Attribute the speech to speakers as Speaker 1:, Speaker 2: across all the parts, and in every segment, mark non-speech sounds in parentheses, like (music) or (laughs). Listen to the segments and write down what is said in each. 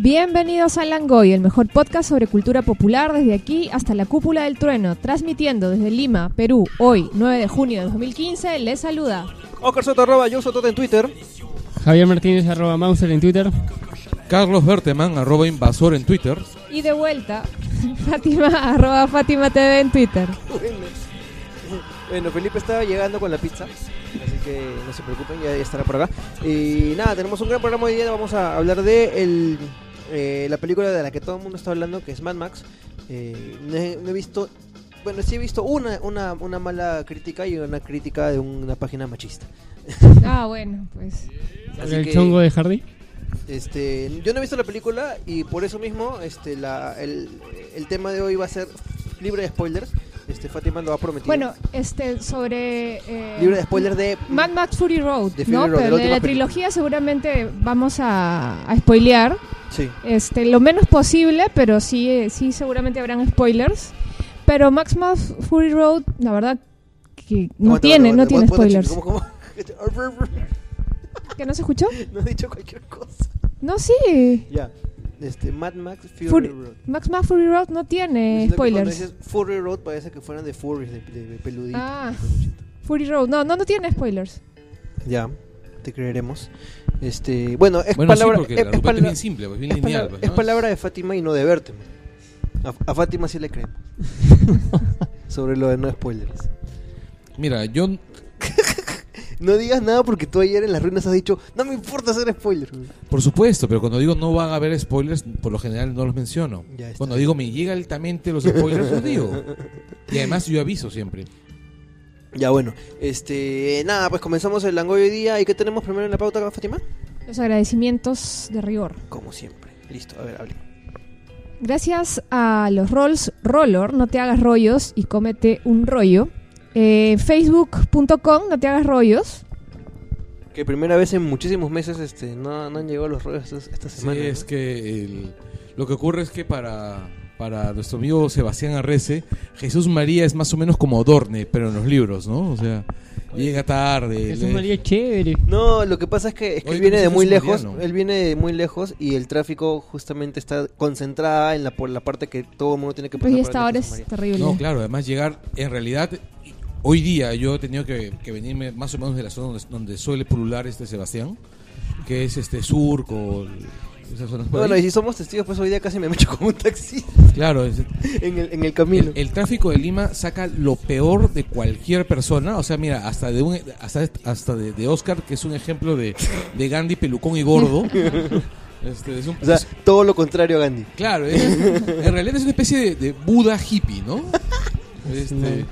Speaker 1: Bienvenidos a Langoy, el mejor podcast sobre cultura popular desde aquí hasta la cúpula del trueno, transmitiendo desde Lima, Perú, hoy 9 de junio de 2015, les saluda.
Speaker 2: Oscar Soto, arroba John Soto en Twitter.
Speaker 3: Javier Martínez, arroba Mauser en Twitter.
Speaker 4: Carlos Berteman, arroba invasor en Twitter.
Speaker 1: Y de vuelta, (laughs) Fátima, arroba Fátima TV en Twitter.
Speaker 2: Bueno, Felipe está llegando con la pizza, así que no se preocupen, ya estará por acá. Y nada, tenemos un gran programa hoy día, vamos a hablar de el, eh, la película de la que todo el mundo está hablando, que es Mad Max. Eh, no, he, no he visto, bueno, sí he visto una, una, una mala crítica y una crítica de una página machista.
Speaker 1: Ah, bueno, pues.
Speaker 2: Así
Speaker 3: el
Speaker 2: que- Eh,
Speaker 3: chongo de Hardy.
Speaker 2: Este, yo no he visto la película y por eso mismo este, la, el, el tema de hoy va a ser libre de spoilers. Este, Fátima lo ha prometido.
Speaker 1: Bueno, este, sobre... eh,
Speaker 2: libre de spoilers de...
Speaker 1: Mad Max Fury Road,
Speaker 2: De Fury
Speaker 1: ¿no?
Speaker 2: Road, de la
Speaker 1: Pero de
Speaker 2: última
Speaker 1: la
Speaker 2: peli-
Speaker 1: trilogía seguramente vamos a, a spoilear.
Speaker 2: Sí.
Speaker 1: este, lo menos posible, pero sí, eh, sí seguramente habrán spoilers. Pero Max Max Fury Road, la verdad que no
Speaker 2: Aguanta,
Speaker 1: tiene,
Speaker 2: aguanta,
Speaker 1: no tiene
Speaker 2: aguanta.
Speaker 1: spoilers.
Speaker 2: ¿Cómo, (laughs) cómo?
Speaker 1: ¿Que no se escuchó?
Speaker 2: no he dicho cualquier cosa.
Speaker 1: No, sí.
Speaker 2: Ya. Este, Mad Max Fury
Speaker 1: Fury-
Speaker 2: Road.
Speaker 1: Max Max Fury Road no
Speaker 2: Sino
Speaker 1: tiene
Speaker 2: que Cuando
Speaker 1: eh, spoilers.
Speaker 2: dices Fury Road parece que fueran de furries, de, de, de peluditos.
Speaker 1: Ah.
Speaker 2: de peluchitos.
Speaker 1: Fury Road, no, no, no tiene spoilers.
Speaker 2: Ya, te creeremos. Este, bueno, es
Speaker 4: Bueno,
Speaker 2: palabra...
Speaker 4: sí, porque
Speaker 2: es-
Speaker 4: el
Speaker 2: es
Speaker 4: argumento es
Speaker 2: palabra-
Speaker 4: bien simple, pues, bien
Speaker 2: Es,
Speaker 4: lineal.
Speaker 2: palabra,
Speaker 4: pues,
Speaker 2: es
Speaker 4: ¿no?
Speaker 2: palabra de Fátima y no de Berteman. A, a Fátima sí le creemos. Sobre lo de no spoilers.
Speaker 4: Mira, yo
Speaker 2: No digas nada porque tú ayer en las ruinas has dicho, no me importa hacer spoilers. güey".
Speaker 4: Por supuesto, pero cuando digo no van a haber spoilers, por lo general no los menciono.
Speaker 2: Ya está.
Speaker 4: Cuando digo me llega altamente los spoilers, los digo. Y además yo aviso siempre.
Speaker 2: Ya bueno, este, nada, pues comenzamos el langoy hoy día. ¿Y qué tenemos primero en la pauta, Fátima?
Speaker 1: Los agradecimientos de rigor.
Speaker 2: Como siempre. Listo, a ver, hable.
Speaker 1: Gracias a los Rolls Roller, no te hagas rollos y cómete un rollo. Eh, Facebook.com, no te hagas rollos.
Speaker 2: Que primera vez en muchísimos meses este, no, no han llegado los rollos esta, esta
Speaker 4: Sí,
Speaker 2: semana.
Speaker 4: es
Speaker 2: ¿no?
Speaker 4: que el- lo que ocurre es que para, para nuestro amigo Sebastián Arrece, Jesús María es más o menos como Adorne, pero en los libros, ¿no? O sea, llega tarde.
Speaker 3: Es
Speaker 4: lee-
Speaker 3: un María chévere.
Speaker 2: No, lo que pasa es que, es que
Speaker 4: Oye,
Speaker 2: él viene
Speaker 4: ¿cómo
Speaker 2: de muy
Speaker 4: se hace un
Speaker 2: lejos,
Speaker 4: mariano?
Speaker 2: él viene de muy lejos y el tráfico justamente está concentrada en la por la parte que todo el mundo tiene que pasar.
Speaker 1: Pues y
Speaker 2: para
Speaker 1: esta
Speaker 2: ir a
Speaker 1: hora
Speaker 2: San
Speaker 1: es
Speaker 2: María.
Speaker 1: terrible.
Speaker 4: No, claro, además llegar, en realidad, hoy día yo he tenido que, que venirme más o menos de la zona donde, donde suele pulular este Sebastián, que es este Surco, esas zonas por
Speaker 2: Bueno,
Speaker 4: ahí.
Speaker 2: y si somos testigos, pues hoy día casi me (laughs) mecho con un taxi
Speaker 4: Claro, es-
Speaker 2: en el, en el camino.
Speaker 4: el, el tráfico de Lima saca lo peor de cualquier persona, o sea, mira, hasta de un, hasta, hasta de, de Oscar, que es un ejemplo de, de Gandhi pelucón
Speaker 2: (laughs)
Speaker 4: y gordo. Este, es un-
Speaker 2: o sea,
Speaker 4: es-
Speaker 2: todo lo contrario a Gandhi.
Speaker 4: claro, es- en realidad es una especie de, de Buda hippie, ¿no? Este,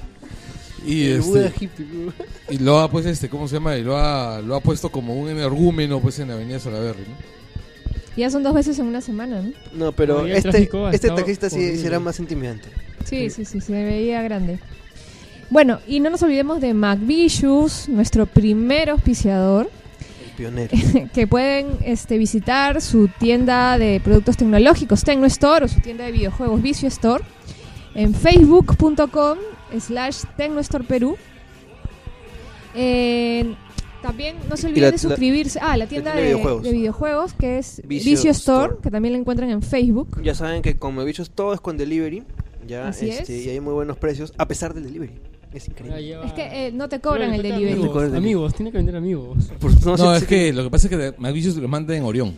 Speaker 4: y
Speaker 2: El
Speaker 4: este,
Speaker 2: Buda (laughs) hippie, ¿no?
Speaker 4: Y lo ha, pues, este, ¿cómo se llama? Y lo ha, lo ha puesto como un energúmeno, pues, en la avenida Salaverry, ¿no?
Speaker 1: Ya son dos veces en una semana, ¿no?
Speaker 2: No, pero
Speaker 3: No, y el
Speaker 2: este,
Speaker 3: tráfico ha
Speaker 2: este
Speaker 3: estado
Speaker 2: taxista sí, sí era
Speaker 3: horrible.
Speaker 2: más intimidante.
Speaker 1: Sí, sí, sí, se veía grande. Bueno, y no nos olvidemos de McVicious, nuestro primer auspiciador, (laughs)
Speaker 2: El pionero.
Speaker 1: que pueden este, visitar su tienda de productos tecnológicos, Tecno Store, o su tienda de videojuegos, Vicio Store, en facebook.com slash Tecno Store Perú. Eh, también no se
Speaker 2: Y
Speaker 1: olviden
Speaker 2: la-
Speaker 1: de suscribirse. Ah, la tienda
Speaker 2: tienda de
Speaker 1: de,
Speaker 2: videojuegos.
Speaker 1: de videojuegos, que es
Speaker 2: Vicio
Speaker 1: Vicio, Store,
Speaker 2: Store.
Speaker 1: que también la encuentran en Facebook.
Speaker 2: Ya saben que como bichos todo es con delivery. Ya,
Speaker 1: Así
Speaker 2: este,
Speaker 1: es.
Speaker 2: y hay muy buenos precios, a pesar del delivery. Es
Speaker 3: Ah,
Speaker 2: increíble.
Speaker 1: Es que eh, no te cobran el
Speaker 3: Pero le falta
Speaker 1: delivery.
Speaker 2: amigo.
Speaker 3: Amigos, amigos, tiene que vender amigos.
Speaker 2: Por- no,
Speaker 4: No,
Speaker 2: sé-
Speaker 4: es
Speaker 2: sé
Speaker 4: que lo que pasa es que Magvicius te lo manda en Orión.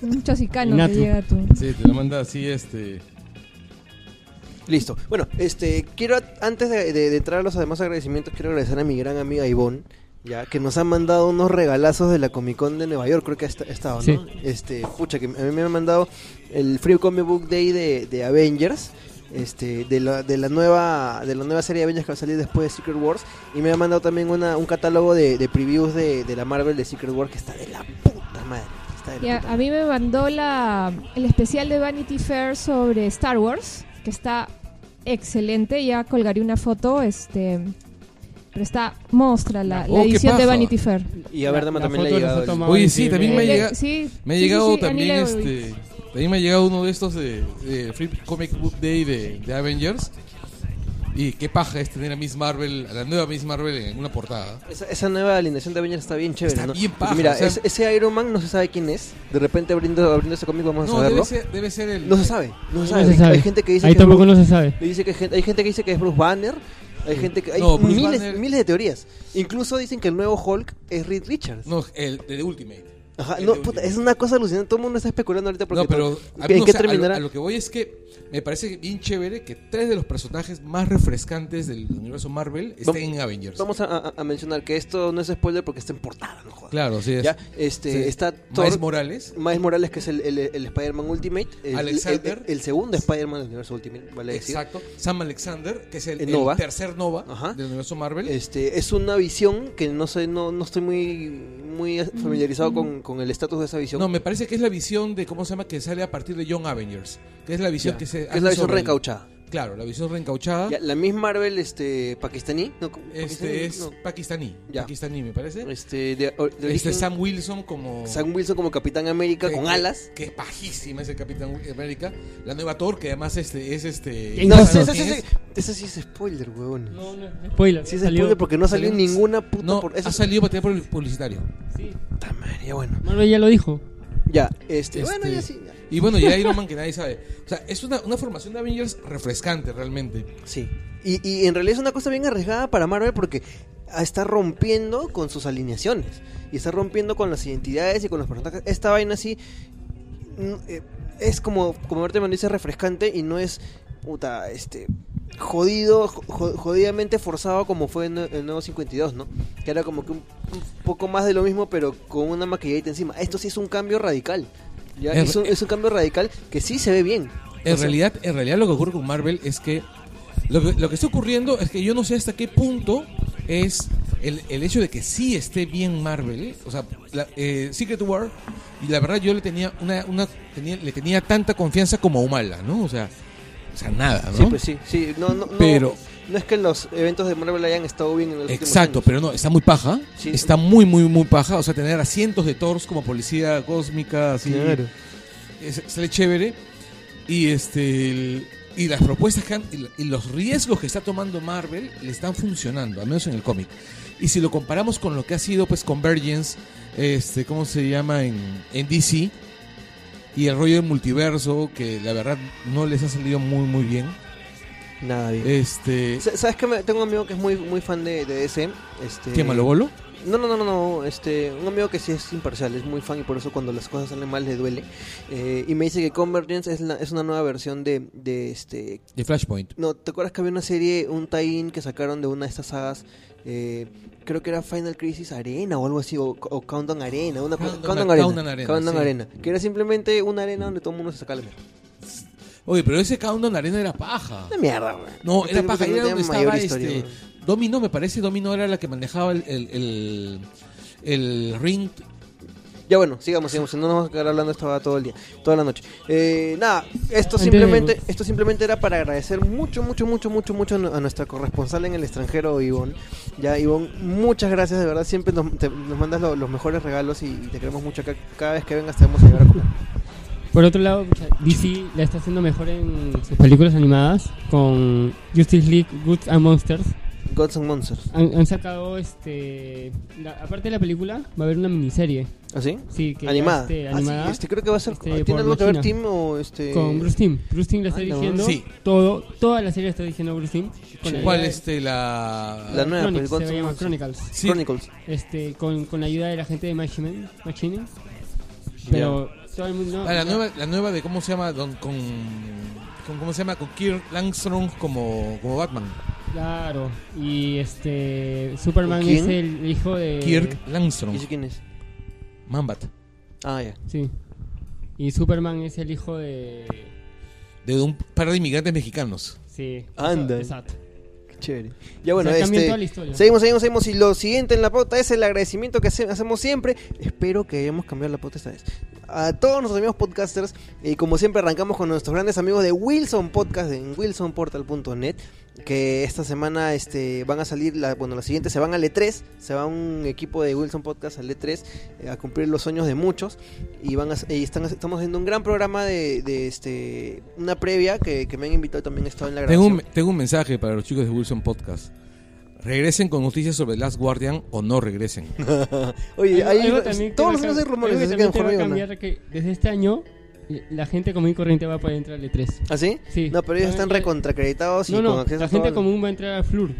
Speaker 1: Un chosicano
Speaker 3: Innato.
Speaker 1: que llega a tu.
Speaker 4: Sí, te lo manda así, este...
Speaker 2: Listo. Bueno, este quiero antes de, de- de entrar a los demás agradecimientos, quiero agradecer a mi gran amiga Ivonne, ya que nos ha mandado unos regalazos de la Comic Con de Nueva York, creo que ha esta- ha estado, ¿no?
Speaker 3: Sí.
Speaker 2: Este, pucha, que a mí me han mandado el Free Comic Book Day de, de Avengers. Este, de, la, de la nueva de la nueva serie de Avengers que va a salir después de Secret Wars y me ha mandado también una- un catálogo de, de previews de, de la Marvel de Secret Wars que está de la puta madre está de la
Speaker 1: Y a,
Speaker 2: puta
Speaker 1: a mí me mandó la, el especial de Vanity Fair sobre Star Wars, que está excelente. Ya colgaré una foto. Este, Pero está mostra la, la
Speaker 4: Oh, qué
Speaker 1: edición de
Speaker 4: paja.
Speaker 1: Vanity Fair. Eh,
Speaker 2: Y a Verdama
Speaker 3: La- la
Speaker 2: también le ha
Speaker 3: foto de la
Speaker 2: llegado.
Speaker 3: foto
Speaker 2: el-
Speaker 3: más-
Speaker 4: Oye, sí, también me ha
Speaker 1: Le-
Speaker 4: llegado.
Speaker 1: sí,
Speaker 4: Me ha
Speaker 1: sí,
Speaker 4: llegado
Speaker 1: sí, sí,
Speaker 4: también
Speaker 1: Annie Leibovitz.
Speaker 4: este. También me ha llegado uno de estos de, de Free Comic Book Day de, de Avengers. Y qué paja es tener a Miss Marvel, a la nueva Miss Marvel en una portada.
Speaker 2: Esa, esa nueva alineación de Avengers está bien chévere,
Speaker 4: Está
Speaker 2: ¿no?
Speaker 4: bien
Speaker 2: Porque
Speaker 4: paja,
Speaker 2: Mira,
Speaker 4: o sea-
Speaker 2: es- ese Iron Man no se sabe quién es. De repente abriendo, abriendo ese cómic vamos a
Speaker 4: No,
Speaker 2: saberlo.
Speaker 4: debe ser, debe ser el.
Speaker 2: No se sabe, no se
Speaker 3: No
Speaker 2: sabe.
Speaker 3: se
Speaker 2: Hay-
Speaker 3: sabe.
Speaker 2: Hay gente que dice
Speaker 3: Ahí
Speaker 2: que es
Speaker 3: tampoco
Speaker 2: Bruce-
Speaker 3: no se sabe.
Speaker 2: le dice que gen- hay gente que dice que es Bruce Banner. Hay gente que hay
Speaker 4: No, Bruce
Speaker 2: miles,
Speaker 4: Banner-
Speaker 2: miles de teorías. Incluso dicen que el nuevo Hulk es Reed Richards.
Speaker 4: No, el de The Ultimate.
Speaker 2: Ajá,
Speaker 4: el
Speaker 2: no,
Speaker 4: de
Speaker 2: puta,
Speaker 4: Ultimate.
Speaker 2: es una cosa alucinante. Todo el mundo está especulando ahorita porque
Speaker 4: No, pero
Speaker 2: todo-
Speaker 4: a mí
Speaker 2: ¿en
Speaker 4: no
Speaker 2: qué
Speaker 4: sé, a lo-
Speaker 2: terminará?
Speaker 4: a lo que voy es que me parece bien chévere que tres de los personajes más refrescantes del universo Marvel estén
Speaker 2: Vamos-
Speaker 4: en Avengers.
Speaker 2: Vamos a, a- a mencionar que esto no es spoiler porque está en portada, no jodas.
Speaker 4: Claro, sí es.
Speaker 2: Ya, este,
Speaker 4: Sí.
Speaker 2: está Thor,
Speaker 4: Miles
Speaker 2: Miles,
Speaker 4: Morales.
Speaker 2: Morales, que es el, el- el Spider-Man Ultimate. El,
Speaker 4: Alexander.
Speaker 2: El, el segundo Spider-Man del universo Ultimate, vale decir.
Speaker 4: Exacto. Sam Alexander, que es el,
Speaker 2: El
Speaker 4: el
Speaker 2: Nova.
Speaker 4: tercer Nova
Speaker 2: Ajá.
Speaker 4: del universo Marvel.
Speaker 2: Este, es una visión que no sé, no, no estoy muy, muy familiarizado con, con el estatus de esa visión.
Speaker 4: Mm. No, me parece que es la visión de cómo se llama que sale a partir de Young Avengers, que es la visión
Speaker 2: Ya,
Speaker 4: que se
Speaker 2: que
Speaker 4: hace
Speaker 2: es la visión
Speaker 4: sobre el-
Speaker 2: reencauchada.
Speaker 4: Claro, la visión reencauchada.
Speaker 2: Ya, la misma Marvel este, pakistaní. No, ¿cómo-
Speaker 4: este
Speaker 2: pakistaní?
Speaker 4: es
Speaker 2: No.
Speaker 4: pakistaní,
Speaker 2: Ya.
Speaker 4: pakistaní me parece.
Speaker 2: Este, de, o- de
Speaker 4: este
Speaker 2: origen-
Speaker 4: Sam Eh, Wilson como
Speaker 2: Sam Wilson como Capitán América
Speaker 4: que-
Speaker 2: con
Speaker 4: que-
Speaker 2: alas.
Speaker 4: Que es pajísima ese Capitán América, la nueva Thor que además este es este
Speaker 3: ¿Y
Speaker 2: No,
Speaker 3: entonces-
Speaker 2: ese, ese-
Speaker 4: ¿quién
Speaker 2: ese-
Speaker 4: es?
Speaker 2: ese sí es spoiler, weón.
Speaker 3: No, no, spoiler.
Speaker 2: Sí es
Speaker 3: salió.
Speaker 2: spoiler porque no salió en
Speaker 4: Salió-
Speaker 2: ninguna puta
Speaker 4: No,
Speaker 2: por
Speaker 4: ha
Speaker 2: eso.
Speaker 4: salido para por el publicitario.
Speaker 3: Sí.
Speaker 2: Puta madre, ya bueno.
Speaker 3: Marvel ya lo dijo.
Speaker 2: Ya, este, bueno,
Speaker 4: Este-
Speaker 2: ya sí. ya.
Speaker 4: Y bueno, ya Iron Man que nadie sabe. O sea, es una, una formación de Avengers refrescante realmente.
Speaker 2: Sí. Y, y en realidad es una cosa bien arriesgada para Marvel porque ah, está rompiendo con sus alineaciones. Y está rompiendo con las identidades y con los personajes. Esta vaina sí mm, eh, es como, como ahorita me lo dice, refrescante y no es, puta, este, jodido, jo- jodidamente forzado como fue en el nuevo 52, ¿no? Que era como que un, un poco más de lo mismo pero con una maquilladita encima. Esto sí es un cambio radical. ¿ya?
Speaker 4: Es-
Speaker 2: Es, un, es un cambio radical que sí se ve bien.
Speaker 4: En
Speaker 2: O sea,
Speaker 4: realidad, en realidad lo que ocurre con Marvel es que lo, que lo que está ocurriendo es que yo no sé hasta qué punto es el, el hecho de que sí esté bien Marvel. O sea, la- eh, Secret War, y la verdad yo le tenía una, una tenía- le tenía tanta confianza como a Humala, ¿no? O sea, o sea nada, ¿no?
Speaker 2: Sí, pues sí, sí. No, no, no,
Speaker 4: Pero-
Speaker 2: no es que los eventos de Marvel hayan estado bien en los últimos
Speaker 4: Exacto,
Speaker 2: años.
Speaker 4: pero no, está muy paja.
Speaker 2: Sí.
Speaker 4: Está muy, muy, muy paja. O sea, tener a cientos de Thors como policía cósmica, así. es, sale chévere. Y este el- y las propuestas que han- y, la- y los riesgos que está tomando Marvel le están funcionando, al menos en el cómic. Y si lo comparamos con lo que ha sido pues Convergence, este, ¿cómo se llama? en, en DC y el rollo del multiverso, que la verdad no les ha salido muy muy bien.
Speaker 2: Nada bien.
Speaker 4: Este.
Speaker 2: Sa- ¿Sabes que Tengo un amigo que es muy, muy fan de, de DC. Este,
Speaker 4: ¿Qué malo bolo?
Speaker 2: No, no, no, no, no, Este, un amigo que sí es imparcial, es muy fan y por eso cuando las cosas salen mal le duele. Eh, y me dice que Convergence es, la- es una nueva versión de, de este.
Speaker 4: De Flashpoint.
Speaker 2: No, ¿te acuerdas que había una serie, un tie-in que sacaron de una de estas sagas? Eh, creo que era Final Crisis Arena o algo así, o, o Countdown Arena, una cosa.
Speaker 4: Countdown-
Speaker 2: Countdown Arena.
Speaker 4: Countdown Arena,
Speaker 2: Countdown
Speaker 4: sí.
Speaker 2: Arena, Que era simplemente una arena donde todo el mundo se sacaba la mierda.
Speaker 4: Oye, pero ese Countdown Arena era paja.
Speaker 2: Una mierda, güey.
Speaker 4: No, era
Speaker 2: tengo-
Speaker 4: paja,
Speaker 2: tengo
Speaker 4: era donde
Speaker 2: mayor
Speaker 4: estaba
Speaker 2: historia,
Speaker 4: este.
Speaker 2: güey.
Speaker 4: Domino, me parece, Domino era la que manejaba el, el, el, el ring.
Speaker 2: Ya bueno, sigamos, sigamos. si No nos vamos a quedar hablando esto va todo el día, toda la noche. Eh, nada, esto
Speaker 3: Entiendo.
Speaker 2: simplemente, esto simplemente era para agradecer mucho, mucho, mucho, mucho, mucho a nuestra corresponsal en el extranjero, Ivonne. Ya, Ivonne, muchas gracias, de verdad. Siempre nos, te- nos mandas lo- los mejores regalos y, y te queremos mucho acá. Cada vez que vengas te vamos a llevar a comer.
Speaker 3: Por otro lado, pucha, DC la está haciendo mejor en sus películas animadas con Justice League, Goods and Monsters.
Speaker 2: Gods and Monsters.
Speaker 3: Han, han sacado, este, la- aparte de la película, va a haber una miniserie,
Speaker 2: ¿Así?
Speaker 3: sí, que
Speaker 2: ¿Ah, Animada.
Speaker 3: ya, este,
Speaker 2: Ah, sí,
Speaker 3: animada
Speaker 2: este, creo que va a ser.
Speaker 3: Este, por
Speaker 2: ¿Tiene algo que ver
Speaker 3: Regina.
Speaker 2: Tim o este.?
Speaker 3: con Bruce Timm. Bruce Timm la está
Speaker 2: Ah, no.
Speaker 3: dirigiendo
Speaker 4: Sí.
Speaker 3: todo, toda la serie la está dirigiendo Bruce Timm. Con la
Speaker 4: ¿Cuál
Speaker 3: ayuda de-
Speaker 4: este la,
Speaker 2: La nueva,
Speaker 3: Chronicles,
Speaker 2: pues, Gods
Speaker 3: se
Speaker 2: and
Speaker 3: llama
Speaker 2: Monsters.
Speaker 3: Chronicles.
Speaker 4: Sí,
Speaker 2: Chronicles.
Speaker 3: Este, con, con la ayuda de la gente de Machine, Machine. Pero todo el mundo.
Speaker 4: ah, la nueva la nueva de cómo se llama Don- con, con cómo se llama con Kirk Langstrom como como Batman.
Speaker 3: Claro. Y este. Superman
Speaker 2: ¿Quién?
Speaker 3: es el hijo de.
Speaker 4: Kirk Langstrom,
Speaker 2: ¿Y ese quién es?
Speaker 4: Mambat
Speaker 2: Ah, ya.
Speaker 3: Sí. Y Superman es el hijo de.
Speaker 4: de un par de inmigrantes mexicanos.
Speaker 3: Sí.
Speaker 2: Anda.
Speaker 3: Exacto.
Speaker 2: Qué chévere. Ya bueno,
Speaker 3: O sea, cambió
Speaker 2: este.
Speaker 3: toda la historia.
Speaker 2: Seguimos, seguimos, seguimos. Y lo siguiente en la pauta es el agradecimiento que hace- hacemos siempre. Espero que hayamos cambiado la pauta esta vez. Ah, a todos nuestros amigos podcasters. Y como siempre, arrancamos con nuestros grandes amigos de Wilson Podcast en wilsonportal.net. Que esta semana este, van a salir, la, bueno, la siguiente se van al E3. Se va un equipo de Wilson Podcast al E3 eh, a cumplir los sueños de muchos. Y van a- y están, estamos haciendo un gran programa de, de, este, una previa que, que me han invitado también. He estado en la
Speaker 4: Tengo
Speaker 2: grabación.
Speaker 4: un, tengo un mensaje para los chicos de Wilson Podcast. Regresen con noticias sobre Last Guardian o
Speaker 2: (laughs)
Speaker 4: no regresen.
Speaker 2: Oye,
Speaker 3: Algo-
Speaker 2: hay,
Speaker 3: algo también que
Speaker 2: todos
Speaker 3: va
Speaker 2: los
Speaker 3: a
Speaker 2: años hay
Speaker 3: cam-
Speaker 2: rumores,
Speaker 3: algo
Speaker 2: así
Speaker 3: que
Speaker 2: que
Speaker 3: también te
Speaker 2: mejor
Speaker 3: va a
Speaker 2: digo nada.
Speaker 3: cambiar que desde este año eh, la gente común y corriente va a poder entrar al E E3.
Speaker 2: ¿Ah, sí?
Speaker 3: Sí.
Speaker 2: No, pero ellos están
Speaker 3: También-
Speaker 2: recontracreditados y
Speaker 3: No,
Speaker 2: con
Speaker 3: no,
Speaker 2: acceso
Speaker 3: la
Speaker 2: a todo
Speaker 3: gente
Speaker 2: lo-
Speaker 3: común va a entrar al Flur.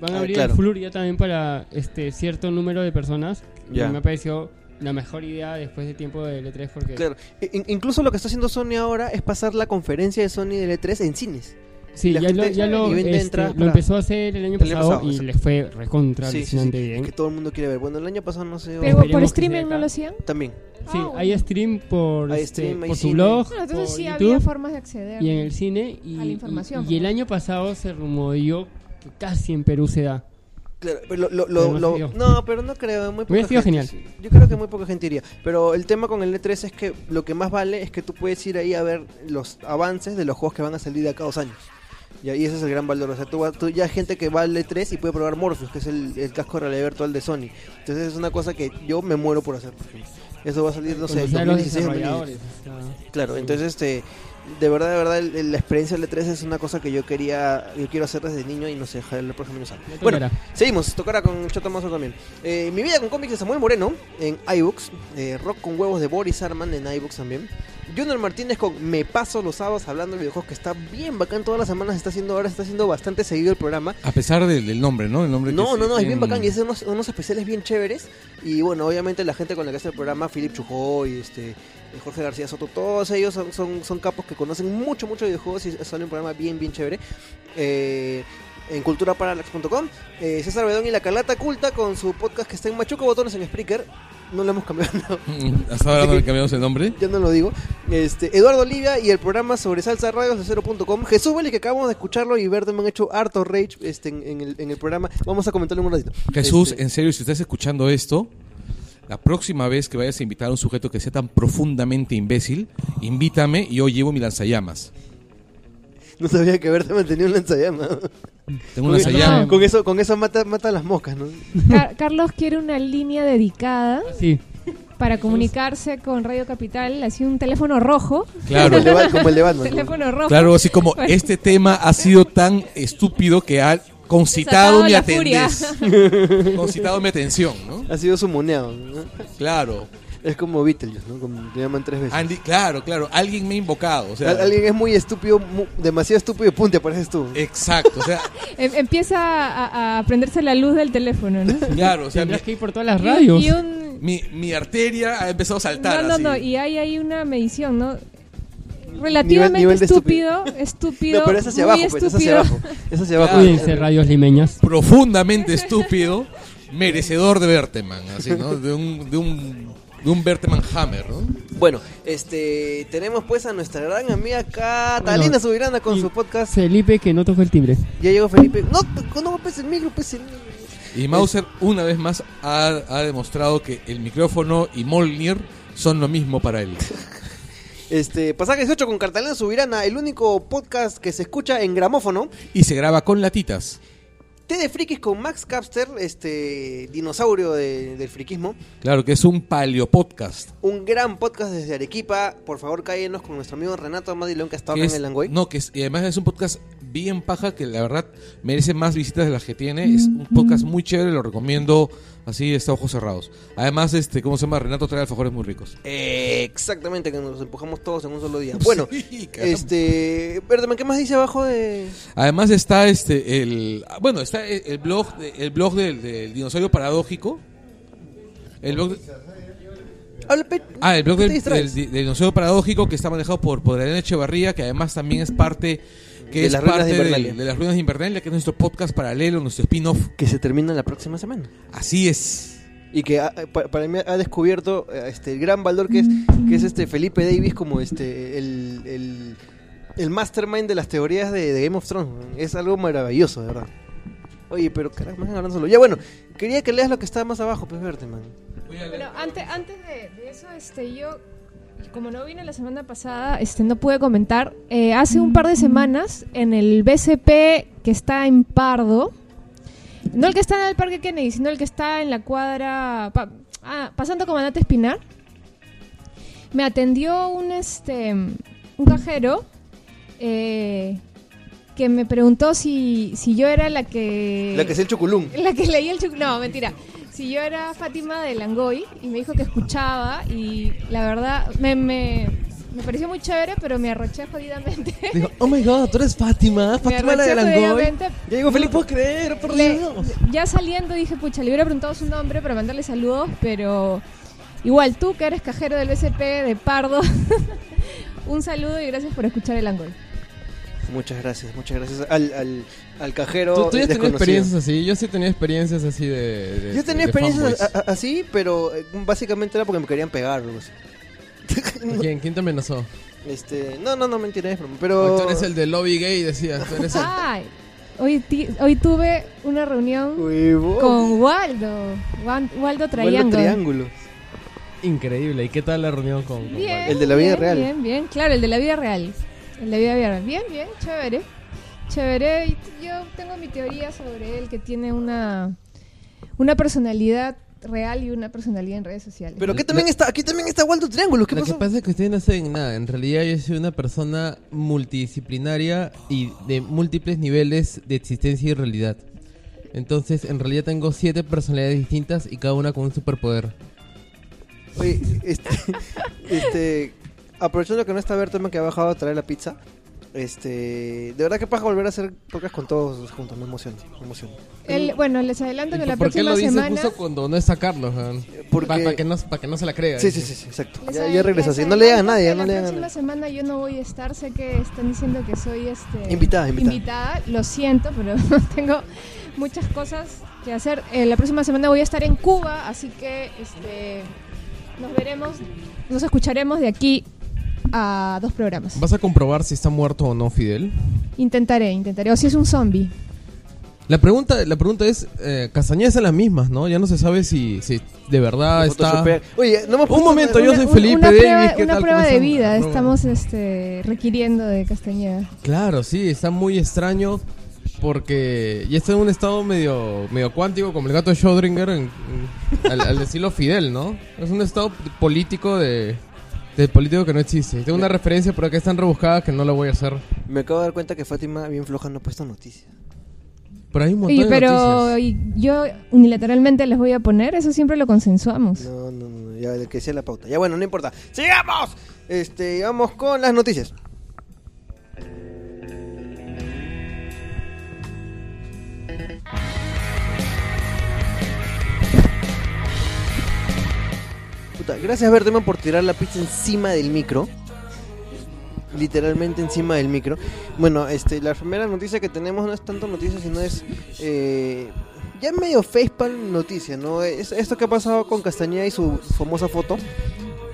Speaker 3: Van a
Speaker 2: Ah,
Speaker 3: abrir
Speaker 2: claro.
Speaker 3: el Flur ya también para este cierto número de personas. y
Speaker 2: Ya.
Speaker 3: Me pareció la mejor idea después de tiempo del E3 porque
Speaker 2: Claro. In- incluso lo que está haciendo Sony ahora es pasar la conferencia de Sony del E3 en cines.
Speaker 3: sí,
Speaker 2: la
Speaker 3: ya
Speaker 2: gente-
Speaker 3: lo, ya lo,
Speaker 2: y vende
Speaker 3: este,
Speaker 2: entradas
Speaker 3: lo
Speaker 2: para-
Speaker 3: empezó a hacer el año
Speaker 2: El año
Speaker 3: pasado,
Speaker 2: pasado,
Speaker 3: y
Speaker 2: exacto.
Speaker 3: les fue recontra
Speaker 2: Sí, sí, sí.
Speaker 3: alucinante bien.
Speaker 2: Que todo el mundo quiere ver. Bueno, el año pasado no sé.
Speaker 1: Pero por
Speaker 3: Esperemos que
Speaker 1: streaming
Speaker 3: sea
Speaker 1: no
Speaker 3: acá.
Speaker 1: lo hacían.
Speaker 2: También.
Speaker 3: Sí,
Speaker 1: Ah,
Speaker 3: hay stream por,
Speaker 2: Hay
Speaker 3: este,
Speaker 2: stream, hay
Speaker 3: por su
Speaker 2: cine.
Speaker 3: blog,
Speaker 1: Bueno, entonces
Speaker 3: por
Speaker 1: sí había
Speaker 3: YouTube
Speaker 1: formas de acceder.
Speaker 3: y en el cine. Y,
Speaker 1: A la información,
Speaker 3: y-
Speaker 1: por
Speaker 3: y el
Speaker 1: favor.
Speaker 3: año pasado se rumoreó que casi en Perú se da.
Speaker 2: Claro, pero lo- lo-
Speaker 3: Pero no
Speaker 2: lo-
Speaker 3: se dio.
Speaker 2: no, pero no creo. Muy poca
Speaker 3: Hubiera sido
Speaker 2: gente,
Speaker 3: genial.
Speaker 2: sí. Yo creo que muy poca gente iría. Pero el tema con el E3 es que lo que más vale es que tú puedes ir ahí a ver los avances de los juegos que van a salir de acá a dos años. Y ahí ese es el gran valor. O sea, tú, vas- tú ya hay gente que va al E3 y puede probar Morpheus, que es el, el casco de realidad virtual de Sony. Entonces es una cosa que yo me muero por hacer. por ejemplo. Eso va a salir, no sé,
Speaker 3: Conocer
Speaker 2: en
Speaker 3: a los
Speaker 2: 2016, 2017.
Speaker 3: desarrolladores. o sea,
Speaker 2: Claro,
Speaker 3: sí.
Speaker 2: entonces este de verdad, de verdad, el- el- la experiencia del E3 es una cosa que yo quería, yo quiero hacer desde niño y no sé, ojalá el próximo año salga.
Speaker 3: Ya
Speaker 2: Bueno,
Speaker 3: tocará.
Speaker 2: seguimos, tocará con Chotomazo también. Eh, Mi vida con cómics de Samuel Moreno en iBooks, eh, Rock con huevos de Boris Arman en iBooks también. Junior Martínez con Me Paso los sábados hablando de videojuegos que está bien bacán todas las semanas, está haciendo ahora, está haciendo bastante seguido el programa.
Speaker 4: A pesar del, del nombre, ¿no? El nombre
Speaker 2: No,
Speaker 4: que
Speaker 2: no,
Speaker 4: se-
Speaker 2: no, es bien
Speaker 4: tienen-
Speaker 2: bacán y hace unos, unos especiales bien chéveres. Y bueno, obviamente la gente con la que hace el programa, Philip Chujó y este, eh, Jorge García Soto, todos ellos son, son, son capos que conocen mucho, mucho de videojuegos y sale un programa bien, bien chévere. Eh, en culturaparallax.com, eh, César Bedón y la Calata Culta con su podcast que está en Machuca Botones en Spreaker. No lo hemos cambiado, (laughs) no,
Speaker 4: Mm, (laughs) Hasta ahora no le cambiamos el nombre.
Speaker 2: ya no lo digo. Este, Eduardo Olivia y el programa sobre salsa radios de cero.com. Jesús Vélez, que acabamos de escucharlo y verte, me han hecho harto rage este, en, en el, en el programa. Vamos a comentarlo en un ratito.
Speaker 4: Jesús,
Speaker 2: Este,
Speaker 4: en serio, si estás escuchando esto, la próxima vez que vayas a invitar a un sujeto que sea tan profundamente imbécil, invítame y yo llevo mi lanzallamas.
Speaker 2: No sabía que Berta mantenía un lanzallamas.
Speaker 4: Tengo un
Speaker 2: Muy
Speaker 3: bien.
Speaker 4: lanzallamas.
Speaker 2: Con eso, con eso mata, mata las moscas, ¿no?
Speaker 1: Car- Carlos quiere una línea dedicada
Speaker 3: Sí,
Speaker 1: para
Speaker 3: Pues-
Speaker 1: comunicarse con Radio Capital. Así un teléfono rojo.
Speaker 2: Como el de,
Speaker 4: Claro,
Speaker 2: Ba- como el de Batman.
Speaker 1: teléfono rojo.
Speaker 4: claro, así como
Speaker 1: Bueno.
Speaker 4: este tema ha sido tan estúpido que ha concitado
Speaker 1: Desatado
Speaker 4: mi
Speaker 1: la furia.
Speaker 4: atendes. (laughs) Concitado mi atención, ¿no?
Speaker 2: Ha sido su moneado, ¿no?
Speaker 4: Claro.
Speaker 2: Es como Beatles, ¿no? Como te llaman tres veces.
Speaker 4: Andy, claro, claro. Alguien me ha invocado. Ah, O sea,
Speaker 2: Al- alguien es muy estúpido, mu- demasiado estúpido y pum, te apareces tú.
Speaker 4: Eh, Exacto. O sea,
Speaker 1: Em- empieza a, a prenderse la luz del teléfono,
Speaker 2: (laughs)
Speaker 1: ¿no?
Speaker 4: claro. O sea, mi,
Speaker 3: tendrás que ir por todas las radios.
Speaker 1: Y, y un...
Speaker 4: mi- mi arteria ha empezado a saltar.
Speaker 1: No, no,
Speaker 4: así.
Speaker 1: no. Y hay ahí una medición, ¿no? Relativamente
Speaker 2: nivel de
Speaker 1: estúpido,
Speaker 2: estúpido.
Speaker 1: estúpido,
Speaker 2: No, pero es hacia
Speaker 1: muy
Speaker 2: abajo, pues, es hacia
Speaker 1: estúpido.
Speaker 2: abajo. Es hacia abajo.
Speaker 3: Cuídense, radios limeñas.
Speaker 4: profundamente estúpido, merecedor de Berteman, así, ¿no? De un, de un, de un Berteman Hammer, ¿no?
Speaker 2: Bueno, este, tenemos pues a nuestra gran amiga Catalina
Speaker 3: Bueno,
Speaker 2: Subirana con
Speaker 3: y-
Speaker 2: su podcast.
Speaker 3: Felipe que no tocó el timbre.
Speaker 2: Ya llegó Felipe. No, p- no, pues el micro, pues el micro.
Speaker 4: Y Mauser, una vez más, ha, ha demostrado que el micrófono y Molnir son lo mismo para él.
Speaker 2: Este, pasaje 18 con Catalina Subirana, el único podcast que se escucha en gramófono.
Speaker 4: Y se graba con latitas.
Speaker 2: Té de frikis con Max Capster, este dinosaurio de- del friquismo.
Speaker 4: Claro que es un paleo podcast.
Speaker 2: Un gran podcast desde Arequipa. Por favor, cállenos con nuestro amigo Renato Amadilón, que está
Speaker 4: que
Speaker 2: acá en
Speaker 4: es-
Speaker 2: el Langoy.
Speaker 4: No, que es, y además es un podcast bien paja que la verdad merece más visitas de las que tiene. Es un podcast muy chévere, lo recomiendo. Así está ojos cerrados. Además, este, ¿cómo se llama? Renato trae alfajores muy ricos.
Speaker 2: Eh, exactamente, que nos empujamos todos en un solo día. Bueno,
Speaker 4: (laughs) Sí, caramba.
Speaker 2: este. Verdeman, ¿qué más dice abajo de.?
Speaker 4: Además está este el bueno está el el blog de- el blog del, del dinosaurio paradójico el blog de-
Speaker 2: Habla, pe-
Speaker 4: ah el blog
Speaker 2: ¿qué te
Speaker 4: del,
Speaker 2: distraes?
Speaker 4: del- del dinosaurio paradójico que está manejado por por Adriana Echevarría que además también es parte que
Speaker 2: De
Speaker 4: es
Speaker 2: las ruinas
Speaker 4: parte
Speaker 2: de
Speaker 4: del-
Speaker 2: Invernalia.
Speaker 4: de las ruinas de Invernalia que es nuestro podcast paralelo nuestro spin-off
Speaker 2: Que se termina la próxima semana.
Speaker 4: así es
Speaker 2: Y que ha- pa- para mí ha descubierto eh, este, el gran valor que es, que es este Felipe Davis como este el, el, el mastermind de las teorías de, de Game of Thrones. man. Es algo maravilloso, de verdad. Oye, pero carajo, me están hablando solo. Ya bueno, quería que leas lo que está más abajo, pues verte, man.
Speaker 1: Bueno, ante- antes, de, de eso, este, yo Como no vine la semana pasada, este, no pude comentar. Eh, hace un par de semanas, en el BCP que está en Pardo, no el que está en el Parque Kennedy, sino el que está en la cuadra, pa- ah, pasando Comandante Espinar, me atendió un, este, un cajero eh, que me preguntó si, si yo era la que...
Speaker 2: La que es el chuculum.
Speaker 1: La que leí el chuc... No, mentira. Si yo era Fátima de Langoy y me dijo que escuchaba y la verdad me, me, me pareció muy chévere, pero me arroché jodidamente.
Speaker 5: Digo, oh my god, tú eres Fátima, Fátima la de
Speaker 1: arrecho
Speaker 5: Langoy.
Speaker 1: jodidamente.
Speaker 5: Ya digo, Felipe, ¿puedes creer? Por
Speaker 1: Le-
Speaker 5: Dios.
Speaker 1: ya saliendo dije, pucha, le hubiera preguntado su nombre para mandarle saludos, pero igual tú que eres cajero del BCP de Pardo, (laughs) un saludo y gracias por escuchar el Langoy.
Speaker 2: Muchas gracias, muchas gracias al, al, al cajero.
Speaker 5: ¿Tú, tú ya has tenido
Speaker 2: desconocido.
Speaker 5: experiencias así? Yo sí he tenido experiencias así de. de-
Speaker 2: Yo tenía
Speaker 5: de
Speaker 2: experiencias
Speaker 5: fanboys.
Speaker 2: a- a- así, pero eh, básicamente era porque me querían pegar. algo así.
Speaker 5: ¿Quién? ¿Quién te amenazó?
Speaker 2: Este, no, no, no me entiendes,
Speaker 5: Oye,
Speaker 2: pero...
Speaker 5: Tú eres el de lobby gay, decías. Tú eres el...
Speaker 1: Ay, hoy, ti- hoy tuve una reunión
Speaker 2: Huevón.
Speaker 1: con Waldo, Wan- Waldo
Speaker 2: Vuelo
Speaker 1: Triángulo.
Speaker 2: triángulo.
Speaker 5: Increíble. ¿Y qué tal la reunión con.? con
Speaker 1: Bien,
Speaker 2: El de la vida
Speaker 1: bien,
Speaker 2: real.
Speaker 1: Bien, bien, claro, el de la vida real. El de vida real. Bien, bien, chévere. Chévere. Y t- Yo tengo mi teoría sobre él que tiene una, una personalidad real y una personalidad en redes sociales.
Speaker 2: Pero aquí también está, aquí también está Waldo Triángulo, ¿qué
Speaker 5: Lo
Speaker 2: pasó?
Speaker 5: que pasa es que ustedes no saben nada. En realidad yo soy una persona multidisciplinaria y de múltiples niveles de existencia y realidad. Entonces, en realidad tengo siete personalidades distintas y cada una con un superpoder.
Speaker 2: Oye, este, (laughs) este, aprovechando que no está Bertman que ha bajado a traer la pizza, este, de verdad que pasa volver a hacer podcast con todos juntos, me emociona, me emociona.
Speaker 1: Él- bueno, les adelanto que la
Speaker 5: ¿Por qué
Speaker 1: próxima
Speaker 5: lo dices
Speaker 1: semana.
Speaker 5: justo cuando no está Carlos?
Speaker 2: Porque-
Speaker 5: Para que, no, pa' que no se la crea.
Speaker 2: Sí, sí, sí, sí, exacto.
Speaker 1: les
Speaker 2: Ya,
Speaker 1: adel-
Speaker 2: ya regresa,
Speaker 1: les
Speaker 2: sí, no le llegan a
Speaker 1: adelanto que
Speaker 2: nadie, no
Speaker 1: la
Speaker 2: le llegan a
Speaker 1: próxima semana
Speaker 2: nadie.
Speaker 1: yo no voy a estar. Sé que están diciendo que soy este,
Speaker 2: Invitada, invitada.
Speaker 1: invitada. Lo siento, pero (laughs) tengo muchas cosas que hacer. Eh, la próxima semana voy a estar en Cuba, así que este, nos veremos, nos escucharemos de aquí a dos programas.
Speaker 5: ¿Vas a comprobar si está muerto o no Fidel?
Speaker 1: Intentaré, intentaré. O si es un zombie.
Speaker 5: La pregunta, la pregunta es, eh, Castañeda está en las mismas, ¿no? Ya no se sabe si, si de verdad Ah, está...
Speaker 2: Photoshopea. Oye, no hemos
Speaker 5: Un
Speaker 2: puesto-
Speaker 5: momento, yo
Speaker 1: Una-
Speaker 5: soy
Speaker 1: un-
Speaker 5: Felipe
Speaker 1: una
Speaker 5: Davis,
Speaker 1: prueba,
Speaker 5: ¿qué
Speaker 1: una
Speaker 5: tal?
Speaker 1: prueba
Speaker 5: ¿Cómo
Speaker 1: de
Speaker 5: están?
Speaker 2: Ah,
Speaker 1: vida
Speaker 5: Robo.
Speaker 1: estamos este, requiriendo de Castañeda.
Speaker 5: Claro, sí, está muy extraño porque ya está en un estado medio, medio cuántico como el gato de Schrödinger en- en- al, al estilo Fidel, ¿no? Es un estado p- político de, de político que no existe. Tengo una referencia por acá es tan rebuscada que no la voy a hacer.
Speaker 2: Me acabo de dar cuenta que Fátima bien floja no ha puesto noticias.
Speaker 5: Pero hay un montón
Speaker 1: Y,
Speaker 5: de
Speaker 1: pero
Speaker 5: noticias.
Speaker 1: y yo unilateralmente les voy a poner, eso siempre lo consensuamos.
Speaker 2: No, no, no, ya que sea la pauta. Ya bueno, no importa. ¡Sigamos! Este, vamos con las noticias. Puta, gracias Berteman por tirar la pizza encima del micro. Literalmente encima del micro. Bueno, este, la primera noticia que tenemos no es tanto noticia, sino es eh, ya medio facepalm noticia, ¿no? Es, esto que ha pasado con Castañeda y su famosa foto,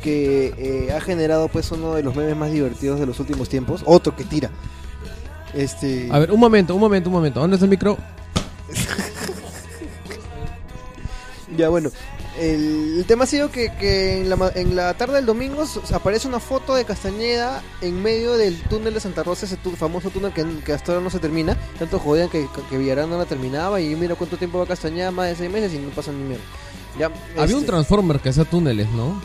Speaker 2: que eh, ha generado pues uno de los memes más divertidos de los últimos tiempos. Otro que tira. Este,
Speaker 5: A ver, un momento, un momento, un momento. ¿Dónde está el micro?
Speaker 2: Ya bueno, el, el tema ha sido que, que en, la, ma- en la tarde del domingo s- aparece una foto de Castañeda en medio del túnel de Santa Rosa, ese tu- famoso túnel que, que hasta ahora no se termina. Tanto jodían que, que Villarán no la terminaba y mira cuánto tiempo va Castañeda, más de seis meses y no pasa ni mierda. Ya, este,
Speaker 5: Había un
Speaker 2: tronco
Speaker 5: Transformer que hacía túneles, ¿no?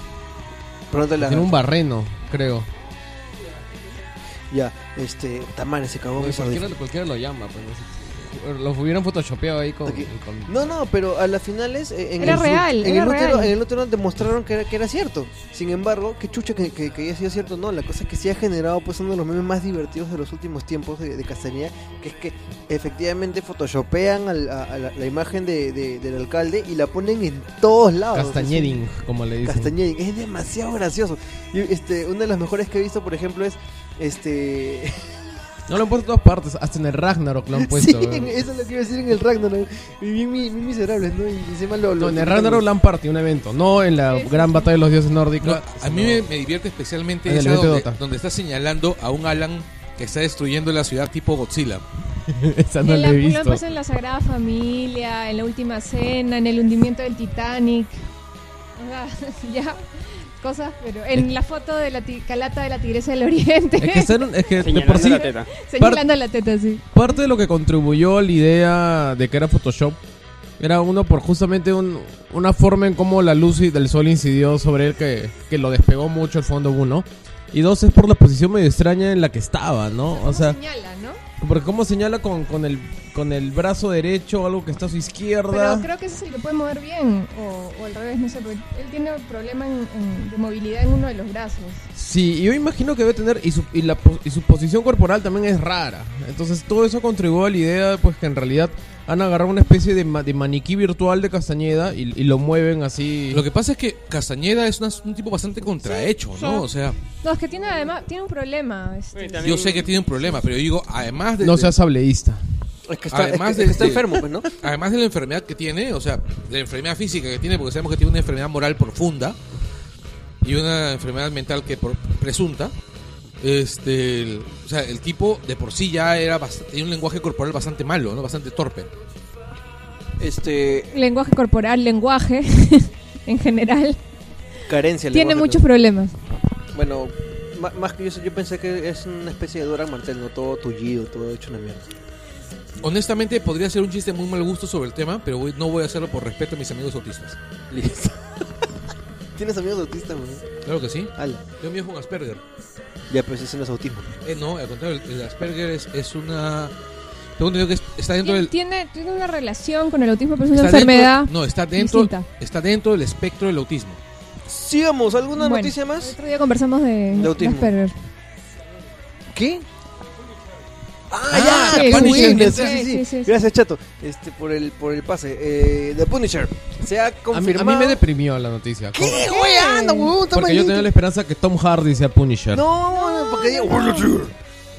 Speaker 2: Pregúntale a-
Speaker 5: Tiene un barreno, creo.
Speaker 2: Ya, este, Tamara se cagó.
Speaker 5: Oye,
Speaker 2: mi
Speaker 5: cualquiera,
Speaker 2: sordina.
Speaker 5: cualquiera lo llama. Pues. Los hubieran photoshopeado ahí con...
Speaker 2: Aquí.
Speaker 5: con-
Speaker 2: No, no, pero a las finales eh, en,
Speaker 1: Era
Speaker 2: el,
Speaker 1: real,
Speaker 2: en,
Speaker 1: era
Speaker 2: el útero,
Speaker 1: real.
Speaker 2: en el útero demostraron que era, que era cierto. Sin embargo, que chucha que, que, que haya sido cierto, no. La cosa es que sí ha generado pues uno de los memes más divertidos de los últimos tiempos de, de Castañeda, que es que efectivamente photoshopean al- a, a la, la imagen de- de- del alcalde y la ponen en todos lados. Es
Speaker 5: Castañeding, como le
Speaker 2: un-
Speaker 5: dicen.
Speaker 2: Castañeding, es demasiado gracioso. Y este, una de las mejores que he visto, por ejemplo, es este
Speaker 5: No lo han puesto en todas partes, hasta en el Ragnarok lo han
Speaker 2: (laughs)
Speaker 5: puesto.
Speaker 2: sí,
Speaker 5: weón.
Speaker 2: eso es lo que iba a decir en el Ragnarok. Y bien, mi- bien miserables, ¿no? Y encima lo. lo
Speaker 5: No, en el Ragnarok lo han partido un evento, no en la
Speaker 1: Sí, sí,
Speaker 5: gran
Speaker 1: sí.
Speaker 5: batalla de los dioses
Speaker 4: No,
Speaker 5: nórdicos.
Speaker 4: a mí me, me divierte especialmente
Speaker 5: Ándale,
Speaker 4: esa
Speaker 5: vete,
Speaker 4: donde,
Speaker 5: Dota.
Speaker 4: donde está señalando a un Alan que está destruyendo la ciudad tipo Godzilla.
Speaker 5: (laughs) Esa no
Speaker 1: En la-
Speaker 5: la he
Speaker 1: lo han
Speaker 5: visto.
Speaker 1: pasado en la Sagrada Familia, en la Última Cena, en el hundimiento del Titanic. O sea, (laughs) ya cosas, pero en la foto de la ti- calata de la tigresa del oriente, (laughs)
Speaker 5: Es que, ser un- es que de
Speaker 6: Señalando
Speaker 5: por sí,
Speaker 6: la teta.
Speaker 1: señalando la teta, sí.
Speaker 5: parte de lo que contribuyó a la idea de que era Photoshop era uno por justamente un- una forma en cómo la luz y- del sol incidió sobre él que, que lo despegó mucho el fondo uno. Y dos es por la posición medio extraña en la que estaba, ¿no? O sea,
Speaker 1: señala, ¿no?
Speaker 5: porque cómo señala con, con el con el brazo derecho algo que está a su izquierda.
Speaker 1: Pero creo que ese sí lo puede mover bien, o, o al revés, no sé, porque él tiene problema en- en- de movilidad en uno de los brazos.
Speaker 5: Sí, y yo imagino que debe tener y su, y, la, po- y su posición corporal también es rara. Entonces todo eso contribuyó a la idea pues que en realidad han agarrado una especie de, ma- de maniquí virtual de Castañeda y, y lo mueven así.
Speaker 4: Lo que pasa es que Castañeda es una- un tipo bastante contrahecho, ¿no? O sea,
Speaker 1: No, es que tiene además, tiene un problema. este.
Speaker 6: Bueno, y también-
Speaker 4: yo sé que tiene un problema, pero yo digo, además de,
Speaker 5: No
Speaker 4: de-
Speaker 5: seas sableísta.
Speaker 2: Es que está,
Speaker 4: Además
Speaker 2: es que-
Speaker 4: de-
Speaker 2: es que está
Speaker 5: este
Speaker 4: de-
Speaker 2: enfermo, pues, ¿no?
Speaker 4: además de la enfermedad que tiene, o sea, de la enfermedad física que tiene, porque sabemos que tiene una enfermedad moral profunda y una enfermedad mental que por- presunta. Este, el- o sea, el tipo de por sí ya era bast- tenía un lenguaje corporal bastante malo, ¿no? Bastante torpe.
Speaker 2: Este,
Speaker 1: Lenguaje corporal, lenguaje (laughs) en general.
Speaker 2: carencia. el
Speaker 1: Tiene
Speaker 2: lenguaje,
Speaker 1: muchos problemas.
Speaker 2: pero- Bueno, ma- más que yo, yo pensé que es una especie de Dora Martel, ¿no? Todo tullido, todo hecho una
Speaker 5: (laughs)
Speaker 2: mierda.
Speaker 4: Honestamente, podría ser un chiste muy mal gusto sobre el tema, pero voy- no voy a hacerlo por respeto a mis amigos autistas.
Speaker 2: Listo. (laughs) ¿Tienes amigos autistas, güey?
Speaker 4: Claro que sí.
Speaker 2: Ala.
Speaker 4: Yo mío es un Asperger.
Speaker 2: Ya, pues ese no es autismo.
Speaker 4: Eh, no, al contrario, el, el Asperger es, es una. Tengo entendido que es- está dentro
Speaker 1: Tiene, tiene,
Speaker 4: del.
Speaker 1: tiene una relación con el autismo, pero es una
Speaker 4: está dentro-
Speaker 1: enfermedad.
Speaker 4: no, está dentro,
Speaker 1: distinta.
Speaker 4: está dentro del espectro del autismo.
Speaker 2: Sigamos, ¿alguna
Speaker 1: Bueno,
Speaker 2: noticia más?
Speaker 1: Otro día conversamos de,
Speaker 2: De autismo.
Speaker 1: Asperger.
Speaker 2: ¿Qué? Ah,
Speaker 1: Ah,
Speaker 2: ya,
Speaker 1: sí,
Speaker 2: The
Speaker 1: sí,
Speaker 2: Punisher.
Speaker 1: sí,
Speaker 2: Sí, sí,
Speaker 1: sí, sí,
Speaker 2: sí.
Speaker 1: sí.
Speaker 2: Gracias, Chato, este, por, el, por el pase. Eh, The Punisher. Se ha
Speaker 5: A mí, a
Speaker 2: confirmado.
Speaker 5: mí me deprimió la noticia.
Speaker 2: ¿Qué, güey? Anda, huevón, está
Speaker 5: Porque yo
Speaker 2: malito.
Speaker 5: tenía la esperanza que Tom Hardy sea Punisher.
Speaker 2: No, porque digo,
Speaker 1: No,
Speaker 2: que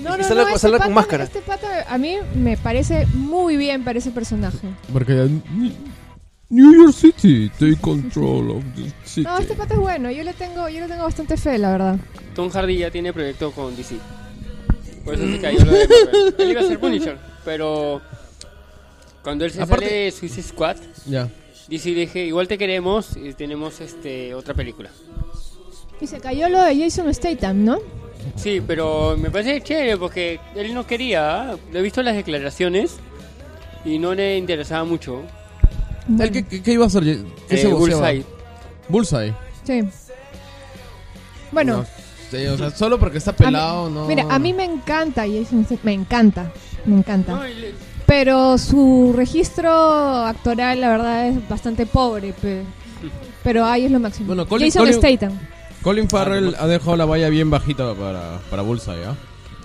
Speaker 1: no,
Speaker 2: salga-
Speaker 1: no, este
Speaker 2: salga con
Speaker 1: pata-
Speaker 2: máscara.
Speaker 1: Este pata a mí me parece muy bien para ese personaje.
Speaker 5: Porque New York City, take control of the city.
Speaker 1: No, este pata es bueno. Yo le tengo, yo le tengo bastante fe, la verdad.
Speaker 6: Tom Hardy ya tiene proyecto con DC. Por eso se cayó lo
Speaker 3: (laughs)
Speaker 6: de Marvel. Él iba a ser Punisher, pero cuando él se
Speaker 5: Aparte-
Speaker 6: sale de Suicide Squad,
Speaker 5: Ya.
Speaker 6: DC dije, igual te queremos y tenemos este otra película.
Speaker 1: Y se cayó lo de Jason Statham, ¿no?
Speaker 6: Sí, pero me parece chévere porque él no quería. ¿ah? Lo he visto en las declaraciones y no le interesaba mucho.
Speaker 5: ¿El qué, qué- qué iba a hacer? ¿Qué
Speaker 6: Eh,
Speaker 5: se boceaba?
Speaker 6: Bullseye.
Speaker 3: ¿ah?
Speaker 5: Bullseye.
Speaker 1: Sí. Bueno,
Speaker 5: No sé, o sea, solo porque está
Speaker 1: a mí-
Speaker 5: pelado, no.
Speaker 1: mira, a mí me encanta Jason Statham. Me encanta, me encanta.
Speaker 6: No, él-
Speaker 1: Pero su registro actoral, la verdad, es bastante pobre. pe- Pero ahí es lo máximo.
Speaker 5: Bueno, Colin-
Speaker 1: Jason
Speaker 5: Colin-
Speaker 1: Statham.
Speaker 6: Ah,
Speaker 5: Colin Farrell ha dejado la valla bien bajita para, para Bullseye, ¿ah?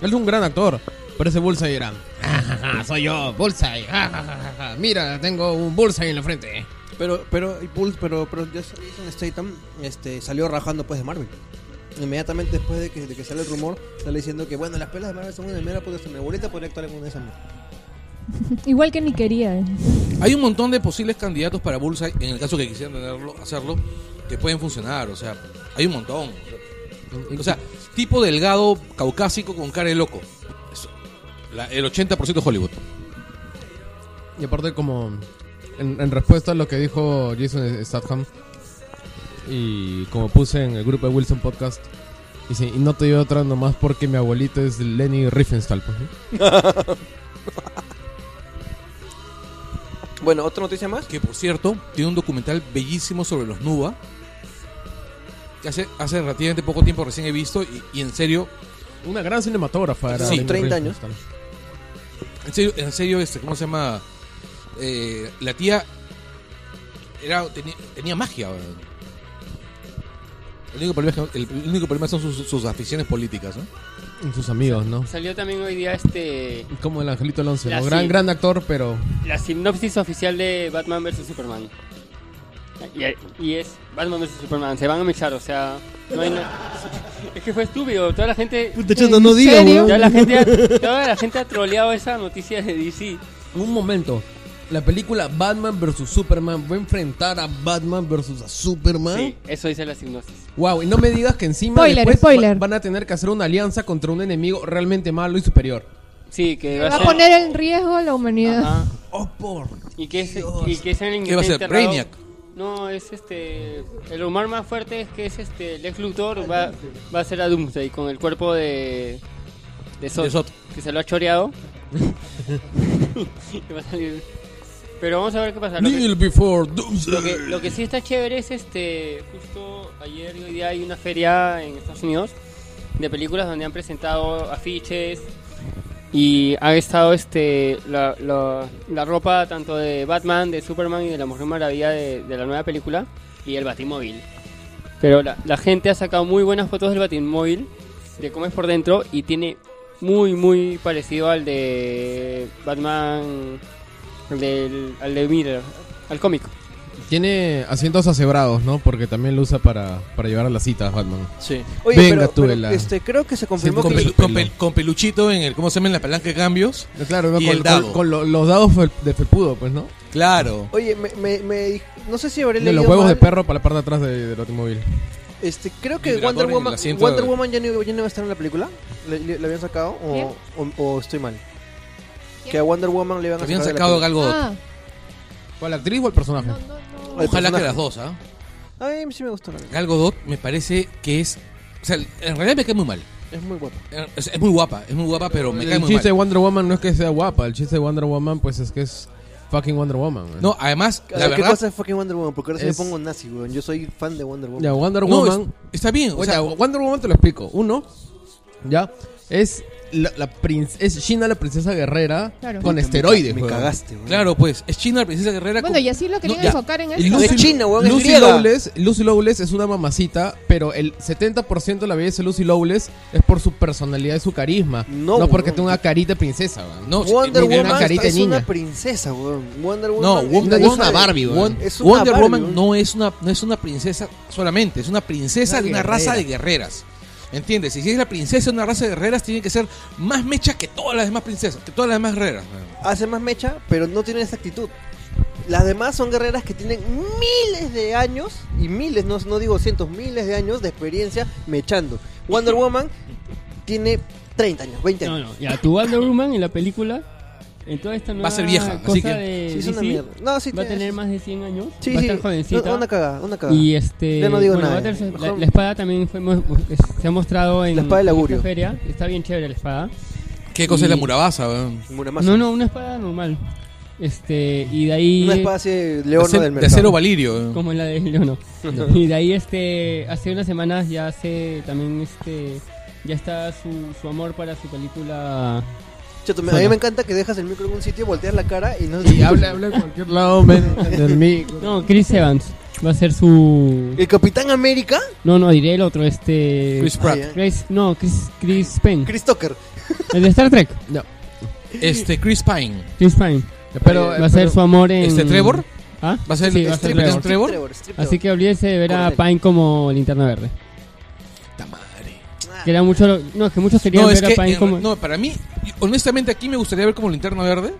Speaker 5: Él es un gran actor, pero ese Bullseye era... "Ah, ja, ja, soy yo, Bullseye. ah, ja, ja, ja, ja, Mira, tengo un Bullseye en la frente.
Speaker 2: Pero, pero, y Pulse, pero, pero Jason Statham este, salió rajando pues de Marvel. Inmediatamente después de que, de que sale el rumor, sale diciendo que bueno, las pelas de Marvel son una mierda porque hasta mi abuelita podría actuar en una de esas mierdas.
Speaker 1: Igual que ni quería. eh.
Speaker 4: Hay un montón de posibles candidatos para Bullseye, en el caso que quisieran tenerlo, hacerlo, que pueden funcionar, o sea, hay un montón. O sea, tipo delgado, caucásico, con cara de loco. Eso. La- el 80% de Hollywood.
Speaker 5: Y aparte como en, en respuesta a lo que dijo Jason Statham y como puse en el grupo de Wilson Podcast, dice, y no te dio otra nomás porque mi abuelito es Lenny Riefenstahl. pues, ¿no?
Speaker 2: Bueno, ¿otra noticia más?
Speaker 4: Que por cierto, tiene un documental bellísimo sobre los Nuba. Que hace, hace relativamente poco tiempo recién he visto. Y, y en serio,
Speaker 5: Una gran cinematógrafa. Era
Speaker 4: Sí,
Speaker 5: Lenny
Speaker 2: 30 años.
Speaker 5: Riefenstahl.
Speaker 4: en serio, en serio, este, ¿cómo se llama? Eh, la tía era, tenía, tenía magia. weón. El único, problema es que- el único problema son sus, sus aficiones políticas, ¿no?
Speaker 5: Y Sus amigos, ¿no?
Speaker 6: Salió también hoy día este
Speaker 5: Como el Angelito Alonso. ¿no?
Speaker 6: La
Speaker 5: Gran,
Speaker 6: sí.
Speaker 5: gran actor, pero...
Speaker 6: la sinopsis oficial de Batman vs Superman. Y, y es Batman vs Superman, se van a mechar, o sea, no hay na- (laughs) Es que fue estúpido, toda la gente
Speaker 5: Pues,
Speaker 1: ¿En serio?
Speaker 6: toda la gente ha, toda la gente ha troleado esa noticia de DC.
Speaker 5: Un momento. La película Batman vs. Superman va a enfrentar a Batman vs. a Superman.
Speaker 6: Sí, eso dice la sinopsis.
Speaker 5: Wow, y no me digas que encima
Speaker 1: Spoiler,
Speaker 5: después
Speaker 1: spoiler.
Speaker 5: va- van a tener que hacer una alianza contra un enemigo realmente malo y superior.
Speaker 6: Sí, que va,
Speaker 1: Va a
Speaker 6: ser-
Speaker 1: poner en riesgo la humanidad.
Speaker 6: Ajá.
Speaker 5: Oh, por.
Speaker 6: Y que es, y que es el
Speaker 4: ¿Qué va a ser?
Speaker 6: enterrado-
Speaker 4: Brainiac.
Speaker 6: No, es este. El rumor más fuerte es que es este. Lex Luthor va, va a ser a Doomsday con el cuerpo de. De Zod.
Speaker 4: De Zod.
Speaker 6: Que se lo ha choreado. (laughs) Y va a salir. Pero vamos a ver qué pasa. Lo que,
Speaker 4: Kneel before
Speaker 6: lo
Speaker 4: doomsday.
Speaker 6: que- lo que sí está chévere es este. Justo ayer y hoy día hay una feria en Estados Unidos de películas donde han presentado afiches. Y ha estado este la, la- la ropa tanto de Batman, de Superman y de la Mujer Maravilla de, de la nueva película y el Batimóvil. Pero la, la gente ha sacado muy buenas fotos del Batimóvil, de cómo es por dentro y tiene muy, muy parecido al de Batman, al, del- al de Miller, al cómic.
Speaker 5: Tiene asientos asebrados, ¿no? Porque también lo usa para, para llevar a las citas, Batman.
Speaker 2: Sí.
Speaker 5: Venga, tú, Vela.
Speaker 2: este, creo que se confirmó
Speaker 4: con,
Speaker 2: que...
Speaker 4: pelu- con pel- con peluchito en el, ¿cómo se llama? En la palanca de cambios.
Speaker 5: Claro, ¿no?
Speaker 4: Y
Speaker 5: con,
Speaker 4: el dado.
Speaker 5: con- con lo- los dados fel- de felpudo, pues, ¿no?
Speaker 4: Claro.
Speaker 2: Oye, me, me, me di- no sé si habré
Speaker 5: De
Speaker 2: leído
Speaker 5: los huevos
Speaker 2: mal.
Speaker 5: de perro para la parte de atrás de- del automóvil.
Speaker 2: Este, creo
Speaker 4: Y
Speaker 2: que
Speaker 4: dragón
Speaker 2: Wonder
Speaker 4: en el
Speaker 2: Woman,
Speaker 4: asiento
Speaker 2: Wonder
Speaker 4: de-
Speaker 2: Woman ya, no, ya no iba a estar en la película. ¿La, le- la habían sacado o, o- o estoy mal?
Speaker 1: ¿Quién?
Speaker 2: Que a Wonder Woman le iban a
Speaker 4: Habían
Speaker 2: sacar de la
Speaker 4: sacado a
Speaker 2: película.
Speaker 4: Gal Gadot.
Speaker 1: Ah,
Speaker 5: ¿Cuál, la actriz o el personaje?
Speaker 1: no, no, no.
Speaker 2: Al
Speaker 4: Ojalá que
Speaker 2: personaje.
Speaker 4: las dos, ¿ah?
Speaker 2: Ay, sí me gustó la verdad.
Speaker 4: Gal Gadot me parece que es... O sea, en realidad me cae muy mal.
Speaker 2: Es muy guapa.
Speaker 4: Eh, Es, es muy guapa, es muy guapa, pero me cae
Speaker 5: el
Speaker 4: muy
Speaker 5: chiste de
Speaker 4: mal.
Speaker 5: Wonder Woman no es que sea guapa, el chiste de Wonder Woman pues es que es fucking Wonder Woman. man.
Speaker 4: No, además, la
Speaker 2: ¿Qué
Speaker 4: verdad...
Speaker 2: cosa es fucking Wonder Woman? Porque ahora sí
Speaker 5: Es-
Speaker 2: me pongo nazi, weón. Yo soy fan de Wonder Woman.
Speaker 5: Ya, Wonder
Speaker 4: No, es-
Speaker 5: Woman...
Speaker 4: está bien. O
Speaker 5: Oye,
Speaker 4: sea,
Speaker 5: Wonder Woman te lo explico. Uno, ya, es la, la princ- es Gina la princesa guerrera
Speaker 1: Claro.
Speaker 5: con
Speaker 2: Me ca-
Speaker 5: esteroides.
Speaker 2: Me
Speaker 5: weón.
Speaker 2: cagaste, weón.
Speaker 4: claro, pues, es China la princesa guerrera.
Speaker 1: Bueno,
Speaker 4: con-
Speaker 1: y así lo querían
Speaker 4: ya.
Speaker 1: enfocar en
Speaker 5: Y
Speaker 1: eso.
Speaker 2: No es
Speaker 5: Lucy,
Speaker 2: china, weón, es
Speaker 5: Lucy
Speaker 2: griega.
Speaker 5: Lawless, Lucy Lawless es una mamacita, pero el 70% de la belleza de Lucy Lawless es por su personalidad y su carisma.
Speaker 2: No,
Speaker 5: No, porque
Speaker 2: weón.
Speaker 5: tenga una carita de princesa, weón.
Speaker 4: No,
Speaker 2: Wonder
Speaker 4: eh, mira,
Speaker 5: una
Speaker 2: Woman
Speaker 5: carita
Speaker 2: es
Speaker 5: de
Speaker 2: una
Speaker 5: niña.
Speaker 2: princesa, weón. Wonder Woman
Speaker 4: No, Wonder
Speaker 5: es
Speaker 2: una
Speaker 5: una Barbie, weón.
Speaker 4: Won-
Speaker 2: Es una
Speaker 4: Wonder
Speaker 2: Barbie,
Speaker 4: Woman
Speaker 2: weón.
Speaker 4: no es una no es una princesa solamente, es una princesa
Speaker 5: Una
Speaker 4: de una
Speaker 5: guerrera.
Speaker 4: raza de guerreras. ¿Entiendes? Y si es la princesa de una raza de guerreras, tiene que ser más mecha que todas las demás princesas, que todas las demás guerreras.
Speaker 2: hace más mecha, pero no tiene esa actitud. Las demás son guerreras que tienen miles de años, y miles, no, no digo cientos, miles de años de experiencia mechando. Wonder Woman tiene 30 años, 20
Speaker 6: No,
Speaker 2: años.
Speaker 6: no, ya, tu Wonder Woman en la película, en toda esta nueva
Speaker 4: a ser vieja, así
Speaker 6: cosa
Speaker 4: que-
Speaker 6: de
Speaker 2: Sí, es una
Speaker 6: DC,
Speaker 2: mierda. No, sí,
Speaker 6: va a
Speaker 2: tiene-
Speaker 6: tener más de 100 años,
Speaker 2: Sí,
Speaker 6: va a
Speaker 2: sí,
Speaker 6: estar jovencita.
Speaker 2: Una cagada, una cagada.
Speaker 6: Y este.
Speaker 2: Ya no digo
Speaker 6: bueno,
Speaker 2: nada.
Speaker 6: va a tener- la,
Speaker 2: Mejor-
Speaker 6: la espada también fue mu- es- se ha mostrado en
Speaker 2: La espada del
Speaker 6: en
Speaker 2: augurio.
Speaker 6: esta feria. Está bien chévere la espada.
Speaker 4: ¿Qué cosa
Speaker 6: Y-
Speaker 4: es la murabasa? weón?
Speaker 2: Muramasa.
Speaker 6: No, no, una espada normal. Este, y de ahí.
Speaker 2: Una espada así de
Speaker 4: De,
Speaker 2: león
Speaker 4: acer-
Speaker 2: del
Speaker 4: de
Speaker 2: mercado.
Speaker 4: acero valirio. weón.
Speaker 6: Como la
Speaker 2: (laughs)
Speaker 6: de Leono. Y de ahí, este, hace unas semanas ya se también, este, ya está su, su amor para su película.
Speaker 2: Chato, me- a mí me encanta que dejas el micro en un sitio, volteas la cara y no...
Speaker 5: Y habla, habla en cualquier lado menos en el micro.
Speaker 6: No, Chris Evans va a ser su.
Speaker 2: ¿El Capitán América?
Speaker 6: No, no, diré el otro, este.
Speaker 4: Chris
Speaker 2: Ah,
Speaker 4: Pratt.
Speaker 2: ya.
Speaker 6: Chris- no, Chris, Chris Pine.
Speaker 2: Chris Tucker.
Speaker 6: El de Star Trek.
Speaker 4: Este Chris Pine.
Speaker 6: Chris Pine.
Speaker 5: (laughs) Pero,
Speaker 6: va a ser su amor en.
Speaker 4: Este Trevor
Speaker 6: ¿Ah?
Speaker 4: va a ser
Speaker 6: Mm. Sí,
Speaker 4: el
Speaker 6: va a ser
Speaker 4: stripper
Speaker 6: Trevor.
Speaker 4: Trevor.
Speaker 2: Strip
Speaker 6: Así que olvídense de ver a
Speaker 2: Correcto.
Speaker 6: Pine como linterna verde.
Speaker 4: Puta madre.
Speaker 6: Que era mucho. lo- no, que muchos querían
Speaker 4: No, es
Speaker 6: ver
Speaker 4: que
Speaker 6: a Pine
Speaker 4: en-
Speaker 6: como.
Speaker 4: no, para mí, y- honestamente aquí me gustaría ver como linterna verde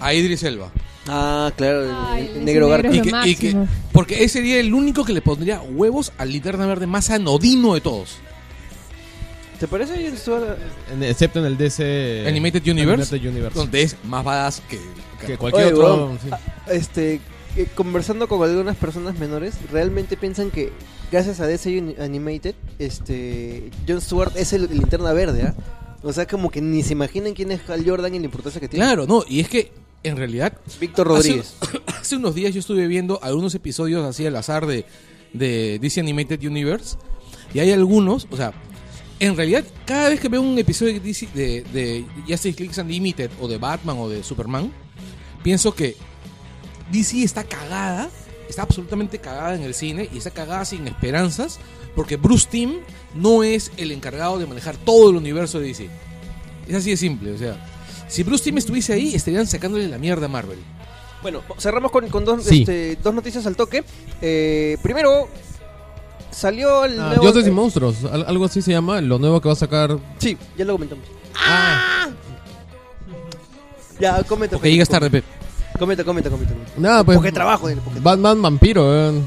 Speaker 4: a Idris Elba.
Speaker 2: Ah, claro, el,
Speaker 1: Ah,
Speaker 2: el
Speaker 1: el- ese
Speaker 2: negro
Speaker 1: negro
Speaker 2: garca.
Speaker 1: es
Speaker 4: Y
Speaker 1: lo
Speaker 4: que- y que-
Speaker 1: máximo.
Speaker 4: Porque ese sería el único que le pondría huevos al linterna verde más anodino de todos.
Speaker 2: ¿Te parece bien? Suara?
Speaker 5: En- excepto en el DC
Speaker 4: Animated Universe.
Speaker 5: Animated Universe.
Speaker 4: Donde es más badass que.
Speaker 5: Que cualquier
Speaker 2: Oye,
Speaker 5: otro.
Speaker 2: weón,
Speaker 5: sí.
Speaker 2: a- Este, eh, conversando con algunas personas menores, realmente piensan que gracias a DC Uni- Animated, este, John Stewart es el, el linterna verde, ¿ah? O sea, como que ni se imaginan quién es Hal Jordan y la importancia que tiene.
Speaker 4: Claro, no, y es que en realidad.
Speaker 2: Víctor Rodríguez.
Speaker 4: Hace, hace unos días yo estuve viendo algunos episodios así al azar de, de DC Animated Universe. Y hay algunos, o sea, en realidad, cada vez que veo un episodio de, DC, de, de Justice League Unlimited o de Batman o de Superman, pienso que DC está cagada, está absolutamente cagada en el cine y está cagada sin esperanzas porque Bruce Timm no es el encargado de manejar todo el universo de DC. Es así de simple, o sea, si Bruce Timm estuviese ahí, estarían sacándole la mierda a Marvel.
Speaker 2: (coughs) Bueno, cerramos con, con dos,
Speaker 5: Sí.
Speaker 2: este, dos noticias al toque. Eh, primero, salió el
Speaker 5: Ah,
Speaker 2: nuevo...
Speaker 5: Dioses y
Speaker 2: eh,
Speaker 5: monstruos, al- algo así se llama, lo nuevo que va a sacar.
Speaker 2: sí, ya lo comentamos.
Speaker 5: Ah,
Speaker 2: Ya, comenta.
Speaker 4: Porque llegas tarde, Pep.
Speaker 2: Comenta, comenta, comenta. comenta.
Speaker 5: nada, pues.
Speaker 2: eh, Porque trabajo, dile, porque-
Speaker 5: Batman vampiro, weón.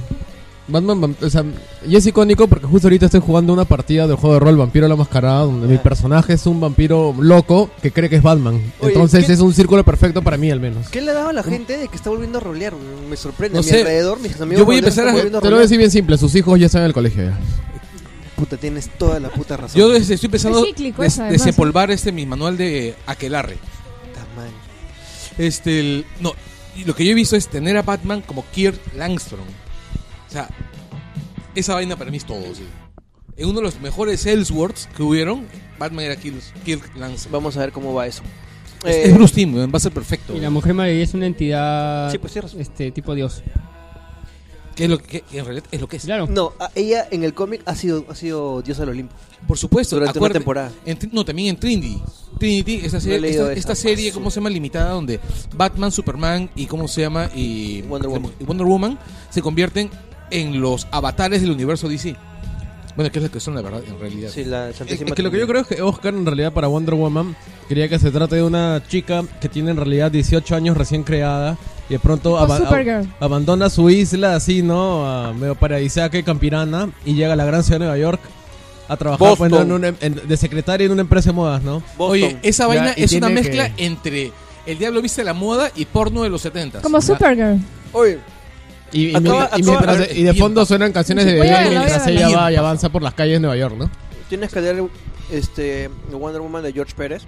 Speaker 5: Batman, vamp- o sea, y es icónico porque justo ahorita estoy jugando una partida del juego de rol Vampiro a la Mascarada, donde
Speaker 2: Ah.
Speaker 5: mi personaje es un vampiro loco que cree que es Batman.
Speaker 2: Oye,
Speaker 5: Entonces
Speaker 2: ¿qué-
Speaker 5: es un círculo perfecto para mí al menos.
Speaker 2: ¿Qué le ha dado a la gente de que está volviendo a rolear? Me sorprende.
Speaker 4: No
Speaker 2: a mi
Speaker 4: sé.
Speaker 2: alrededor, mis amigos.
Speaker 4: Yo voy a
Speaker 2: roleros
Speaker 4: empezar
Speaker 2: están
Speaker 4: a-
Speaker 2: volviendo
Speaker 5: Te lo voy a
Speaker 2: rolear.
Speaker 5: decir bien simple, sus hijos ya están en el colegio ya.
Speaker 2: Puta, tienes toda la puta razón.
Speaker 4: Yo desde- estoy empezando a
Speaker 1: Es cíclico eso, además, ¿eh?
Speaker 4: desempolvar este mi manual de aquelarre.
Speaker 2: Puta madre.
Speaker 4: Este, el- no, y lo que yo he visto es tener a Batman como Kirk Langstrom. O sea, esa vaina para mí es todo, sí. En uno de los mejores Ellsworths que hubieron, Batman era Kirk, Kirk Langstrom.
Speaker 2: Vamos a ver cómo va eso.
Speaker 4: Es,
Speaker 2: Eh,
Speaker 4: es Bruce Timm, weón, va a ser perfecto. ¿eh?
Speaker 3: Y la Mujer Maravilla es una entidad
Speaker 2: Sí, pues tienes razón.
Speaker 3: este tipo dios.
Speaker 4: Que es lo que, que en realidad es lo que es.
Speaker 3: Claro.
Speaker 2: No, a- ella en el cómic ha sido, ha sido diosa del Olimpo.
Speaker 4: Por supuesto,
Speaker 2: Durante una
Speaker 4: acuérdate-
Speaker 2: temporada.
Speaker 4: en Trin- no, también en Trinity. Trinity, esta
Speaker 2: he
Speaker 4: serie,
Speaker 2: leído
Speaker 4: esta,
Speaker 2: esa.
Speaker 4: esta serie ¿cómo se llama? Limitada, donde Batman, Superman y ¿cómo se llama? Y
Speaker 2: Wonder Woman.
Speaker 4: y Wonder Woman se convierten en los avatares del universo DC. Bueno, que es lo que son, la verdad, en realidad.
Speaker 2: Sí, la
Speaker 5: Es,
Speaker 2: Santísima
Speaker 5: que lo que yo creo es que Oscar en realidad para Wonder Woman quería que se trate de una chica que tiene en realidad 18 años recién creada y de pronto
Speaker 1: Tipo
Speaker 5: aba- ab-
Speaker 1: Supergirl.
Speaker 5: abandona su isla así, ¿no? A medio paradisíaca y campirana y llega a la gran ciudad de Nueva York a trabajar
Speaker 4: Boston.
Speaker 5: bueno, en una em- en- de secretaria en una empresa de modas, ¿no?
Speaker 2: Boston.
Speaker 4: Oye, esa
Speaker 5: Ya,
Speaker 4: vaina
Speaker 5: y
Speaker 4: es una
Speaker 5: tiene
Speaker 4: mezcla entre El Diablo Viste la Moda y porno de los 70.
Speaker 1: Como Supergirl.
Speaker 2: Oye,
Speaker 5: Y, y
Speaker 2: Acaba-
Speaker 5: mi- y
Speaker 2: acaba-
Speaker 5: mientras- y de,
Speaker 4: Tiempo.
Speaker 5: fondo suenan canciones de
Speaker 1: Voy a
Speaker 5: Bebé
Speaker 1: verla,
Speaker 5: mientras
Speaker 1: voy a
Speaker 5: ella
Speaker 4: verla.
Speaker 5: va y avanza por las calles de Nueva York, ¿no?
Speaker 2: tienes que leer este, Wonder Woman de George Pérez.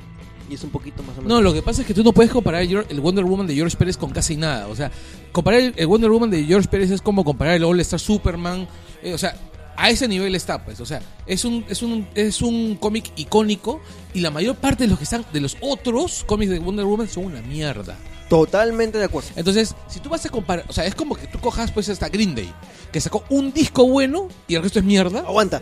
Speaker 2: Y es un poquito más o menos.
Speaker 4: No, lo que pasa es que tú no puedes comparar Geor- el Wonder Woman de George Pérez con casi nada. O sea, comparar el, el Wonder Woman de George Pérez es como comparar el All Star Superman. eh, o sea, a ese nivel está, pues. O sea, es un, es un, es un cómic icónico y la mayor parte de los que están, de los otros cómics de Wonder Woman son una mierda.
Speaker 2: Totalmente de acuerdo.
Speaker 4: Entonces, si tú vas a comparar, o sea, es como que tú cojas pues hasta Green Day, que sacó un disco bueno y el resto es mierda.
Speaker 2: Aguanta,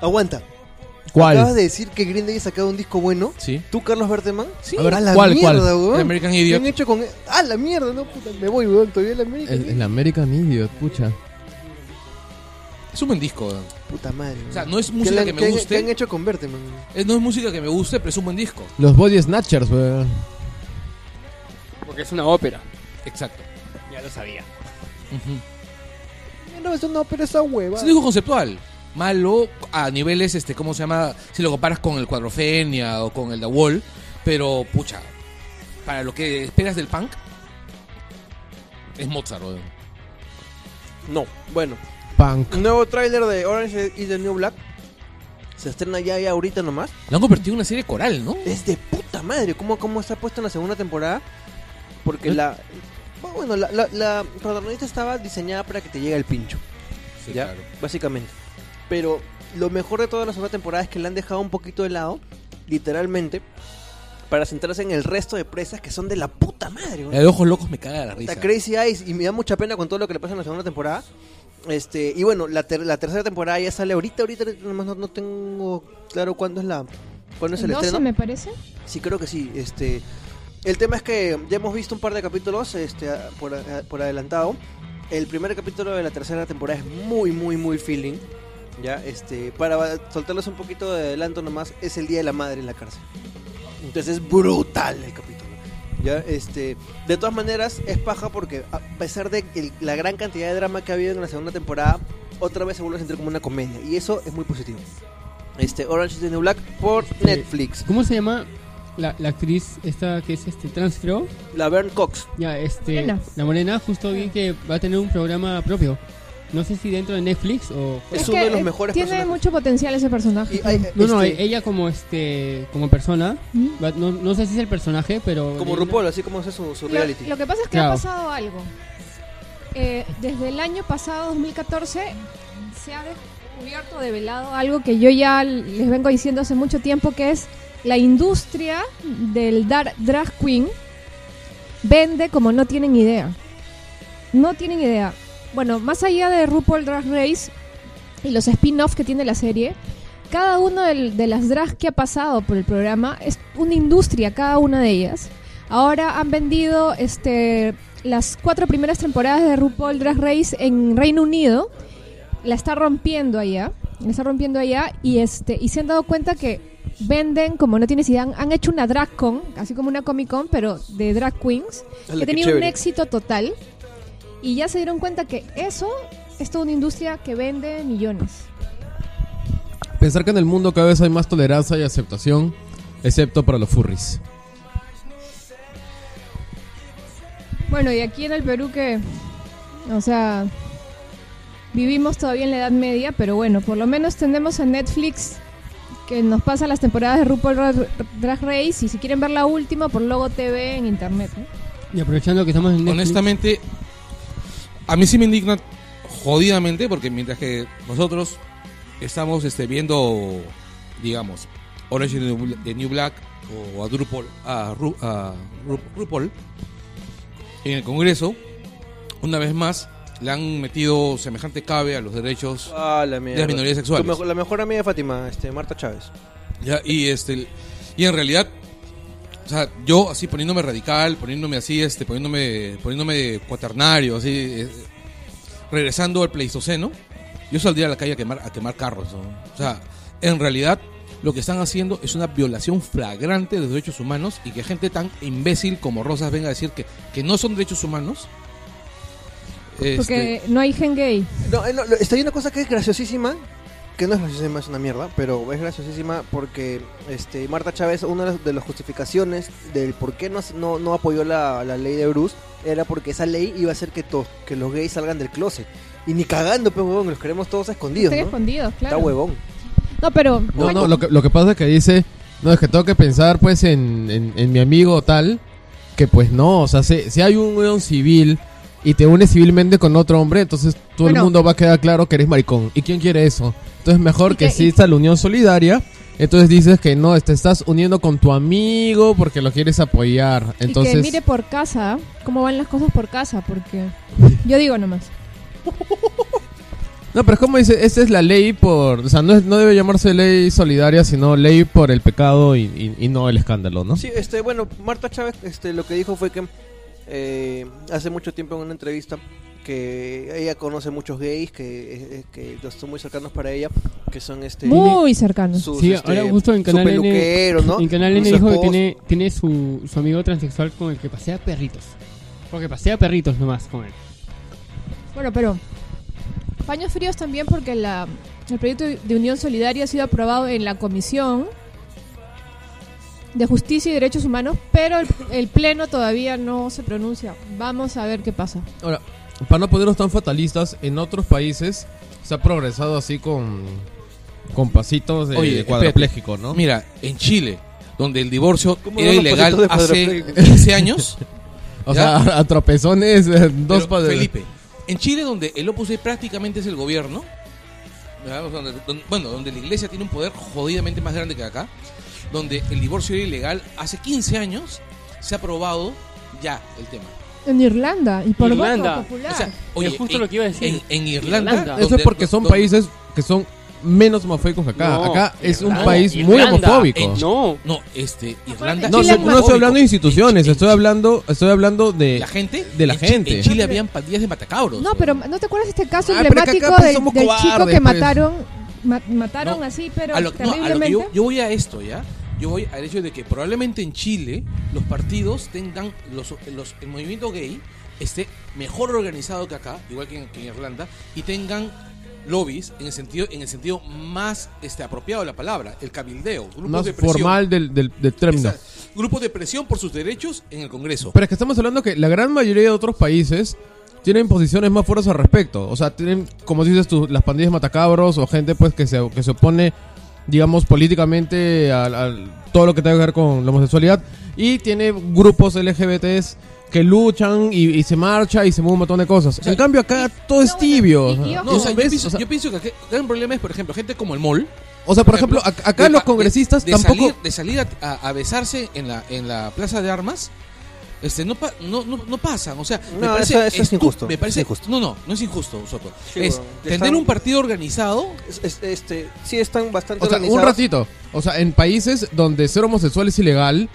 Speaker 2: aguanta. Acabas
Speaker 5: ¿Cuál?
Speaker 2: de decir que Green Day ha sacado un disco bueno.
Speaker 4: Sí.
Speaker 2: ¿Tú, Carlos Berteman?
Speaker 4: Sí.
Speaker 5: A ver,
Speaker 2: a la
Speaker 5: ¿cuál,
Speaker 2: mierda,
Speaker 5: cuál?
Speaker 2: weón.
Speaker 4: El American
Speaker 2: ¿Qué
Speaker 4: Idiot.
Speaker 2: han hecho con.? ¡Ah, la mierda! No, puta, me voy, weón. Todavía la América.
Speaker 5: El, el American Idiot, pucha.
Speaker 4: Es un buen disco. weón.
Speaker 2: Puta madre.
Speaker 4: O sea,
Speaker 2: weón.
Speaker 4: no es
Speaker 2: ¿Qué
Speaker 4: música
Speaker 2: le-
Speaker 4: que me
Speaker 2: qué han-
Speaker 4: guste.
Speaker 2: ¿Qué han hecho con Berteman?
Speaker 4: Eh, No es música que me guste, pero es un buen disco.
Speaker 5: Los Body Snatchers, weón.
Speaker 6: Porque es una ópera.
Speaker 4: Exacto.
Speaker 6: Ya lo sabía.
Speaker 4: Ujú. Eh,
Speaker 2: No, eso no, pero esa hueva.
Speaker 4: Es un dibujo conceptual. Malo a niveles, este, ¿cómo se llama? Si lo comparas con el Cuadrofenia o con el The Wall. Pero, pucha, para lo que esperas del punk, es Mozart, weón.
Speaker 2: No, bueno.
Speaker 5: Punk.
Speaker 2: Nuevo tráiler de Orange is the New Black. Se estrena ya, ya ahorita nomás.
Speaker 4: Lo han convertido en una serie coral, ¿no?
Speaker 2: Es de puta madre. ¿Cómo, cómo está puesto en la segunda temporada? Porque
Speaker 4: ¿Eh?
Speaker 2: la... Bueno, la, la, la protagonista estaba diseñada para que te llegue el pincho. ya, básicamente. Pero lo mejor de toda la segunda temporada es que la han dejado un poquito de lado, literalmente, para centrarse en el resto de presas que son de la puta madre. weón.
Speaker 4: La de Ojos Locos me caga la risa.
Speaker 2: Está Crazy Eyes y me da mucha pena con todo lo que le pasa en la segunda temporada. Este, y bueno, la, ter- la tercera temporada ya sale ahorita, ahorita ahorita, nomás no, no tengo claro cuándo es la cuándo es el
Speaker 1: El 12
Speaker 2: estreno.
Speaker 1: me parece.
Speaker 2: Sí, creo que sí. Este, el tema es que ya hemos visto un par de capítulos este, a- por, a- por adelantado. El primer capítulo de la tercera temporada es muy, muy, muy feeling. Ya, este, para va- soltarles un poquito de adelanto nomás, es el día de la madre en la cárcel. Entonces es brutal el capítulo. Ya, este, de todas maneras, es paja porque a pesar de el- la gran cantidad de drama que ha habido en la segunda temporada, otra vez se vuelve a sentir como una comedia. Y eso es muy positivo. Este, Orange is the New Black por
Speaker 3: Este,
Speaker 2: Netflix.
Speaker 3: ¿Cómo se llama la, la actriz esta que es este transfero?
Speaker 2: La Vern Cox.
Speaker 3: Ya, este.
Speaker 1: Morena.
Speaker 3: La morena, justo vi que va a tener un programa propio. No sé si dentro de Netflix o.
Speaker 2: Es,
Speaker 1: Es
Speaker 2: uno
Speaker 1: que,
Speaker 2: de los
Speaker 1: eh,
Speaker 2: mejores
Speaker 1: Tiene
Speaker 2: personajes.
Speaker 1: mucho potencial ese personaje.
Speaker 2: Y hay-
Speaker 6: (laughs)
Speaker 3: No, no,
Speaker 6: eh.
Speaker 2: este,
Speaker 3: ella como este como persona,
Speaker 1: ¿Mm?
Speaker 3: va- no, no sé si es el personaje, pero
Speaker 2: como RuPaul, así como hace su, su
Speaker 1: Lo,
Speaker 2: reality.
Speaker 1: lo que pasa es que
Speaker 3: Claro.
Speaker 1: ha pasado algo. Eh, desde el año pasado, 2014, se ha descubierto, develado algo que yo ya les vengo diciendo hace mucho tiempo, que es la industria del dar, drag queen vende como no tienen idea. No tienen idea. Bueno, más allá de RuPaul Drag Race y los spin-offs que tiene la serie, cada una del- de las drags que ha pasado por el programa es una industria, cada una de ellas. Ahora han vendido este, las cuatro primeras temporadas de RuPaul Drag Race en Reino Unido. La está rompiendo allá. La está rompiendo allá. Y, este, y se han dado cuenta que venden, como no tienes idea, han, han hecho una drag con, así como una comic con, pero de drag queens.
Speaker 2: Ala,
Speaker 1: que
Speaker 2: qué
Speaker 1: tenía un
Speaker 2: chévere.
Speaker 1: éxito total. Y ya se dieron cuenta que eso es toda una industria que vende millones.
Speaker 5: Pensar que en el mundo cada vez hay más tolerancia y aceptación, excepto para los furries.
Speaker 1: Bueno, y aquí en el Perú que, o sea, vivimos todavía en la Edad Media, pero bueno, por lo menos tenemos a Netflix que nos pasa las temporadas de RuPaul Ra- Drag Race y si quieren ver la última por Logo TV en internet. ¿no?
Speaker 3: Y aprovechando que estamos en Netflix,
Speaker 4: Honestamente, a mí sí me indigna jodidamente porque mientras que nosotros estamos este, viendo, digamos, Orange is the New- the New Black o a, Drupal, a, Ru- a Ru- RuPaul en el Congreso, una vez más le han metido semejante cabe a los derechos
Speaker 2: Ah, la mierda.
Speaker 4: Las minorías sexuales.
Speaker 2: Tu mejo- la mejor amiga de Fátima, este, Marta Chávez.
Speaker 4: Ya, y este y en realidad o sea, yo así poniéndome radical, poniéndome así, este, poniéndome, poniéndome cuaternario, así, eh, regresando al Pleistoceno, yo saldría a la calle a quemar, a quemar carros. ¿no? O sea, en realidad lo que están haciendo es una violación flagrante de los derechos humanos y que gente tan imbécil como Rosas venga a decir que, que no son derechos humanos.
Speaker 5: Este,
Speaker 4: Este,
Speaker 1: Porque no hay gen gay.
Speaker 2: No, eh, no, lo- está hay una cosa que es graciosísima, que no es graciosísima, es una mierda, pero es graciosísima porque este, Marta Chávez, una de las, de las justificaciones del por qué no, hace- no, no apoyó la, la ley de Bruce, era porque esa ley iba a hacer que, to- que los gays salgan del closet. Y ni cagando, pues, huevón, los queremos todos escondidos,
Speaker 1: Están
Speaker 2: ¿no?
Speaker 1: escondidos,
Speaker 2: Está
Speaker 1: claro.
Speaker 2: huevón.
Speaker 1: No, pero
Speaker 5: No, no, lo que, lo que pasa es que dice, no, es que tengo que pensar pues en, en- en mi amigo tal, que pues no, o sea, si, si hay un weón civil y te unes civilmente con otro hombre, entonces todo
Speaker 1: Bueno.
Speaker 5: el mundo va a quedar claro que eres maricón. ¿Y quién quiere eso? Entonces mejor
Speaker 1: Y
Speaker 5: que
Speaker 1: que-
Speaker 5: exista la unión solidaria. Entonces dices que no, te estás uniendo con tu amigo porque lo quieres apoyar. Entonces,
Speaker 1: Y que mire por casa cómo van las cosas por casa, porque yo digo nomás.
Speaker 5: No, pero es como dice, esta es la ley por... O sea, no, es- no debe llamarse ley solidaria, sino ley por el pecado y, y- y no el escándalo, ¿no?
Speaker 2: Sí, este, bueno, Marta Chávez este, lo que dijo fue que eh, hace mucho tiempo en una entrevista que ella conoce muchos gays que, eh, eh, que los son muy cercanos para ella, que son este
Speaker 1: Muy cercanos.
Speaker 2: sus,
Speaker 3: Sí,
Speaker 2: este,
Speaker 3: ahora justo en
Speaker 2: su
Speaker 3: Canal N-
Speaker 2: peluquero, ¿no?
Speaker 3: en Canal
Speaker 2: Su
Speaker 3: N dijo que
Speaker 2: esposo.
Speaker 3: tiene, tiene su, su amigo transexual con el que pasea perritos. Porque pasea perritos nomás con él.
Speaker 1: Bueno, pero paños fríos también porque la, el proyecto de Unión Solidaria ha sido aprobado en la Comisión de Justicia y Derechos Humanos, pero el, el Pleno todavía no se pronuncia. Vamos a ver qué pasa.
Speaker 5: Ahora, para no ponernos tan fatalistas, en otros países se ha progresado así con, con pasitos de,
Speaker 4: Oye,
Speaker 5: de cuadrapléjico, ¿no?
Speaker 4: Mira, en Chile, donde el divorcio
Speaker 2: ¿Cómo
Speaker 4: era
Speaker 2: dan los
Speaker 4: ilegal
Speaker 2: pasitos de
Speaker 4: hace
Speaker 2: cuadrapléjico?
Speaker 4: 15 años.
Speaker 5: o
Speaker 4: ¿ya?
Speaker 5: sea, (laughs) a tropezones, eh, dos
Speaker 4: Pero,
Speaker 5: pa-
Speaker 4: Felipe, en Chile donde el Opus Dei prácticamente es el gobierno, ¿verdad? O sea, donde- donde- bueno, donde la iglesia tiene un poder jodidamente más grande que acá, donde el divorcio era ilegal, hace 15 años se ha aprobado ya el tema.
Speaker 1: En Irlanda y por
Speaker 6: Irlanda.
Speaker 1: voto popular.
Speaker 4: O sea,
Speaker 6: Es justo
Speaker 4: en,
Speaker 6: lo que iba a decir.
Speaker 4: en- en Irlanda...
Speaker 6: Irlanda.
Speaker 5: Eso es
Speaker 4: donde-
Speaker 5: porque son
Speaker 4: donde-
Speaker 5: países que son menos homofóbicos que acá.
Speaker 6: No,
Speaker 5: acá es un
Speaker 6: Irlanda,
Speaker 5: país muy
Speaker 6: Irlanda,
Speaker 5: homofóbico.
Speaker 4: en-
Speaker 6: No,
Speaker 4: eh, No, este, Irlanda...
Speaker 5: No,
Speaker 1: Chile
Speaker 5: so-
Speaker 1: es más
Speaker 5: no estoy hablando de instituciones,
Speaker 4: En- en-
Speaker 5: estoy hablando, estoy hablando de...
Speaker 4: La gente...
Speaker 5: de la
Speaker 4: en Chi-
Speaker 5: gente.
Speaker 4: En Chile habían pandillas de matacabros.
Speaker 1: No, pero ¿no te acuerdas este caso
Speaker 5: Ah, pero que acá,
Speaker 1: emblemático
Speaker 5: pues,
Speaker 1: del,
Speaker 5: somos
Speaker 1: del chico
Speaker 5: cobardes,
Speaker 1: que
Speaker 5: pues.
Speaker 1: mataron? ma- mataron
Speaker 4: No,
Speaker 1: así, pero
Speaker 4: A lo- no, a lo que
Speaker 1: terriblemente.
Speaker 4: yo, yo voy a esto, ¿ya? Yo voy al hecho de que probablemente en Chile los partidos tengan, los, los- el movimiento gay esté mejor organizado que acá, igual que en, que en Irlanda, y tengan lobbies en el sentido, en el sentido más este, apropiado de la palabra, el cabildeo, grupos
Speaker 5: más
Speaker 4: de presión.
Speaker 5: formal del, del, del término.
Speaker 4: Exacto. Grupos de presión por sus derechos en el Congreso.
Speaker 5: Pero es que estamos hablando que la gran mayoría de otros países tienen posiciones más fuertes al respecto. O sea, tienen, como dices tú, las pandillas matacabros o gente pues que se, que se opone, digamos, políticamente a, a todo lo que tenga que ver con la homosexualidad. Y tiene grupos LGBTs que luchan y, y se marcha y se mueve un montón de cosas.
Speaker 4: sea,
Speaker 5: en cambio acá todo
Speaker 1: y-
Speaker 5: es tibio.
Speaker 1: y- y-
Speaker 5: Ajá.
Speaker 4: No, o sea, yo,
Speaker 5: ¿Ves?
Speaker 4: pienso,
Speaker 5: O sea,
Speaker 4: yo pienso que aquí el gran problema es, por ejemplo, gente como el MOL,
Speaker 5: o sea, por ejemplo, ac- acá
Speaker 4: de
Speaker 5: los
Speaker 4: pa- de-
Speaker 5: congresistas
Speaker 4: de
Speaker 5: tampoco...
Speaker 4: salir, de salir a, a- a besarse en la en la plaza de armas este no pa- no, no, no pasan o sea me
Speaker 2: No,
Speaker 4: parece
Speaker 2: eso- eso es
Speaker 4: estu-
Speaker 2: injusto,
Speaker 4: me parece
Speaker 2: es injusto.
Speaker 4: no no no es injusto Soto
Speaker 2: Sí,
Speaker 4: es
Speaker 2: bueno,
Speaker 4: tener
Speaker 2: están-
Speaker 4: un partido organizado
Speaker 2: Es- es- este, sí están bastante
Speaker 5: O sea, un
Speaker 2: organizados.
Speaker 5: ratito. O sea, en países donde ser homosexual es ilegal,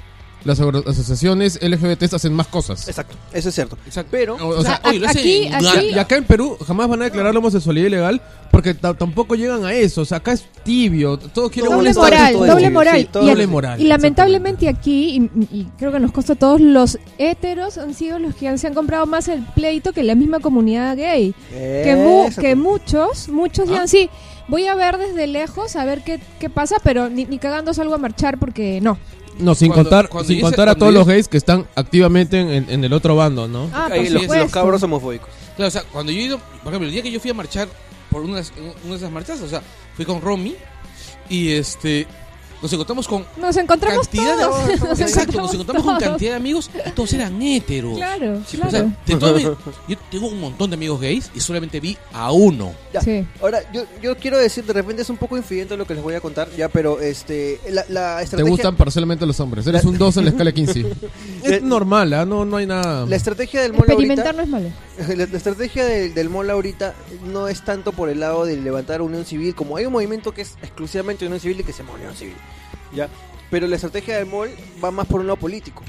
Speaker 5: las agro- asociaciones LGBT hacen más cosas.
Speaker 2: Exacto, eso es cierto.
Speaker 4: Exacto.
Speaker 2: Pero,
Speaker 5: O- o sea,
Speaker 1: a-
Speaker 4: oye, lo hacen
Speaker 1: aquí-
Speaker 4: en
Speaker 1: aquí-
Speaker 4: Uganda.
Speaker 5: Y acá en Perú jamás van a declarar la homosexualidad ilegal porque ta- tampoco llegan a eso. O sea, acá es tibio. Todos quieren
Speaker 1: Doble
Speaker 5: un
Speaker 2: está-
Speaker 1: moral,
Speaker 2: todo
Speaker 5: estatus-
Speaker 1: doble
Speaker 2: sí,
Speaker 1: moral.
Speaker 2: todo
Speaker 1: Y
Speaker 2: lo-
Speaker 1: al-
Speaker 5: doble moral.
Speaker 1: Y lamentablemente aquí, y, y creo que nos consta a todos, los héteros han sido los que han- se han comprado más el pleito que la misma comunidad gay. Que, mu-
Speaker 2: eh, Exacto.
Speaker 1: que muchos,
Speaker 2: Ah.
Speaker 1: muchos digan, sí, voy a ver desde lejos a ver qué, qué pasa, pero ni, ni cagando salgo a marchar porque no.
Speaker 5: No, sin
Speaker 4: Cuando-
Speaker 5: contar,
Speaker 4: cuando
Speaker 5: sin
Speaker 4: dice-
Speaker 5: contar a
Speaker 4: cuando
Speaker 5: todos los
Speaker 4: dice-
Speaker 5: gays que están activamente en, en- en el otro bando, ¿no?
Speaker 1: Ah,
Speaker 4: Ahí
Speaker 1: por
Speaker 2: Ahí los,
Speaker 1: supuesto.
Speaker 2: los cabros homofóbicos.
Speaker 4: Claro, o sea, cuando yo he ido, por ejemplo, el día que yo fui a marchar por una, de las- una de esas marchas, o sea, fui con Romy y este nos encontramos con
Speaker 1: Nos encontramos
Speaker 4: cantidad
Speaker 1: todos.
Speaker 4: de
Speaker 5: (laughs)
Speaker 1: Nos
Speaker 4: exacto, nos encontramos con
Speaker 1: todos.
Speaker 4: cantidad de amigos y todos eran héteros.
Speaker 1: Claro,
Speaker 4: pues,
Speaker 2: pues,
Speaker 4: O sea,
Speaker 1: claro.
Speaker 4: de todo mi- (laughs) yo tengo un montón de amigos gays y solamente vi a uno.
Speaker 2: Ya.
Speaker 1: Sí.
Speaker 2: Ahora, yo, yo quiero decir, de repente es un poco infidente lo que les voy a contar, ya, pero este, la, la
Speaker 5: Te
Speaker 2: estrategia...
Speaker 5: gustan parcialmente los hombres. Eres un 2 en la escala
Speaker 2: (laughs)
Speaker 5: 15.
Speaker 2: La-
Speaker 5: es normal, ¿ah? No, no hay nada.
Speaker 2: Eh, La estrategia del mall ahorita,
Speaker 1: Experimentar no es malo.
Speaker 2: (laughs) la, la estrategia del, del mall ahorita no es tanto por el lado de levantar unión civil, como hay un movimiento que es exclusivamente unión civil y que se llama unión civil, ya. Pero la estrategia del mall va más por un lado político.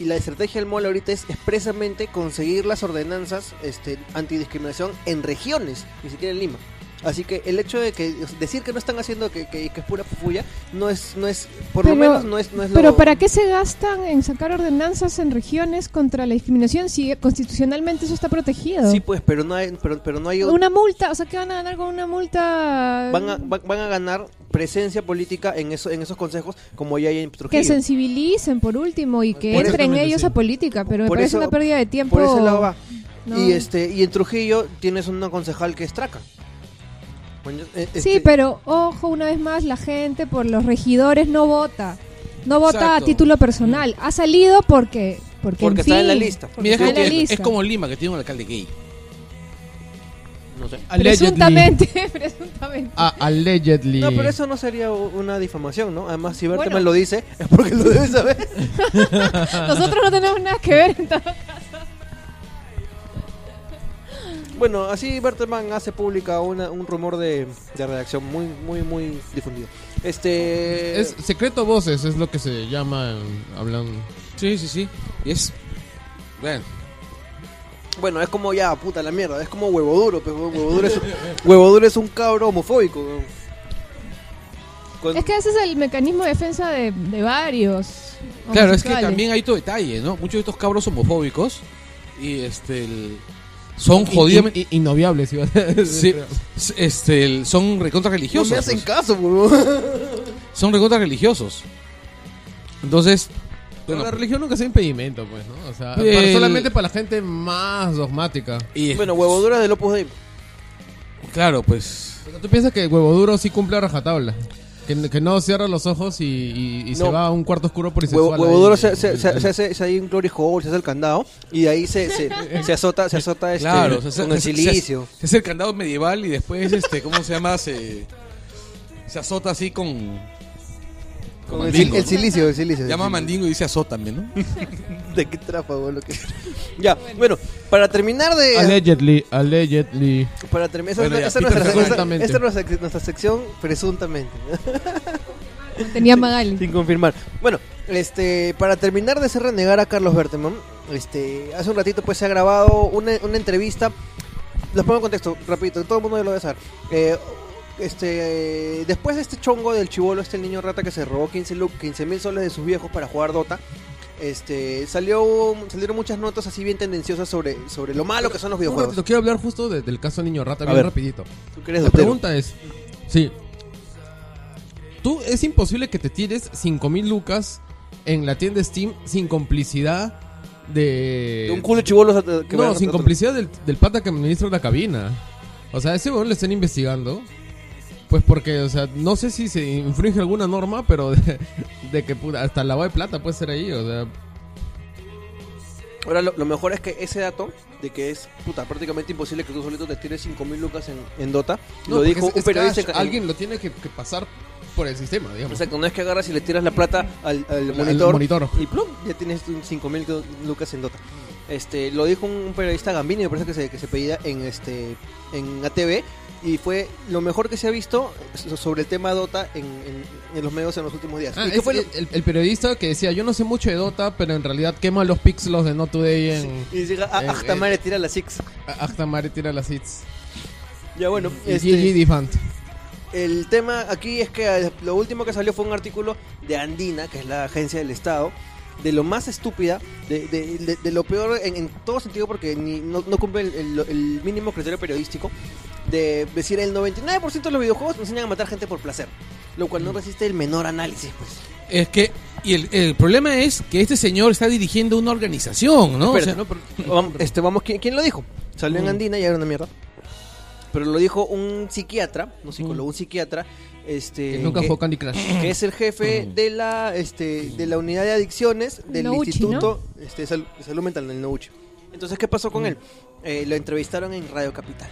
Speaker 2: Y la estrategia del mall ahorita es expresamente conseguir las ordenanzas este, antidiscriminación en regiones, ni siquiera en Lima. Así que el hecho de que decir que no están haciendo que, que- que es pura fuya no es, no es, por lo
Speaker 1: Pero-
Speaker 2: menos no es, no es lo-
Speaker 1: Pero ¿para qué se gastan en sacar ordenanzas en regiones contra la discriminación si constitucionalmente eso está protegido?
Speaker 2: Sí, pues, pero no hay, pero, pero no hay
Speaker 1: Una multa, o sea, ¿qué van a ganar con una multa?
Speaker 2: van a, van, van a ganar presencia política en, eso, en esos consejos como ya hay en
Speaker 1: Que
Speaker 2: Trujillo.
Speaker 1: sensibilicen por último y que
Speaker 2: Por
Speaker 1: entren
Speaker 5: exactamente,
Speaker 1: ellos
Speaker 5: sí.
Speaker 1: a política, pero me
Speaker 2: Por
Speaker 1: parece
Speaker 2: eso-
Speaker 1: una pérdida de tiempo.
Speaker 2: Por ese lado va.
Speaker 1: No.
Speaker 2: Y este y en Trujillo tienes una concejal que es traca. Bueno, eh,
Speaker 1: Sí,
Speaker 2: este,
Speaker 1: pero ojo, una vez más, la gente por los regidores no vota. No vota a
Speaker 4: Exacto.
Speaker 1: título personal. Ha salido porque. Porque, en
Speaker 2: Porque está en
Speaker 1: fin,
Speaker 2: la lista.
Speaker 1: porque
Speaker 4: Mira,
Speaker 1: está en la
Speaker 4: es, que-
Speaker 1: lista.
Speaker 4: es como Lima, que tiene un alcalde gay. No sé.
Speaker 5: Allegedly.
Speaker 1: Presuntamente, (laughs) presuntamente.
Speaker 5: Ah, allegedly.
Speaker 2: No, pero eso no sería u- una difamación, ¿no? Además, si Berteman
Speaker 1: Bueno.
Speaker 2: lo dice, (laughs) es porque lo debe saber.
Speaker 4: Ah.
Speaker 1: Nosotros no tenemos nada que ver en todo.
Speaker 2: bueno, así Berteman hace pública una, un rumor de, de redacción muy, muy, muy difundido. Este.
Speaker 5: Es secreto voces, es lo que se llama. en- Hablan.
Speaker 4: Sí, sí, sí. Y es. Bueno,
Speaker 2: Bueno, es como ya, puta la mierda, es como huevo duro, pero huevo duro es, huevo duro es un cabro homofóbico. weón. Con-
Speaker 1: Es que ese es el mecanismo de defensa de, de varios.
Speaker 4: claro, es que
Speaker 1: homosexuales.
Speaker 4: también hay todo detalle, ¿no? Muchos de estos cabros homofóbicos y este. el- son
Speaker 5: Jodidamente.
Speaker 4: jodidamente.
Speaker 5: Innoviables, iba a decir. (laughs)
Speaker 4: Sí, este, el- son recontra
Speaker 2: no
Speaker 4: religiosos.
Speaker 2: me hacen
Speaker 4: pues.
Speaker 2: caso, weón.
Speaker 4: son recontra religiosos. Entonces,
Speaker 5: Pero
Speaker 4: bueno,
Speaker 5: la religión nunca es impedimento, pues, ¿no? O sea,
Speaker 4: El-
Speaker 5: para- solamente para la gente más dogmática.
Speaker 2: (laughs)
Speaker 4: y,
Speaker 2: Bueno, huevo duro es del Opus Dei.
Speaker 4: claro, pues
Speaker 5: O sea, ¿Tú piensas que Huevo Duro sí cumple a rajatabla? Que, que no cierra los ojos y, y- y se
Speaker 2: No.
Speaker 5: va a un cuarto oscuro por
Speaker 2: Huevo, huevo duro se, se, se, se hace se hace un glory hole, se hace el candado y de ahí se, se, se azota, se azota este,
Speaker 4: Claro, se hace-
Speaker 2: con el
Speaker 4: se- se-
Speaker 2: silicio.
Speaker 4: se hace el candado medieval y después, este, ¿cómo se llama? Se, se azota así con. Con
Speaker 2: Con el, sil-
Speaker 4: mandingo.
Speaker 2: el silicio, el silicio. el
Speaker 4: Llama a
Speaker 2: silicio.
Speaker 4: mandingo y dice azota también, ¿no?
Speaker 2: De qué trapa, weón, lo que (laughs) Ya, bueno, para terminar de.
Speaker 5: Allegedly, allegedly.
Speaker 2: Para terminar, esa,
Speaker 4: Bueno,
Speaker 2: es
Speaker 4: ya,
Speaker 2: esa es nuestra,
Speaker 5: Peter,
Speaker 2: esa-
Speaker 5: presuntamente.
Speaker 2: esta es nuestra, nuestra sección presuntamente.
Speaker 1: Tenía Magali.
Speaker 2: Sin confirmar. Bueno, este, para terminar de hacer renegar a Carlos Berteman, este, hace un ratito pues se ha grabado una, una entrevista. Los pongo en contexto, rapidito, todo el mundo lo debe saber. Eh, este, después de este chongo del chivolo, este niño rata que se robó 15 mil soles de sus viejos para jugar Dota, este, salió, salieron muchas notas así bien tendenciosas sobre, sobre lo malo que son los
Speaker 5: Un
Speaker 2: videojuegos.
Speaker 5: ratito, quiero hablar justo de- del caso Niño Rata,
Speaker 2: A
Speaker 5: bien
Speaker 2: ver.
Speaker 5: rapidito.
Speaker 2: Tú que eres
Speaker 5: La
Speaker 2: dotero.
Speaker 5: pregunta es, sí, tú es imposible que te tires 5000 lucas en la tienda Steam sin complicidad de...
Speaker 2: De un culo de chibolos a- que van
Speaker 5: no,
Speaker 2: a-
Speaker 5: sin complicidad del, del pata que administra la cabina. O sea, a ese weón le están investigando. Pues porque, o sea, no sé si se infringe alguna norma, pero de, de que puta, hasta el lavado de plata puede ser ahí, o sea...
Speaker 2: Ahora, lo, lo mejor es que ese dato de que es puta, prácticamente imposible que tú solito te tires 5.000 lucas en, en Dota, lo
Speaker 5: no, porque
Speaker 2: dijo
Speaker 5: es-
Speaker 2: un
Speaker 5: es
Speaker 2: periodista.
Speaker 5: cash,
Speaker 2: en-
Speaker 5: alguien lo tiene que, que pasar por el sistema, digamos.
Speaker 2: Exacto, no es que agarras y le tiras la plata al, al
Speaker 5: Al- al
Speaker 2: monitor,
Speaker 5: monitor.
Speaker 2: y plum, ya tienes un 5.000 do- lucas en Dota. Este, lo dijo un, un periodista Gambini, me parece que se, que se pedía en este en ATV y fue lo mejor que se ha visto so- sobre el tema Dota en, en- en los medios en los últimos días.
Speaker 5: Ah,
Speaker 2: ¿Y qué
Speaker 5: es
Speaker 2: fue lo-
Speaker 5: el, el- el periodista que decía, yo no sé mucho de Dota, pero en realidad quema los pixelos de No Today en...
Speaker 2: Y llega ah,
Speaker 5: en-
Speaker 2: a Ahtamare tira la Six.
Speaker 5: A- Hasta Mare tira las hits.
Speaker 2: Ya bueno,
Speaker 5: Y
Speaker 2: este,
Speaker 5: GG Defant.
Speaker 2: El tema aquí es que eh, lo último que salió fue un artículo de Andina, que es la agencia del Estado, de lo más estúpida, de, de- de- de lo peor en, en todo sentido, porque ni- no, no cumple el, el- el mínimo criterio periodístico, de decir el 99% de los videojuegos nos enseñan a matar gente por placer, lo cual no resiste el menor análisis. Pues. (laughs)
Speaker 4: Es que. Y el, el problema es que este señor está dirigiendo una organización, ¿no? O
Speaker 2: Espérate,
Speaker 4: sea, no,
Speaker 2: Vam- este, vamos, ¿quién, quién lo dijo? Salió en Andina y era una mierda. Mm. Pero lo dijo un psiquiatra, no psicólogo, un psiquiatra. Este,
Speaker 1: Eh,
Speaker 5: Que nunca
Speaker 2: que-
Speaker 5: jugó Candy Crush.
Speaker 2: que es el jefe de la este de la unidad de adicciones del
Speaker 1: Nouchi,
Speaker 2: Instituto este, de, Sal- de Salud Mental del Nouchi. Entonces, ¿qué pasó con él? Eh, lo entrevistaron en Radio Capital.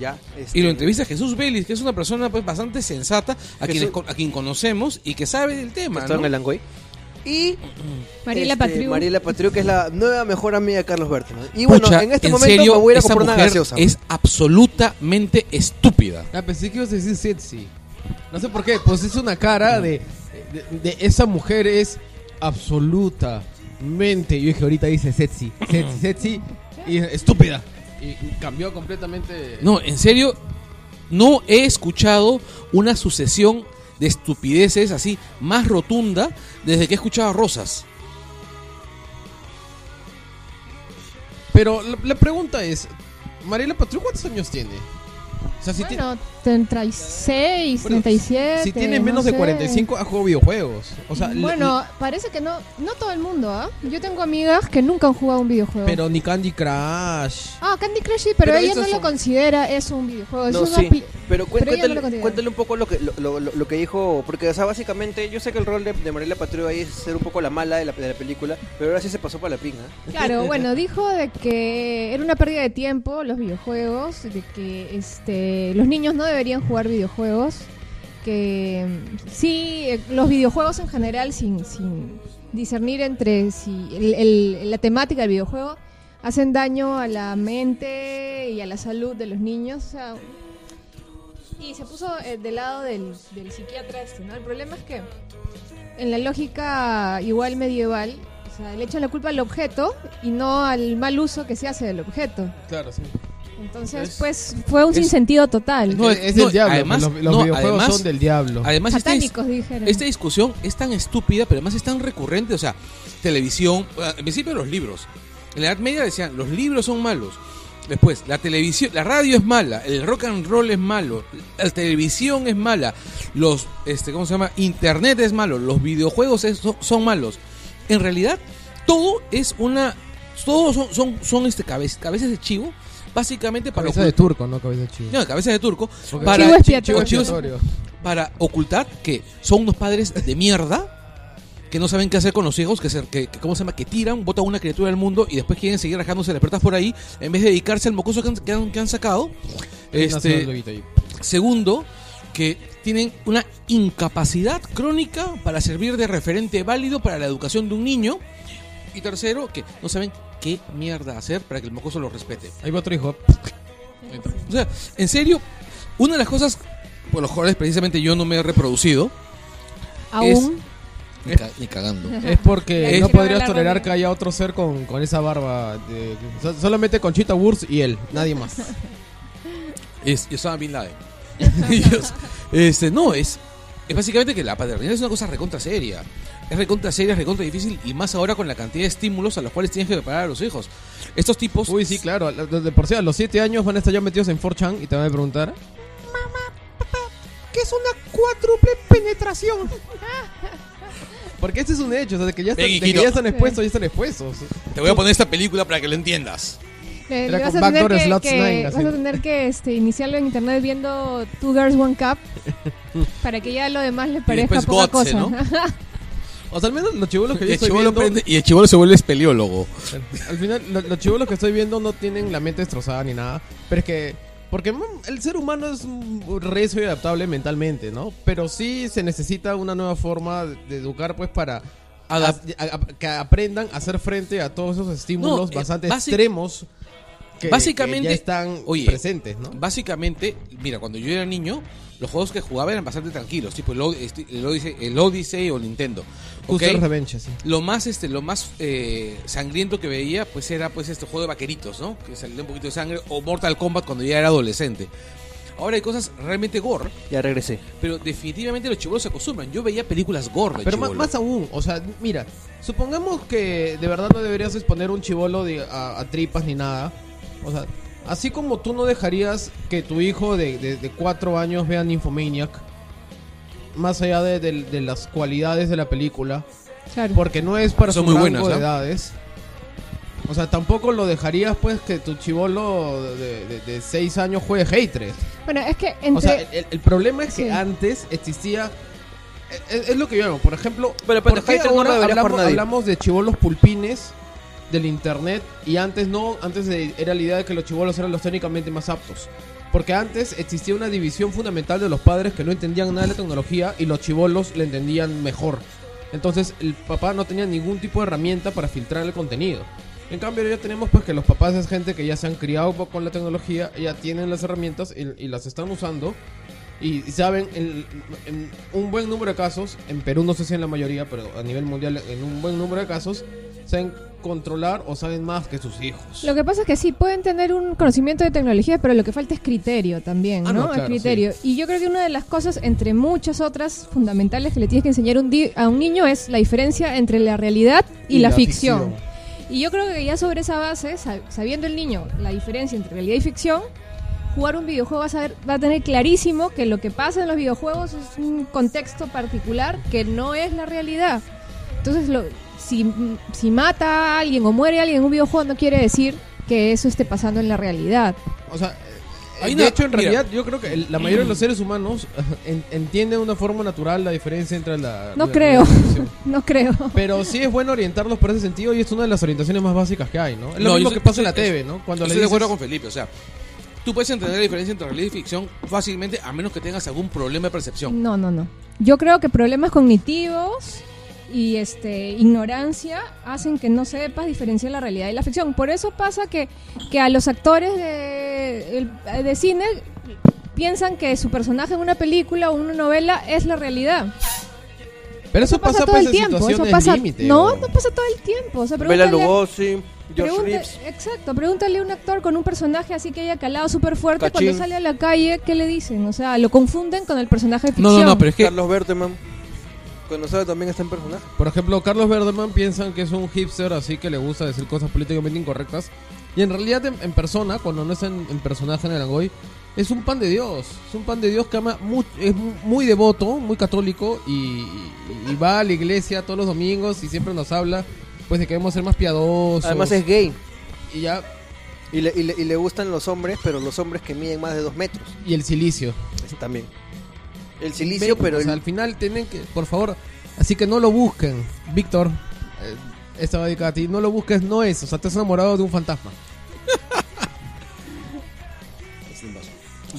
Speaker 2: ¿ya? este,
Speaker 4: Y lo entrevista Jesús Vélez, que es una persona pues bastante sensata, a,
Speaker 2: Jesús-
Speaker 4: quien, a quien conocemos y que sabe del
Speaker 2: que
Speaker 4: tema.
Speaker 2: estaba en
Speaker 4: ¿no?
Speaker 2: el Angoy. Y
Speaker 1: Mariela
Speaker 2: este,
Speaker 1: Patriu.
Speaker 2: Mariela Patriu, que es la nueva mejor amiga de Carlos Bertman. Y bueno,
Speaker 4: Pucha,
Speaker 2: en este momento me voy a ir a
Speaker 4: esa
Speaker 2: comprar una
Speaker 4: mujer
Speaker 2: gaseosa.
Speaker 4: Es absolutamente estúpida.
Speaker 5: Ah, pensé que ibas a decir Setsi. No sé por qué, pues es una cara de, de, de esa mujer es absolutamente. Yo dije ahorita dice Setsi, Setsi, Setsi y estúpida. Y cambió completamente.
Speaker 4: No, en serio, no he escuchado una sucesión de estupideces así más rotunda desde que he escuchado a Rosas.
Speaker 5: Pero la, la pregunta es, Mariela Patriu, ¿cuántos años tiene? O sea, si tiene,
Speaker 1: Bueno, 36,
Speaker 5: Bueno,
Speaker 1: 37.
Speaker 5: si tiene
Speaker 1: no
Speaker 5: menos de
Speaker 1: sé.
Speaker 5: 45 ha jugado videojuegos. O sea, la-
Speaker 1: bueno, parece que no no todo el mundo, ¿ah? Yo tengo amigas que nunca han jugado un videojuego.
Speaker 5: pero ni Candy Crush.
Speaker 1: Ah, Candy Crush, sí, pero,
Speaker 5: Pero
Speaker 1: ella
Speaker 5: eso
Speaker 1: no
Speaker 5: es
Speaker 1: lo
Speaker 5: un-
Speaker 1: considera eso un videojuego.
Speaker 2: No,
Speaker 1: es una
Speaker 2: sí,
Speaker 1: apli-
Speaker 2: pero, cuen-
Speaker 1: pero ella no
Speaker 2: cuéntale,
Speaker 1: lo considera.
Speaker 2: cuéntale un poco lo que, lo, lo- lo- lo que dijo, porque o sea, básicamente yo sé que el rol de, de Mariela Patriu ahí es ser un poco la mala de la, de la película, pero ahora sí se pasó para la pinga. ¿eh?
Speaker 1: Claro, bueno, dijo de que era una pérdida de tiempo los videojuegos, de que este, los niños no deberían jugar videojuegos, que mm, sí, eh, los videojuegos en general, sin, sin discernir entre si el- el- la temática del videojuego, hacen daño a la mente y a la salud de los niños. o sea, y se puso eh, del lado del, del psiquiatra este, ¿no? El problema es que en la lógica igual medieval, o sea, le echan la culpa al objeto y no al mal uso que se hace del objeto.
Speaker 5: Claro, sí.
Speaker 1: Entonces,
Speaker 5: Es-
Speaker 1: pues fue un
Speaker 4: es-
Speaker 1: sinsentido total.
Speaker 4: No,
Speaker 5: No,
Speaker 4: es-
Speaker 5: es,
Speaker 4: no,
Speaker 5: del diablo.
Speaker 4: además-
Speaker 5: los los
Speaker 4: no,
Speaker 5: videojuegos
Speaker 4: además-
Speaker 5: son del diablo.
Speaker 4: Además, este es,
Speaker 1: Satánicos, dijeron.
Speaker 4: Esta discusión es tan estúpida, pero además es tan recurrente. O sea, televisión, eh, en principio los libros. En la Edad Media decían, los libros son malos. Después, la televisión, la radio es mala, el rock and roll es malo, la televisión es mala, los, este, ¿cómo se llama? Internet es malo, los videojuegos es- son, son malos. En realidad, todo es una, todos son, son, son, este, cabez- cabezas de chivo, básicamente para
Speaker 5: Cabeza de
Speaker 4: ocultar-
Speaker 5: turco, ¿no? Cabeza de chivo.
Speaker 4: No, cabezas de turco,
Speaker 5: Porque-
Speaker 4: para,
Speaker 1: Chivo
Speaker 5: Chivo
Speaker 1: expiatorio.
Speaker 5: expiatorio.
Speaker 4: para ocultar que son unos padres de mierda que no saben qué hacer con los hijos, que, se, que, que ¿cómo se llama? Que tiran, botan una criatura del mundo y después quieren seguir rajándose las pelotas por ahí en vez de dedicarse al mocoso que han, que han- que han sacado.
Speaker 5: Nació el
Speaker 4: Este,
Speaker 5: lobito ahí.
Speaker 4: segundo, que tienen una incapacidad crónica para servir de referente válido para la educación de un niño. Y tercero, que no saben qué mierda hacer para que el mocoso lo respete.
Speaker 5: Ahí va otro hijo.
Speaker 4: O sea, en serio, una de las cosas por los cuales precisamente yo no me he reproducido
Speaker 1: Aún.
Speaker 4: Ni, ca- ni cagando.
Speaker 5: (laughs) Es
Speaker 1: Ya
Speaker 5: porque
Speaker 1: quiero
Speaker 5: no podrías
Speaker 1: hablar con
Speaker 5: tolerar
Speaker 1: él.
Speaker 5: que haya otro ser con, con esa barba. de- so- solamente con Chita Wurz y él, nadie más.
Speaker 4: (laughs)
Speaker 5: (laughs)
Speaker 4: Es Osama Bin Laden. Ellos- este, no, es, es básicamente que la paternidad es una cosa recontra seria. Es recontra seria, es recontra difícil y más ahora con la cantidad de estímulos a los cuales tienes que preparar a los hijos. Estos tipos.
Speaker 5: Uy, sí, claro. la- de- de por sí, a los 7 años van a estar ya metidos en 4chan y te van a preguntar.
Speaker 7: que es una cuádruple
Speaker 5: (laughs)
Speaker 7: penetración.
Speaker 5: Porque este es un hecho, o sea, de que ya están,
Speaker 4: Ven,
Speaker 5: de que
Speaker 4: hijito.
Speaker 5: ya están expuestos, ya están expuestos.
Speaker 4: Te voy a poner esta película para que lo entiendas.
Speaker 1: Le-
Speaker 5: Era
Speaker 1: le vas
Speaker 5: con
Speaker 1: a tener
Speaker 5: backdoor
Speaker 1: que,
Speaker 5: slots
Speaker 1: que-
Speaker 5: nine,
Speaker 1: vas
Speaker 5: así.
Speaker 1: a tener que este, iniciarlo en internet viendo Two Girls One
Speaker 4: (laughs)
Speaker 1: Cup para que ya lo demás le parezca
Speaker 4: después
Speaker 1: poca
Speaker 4: Gotze,
Speaker 1: cosa.
Speaker 4: ¿no?
Speaker 5: O sea, al menos los chivolos que
Speaker 4: Y
Speaker 5: yo
Speaker 4: el
Speaker 5: estoy
Speaker 4: chibolo
Speaker 5: viendo.
Speaker 4: prende- y el chibolo se vuelve espeleólogo.
Speaker 5: Al final, lo- los chivolos que estoy viendo no tienen la mente destrozada ni nada. Pero es que. Porque mm, el ser humano es un rezo y adaptable mentalmente, ¿no? Pero sí se necesita una nueva forma de educar, pues, para.
Speaker 4: Adap-
Speaker 5: a- a- que aprendan a hacer frente a todos esos estímulos
Speaker 4: No, eh,
Speaker 5: bastante
Speaker 4: basi-
Speaker 5: extremos que-
Speaker 4: Básicamente-
Speaker 5: que ya están
Speaker 4: oye,
Speaker 5: presentes, ¿no?
Speaker 4: Básicamente, mira, cuando yo era niño, los juegos que jugaba eran bastante tranquilos, tipo el, Od- este- el Odyssey, el Odyssey o Nintendo. ¿ok?
Speaker 5: Justo Revenge, así.
Speaker 4: Lo más, este, lo más eh, sangriento que veía, pues era pues este juego de vaqueritos, ¿no? Que salía un poquito de sangre, o Mortal Kombat cuando ya era adolescente. Ahora hay cosas realmente gore,
Speaker 2: Ya regresé.
Speaker 4: pero definitivamente los chibolos se acostumbran. Yo veía películas gore de
Speaker 5: Pero más,
Speaker 4: chibolo.
Speaker 5: más aún, o sea, mira, supongamos que de verdad no deberías exponer un chivolo de- a, a tripas ni nada. O sea, así como tú no dejarías que tu hijo de, de, de cuatro años vea Nymphomaniac, más allá de, de- de las cualidades de la película,
Speaker 1: (laughs) Claro.
Speaker 5: porque no es para
Speaker 4: Son
Speaker 5: su
Speaker 4: muy
Speaker 5: rango
Speaker 4: buenas, ¿ah?
Speaker 5: de
Speaker 4: ¿no?
Speaker 5: edades. O sea, tampoco lo dejarías pues que tu chivolo de, de, de seis años juegue Hatred.
Speaker 1: Bueno, es que entre...
Speaker 5: O sea, el, el problema es que
Speaker 1: Sí.
Speaker 5: antes existía. e, Es, es lo que yo llamo, por ejemplo.
Speaker 2: Bueno, pero
Speaker 5: ¿por
Speaker 2: Hatred
Speaker 5: qué
Speaker 2: no lo
Speaker 5: ahora
Speaker 2: debería
Speaker 5: hablamos,
Speaker 2: jugar nadie?
Speaker 5: hablamos de chivolos pulpines del internet y antes no? Antes de- era la idea de que los chivolos eran los técnicamente más aptos. Porque antes existía una división fundamental de los padres que no entendían nada de la tecnología y los chivolos le entendían mejor. Entonces el papá no tenía ningún tipo de herramienta para filtrar el contenido. En cambio ya tenemos pues que los papás es gente que ya se han criado po- con la tecnología, ya tienen las herramientas y, y las están usando. Y y saben, en, en un buen número de casos, en Perú no sé si en la mayoría, pero a nivel mundial en un buen número de casos, saben controlar o saben más que sus hijos.
Speaker 1: Lo que pasa es que sí, pueden tener un conocimiento de tecnología, pero lo que falta es criterio también,
Speaker 5: Ah,
Speaker 1: ¿no?
Speaker 5: no, claro,
Speaker 1: El criterio. Y yo creo que una de las cosas, entre muchas otras fundamentales que le tienes que enseñar un di- a un niño es la diferencia entre la realidad y, la, ficción. Y yo creo que ya sobre esa base, sa- sabiendo el niño la diferencia entre realidad y ficción, jugar un videojuego va a, saber- va a tener clarísimo que lo que pasa en los videojuegos es un contexto particular que no es la realidad. Entonces, lo, si, si mata a alguien o muere alguien en un videojuego, no quiere decir que eso esté pasando en la realidad.
Speaker 5: O sea, eh,
Speaker 4: Hay
Speaker 5: de
Speaker 4: una-
Speaker 5: hecho, en
Speaker 4: mira.
Speaker 5: realidad, yo creo que el- la mayoría
Speaker 4: (clears throat)
Speaker 5: de los seres humanos eh, en- entienden de una forma natural la diferencia entre la.
Speaker 1: No
Speaker 5: la-
Speaker 1: creo.
Speaker 5: la ficción.
Speaker 1: (laughs) No creo.
Speaker 5: Pero sí es bueno orientarlos por ese sentido y es una de las orientaciones más básicas que hay, ¿no? Es lo
Speaker 4: No, yo
Speaker 5: mismo
Speaker 4: estoy-
Speaker 5: que pasa en la
Speaker 4: estoy-
Speaker 5: TV, ¿no? Cuando
Speaker 4: Estoy
Speaker 5: le
Speaker 4: de
Speaker 5: dices-
Speaker 4: acuerdo con Felipe, o sea, tú puedes entender la diferencia entre realidad y ficción fácilmente a menos que tengas algún problema de percepción.
Speaker 1: No, no, no. Yo creo que problemas cognitivos y este ignorancia hacen que no sepas diferenciar la realidad y la ficción. Por eso pasa que, que a los actores de, el- de cine piensan que su personaje en una película o una novela es la realidad.
Speaker 5: Pero eso,
Speaker 1: Eso pasa, todo
Speaker 5: pues,
Speaker 1: el
Speaker 5: en
Speaker 1: tiempo. Eso
Speaker 5: situaciones
Speaker 1: pasa.
Speaker 5: límite,
Speaker 1: no,
Speaker 5: o-
Speaker 1: no pasa todo el tiempo. O sea,
Speaker 2: Bela
Speaker 1: pregúntale-
Speaker 2: Lugosi, George
Speaker 1: Pregunta-
Speaker 2: Reeves.
Speaker 1: Exacto, pregúntale a un actor con un personaje así que haya calado súper fuerte.
Speaker 2: Cachín.
Speaker 1: Cuando sale a la calle, ¿qué le dicen? O sea, lo confunden con el personaje de
Speaker 4: No,
Speaker 1: ficción.
Speaker 4: no, no, pero es que
Speaker 2: Carlos Berteman. Cuando sabe también está en personaje.
Speaker 5: Por ejemplo, Carlos Verdeman piensan que es un hipster así que le gusta decir cosas políticamente incorrectas. Y en realidad, en, en persona, cuando no es en, en personaje en el Angoy, es un pan de Dios. Es un pan de Dios que ama mu- es mu- muy devoto, muy católico y, y- y va a la iglesia todos los domingos y siempre nos habla pues de que debemos ser más piadosos.
Speaker 2: Además es gay.
Speaker 5: y ya
Speaker 2: Y le, y, le, y le gustan los hombres, pero los hombres que miden más de dos metros.
Speaker 5: y el silicio.
Speaker 2: Ese también. El silicio,
Speaker 5: Ven,
Speaker 2: pero
Speaker 5: o
Speaker 2: el,
Speaker 5: sea, al final tienen que, por favor, así que no lo busquen, Víctor. eh, esta va dedicada a ti. No lo busques, no es. O sea, te has enamorado de un fantasma.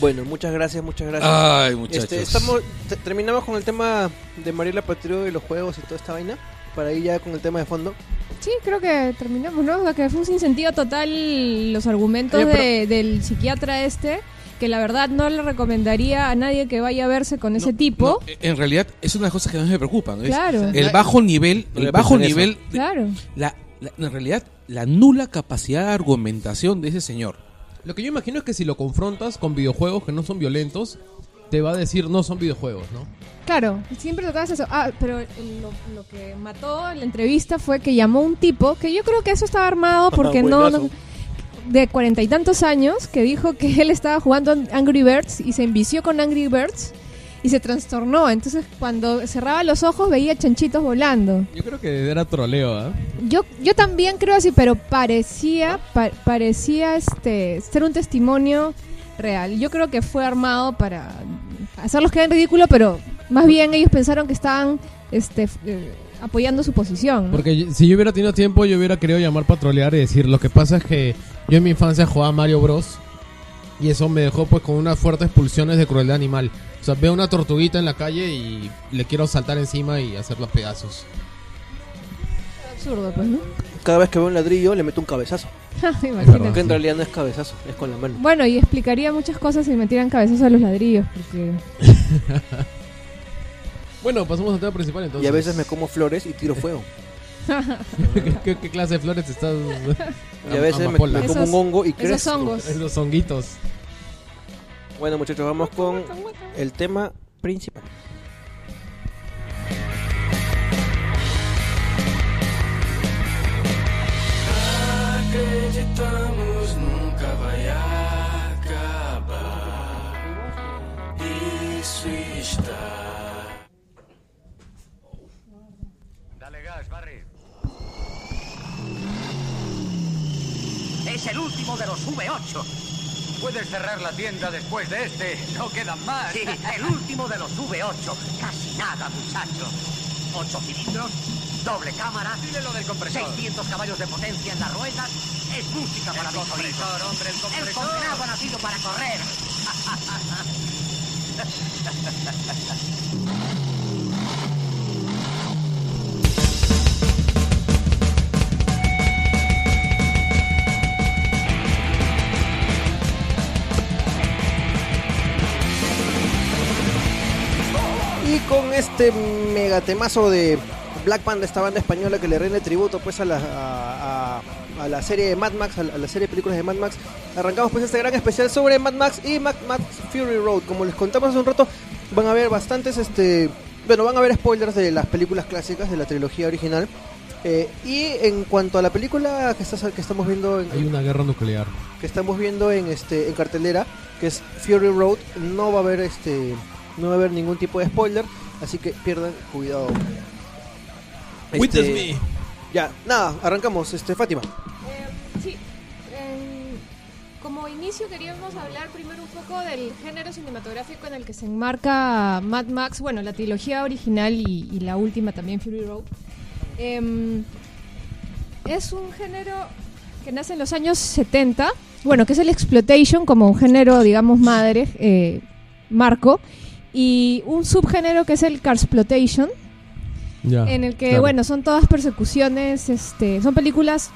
Speaker 2: Bueno, muchas gracias, muchas gracias.
Speaker 4: Ay, Ah, muchachos.
Speaker 2: Este, estamos, te- terminamos con el tema de Mariela Patrio y los juegos y toda esta vaina. Para ir ya con el tema de fondo.
Speaker 1: Sí, creo que terminamos, ¿no? O sea, que fue un sinsentido total los argumentos
Speaker 2: Oye, pero-
Speaker 1: de- del psiquiatra este, que la verdad no le recomendaría a nadie que vaya a verse con ese
Speaker 4: No,
Speaker 1: tipo.
Speaker 4: no, en realidad, es una de las cosas que más me preocupan. es
Speaker 1: claro,
Speaker 4: El bajo nivel,
Speaker 2: No
Speaker 4: el
Speaker 2: le
Speaker 4: bajo
Speaker 2: pensé en
Speaker 4: nivel, de-
Speaker 1: claro.
Speaker 4: la, la- en realidad, la nula capacidad de argumentación de ese señor.
Speaker 5: Lo que yo imagino es que si lo confrontas con videojuegos que no son violentos, te va a decir no son videojuegos, ¿no?
Speaker 1: Claro, siempre tocabas eso. Ah, pero lo, lo que mató en la entrevista fue que llamó un tipo, que yo creo que eso estaba armado porque no, no-
Speaker 2: Buenazo.
Speaker 1: De cuarenta y tantos años, que dijo que él estaba jugando an- Angry Birds y se envició con Angry Birds y se trastornó. Entonces, cuando cerraba los ojos, veía chanchitos volando.
Speaker 5: Yo creo que era troleo, ¿ah?
Speaker 1: Yo, yo también creo así, pero parecía, pa- parecía este ser un testimonio real. Yo creo que fue armado para hacerlos quedar en ridículo, pero más bien ellos pensaron que estaban este, f- eh, apoyando su posición. ¿no?
Speaker 5: Porque yo- si yo hubiera tenido tiempo, yo hubiera querido llamar para trolear y decir, lo que pasa es que yo en mi infancia jugaba Mario Bros. Y eso me dejó pues con unas fuertes pulsiones de crueldad animal. O sea, veo una tortuguita en la calle y le quiero saltar encima y hacerla pedazos.
Speaker 1: Absurdo, pues, ¿no? (laughs)
Speaker 2: Cada vez que veo un ladrillo, le meto un cabezazo.
Speaker 1: Imagínate.
Speaker 2: Que en realidad no es cabezazo, es con la mano.
Speaker 1: Bueno, y explicaría muchas cosas si metieran cabezas a los ladrillos. Porque...
Speaker 5: Bueno, pasamos al tema principal entonces.
Speaker 2: Y a veces me como flores y tiro
Speaker 4: (laughs)
Speaker 2: fuego.
Speaker 5: (laughs) ¿Qué- ¿Qué, qué clase de flores te
Speaker 1: (laughs)
Speaker 5: estás...?
Speaker 2: Y a veces me,
Speaker 5: Amapola.
Speaker 2: me como
Speaker 1: Esos-
Speaker 2: un hongo y
Speaker 1: Esos
Speaker 2: crezco.
Speaker 1: hongos.
Speaker 5: Los honguitos.
Speaker 2: Bueno, muchachos, vamos con el tema principal.
Speaker 8: Es el último de los V8.
Speaker 9: Puedes cerrar la tienda después de este. No quedan más.
Speaker 8: Sí, el último de los V8. Casi nada, muchacho. 8 cilindros, doble cámara,
Speaker 9: Dile lo del compresor.
Speaker 8: 600 caballos de potencia en las ruedas. Es música para
Speaker 9: El
Speaker 8: mis oídos.
Speaker 9: compresor, hombre, el
Speaker 8: El
Speaker 9: compresor.
Speaker 8: condenado ha nacido para correr.
Speaker 2: Y con este megatemazo de Black Panda, esta banda española que le rinde tributo pues a la, a, a- a la serie de Mad Max, a la, a la serie de películas de Mad Max, arrancamos pues este gran especial sobre Mad Max y Mad Max Fury Road. Como les contamos hace un rato, van a haber bastantes, este, bueno, van a haber spoilers de las películas clásicas, de la trilogía original. Eh, y en cuanto a la película que, estás- que estamos viendo en,
Speaker 5: Hay una guerra nuclear.
Speaker 2: que estamos viendo en este en cartelera, que es Fury Road, no va a haber este no va a haber ningún tipo de spoiler, así que pierdan cuidado. Este, Ya, nada, arrancamos, este Fátima.
Speaker 1: Eh, sí. em, como inicio queríamos hablar primero un poco del género cinematográfico en el que se enmarca Mad Max, bueno, la trilogía original y, y la última también, Fury Road. Em, es un género que nace en los años 70, bueno, que es el exploitation como un género, digamos, madre, eh, marco, y un subgénero que es el carsploitation,
Speaker 5: Ya.
Speaker 1: en el que,
Speaker 5: claro.
Speaker 1: bueno, son todas persecuciones, este, son películas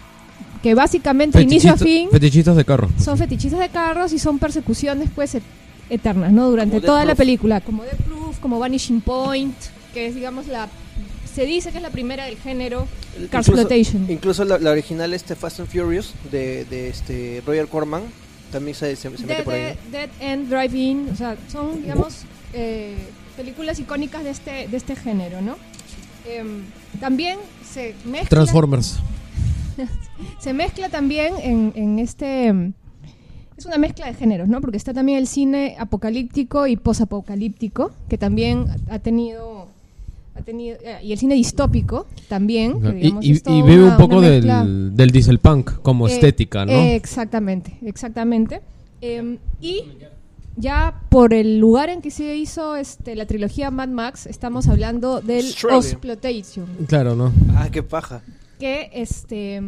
Speaker 1: que básicamente de inicio a fin
Speaker 5: Fetichistas de carro.
Speaker 1: son fetichistas de carros y son persecuciones pues et- eternas, ¿no? Durante
Speaker 2: Como Death
Speaker 1: toda la
Speaker 2: Proof.
Speaker 1: película, como The Proof, como Vanishing Point, que es digamos la se dice que es la primera del género Carsploitation.
Speaker 2: Incluso, incluso la, la original este Fast and Furious de, de este Roger Corman también se, se- se mete
Speaker 1: Dead,
Speaker 2: por ahí.
Speaker 1: Dead End Drive-In, o sea, son digamos eh, películas icónicas de este de este género, ¿no? Em, también se mezcla
Speaker 5: Transformers.
Speaker 1: se mezcla también en, en este... mm, Es una mezcla de géneros, ¿no? Porque está también el cine apocalíptico y posapocalíptico, que también ha ha tenido... Ha tenido eh, y el cine distópico también. ¿Mm? que,
Speaker 5: Y,
Speaker 1: digamos,
Speaker 5: y,
Speaker 1: es toda
Speaker 5: y bebe
Speaker 1: una-
Speaker 5: un poco
Speaker 1: una mezcla-
Speaker 5: del, del dieselpunk como
Speaker 1: eh,
Speaker 5: estética, ¿no?
Speaker 1: eh, exactamente, exactamente. Em, y ya por el lugar en que se hizo este, la trilogía Mad Max, estamos hablando del
Speaker 2: Australia.
Speaker 1: Osploitation,
Speaker 5: claro, ¿no?
Speaker 2: Ah, qué paja.
Speaker 1: que este,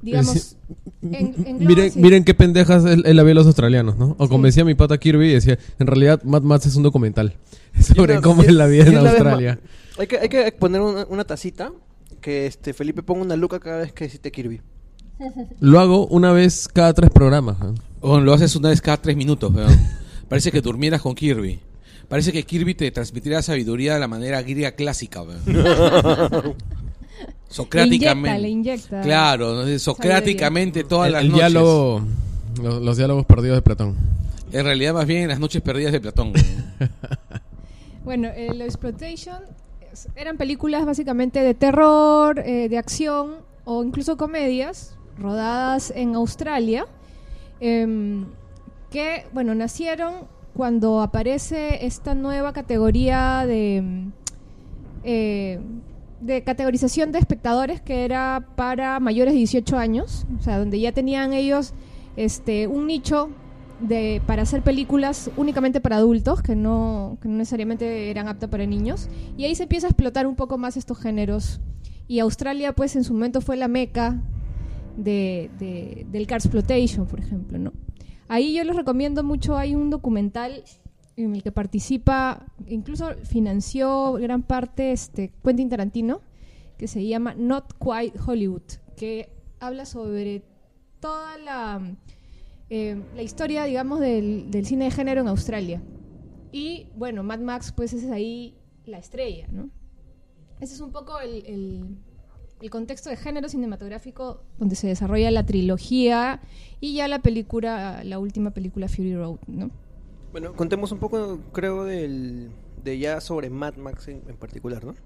Speaker 1: digamos...
Speaker 5: Es-
Speaker 1: en- engloba,
Speaker 5: miren,
Speaker 1: sí.
Speaker 5: miren qué pendejas él, él la vio a los australianos, ¿no? O como decía mi pata Kirby, decía, en realidad Mad Max es un documental sobre
Speaker 2: Yo creo-
Speaker 5: cómo
Speaker 2: si-
Speaker 5: es la vida
Speaker 2: si
Speaker 5: en
Speaker 2: es la vez
Speaker 5: Australia.
Speaker 2: más- Hay que, hay que poner una, una tacita que este Felipe ponga una luca cada vez que hiciste Kirby.
Speaker 5: Lo hago una vez cada tres programas. ¿eh?
Speaker 4: Bueno, Oh, lo haces una vez cada tres minutos, weón. (laughs) Parece que durmieras con Kirby. Parece que Kirby te transmitirá sabiduría de la manera griega clásica, weón.
Speaker 1: (laughs)
Speaker 4: Socráticamente.
Speaker 1: Le inyecta, le inyecta.
Speaker 4: Claro, ¿no? socráticamente todas
Speaker 5: El,
Speaker 4: las
Speaker 5: el
Speaker 4: noches.
Speaker 5: diálogo, los, los diálogos perdidos de Platón.
Speaker 4: En realidad, más bien las noches perdidas de
Speaker 1: (laughs)
Speaker 4: Platón. weón.
Speaker 1: Bueno, eh, lo Exploitation es- eran películas básicamente de terror, eh, de acción o incluso comedias rodadas en Australia em, que, bueno, nacieron cuando aparece esta nueva categoría de, mm, eh, de categorización de espectadores que era para mayores de 18 años, o sea, donde ya tenían ellos este, un nicho de, para hacer películas únicamente para adultos, que no, que no necesariamente eran aptas para niños. Y ahí se empieza a explotar un poco más estos géneros. Y Australia, pues, en su momento fue la meca de, de- del carsploitation, por ejemplo, ¿no? Ahí yo les recomiendo mucho, hay un documental en el que participa, incluso financió gran parte este Quentin Tarantino, que se llama Not Quite Hollywood, que habla sobre toda la, eh, la historia, digamos, del, del cine de género en Australia. Y bueno, Mad Max, pues ese es ahí la estrella, ¿no? Ese es un poco el, el- el contexto de género cinematográfico donde se desarrolla la trilogía y ya la película, la última película Fury Road, ¿no?
Speaker 2: Bueno, contemos un poco, creo, del, de ya sobre Mad Max en, en particular, ¿no?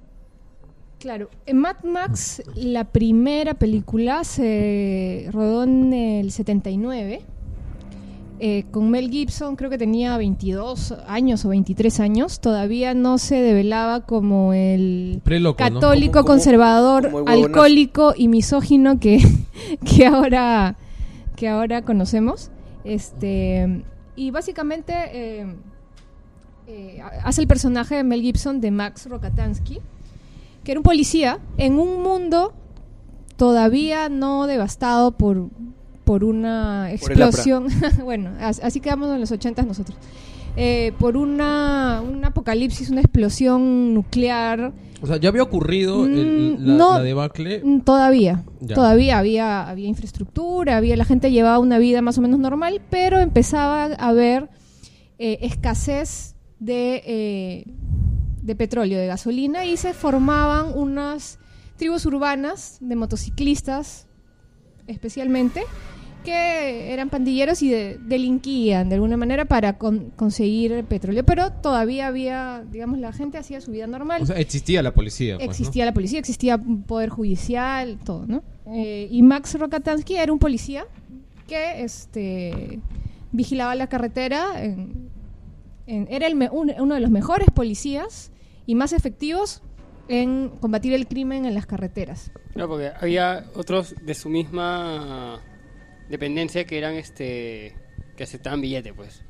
Speaker 1: Claro, en Mad Max, la primera película se rodó en el 79 eh, con Mel Gibson, creo que tenía 22 años o 23 años, todavía no se develaba como el
Speaker 5: Preloco, ¿no?
Speaker 1: católico,
Speaker 2: Como- como-
Speaker 1: conservador,
Speaker 2: como el huevonazo.
Speaker 1: alcohólico y misógino que, (laughs) que, ahora, que ahora conocemos. Este, y básicamente eh, eh, hace el personaje de Mel Gibson de Max Rokatansky, que era un policía en un mundo todavía no devastado por, por una
Speaker 2: Por el APRA.
Speaker 1: explosión. (laughs) bueno, as- así quedamos en los 80 nosotros. Eh, por una, un apocalipsis, una explosión nuclear,
Speaker 5: O sea, ya había ocurrido el- la,
Speaker 1: Mm, no.
Speaker 5: la debacle.
Speaker 1: Mm, Todavía,
Speaker 5: Ya.
Speaker 1: todavía había, había infraestructura, había la gente llevaba una vida más o menos normal, pero empezaba a haber eh, escasez de, eh, de petróleo, de gasolina, y se formaban unas tribus urbanas de motociclistas, especialmente, que eran pandilleros y de- delinquían de alguna manera para con- conseguir petróleo, pero todavía había, digamos, la gente hacía su vida normal.
Speaker 5: O sea, existía la policía. pues, ¿no?
Speaker 1: Existía la policía, existía un poder judicial, todo, ¿no? Eh, y Max Rokatansky era un policía que este, vigilaba la carretera. en- en- era el me- un- uno de los mejores policías y más efectivos en combatir el crimen en las carreteras.
Speaker 6: No, porque había otros de su misma dependencia que eran este que aceptaban billete, pues.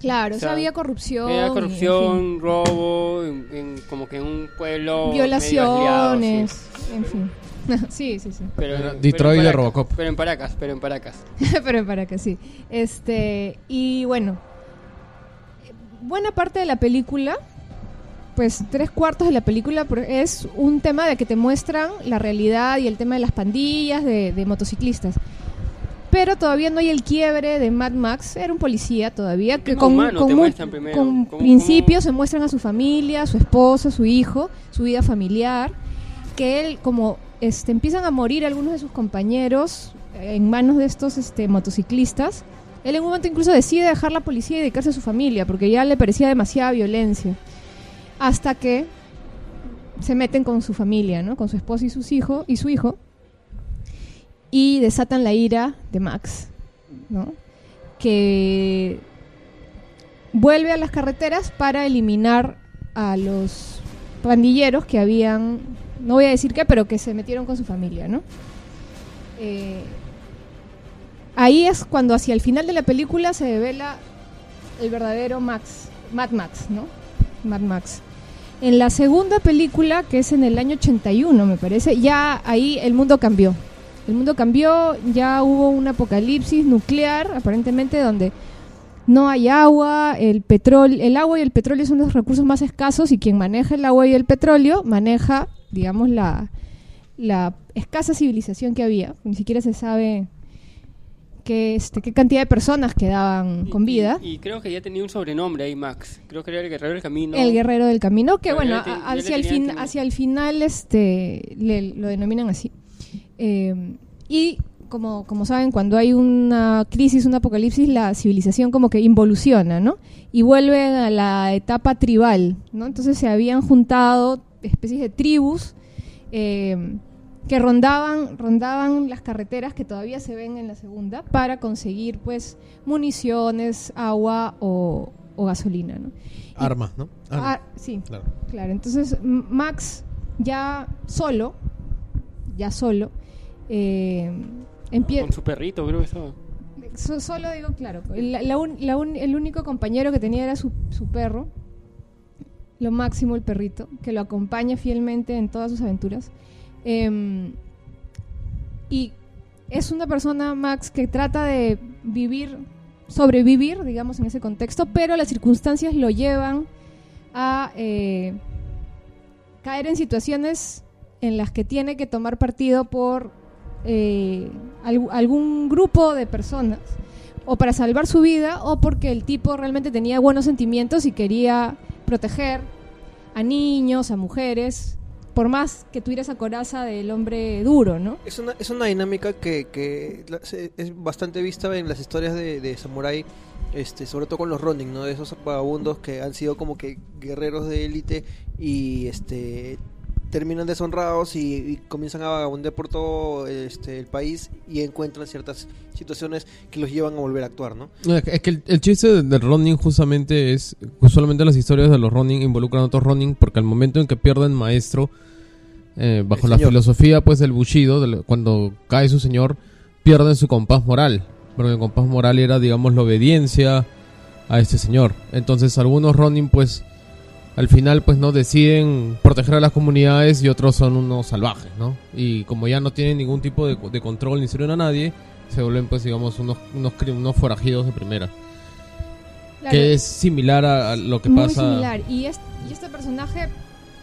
Speaker 1: Claro, o sea,
Speaker 6: O sea,
Speaker 1: había corrupción. y,
Speaker 6: Era
Speaker 1: en fin,
Speaker 6: corrupción, robo, en- en- como que en un pueblo medio asliado, sí.
Speaker 1: violaciones, en fin. (laughs) sí, sí, (laughs) sí.
Speaker 6: Pero,
Speaker 5: Era
Speaker 6: pero
Speaker 5: Detroit
Speaker 6: en
Speaker 5: de
Speaker 6: Paracas-
Speaker 5: Robocop.
Speaker 6: Pero en Paracas, pero en Paracas.
Speaker 1: pero para que sí. Este, y bueno, buena parte de la película, pues tres cuartos de la película por- es un tema de que te muestran la realidad y el tema de las pandillas, de, de motociclistas. Pero todavía no hay el quiebre de Mad Max. Era un policía todavía que
Speaker 6: tema
Speaker 1: con,
Speaker 6: humano
Speaker 1: con
Speaker 6: te
Speaker 1: mu-
Speaker 6: muestran primero,
Speaker 1: con
Speaker 6: cómo- cómo-
Speaker 1: principios se muestran a su familia, su esposa, su hijo, su vida familiar. Que él, como este, empiezan a morir algunos de sus compañeros eh, en manos de estos este, motociclistas, él en un momento incluso decide dejar la policía y dedicarse a su familia, porque ya le parecía demasiada violencia. Hasta que se meten con su familia, ¿no? Con su esposa y sus hijos y su hijo. Y desatan la ira de Max, ¿no? Que vuelve a las carreteras para eliminar a los pandilleros que habían, no voy a decir qué, pero que se metieron con su familia, ¿no? Eh, ahí es cuando hacia el final de la película se devela el verdadero Max, Mad Max, ¿no? Mad Max. En la segunda película, que es en el año 81, me parece, ya ahí el mundo cambió. El mundo cambió, ya hubo un apocalipsis nuclear, aparentemente, donde no hay agua, el petróleo, el agua y el petróleo son los recursos más escasos y quien maneja el agua y el petróleo maneja, digamos, la, la escasa civilización que había. Ni siquiera se sabe qué, este, qué cantidad de personas quedaban
Speaker 6: Y-
Speaker 1: con vida.
Speaker 6: Y, y creo que ya tenía un sobrenombre ahí, Max. Creo que era el Guerrero del Camino.
Speaker 1: El guerrero del camino, que
Speaker 6: Pero
Speaker 1: bueno,
Speaker 6: ya te-
Speaker 1: a-
Speaker 6: ya le
Speaker 1: hacia el,
Speaker 6: tenían
Speaker 1: fin,
Speaker 6: como-
Speaker 1: hacia el final este, le- lo denominan así. Eh, y como, como saben, cuando hay una crisis, un apocalipsis, la civilización como que involuciona, ¿no? Y vuelven a la etapa tribal, ¿no? Entonces se habían juntado especies de tribus eh, que rondaban, rondaban las carreteras que todavía se ven en la segunda para conseguir, pues, municiones, agua o, o gasolina, ¿no?
Speaker 5: Armas, ¿no?
Speaker 1: Ah,
Speaker 5: Armas.
Speaker 1: sí,
Speaker 5: Claro.
Speaker 1: claro. Entonces, M- Max ya solo, ya solo, eh, empie-
Speaker 6: Con su perrito, creo que estaba.
Speaker 1: so- Solo digo, claro, la- la un- la un- el único compañero que tenía era su, su perro, lo máximo el perrito, que lo acompaña fielmente en todas sus aventuras. Em, y es una persona, Max, que trata de vivir, sobrevivir, digamos, en ese contexto, pero las circunstancias lo llevan a eh, caer en situaciones en las que tiene que tomar partido por eh, al- algún grupo de personas o para salvar su vida o porque el tipo realmente tenía buenos sentimientos y quería proteger a niños, a mujeres, por más que tuviera esa coraza del hombre duro, ¿no?
Speaker 2: Es una, es una dinámica que, que la- se- es bastante vista en las historias de, de Samurai, este, sobre todo con los Ronin, ¿no? De esos vagabundos que han sido como que guerreros de élite y este terminan deshonrados y, y comienzan a vagabundear por todo este, el país y encuentran ciertas situaciones que los llevan a volver a actuar, ¿no?
Speaker 5: No, Es que- es que el, el chiste de- del Ronin justamente es, usualmente las historias de los Ronin involucran a otros Ronin porque al momento en que pierden maestro, eh, bajo
Speaker 2: El
Speaker 5: la
Speaker 2: señor.
Speaker 5: filosofía pues del Bushido, del- cuando cae su señor, pierden su compás moral, porque el compás moral era digamos la obediencia a este señor. Entonces algunos Ronin pues al final pues no deciden proteger a las comunidades y otros son unos salvajes, ¿no? Y como ya no tienen ningún tipo de, de control ni sirven a nadie, se vuelven pues digamos unos, unos, cri- unos forajidos de primera.
Speaker 1: Claro.
Speaker 5: Que es similar a, a lo que
Speaker 1: Muy
Speaker 5: pasa...
Speaker 1: similar. Y, es- y este personaje,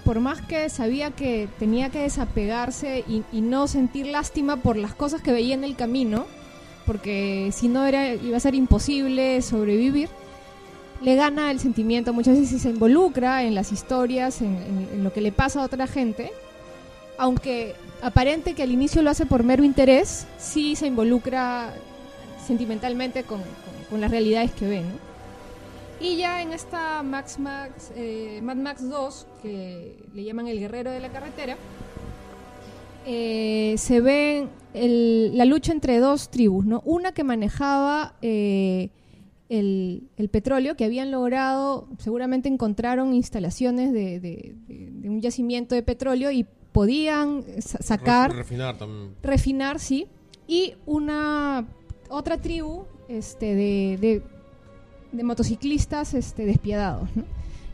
Speaker 1: por más que sabía que tenía que desapegarse y, y no sentir lástima por las cosas que veía en el camino, porque si no era, iba a ser imposible sobrevivir, le gana el sentimiento muchas veces y se involucra en las historias, en, en- en lo que le pasa a otra gente. Aunque aparente que al inicio lo hace por mero interés, sí se involucra sentimentalmente con, con- con las realidades que ve, ¿no? Y ya en esta Max Max, eh, Mad Max 2, que le llaman el guerrero de la carretera, eh, se ve el- la lucha entre dos tribus, ¿no? Una que manejaba eh, el, el petróleo, que habían logrado, seguramente encontraron instalaciones de, de- de- de un yacimiento de petróleo y podían eh, sa- sacar
Speaker 5: Refinar también.
Speaker 1: refinar, sí. Y una otra tribu este, de, de- de motociclistas este, despiadados. ¿no?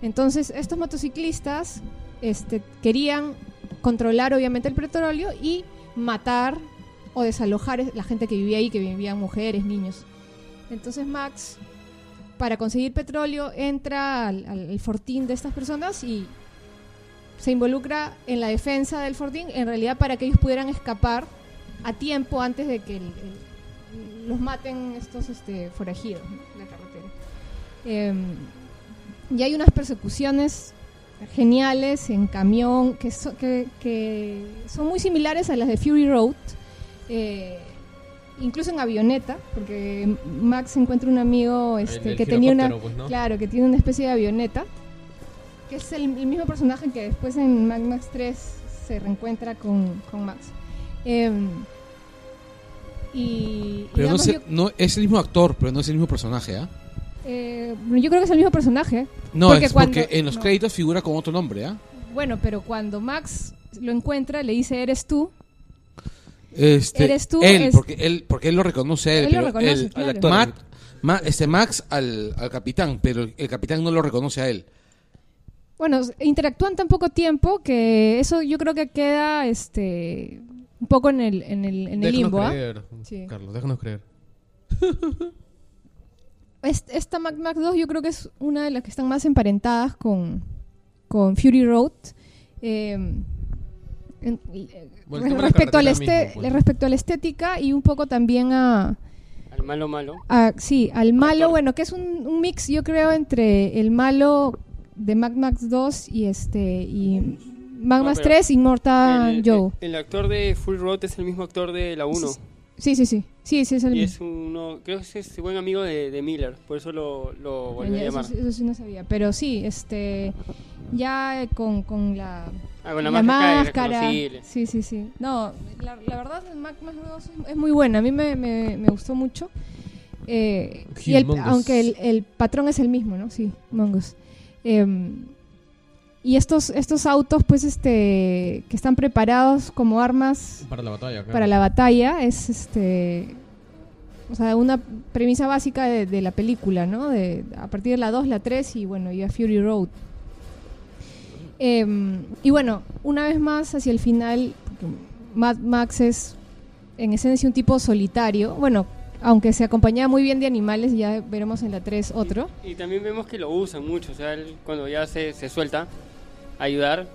Speaker 1: Entonces, estos motociclistas este, querían controlar, obviamente, el petróleo y matar o desalojar la gente que vivía ahí, que vivían mujeres, niños. Entonces, Max, para conseguir petróleo, entra al, al fortín de estas personas y se involucra en la defensa del fortín, en realidad para que ellos pudieran escapar a tiempo antes de que el- el- los maten estos este, forajidos ¿no? en la carretera. Em, y hay unas persecuciones geniales en camión que, so- que, que son muy similares a las de Fury Road, eh, incluso en avioneta, porque Max encuentra un amigo este,
Speaker 5: el
Speaker 1: que tenía una,
Speaker 5: girocóptero, pues, ¿no?
Speaker 1: claro, que tiene una especie de avioneta, que es el, el mismo personaje que después en Mad Max 3 se reencuentra con, con Max. Em, y
Speaker 4: Pero no,
Speaker 1: digamos,
Speaker 4: sé-
Speaker 1: yo,
Speaker 4: no- es el mismo actor, pero no es el mismo personaje, ¿ah?
Speaker 1: eh, yo creo que es el mismo personaje.
Speaker 4: No,
Speaker 1: Porque
Speaker 4: es porque
Speaker 1: cuando-
Speaker 4: en los
Speaker 1: no.
Speaker 4: créditos figura con otro nombre, ¿ah?
Speaker 1: Bueno, pero cuando Max lo encuentra, le dice, eres tú.
Speaker 4: Este,
Speaker 1: Eres tú,
Speaker 4: Él,
Speaker 1: es-
Speaker 4: porque él, porque él lo reconoce a él,
Speaker 1: Él lo
Speaker 4: pero
Speaker 1: reconoce,
Speaker 4: él-
Speaker 1: claro.
Speaker 4: al actor, Matt- Ma- este Max al, al capitán, pero el capitán no lo reconoce a él.
Speaker 1: Bueno, s- interactúan tan poco tiempo que eso yo creo que queda este un poco en el, en el, en el
Speaker 5: Déjanos
Speaker 1: limbo. ¿ah?
Speaker 5: creer,
Speaker 1: Sí.
Speaker 5: Carlos, déjanos creer.
Speaker 1: Est- esta Mac Mac 2 yo creo que es una de las que están más emparentadas con, con Fury Road. Eh, en- y, eh,
Speaker 5: Bueno,
Speaker 1: re-
Speaker 5: el tema de la
Speaker 1: respecto, al
Speaker 5: carretera
Speaker 1: este,
Speaker 5: mismo, pues.
Speaker 1: le- respecto a la estética y un poco también a,
Speaker 6: Al malo malo.
Speaker 1: a- sí, al malo, bueno, que es un, un mix yo creo entre el malo de Mac Max 2 y este y Mac
Speaker 6: No,
Speaker 1: Max
Speaker 6: pero
Speaker 1: 3 Immortal
Speaker 6: el,
Speaker 1: Ah, Joe.
Speaker 6: el- el actor de Full Road es el mismo actor de la 1.
Speaker 1: Sí, sí, sí. Sí, sí es el
Speaker 6: Y
Speaker 1: mismo.
Speaker 6: es uno, creo que es este buen amigo de, de Miller, por eso lo, lo volví a
Speaker 1: Eh, Eso,
Speaker 6: llamar.
Speaker 1: sí- eso sí no sabía, pero sí, este ya con, con la
Speaker 6: Ah, con la, máscara, irreconocible.
Speaker 1: Sí, sí, sí. No, la, la verdad, el Mac Max 2 es muy buena. A mí me, me- me gustó mucho. Eh, y el-
Speaker 5: Humongous.
Speaker 1: aunque el, el patrón es el mismo, ¿no? Sí, Mongus. y estos, estos autos, pues, este, que están preparados como armas
Speaker 5: Para la batalla, claro.
Speaker 1: para la batalla, es este. O sea, una premisa básica de, de la película, ¿no? De, a partir de la 2, la 3 y bueno, y a Fury Road. Em, y bueno, una vez más hacia el final, porque Mad Max es en esencia un tipo solitario. Bueno, aunque se acompañaba muy bien de animales, ya veremos en la 3 otro.
Speaker 6: Y también vemos que lo usan mucho, o sea, él cuando ya se, se suelta a ayudar,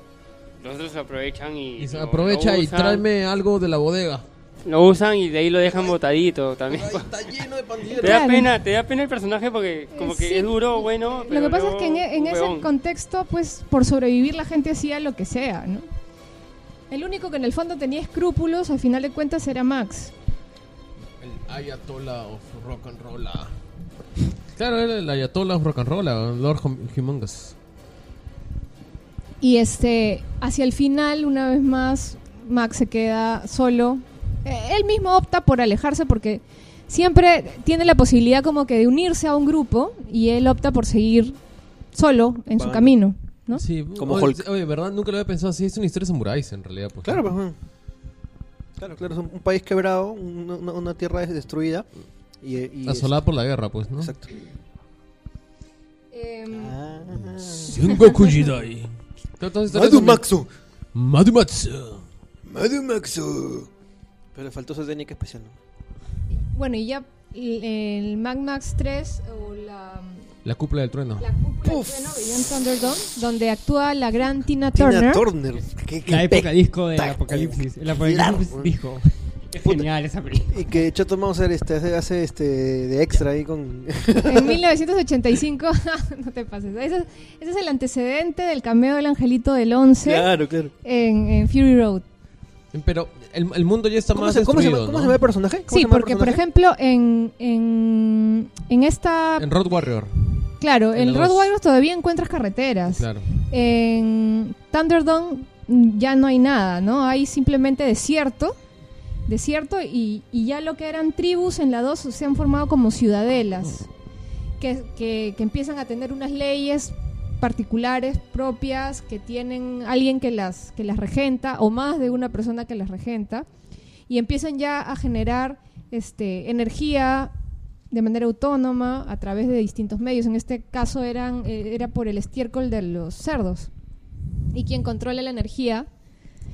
Speaker 6: los otros lo aprovechan y.
Speaker 5: Y se
Speaker 6: lo-
Speaker 5: aprovecha
Speaker 6: lo
Speaker 5: y
Speaker 6: usan.
Speaker 5: tráeme algo de la bodega.
Speaker 6: Lo usan y de ahí lo dejan botadito también.
Speaker 4: Está lleno de pandilleros.
Speaker 6: Te da
Speaker 1: Claro.
Speaker 6: pena, te da pena el personaje porque como que
Speaker 1: sí.
Speaker 6: es duro, bueno.
Speaker 1: Lo
Speaker 6: pero
Speaker 1: que pasa
Speaker 6: no
Speaker 1: es que en, e- en
Speaker 6: un
Speaker 1: ese
Speaker 6: huevón.
Speaker 1: contexto, pues por sobrevivir la gente hacía lo que sea, ¿no? El único que en el fondo tenía escrúpulos, al final de cuentas, era Max.
Speaker 5: El Ayatollah of Rock and Roll. Claro, era el Ayatollah of Rock and Roll, Lord Hum- Humongous.
Speaker 1: Y este, hacia el final, una vez más, Max se queda solo. Eh, él mismo opta por alejarse porque siempre tiene la posibilidad como que de unirse a un grupo y él opta por seguir solo en su
Speaker 2: Vagando.
Speaker 1: camino, ¿no?
Speaker 5: Sí,
Speaker 2: Como
Speaker 5: oye,
Speaker 2: Hulk.
Speaker 5: Oye, ¿verdad? Nunca lo había pensado así. Es una historia de samuráis, en realidad. Pues.
Speaker 2: Claro, pues, bueno. claro, claro, es un, un país quebrado, una, una- una tierra des- destruida y, y
Speaker 5: Asolada por la guerra, pues, ¿no?
Speaker 2: Exacto.
Speaker 1: Em,
Speaker 5: Sengoku Kujidai.
Speaker 2: Madumaxu,
Speaker 5: Madumatsu.
Speaker 2: Madumaxu. Pero le faltó esa técnica especial. ¿no?
Speaker 1: bueno, y ya el, el Mad Max 3 o la,
Speaker 5: La cúpula del trueno.
Speaker 1: la cúpula
Speaker 2: Uf.
Speaker 1: de Beyond Thunderdome, donde actúa la gran Tina Turner.
Speaker 2: Tina Turner. qué- qué
Speaker 3: La época
Speaker 2: pe-
Speaker 3: disco del apocalipsis. El apocalipsis
Speaker 2: Claro.
Speaker 3: disco. Es
Speaker 2: Puta.
Speaker 3: genial esa película.
Speaker 2: Y que Chato Mouser este, hace, hace este, de extra ahí con...
Speaker 1: En 1985, (laughs) no te pases. Ese, es- ese es el antecedente del cameo del Angelito del 11
Speaker 2: Claro, claro.
Speaker 1: en, en Fury Road.
Speaker 5: Pero el, el mundo ya está
Speaker 2: (laughs) ¿Cómo
Speaker 5: más
Speaker 2: se, cómo se
Speaker 5: destruido,
Speaker 2: llama- cómo
Speaker 5: ¿no?
Speaker 2: se llama el personaje? ¿Cómo se
Speaker 1: Sí,
Speaker 2: llama el
Speaker 1: porque por
Speaker 2: personaje?
Speaker 1: ejemplo en, en, en esta...
Speaker 5: En Road Warrior.
Speaker 1: claro,
Speaker 5: en
Speaker 1: en
Speaker 5: la
Speaker 1: Road
Speaker 5: dos.
Speaker 1: Warriors todavía encuentras carreteras.
Speaker 5: Claro.
Speaker 1: En Thunderdome mm, ya no hay nada, ¿no? Hay simplemente desierto. Desierto y, y ya lo que eran tribus en la 2 se han formado como
Speaker 5: Oh.
Speaker 1: ciudadelas. Que, que- que empiezan a tener unas leyes particulares propias que tienen alguien que las que las regenta o más de una persona que las regenta y empiezan ya a generar este energía de manera autónoma a través de distintos medios. En este caso eran eh, era por el estiércol de los cerdos. Y quien controla la energía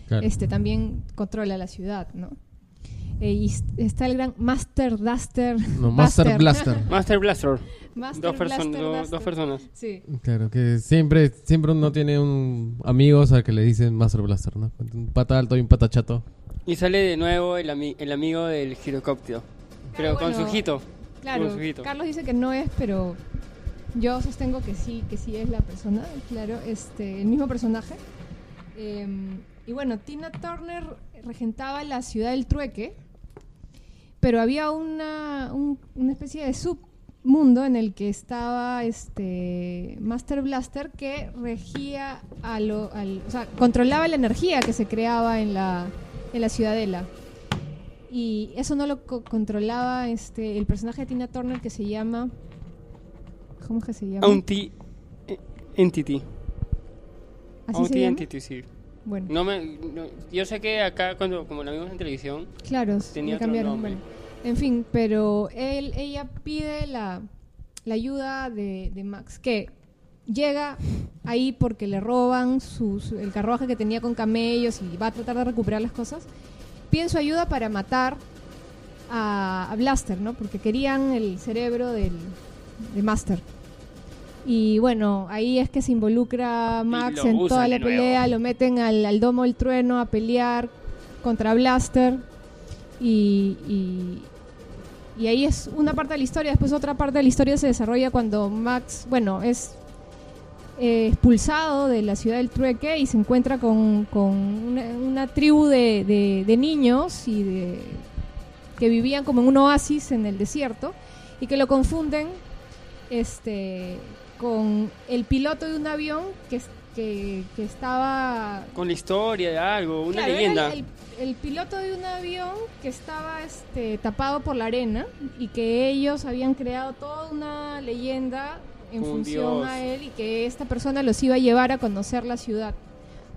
Speaker 5: claro.
Speaker 1: este también controla la ciudad, ¿no? Eh, y est- está el gran Master Duster.
Speaker 5: No, Master
Speaker 1: Buster.
Speaker 5: Blaster.
Speaker 6: Master Blaster.
Speaker 1: Master
Speaker 6: dos, perso-
Speaker 1: Blaster
Speaker 6: do-
Speaker 1: Duster.
Speaker 6: dos personas.
Speaker 1: Sí.
Speaker 5: Claro, que siempre, siempre uno tiene un amigos al que le dicen Master Blaster, ¿no? Un pata alto y un pata chato.
Speaker 6: Y sale de nuevo el, ami- el amigo del girocóptero. Pero con
Speaker 1: bueno.
Speaker 6: su hijito.
Speaker 1: Claro,
Speaker 6: Con su hijito.
Speaker 1: Carlos dice que no es, pero yo sostengo que sí, que sí es la persona, claro, este, el mismo personaje. Eh, y bueno, Tina Turner regentaba la ciudad del trueque, pero había una, un- una especie de submundo en el que estaba este Master Blaster que regía a lo, al, o sea, controlaba la energía que se creaba en la, en la ciudadela. Y eso no lo co- controlaba este el personaje de Tina Turner que se llama. ¿Cómo es que se llama?
Speaker 6: Aunty eh, Entity.
Speaker 1: ¿Así se
Speaker 6: Aunty
Speaker 1: llama?
Speaker 6: Entity, sí.
Speaker 1: Bueno,
Speaker 6: No me, no- yo sé que acá, cuando como la vimos en televisión,
Speaker 1: claro, se
Speaker 6: Tenía
Speaker 1: le
Speaker 6: otro
Speaker 1: cambiaron.
Speaker 6: nombre.
Speaker 1: bueno. en fin, pero él, ella pide la, la ayuda de, de Max, que llega ahí porque le roban su- su- el carruaje que tenía con camellos y va a tratar de recuperar las cosas. Piden su ayuda para matar a, a Blaster, ¿no? Porque querían el cerebro del, de Master. Y bueno, ahí es que se involucra Max
Speaker 6: lo
Speaker 1: en
Speaker 6: usan
Speaker 1: toda la
Speaker 6: de nuevo.
Speaker 1: pelea, lo meten al, al domo del trueno a pelear contra Blaster. Y, y, y ahí es una parte de la historia. Después otra parte de la historia se desarrolla cuando Max, bueno, es eh, expulsado de la ciudad del trueque y se encuentra con, con una, una tribu de, de- de niños y de, que vivían como en un oasis en el desierto y que lo confunden este, con el piloto de un avión que, es- que, que estaba
Speaker 6: con la historia de algo, una
Speaker 1: Claro, era
Speaker 6: leyenda.
Speaker 1: el, el- el piloto de un avión que estaba este, tapado por la arena y que ellos habían creado toda una leyenda en
Speaker 6: Como un
Speaker 1: función
Speaker 6: dios.
Speaker 1: a él y que esta persona los iba a llevar a conocer la ciudad.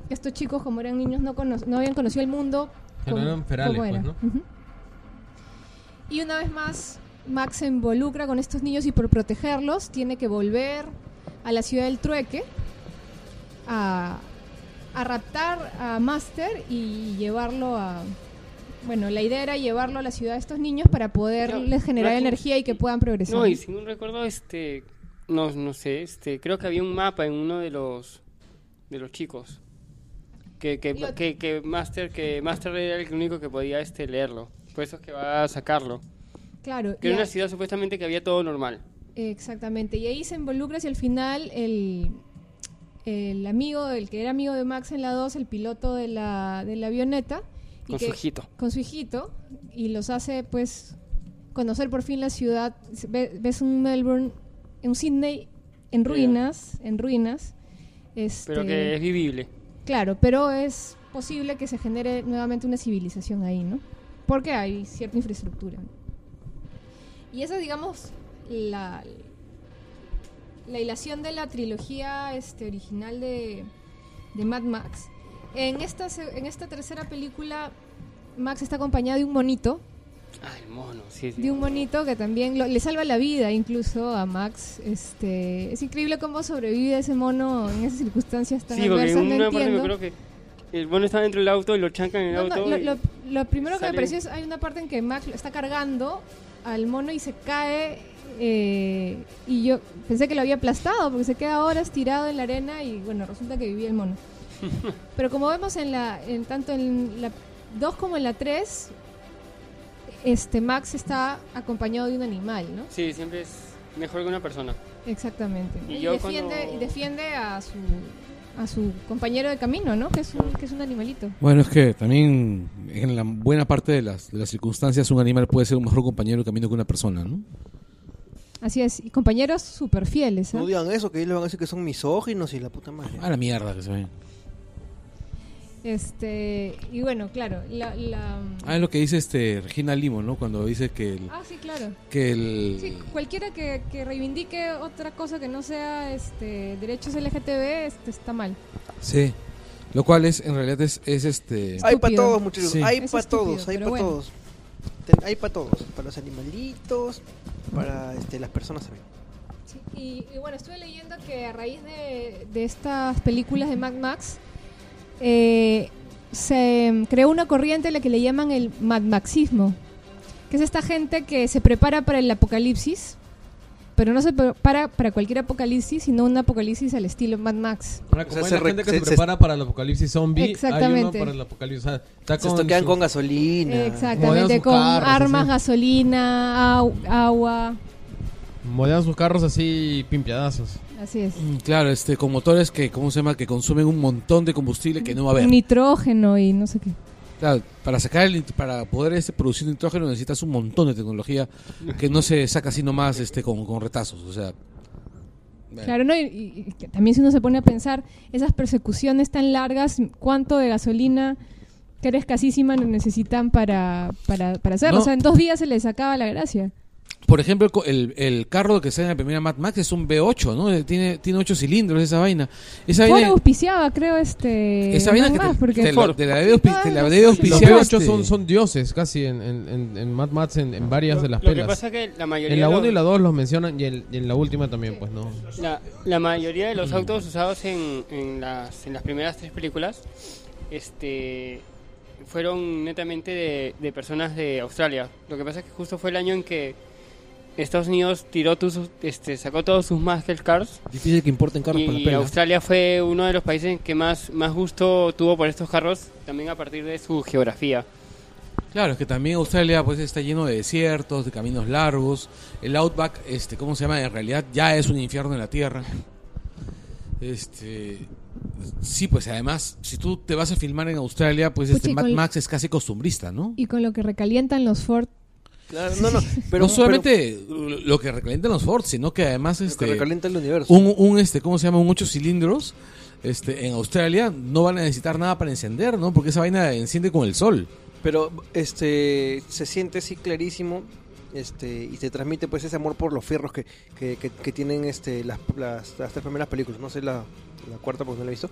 Speaker 1: Estos chicos, como eran niños, no, cono- no habían conocido el mundo.
Speaker 5: Pero
Speaker 1: como-
Speaker 5: eran ferales,
Speaker 1: como
Speaker 5: pues,
Speaker 1: era.
Speaker 5: ¿no?
Speaker 1: Ujú. Y una vez más, Max se involucra con estos niños y por protegerlos tiene que volver a la ciudad del trueque a, a raptar a Master y llevarlo a... Bueno, la idea era llevarlo a la ciudad de estos niños para poderles
Speaker 6: No,
Speaker 1: generar
Speaker 6: no,
Speaker 1: energía y que puedan progresar.
Speaker 6: No, y si no recuerdo, este, no, no sé, este, creo que había un mapa en uno de los, de los chicos. que, que,
Speaker 1: Lo-
Speaker 6: que, que Master, que Master era el único que podía este, leerlo. Por eso es que va a sacarlo.
Speaker 1: Claro.
Speaker 6: Que era
Speaker 1: ya.
Speaker 6: una ciudad supuestamente que había todo normal.
Speaker 1: Exactamente, y ahí se involucra hacia el final el, el amigo, el que era amigo de Max en la 2, el piloto de la, de la avioneta. y
Speaker 6: Con su
Speaker 1: que-
Speaker 6: hijito.
Speaker 1: Con su hijito, y los hace pues conocer por fin la ciudad. Se- ve- Ves un Melbourne, un Sydney en ruinas, en ruinas. Este,
Speaker 6: Pero que es vivible.
Speaker 1: Claro, pero es posible que se genere nuevamente una civilización ahí, ¿no? Porque hay cierta infraestructura. ¿no? Y esa es, digamos, la, la hilación de la trilogía este, original de, de Mad Max. En esta, se- en esta tercera película, Max está acompañado de un monito,
Speaker 6: Ah, el mono, sí, sí.
Speaker 1: de un monito que también lo- le salva la vida incluso a Max. Este, es increíble cómo sobrevive ese mono en esas circunstancias tan
Speaker 6: Sí, porque
Speaker 1: adversas.
Speaker 6: en
Speaker 1: no
Speaker 6: una parte
Speaker 1: entiendo.
Speaker 6: me creo que el mono estaba dentro del auto y lo chancan en el
Speaker 1: No, no,
Speaker 6: auto.
Speaker 1: lo,
Speaker 6: y-
Speaker 1: lo- lo primero que me
Speaker 6: sale-
Speaker 1: pareció es hay una parte en que Max lo está cargando al mono y se cae eh, y yo pensé que lo había aplastado porque se queda horas tirado en la arena y bueno, resulta que vivía el
Speaker 6: (laughs)
Speaker 1: mono. Pero como vemos en la en tanto en la 2 como en la 3 este Max está acompañado de un animal, ¿no?
Speaker 6: Sí, siempre es mejor que una persona.
Speaker 1: Exactamente. ¿no?
Speaker 6: Y
Speaker 1: Y,
Speaker 6: yo
Speaker 1: defiende
Speaker 6: cuando-
Speaker 1: y defiende a su a su compañero de camino, ¿no? Que es un, que es un animalito.
Speaker 4: Bueno, es que también en la buena parte de las, de las circunstancias un animal puede ser un mejor compañero de camino que una persona, ¿no?
Speaker 1: Así es, y compañeros súper fieles. ¿ah?
Speaker 2: No digan eso, que ellos le van a decir que son misóginos y la puta madre.
Speaker 4: A la mierda que se ve.
Speaker 1: Este, y bueno, claro, la... la-
Speaker 4: Ah, es lo que dice este Regina Limo, ¿no? Cuando dice que el...
Speaker 1: Ah, sí, claro.
Speaker 4: Que el
Speaker 1: Sí, cualquiera que, que reivindique otra cosa que no sea este, derechos LGTB este, está mal.
Speaker 4: sí. Lo cual es, en realidad es, es este...
Speaker 2: Hay para
Speaker 1: estúpido.
Speaker 2: todos, muchachos.
Speaker 4: Sí.
Speaker 2: Hay
Speaker 1: Es
Speaker 2: para
Speaker 1: estúpido,
Speaker 2: todos, hay
Speaker 1: pero
Speaker 2: para
Speaker 1: bueno.
Speaker 2: todos. Ten- Hay para todos. Para los animalitos, para este, las personas también.
Speaker 1: Sí, y, y bueno, estuve leyendo que a raíz de, de estas películas de Mad Max, eh, se mm, creó una corriente a la que le llaman el Mad Maxismo, que es esta gente que se prepara para el apocalipsis, pero no se prepara para cualquier apocalipsis, sino un apocalipsis al estilo Mad Max.
Speaker 5: Ahora,
Speaker 2: O
Speaker 5: como
Speaker 2: sea,
Speaker 5: hay
Speaker 2: se
Speaker 5: la
Speaker 2: re-
Speaker 5: gente que
Speaker 2: se-
Speaker 5: se,
Speaker 2: se-
Speaker 5: prepara para el apocalipsis zombie, hay uno
Speaker 1: Exactamente.
Speaker 5: para el apocalipsis. o sea, está
Speaker 2: Se
Speaker 5: con
Speaker 2: estoquean
Speaker 5: su-
Speaker 2: con gasolina.
Speaker 5: Modelan
Speaker 1: Exactamente,
Speaker 5: sus
Speaker 1: con
Speaker 5: carros,
Speaker 1: armas,
Speaker 5: así.
Speaker 1: gasolina, au- agua,
Speaker 5: Modelan sus carros así pimpiadazos.
Speaker 1: así es.
Speaker 4: Mm, Claro, este, con motores que, ¿cómo se llama? Que consumen un montón de combustible que no va a haber.
Speaker 1: Nitrógeno y no sé qué.
Speaker 4: Claro, para sacar el nit- para poder este, producir nitrógeno necesitas un montón de tecnología que no se saca así nomás este, con, con retazos. O sea, bueno.
Speaker 1: Claro, ¿no? Y, y- y que también si uno se pone a pensar, esas persecuciones tan largas, ¿cuánto de gasolina que era escasísima necesitan para, para, para hacerlo?
Speaker 4: No.
Speaker 1: O sea, en dos días se les acaba la gracia.
Speaker 4: Por ejemplo, el co- el, el carro que está en la primera Mad Max es un V8, ¿no? Eh, Tiene, tiene 8 cilindros esa vaina. Esa
Speaker 1: Ford
Speaker 4: vaina,
Speaker 1: auspiciaba, creo, este...
Speaker 4: esa vaina
Speaker 1: Mad
Speaker 4: que
Speaker 1: Max,
Speaker 4: te, te, la,
Speaker 6: Ford.
Speaker 4: te la debe auspi- te la debe
Speaker 5: Los
Speaker 4: auspiciar,
Speaker 5: V8
Speaker 4: este,
Speaker 5: son, son dioses casi en, en, en, en Mad Max en, en varias de las
Speaker 6: Lo que
Speaker 5: pelas.
Speaker 6: pasa es que la mayoría
Speaker 5: En la
Speaker 6: de
Speaker 5: 1 y
Speaker 6: los-
Speaker 5: la 2 los mencionan y, en- y en la última también, pues no.
Speaker 6: La, la mayoría de los autos usados en, en las, en las primeras tres películas este, fueron netamente de, de personas de Australia. Lo que pasa es que justo fue el año en que Estados Unidos tiró tus- este, sacó todos sus muscle cars
Speaker 4: Difícil que importen carros para la
Speaker 6: y
Speaker 4: pela.
Speaker 6: Australia fue uno de los países en que más, más gusto tuvo por estos carros, también a partir de su geografía.
Speaker 4: Claro, es que también Australia pues está lleno de desiertos, de caminos largos. El Outback, este, ¿cómo se llama? En realidad ya es un infierno en la tierra. Este, sí, pues además, si tú te vas a filmar en Australia, pues
Speaker 1: Pucha,
Speaker 4: este
Speaker 1: y
Speaker 4: Mad
Speaker 1: con-
Speaker 4: Max es casi costumbrista, ¿no?
Speaker 1: Y con lo que recalientan los Ford.
Speaker 2: Claro, no, no. Pero,
Speaker 4: no solamente lo que recalientan los Ford, sino que además
Speaker 2: pero-
Speaker 4: este
Speaker 2: que recalienta el universo.
Speaker 4: un, un, este, ¿cómo se llama? Un 8 cilindros este en Australia no van a necesitar nada para encender, ¿no? Porque esa vaina enciende con el sol.
Speaker 2: Pero este se siente así clarísimo este y te transmite pues ese amor por los fierros que, que, que- que tienen este las, las, las tres primeras películas. No sé la, la cuarta porque no la he visto.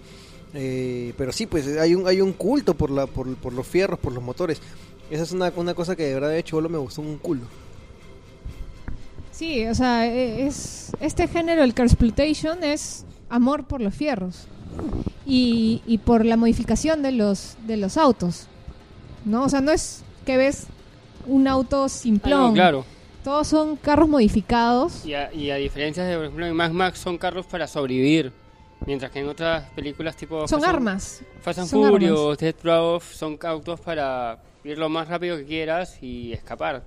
Speaker 2: Eh, pero sí, pues hay un hay un culto por la por, por los fierros, por los motores. Esa es una, una cosa que de verdad de chivolo me gustó un culo.
Speaker 1: Sí, o sea, e- es este género, el carsploitation, es amor por los fierros y, y por la modificación de los de los autos, ¿no? O sea, no es que ves un auto
Speaker 6: Ah,
Speaker 1: simplón.
Speaker 6: no, claro.
Speaker 1: Todos son carros modificados.
Speaker 6: Y a, y a diferencia de, por ejemplo, en Mad Max son carros para sobrevivir. Mientras que en otras películas tipo...
Speaker 1: Son
Speaker 6: Fast and-
Speaker 1: armas.
Speaker 6: Fast and
Speaker 1: Son
Speaker 6: Furious, Death Proof, son autos para ir lo más rápido que quieras y escapar.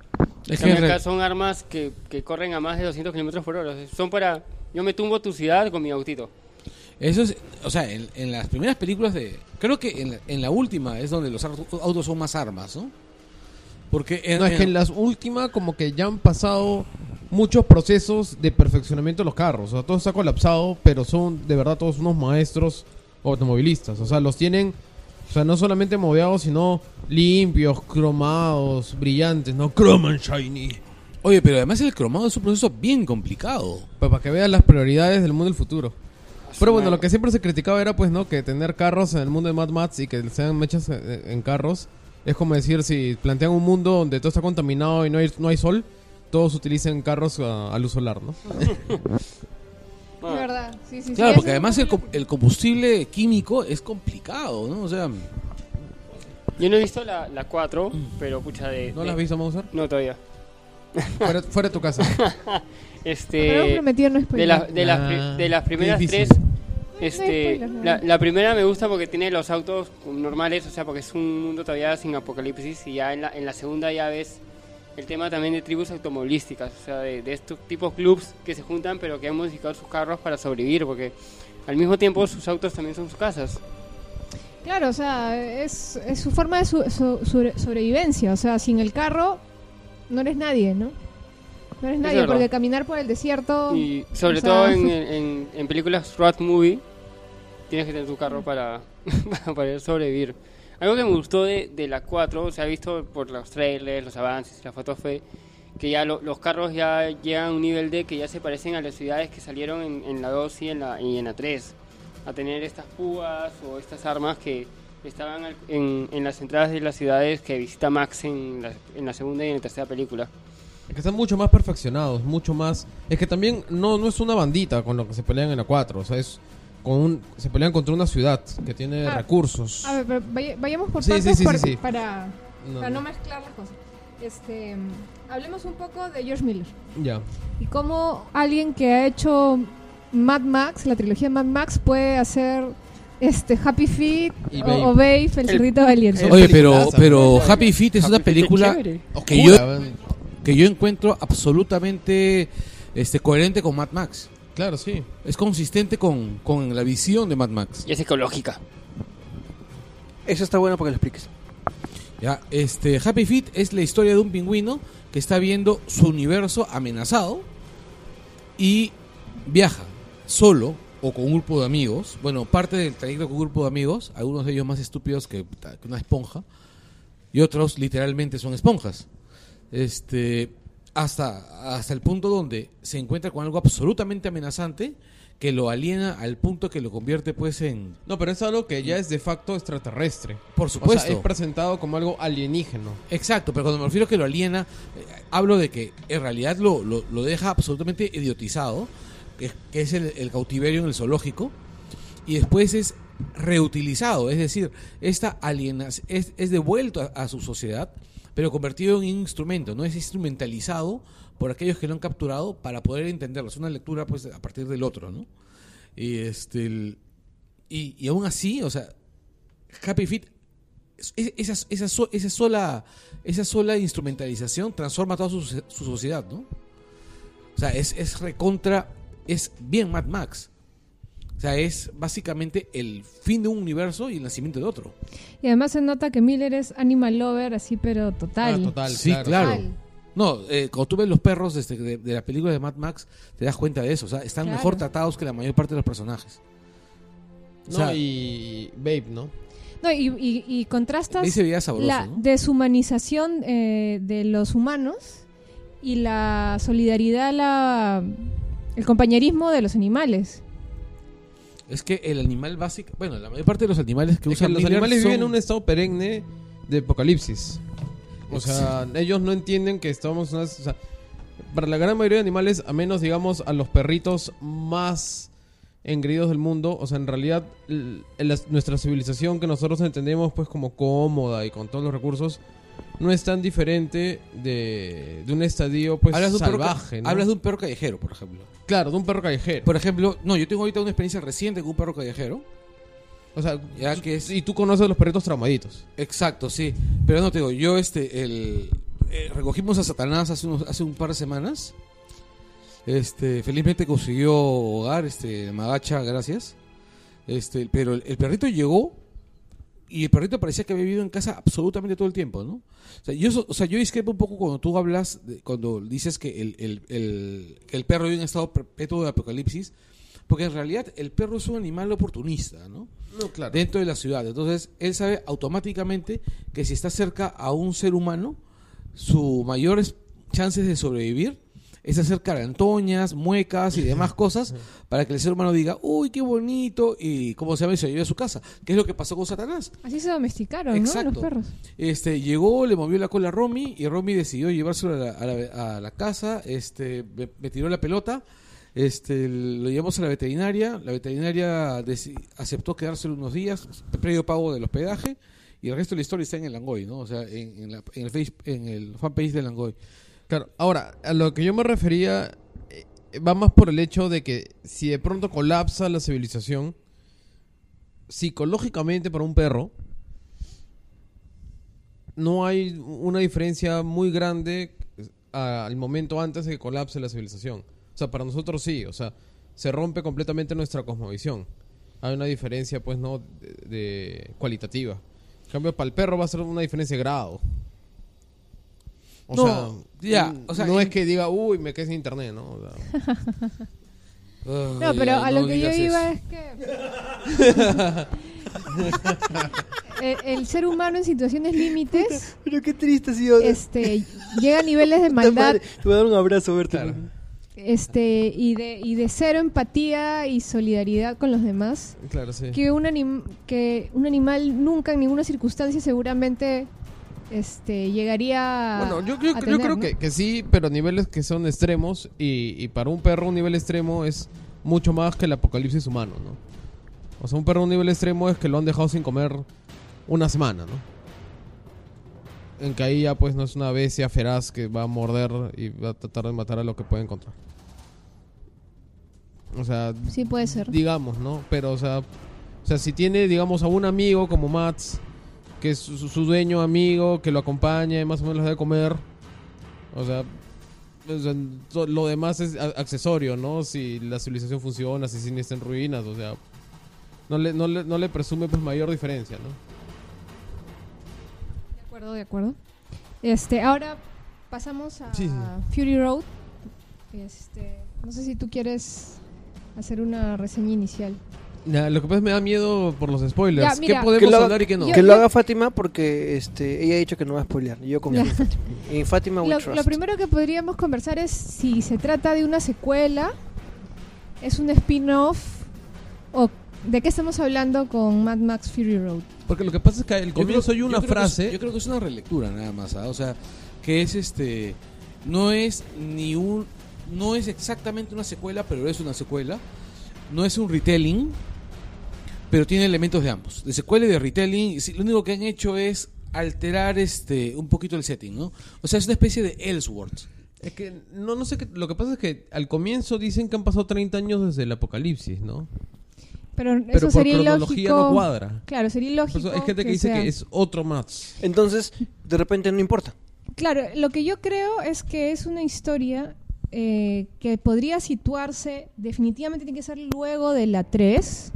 Speaker 4: Es
Speaker 6: Es
Speaker 4: que en
Speaker 6: acá
Speaker 4: re-
Speaker 6: son armas que, que corren a más de 200 kilómetros por hora. Son para... Yo me tumbo tu ciudad con mi autito.
Speaker 4: Eso es, o sea, en, en las primeras películas de... Creo que en la, en la última es donde los ar- autos son más armas, ¿no? Porque en,
Speaker 5: No, es que en las últimas como que ya han pasado muchos procesos de perfeccionamiento de los carros. O sea, todo está colapsado, pero son de verdad todos unos maestros automovilistas. O sea, los tienen, o sea, no solamente modeados, sino limpios, cromados, brillantes, ¿no? Croman shiny.
Speaker 4: Oye, pero además el cromado es un proceso bien complicado.
Speaker 5: Pues para que veas las prioridades del mundo del futuro. Pero bueno, lo que siempre se criticaba era pues, ¿no? Que tener carros en el mundo de Mad Max y que sean mechas eh, en carros. Es como decir, si plantean un mundo donde todo está contaminado y no hay, no hay sol, todos utilicen carros a, a luz solar, ¿no?
Speaker 1: De verdad, sí, sí, sí.
Speaker 4: Claro,
Speaker 1: Es
Speaker 4: porque
Speaker 1: un-
Speaker 4: además el, com- el combustible químico es complicado, ¿no? O sea,
Speaker 6: Yo no he visto la, la 4, pero pucha de...
Speaker 5: ¿No
Speaker 6: de-
Speaker 5: las has visto, Mauser?
Speaker 6: No, todavía.
Speaker 5: Fuera, fuera de tu casa.
Speaker 1: Pero hemos
Speaker 6: Este...
Speaker 1: prometido no
Speaker 6: De,
Speaker 1: spoiler.
Speaker 6: las (laughs) de, las pri-
Speaker 5: Ah,
Speaker 6: de las
Speaker 5: qué
Speaker 6: primeras
Speaker 5: difícil.
Speaker 6: tres, este,
Speaker 1: spoilers, ¿no?
Speaker 6: la, la primera me gusta porque tiene los autos normales, o sea, porque es un mundo todavía sin apocalipsis y ya en la, en la segunda ya ves el tema también de tribus automovilísticas, o sea, de, de estos tipos clubs que se juntan pero que han modificado sus carros para sobrevivir, porque al mismo tiempo sus autos también son sus casas.
Speaker 1: Claro, o sea, es, es su forma de su- su- sobre- sobrevivencia. O sea, sin el carro no eres nadie, ¿no? No eres nadie,
Speaker 6: verdad.
Speaker 1: porque caminar por el desierto...
Speaker 6: Y sobre
Speaker 1: o sea,
Speaker 6: todo
Speaker 1: (laughs)
Speaker 6: en, en- en películas road movie, tienes que tener tu carro para, (laughs) para poder sobrevivir. Algo que me gustó de, de la 4, se ha visto por los trailers, los avances, las fotos, fue que ya lo- los carros ya llegan a un nivel de que ya se parecen a las ciudades que salieron en, en la 2 y en la, y en la 3. A tener estas púas o estas armas que estaban al- en, en las entradas de las ciudades que visita Max en la, en la segunda y en la tercera película.
Speaker 5: que están mucho más perfeccionados, mucho más... Es que también no, no es una bandita con lo que se pelean en la 4, o sea, es con un, se pelean contra una ciudad que tiene
Speaker 1: Ah,
Speaker 5: recursos.
Speaker 1: A ver, pero vaya- vayamos por
Speaker 5: Sí,
Speaker 1: partes
Speaker 5: sí, sí, sí,
Speaker 1: por-
Speaker 5: sí.
Speaker 1: para,
Speaker 5: No,
Speaker 1: para no
Speaker 5: no.
Speaker 1: mezclar las cosas. Este, hablemos un poco de George Miller.
Speaker 5: Ya.
Speaker 1: Y cómo alguien que ha hecho Mad Max, la trilogía de Mad Max, puede hacer este Happy Feet
Speaker 5: Y Babe.
Speaker 1: o, o Babe, el cerdito valiente.
Speaker 4: oye, pero,
Speaker 5: peliculaza,
Speaker 4: pero Happy Feet es una
Speaker 6: Happy Feet es
Speaker 4: película
Speaker 6: chévere.
Speaker 4: que yo,
Speaker 5: Oscura, ¿ven?
Speaker 4: que yo encuentro absolutamente este, coherente con Mad Max.
Speaker 5: Claro, sí.
Speaker 4: Es consistente con, con la visión de Mad Max.
Speaker 6: Y es ecológica.
Speaker 2: Eso está bueno porque lo expliques.
Speaker 4: Ya, este, Happy Feet es la historia de un pingüino que está viendo su universo amenazado y viaja solo o con un grupo de amigos. Bueno, parte del trayecto con un grupo de amigos, algunos de ellos más estúpidos que, puta, que una esponja y otros literalmente son esponjas. Este, hasta, hasta el punto donde se encuentra con algo absolutamente amenazante que lo aliena al punto que lo convierte pues en...
Speaker 5: No, pero es algo que ya es de facto extraterrestre.
Speaker 4: Por
Speaker 5: O
Speaker 4: supuesto.
Speaker 5: sea, es presentado como algo alienígeno.
Speaker 4: Exacto, pero cuando me refiero a que lo aliena, eh, hablo de que en realidad lo, lo- lo deja absolutamente idiotizado, que, que es el, el cautiverio en el zoológico, y después es reutilizado, es decir, esta alienas es, es devuelto a, a su sociedad, pero convertido en un instrumento, no es instrumentalizado por aquellos que lo han capturado para poder entenderlo. Es una lectura pues a partir del otro, ¿no? Y este el- y, y aún así, o sea, Happy Feet es- e, esa, esa, so- esa sola esa sola instrumentalización transforma toda su, su sociedad, ¿no? O sea, es, es recontra, es bien Mad Max. O sea, es básicamente el fin de un universo y el nacimiento de otro.
Speaker 1: Y además se nota que Miller es animal lover, así, pero total.
Speaker 5: Ah, total,
Speaker 4: Sí, claro.
Speaker 1: Total.
Speaker 4: No, eh, cuando tú ves los perros desde- de, de la película de Mad Max, te das cuenta de eso. O sea, están
Speaker 1: Claro.
Speaker 4: mejor tratados que la mayor parte de los personajes. O
Speaker 5: No,
Speaker 4: sea,
Speaker 5: y Babe, ¿no?
Speaker 1: No, y, y- y contrastas
Speaker 4: dice vida sabroso,
Speaker 1: la
Speaker 4: ¿no?
Speaker 1: deshumanización eh, de los humanos y la solidaridad, la, el compañerismo de los animales.
Speaker 4: Es que el animal básico... Bueno, la mayor parte de los animales que
Speaker 5: Es que
Speaker 4: usan
Speaker 5: los
Speaker 4: Miller
Speaker 5: animales viven en
Speaker 4: son-
Speaker 5: un estado perenne de apocalipsis. O sea, ellos no entienden que estamos... en una- o sea, para la gran mayoría de animales, a menos, digamos, a los perritos más engreídos del mundo, o sea, en realidad l- en las- nuestra civilización que nosotros entendemos pues como cómoda y con todos los recursos, no es tan diferente de, de un estadio pues
Speaker 4: hablas, de un perro ca-
Speaker 5: salvaje, ¿no?
Speaker 4: hablas de un perro callejero, por ejemplo.
Speaker 5: Claro, de un perro callejero.
Speaker 4: Por ejemplo, no, yo tengo ahorita una experiencia reciente con un perro callejero.
Speaker 5: o sea,
Speaker 4: Ya que es.
Speaker 5: y tú conoces los perritos traumaditos.
Speaker 4: Exacto, sí. Pero no te digo, yo este, el, eh, recogimos a Satanás hace, unos, hace un par de semanas. Este, felizmente consiguió hogar, este, Magacha, gracias. Este, pero el, el perrito llegó y el perrito parecía que había vivido en casa absolutamente todo el tiempo, ¿no? O sea, yo, so- o sea, yo discrepo un poco cuando tú hablas, de- cuando dices que el, el, el- que el perro vive en estado perpetuo de apocalipsis, porque en realidad el perro es un animal oportunista, ¿no?
Speaker 5: No, claro.
Speaker 4: dentro de la ciudad. Entonces, él sabe automáticamente que si está cerca a un ser humano, sus mayores chances de sobrevivir es hacer carantoñas, muecas y demás cosas para que el ser humano diga, uy, qué bonito, y cómo se llama, y se lo lleve a su casa. ¿Qué es lo que pasó con Satanás?
Speaker 1: Así se domesticaron, ¿no?
Speaker 4: Exacto.
Speaker 1: Los perros.
Speaker 4: Este, llegó, le movió la cola a Romy y Romy decidió llevárselo a la, a la- a la casa, este, me, me tiró la pelota, este, lo llevamos a la veterinaria, la veterinaria deci- aceptó quedárselo unos días, previo pago del hospedaje, y el resto de la historia está en el Langoy, ¿no? O sea, en, en la- en el, face- en el fanpage del Langoy.
Speaker 5: Claro, ahora, a lo que yo me refería eh, va más por el hecho de que si de pronto colapsa la civilización, psicológicamente para un perro, no hay una diferencia muy grande a- al momento antes de que colapse la civilización. O sea, para nosotros sí, o sea, se rompe completamente nuestra cosmovisión. Hay una diferencia, pues, no, de, de- cualitativa. En cambio, para el perro va a ser una diferencia de grado. O
Speaker 4: No,
Speaker 5: sea,
Speaker 4: ya,
Speaker 5: mm,
Speaker 4: o sea,
Speaker 5: no
Speaker 4: y-
Speaker 5: es que diga, uy, me quedé sin internet, ¿no? O sea,
Speaker 1: No, pero a lo que yo iba es que. (laughs) Eh, el ser humano en situaciones límites
Speaker 2: Pero qué triste ha sido.
Speaker 1: este, llega a niveles de
Speaker 2: Puta
Speaker 4: (laughs)
Speaker 1: maldad
Speaker 2: madre, Te voy a dar un abrazo, Berto.
Speaker 1: este, y, de, y de cero empatía y solidaridad con los demás
Speaker 5: claro, sí.
Speaker 1: que un, anim- que un animal nunca en ninguna circunstancia seguramente este, llegaría a-
Speaker 5: Bueno, yo, yo-
Speaker 1: a
Speaker 5: yo
Speaker 1: tener,
Speaker 5: creo
Speaker 1: ¿no?
Speaker 5: que, que sí, pero niveles que son extremos y, y para un perro un nivel extremo es mucho más que el apocalipsis humano, ¿no? O sea, un perro un nivel extremo es que lo han dejado sin comer una semana, ¿no? En que ahí ya pues no es una bestia feraz que va a morder y va a tratar de matar a lo que puede encontrar. O sea,
Speaker 1: sí puede ser
Speaker 5: digamos, ¿no? Pero, o sea, o sea, si tiene, digamos, a un amigo como Mats, que es su, su dueño amigo, que lo acompaña y más o menos le da de comer, o sea, o sea, to- lo demás es a- accesorio, ¿no? Si la civilización funciona, si Sydney está en ruinas, o sea, no le, no le, no le presume pues mayor diferencia, ¿no?
Speaker 1: De acuerdo, de acuerdo. Este, ahora pasamos a
Speaker 5: Sí, sí.
Speaker 1: Fury Road. Este, no sé si tú quieres hacer una reseña inicial.
Speaker 5: Ya, lo que pasa es que me da miedo por los spoilers.
Speaker 1: Ya,
Speaker 5: ¿Qué
Speaker 1: mira.
Speaker 5: podemos
Speaker 2: Que lo haga-
Speaker 5: hablar y qué no?
Speaker 1: Yo-
Speaker 2: que
Speaker 1: yo-
Speaker 2: lo haga Fátima porque este, ella ha dicho que no va a spoilear. Yo confío en
Speaker 1: Ya.
Speaker 2: Fátima. En Fátima we
Speaker 1: Lo,
Speaker 2: trust.
Speaker 1: lo primero que podríamos conversar es si se trata de una secuela, es un spin-off o de qué estamos hablando con Mad Max Fury Road.
Speaker 5: Porque lo que pasa es que el
Speaker 4: Yo creo-
Speaker 5: comienzo hay
Speaker 4: yo
Speaker 5: una
Speaker 4: creo que es-
Speaker 5: frase...
Speaker 4: yo creo que es una relectura nada más, ¿ah? o sea, que es este, no es ni un, no es exactamente una secuela, pero es una secuela, no es un retelling, pero tiene elementos de ambos, de secuela y de retelling. y sí, Lo único que han hecho es alterar este un poquito el setting, ¿no? O sea, es una especie de Ellsworth.
Speaker 5: Es que no, no sé qué. Lo que pasa es que al comienzo dicen que han pasado 30 años desde el apocalipsis, ¿no?
Speaker 1: Pero,
Speaker 5: Pero
Speaker 1: eso
Speaker 5: por
Speaker 1: sería
Speaker 5: cronología
Speaker 1: ilógico.
Speaker 5: no cuadra.
Speaker 1: Claro, sería
Speaker 5: Por
Speaker 1: ilógico.
Speaker 5: eso hay gente que, dice
Speaker 1: sea.
Speaker 5: que es otro más.
Speaker 2: Entonces, de repente no importa.
Speaker 1: Claro, lo que yo creo es que es una historia eh, que podría situarse, definitivamente tiene que ser luego de la 3,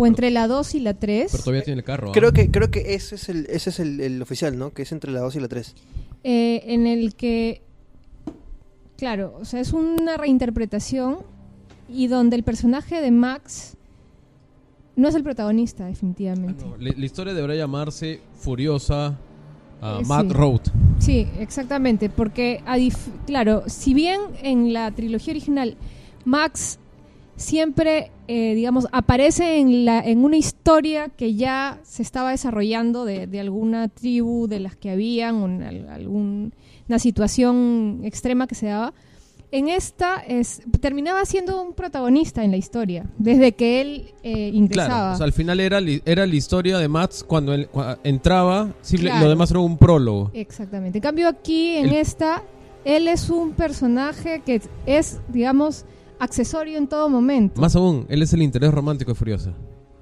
Speaker 1: o entre la 2 y la 3.
Speaker 5: Pero todavía tiene el carro. ¿ah?
Speaker 2: Creo que, creo que ese es el, ese es el, el oficial, ¿no? Que es entre la 2 y la 3.
Speaker 1: eh, en el que, claro, o sea, es una reinterpretación y donde el personaje de Max no es el protagonista,
Speaker 5: Ah,
Speaker 1: definitivamente.
Speaker 5: no, la, la historia deberá llamarse Furiosa a
Speaker 1: Eh,
Speaker 5: Mad
Speaker 1: sí.
Speaker 5: Road.
Speaker 1: Sí, exactamente, porque a dif- claro, si bien en la trilogía original Max siempre, eh, digamos, aparece en, la, en una historia que ya se estaba desarrollando de, de alguna tribu de las que habían, o en al- alguna situación extrema que se daba, en esta es, terminaba siendo un protagonista en la historia, desde que él eh, ingresaba.
Speaker 5: Claro, o sea, al final era, li- era la historia de Max cuando él cua- entraba, simple-
Speaker 1: Claro. Eh,
Speaker 5: lo demás era un prólogo.
Speaker 1: Exactamente. En cambio aquí, en
Speaker 5: El-
Speaker 1: esta, él es un personaje que es, digamos, accesorio en todo momento.
Speaker 5: Más aún, él es el interés romántico de Furiosa.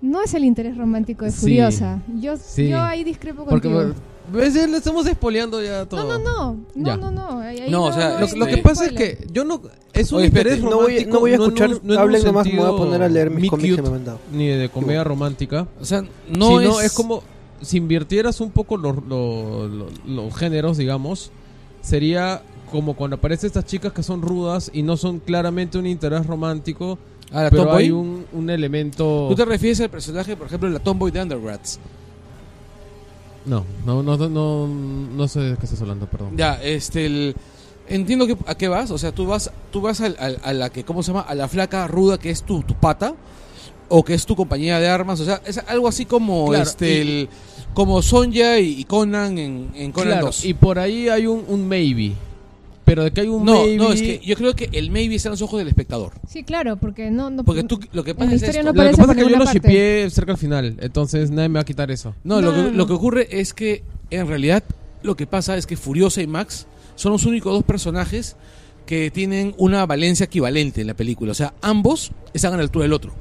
Speaker 1: No es el interés romántico de
Speaker 5: Sí.
Speaker 1: Furiosa. Yo,
Speaker 5: Sí.
Speaker 1: yo ahí discrepo
Speaker 5: Porque
Speaker 1: contigo.
Speaker 5: ¿Ves? Ya le estamos espoleando ya
Speaker 1: No,
Speaker 5: todo.
Speaker 1: no, no,
Speaker 5: Ya.
Speaker 1: no, no, no. ahí- ahí
Speaker 4: No, o sea,
Speaker 5: Lo,
Speaker 1: hay- este
Speaker 5: lo
Speaker 4: Sí.
Speaker 5: que pasa Este, es
Speaker 1: spoiler.
Speaker 5: que yo no... Es un
Speaker 4: Oye, espérate,
Speaker 5: interés
Speaker 2: no voy,
Speaker 5: romántico.
Speaker 2: no voy a escuchar,
Speaker 5: en un- no en un
Speaker 2: hablen nomás, me voy a
Speaker 5: sentido
Speaker 2: poner a leer mis
Speaker 5: me
Speaker 2: cómics que
Speaker 5: cute,
Speaker 2: me han mandado.
Speaker 5: Ni de comedia romántica.
Speaker 4: O sea,
Speaker 5: No,
Speaker 4: no
Speaker 5: es...
Speaker 4: es...
Speaker 5: como si invirtieras un poco los, los- los- los géneros, digamos, sería como cuando aparecen estas chicas que son rudas y no son claramente un interés romántico,
Speaker 4: Ah, la
Speaker 5: pero
Speaker 4: Tomboy.
Speaker 5: hay un, un elemento...
Speaker 4: ¿Tú te refieres al personaje, por ejemplo, de la Tomboy de Undergrats?
Speaker 5: No, no, no, no, no, no sé de qué estás hablando, perdón.
Speaker 4: Ya, este, el- entiendo que, a qué vas, o sea, tú vas, tú vas al- al- a la que, ¿cómo se llama? A la flaca ruda que es tu, tu pata, o que es tu compañía de armas, o sea, es algo así como,
Speaker 5: Claro,
Speaker 4: este,
Speaker 5: y-
Speaker 4: el- como Sonja y, y Conan en, en Conan
Speaker 5: Claro,
Speaker 4: 2.
Speaker 5: y por ahí hay un, un maybe, pero de que hay un
Speaker 4: no,
Speaker 5: maybe...
Speaker 4: no, es que yo creo que el maybe está en los ojos del espectador.
Speaker 1: Sí, claro, porque no... no
Speaker 4: Porque tú, lo que
Speaker 1: En
Speaker 4: pasa
Speaker 1: la
Speaker 4: es
Speaker 1: historia no
Speaker 4: esto.
Speaker 5: Lo que
Speaker 1: aparece
Speaker 5: pasa es
Speaker 1: por
Speaker 5: que yo
Speaker 1: ninguna
Speaker 5: lo
Speaker 1: parte.
Speaker 5: shipeé cerca al final, entonces nadie me va a quitar eso.
Speaker 4: No, lo,
Speaker 1: No,
Speaker 4: que,
Speaker 1: no, no.
Speaker 4: lo que ocurre es que en realidad lo que pasa es que Furiosa y Max son los únicos dos personajes que tienen una valencia equivalente en la película. O sea, ambos están a la altura del otro.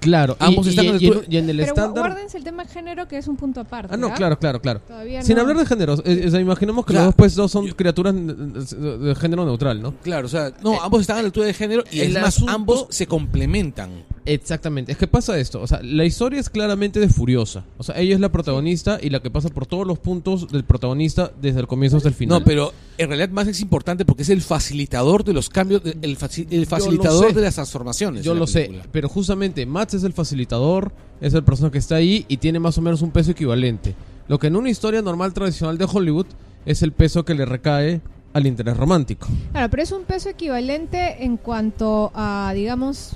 Speaker 5: Claro, y-
Speaker 4: Ambos
Speaker 5: y,
Speaker 4: están
Speaker 5: y
Speaker 4: en el
Speaker 5: en,
Speaker 4: tu-
Speaker 5: y en el
Speaker 1: Pero gu-
Speaker 5: estándar...
Speaker 1: guárdense el tema de género que es un punto aparte.
Speaker 5: Ah, no,
Speaker 1: ¿ah?
Speaker 5: claro, claro, claro.
Speaker 1: Todavía
Speaker 5: Sin
Speaker 1: no.
Speaker 5: hablar de géneros, eh, o sea, imaginemos que
Speaker 4: Claro.
Speaker 5: los dos pues dos son
Speaker 4: Yo-
Speaker 5: criaturas de de género neutral, ¿no?
Speaker 4: Claro, o sea, no, ambos están a la altura de género y
Speaker 5: eh, el
Speaker 4: es más,
Speaker 5: asunto-
Speaker 4: ambos se complementan.
Speaker 5: Exactamente. Es que pasa esto, o sea, la historia es claramente de Furiosa. O sea, ella es la protagonista y la que pasa por todos los puntos del protagonista desde el comienzo hasta el final.
Speaker 4: No, pero en realidad Max es importante porque es el facilitador de los cambios, de- el, faci- el facilitador
Speaker 5: sé.
Speaker 4: de las transformaciones.
Speaker 5: yo
Speaker 4: en la
Speaker 5: lo sé,
Speaker 4: película.
Speaker 5: pero justamente Max es el facilitador, es el persona que está ahí y tiene más o menos un peso equivalente. Lo que en una historia normal tradicional de Hollywood es el peso que le recae al interés romántico.
Speaker 1: Claro, pero es un peso equivalente en cuanto a, digamos,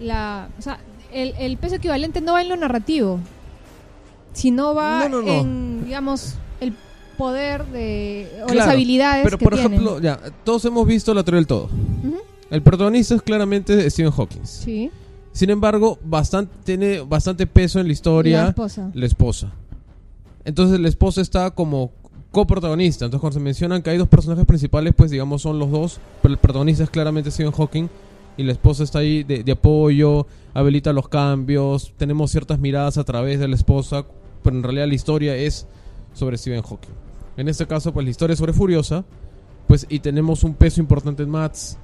Speaker 1: la... O sea, el, el peso equivalente no va en lo narrativo, sino va
Speaker 5: No, no, no.
Speaker 1: en, digamos, el poder de, o las
Speaker 5: Claro,
Speaker 1: habilidades
Speaker 5: Pero
Speaker 1: que
Speaker 5: por
Speaker 1: tienen.
Speaker 5: ejemplo, ya, todos hemos visto la teoría del todo.
Speaker 1: Ujú.
Speaker 5: El protagonista es claramente Stephen Hawking.
Speaker 1: Sí,
Speaker 5: Sin embargo, bastante, tiene bastante peso en la
Speaker 1: la
Speaker 5: historia
Speaker 1: esposa.
Speaker 5: la esposa. Entonces la esposa está como coprotagonista. Entonces cuando se mencionan que hay dos personajes principales, pues digamos son los dos, pero el protagonista es claramente Stephen Hawking y la esposa está ahí de, de apoyo, habilita los cambios, tenemos ciertas miradas a través de la esposa, pero en realidad la historia es sobre Stephen Hawking. En este caso, pues la historia es sobre Furiosa, pues y tenemos un peso importante en Mats.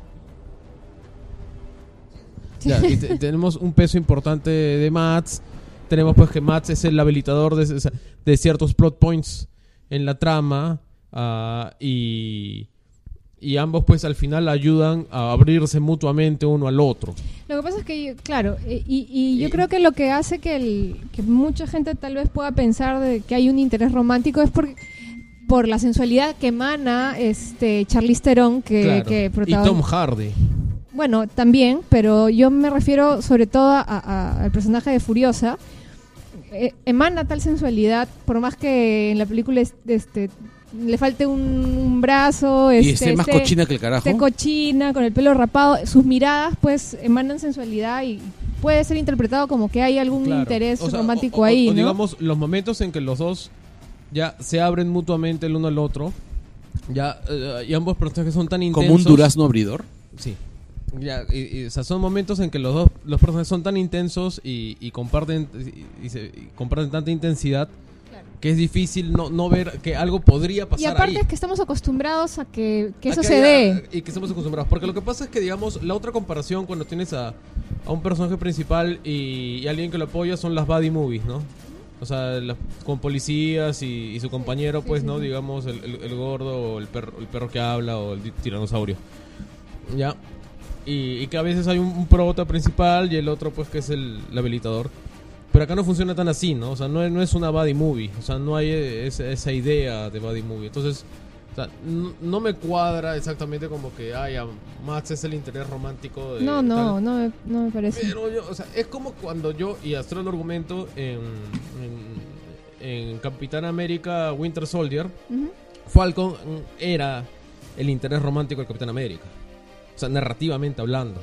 Speaker 5: Ya, y te- tenemos un peso importante de Mats. Tenemos pues que Mats es el habilitador de, ese- de ciertos plot points en la trama. ah, y, y ambos pues al final ayudan a abrirse mutuamente uno al otro.
Speaker 1: Lo que pasa es que, yo- claro, eh, y, y yo creo que lo que hace que, el, que mucha gente tal vez pueda pensar de que hay un interés romántico es por, por la sensualidad que emana este Charlize Theron, que,
Speaker 5: Claro.
Speaker 1: que
Speaker 5: y
Speaker 1: protagoniza.
Speaker 5: Tom Hardy.
Speaker 1: Bueno, también, pero yo me refiero sobre todo a- a- al personaje de Furiosa. Eh, emana tal sensualidad, por más que en la película es- este, le falte un, un brazo,
Speaker 4: y
Speaker 1: este,
Speaker 4: esté más
Speaker 1: esté-
Speaker 4: cochina que el carajo.
Speaker 1: esté cochina, con el pelo rapado, sus miradas pues emanan sensualidad y puede ser interpretado como que hay algún
Speaker 5: Claro.
Speaker 1: interés
Speaker 5: O sea,
Speaker 1: romántico
Speaker 5: o- o-
Speaker 1: ahí,
Speaker 5: o
Speaker 1: ¿no?
Speaker 5: digamos, los momentos en que los dos ya se abren mutuamente el uno al otro. Ya, eh, y ambos personajes son tan intensos.
Speaker 4: como un durazno abridor.
Speaker 5: Sí. Ya, y- y, o sea, son momentos en que los dos los personajes son tan intensos y, y comparten y, y se- y comparten tanta intensidad
Speaker 1: Claro.
Speaker 5: que es difícil no, no ver que algo podría pasar
Speaker 1: y aparte
Speaker 5: ahí.
Speaker 1: es que estamos acostumbrados a que, que
Speaker 5: A
Speaker 1: eso
Speaker 5: que
Speaker 1: se
Speaker 5: haya-
Speaker 1: dé.
Speaker 5: Y que estamos acostumbrados. Porque lo que pasa es que, digamos, la otra comparación cuando tienes a, a un personaje principal y, y alguien que lo apoya son las buddy movies, ¿no? O sea, las- con policías y, y su compañero,
Speaker 1: sí,
Speaker 5: pues,
Speaker 1: sí,
Speaker 5: ¿no?
Speaker 1: sí.
Speaker 5: Digamos, el, el- el gordo o el perro, el perro que habla o el di- tiranosaurio. ¿Ya? Y, y que a veces hay un, un prota principal y el otro, pues, que es el, el habilitador. Pero acá no funciona tan así, ¿no? O sea, no es, no es una buddy movie. O sea, no hay eh, esa, esa idea de buddy movie. Entonces, o sea, no, no me cuadra exactamente como que, ay, a Max es el interés romántico de.
Speaker 1: No,
Speaker 5: tal.
Speaker 1: no, no me, no me parece.
Speaker 5: Pero yo, o sea, es como cuando yo, y hasta el argumento en, en, en Capitán América Winter Soldier,
Speaker 1: Ujú.
Speaker 5: Falcon mm, era el interés romántico del Capitán América. O sea, narrativamente hablando.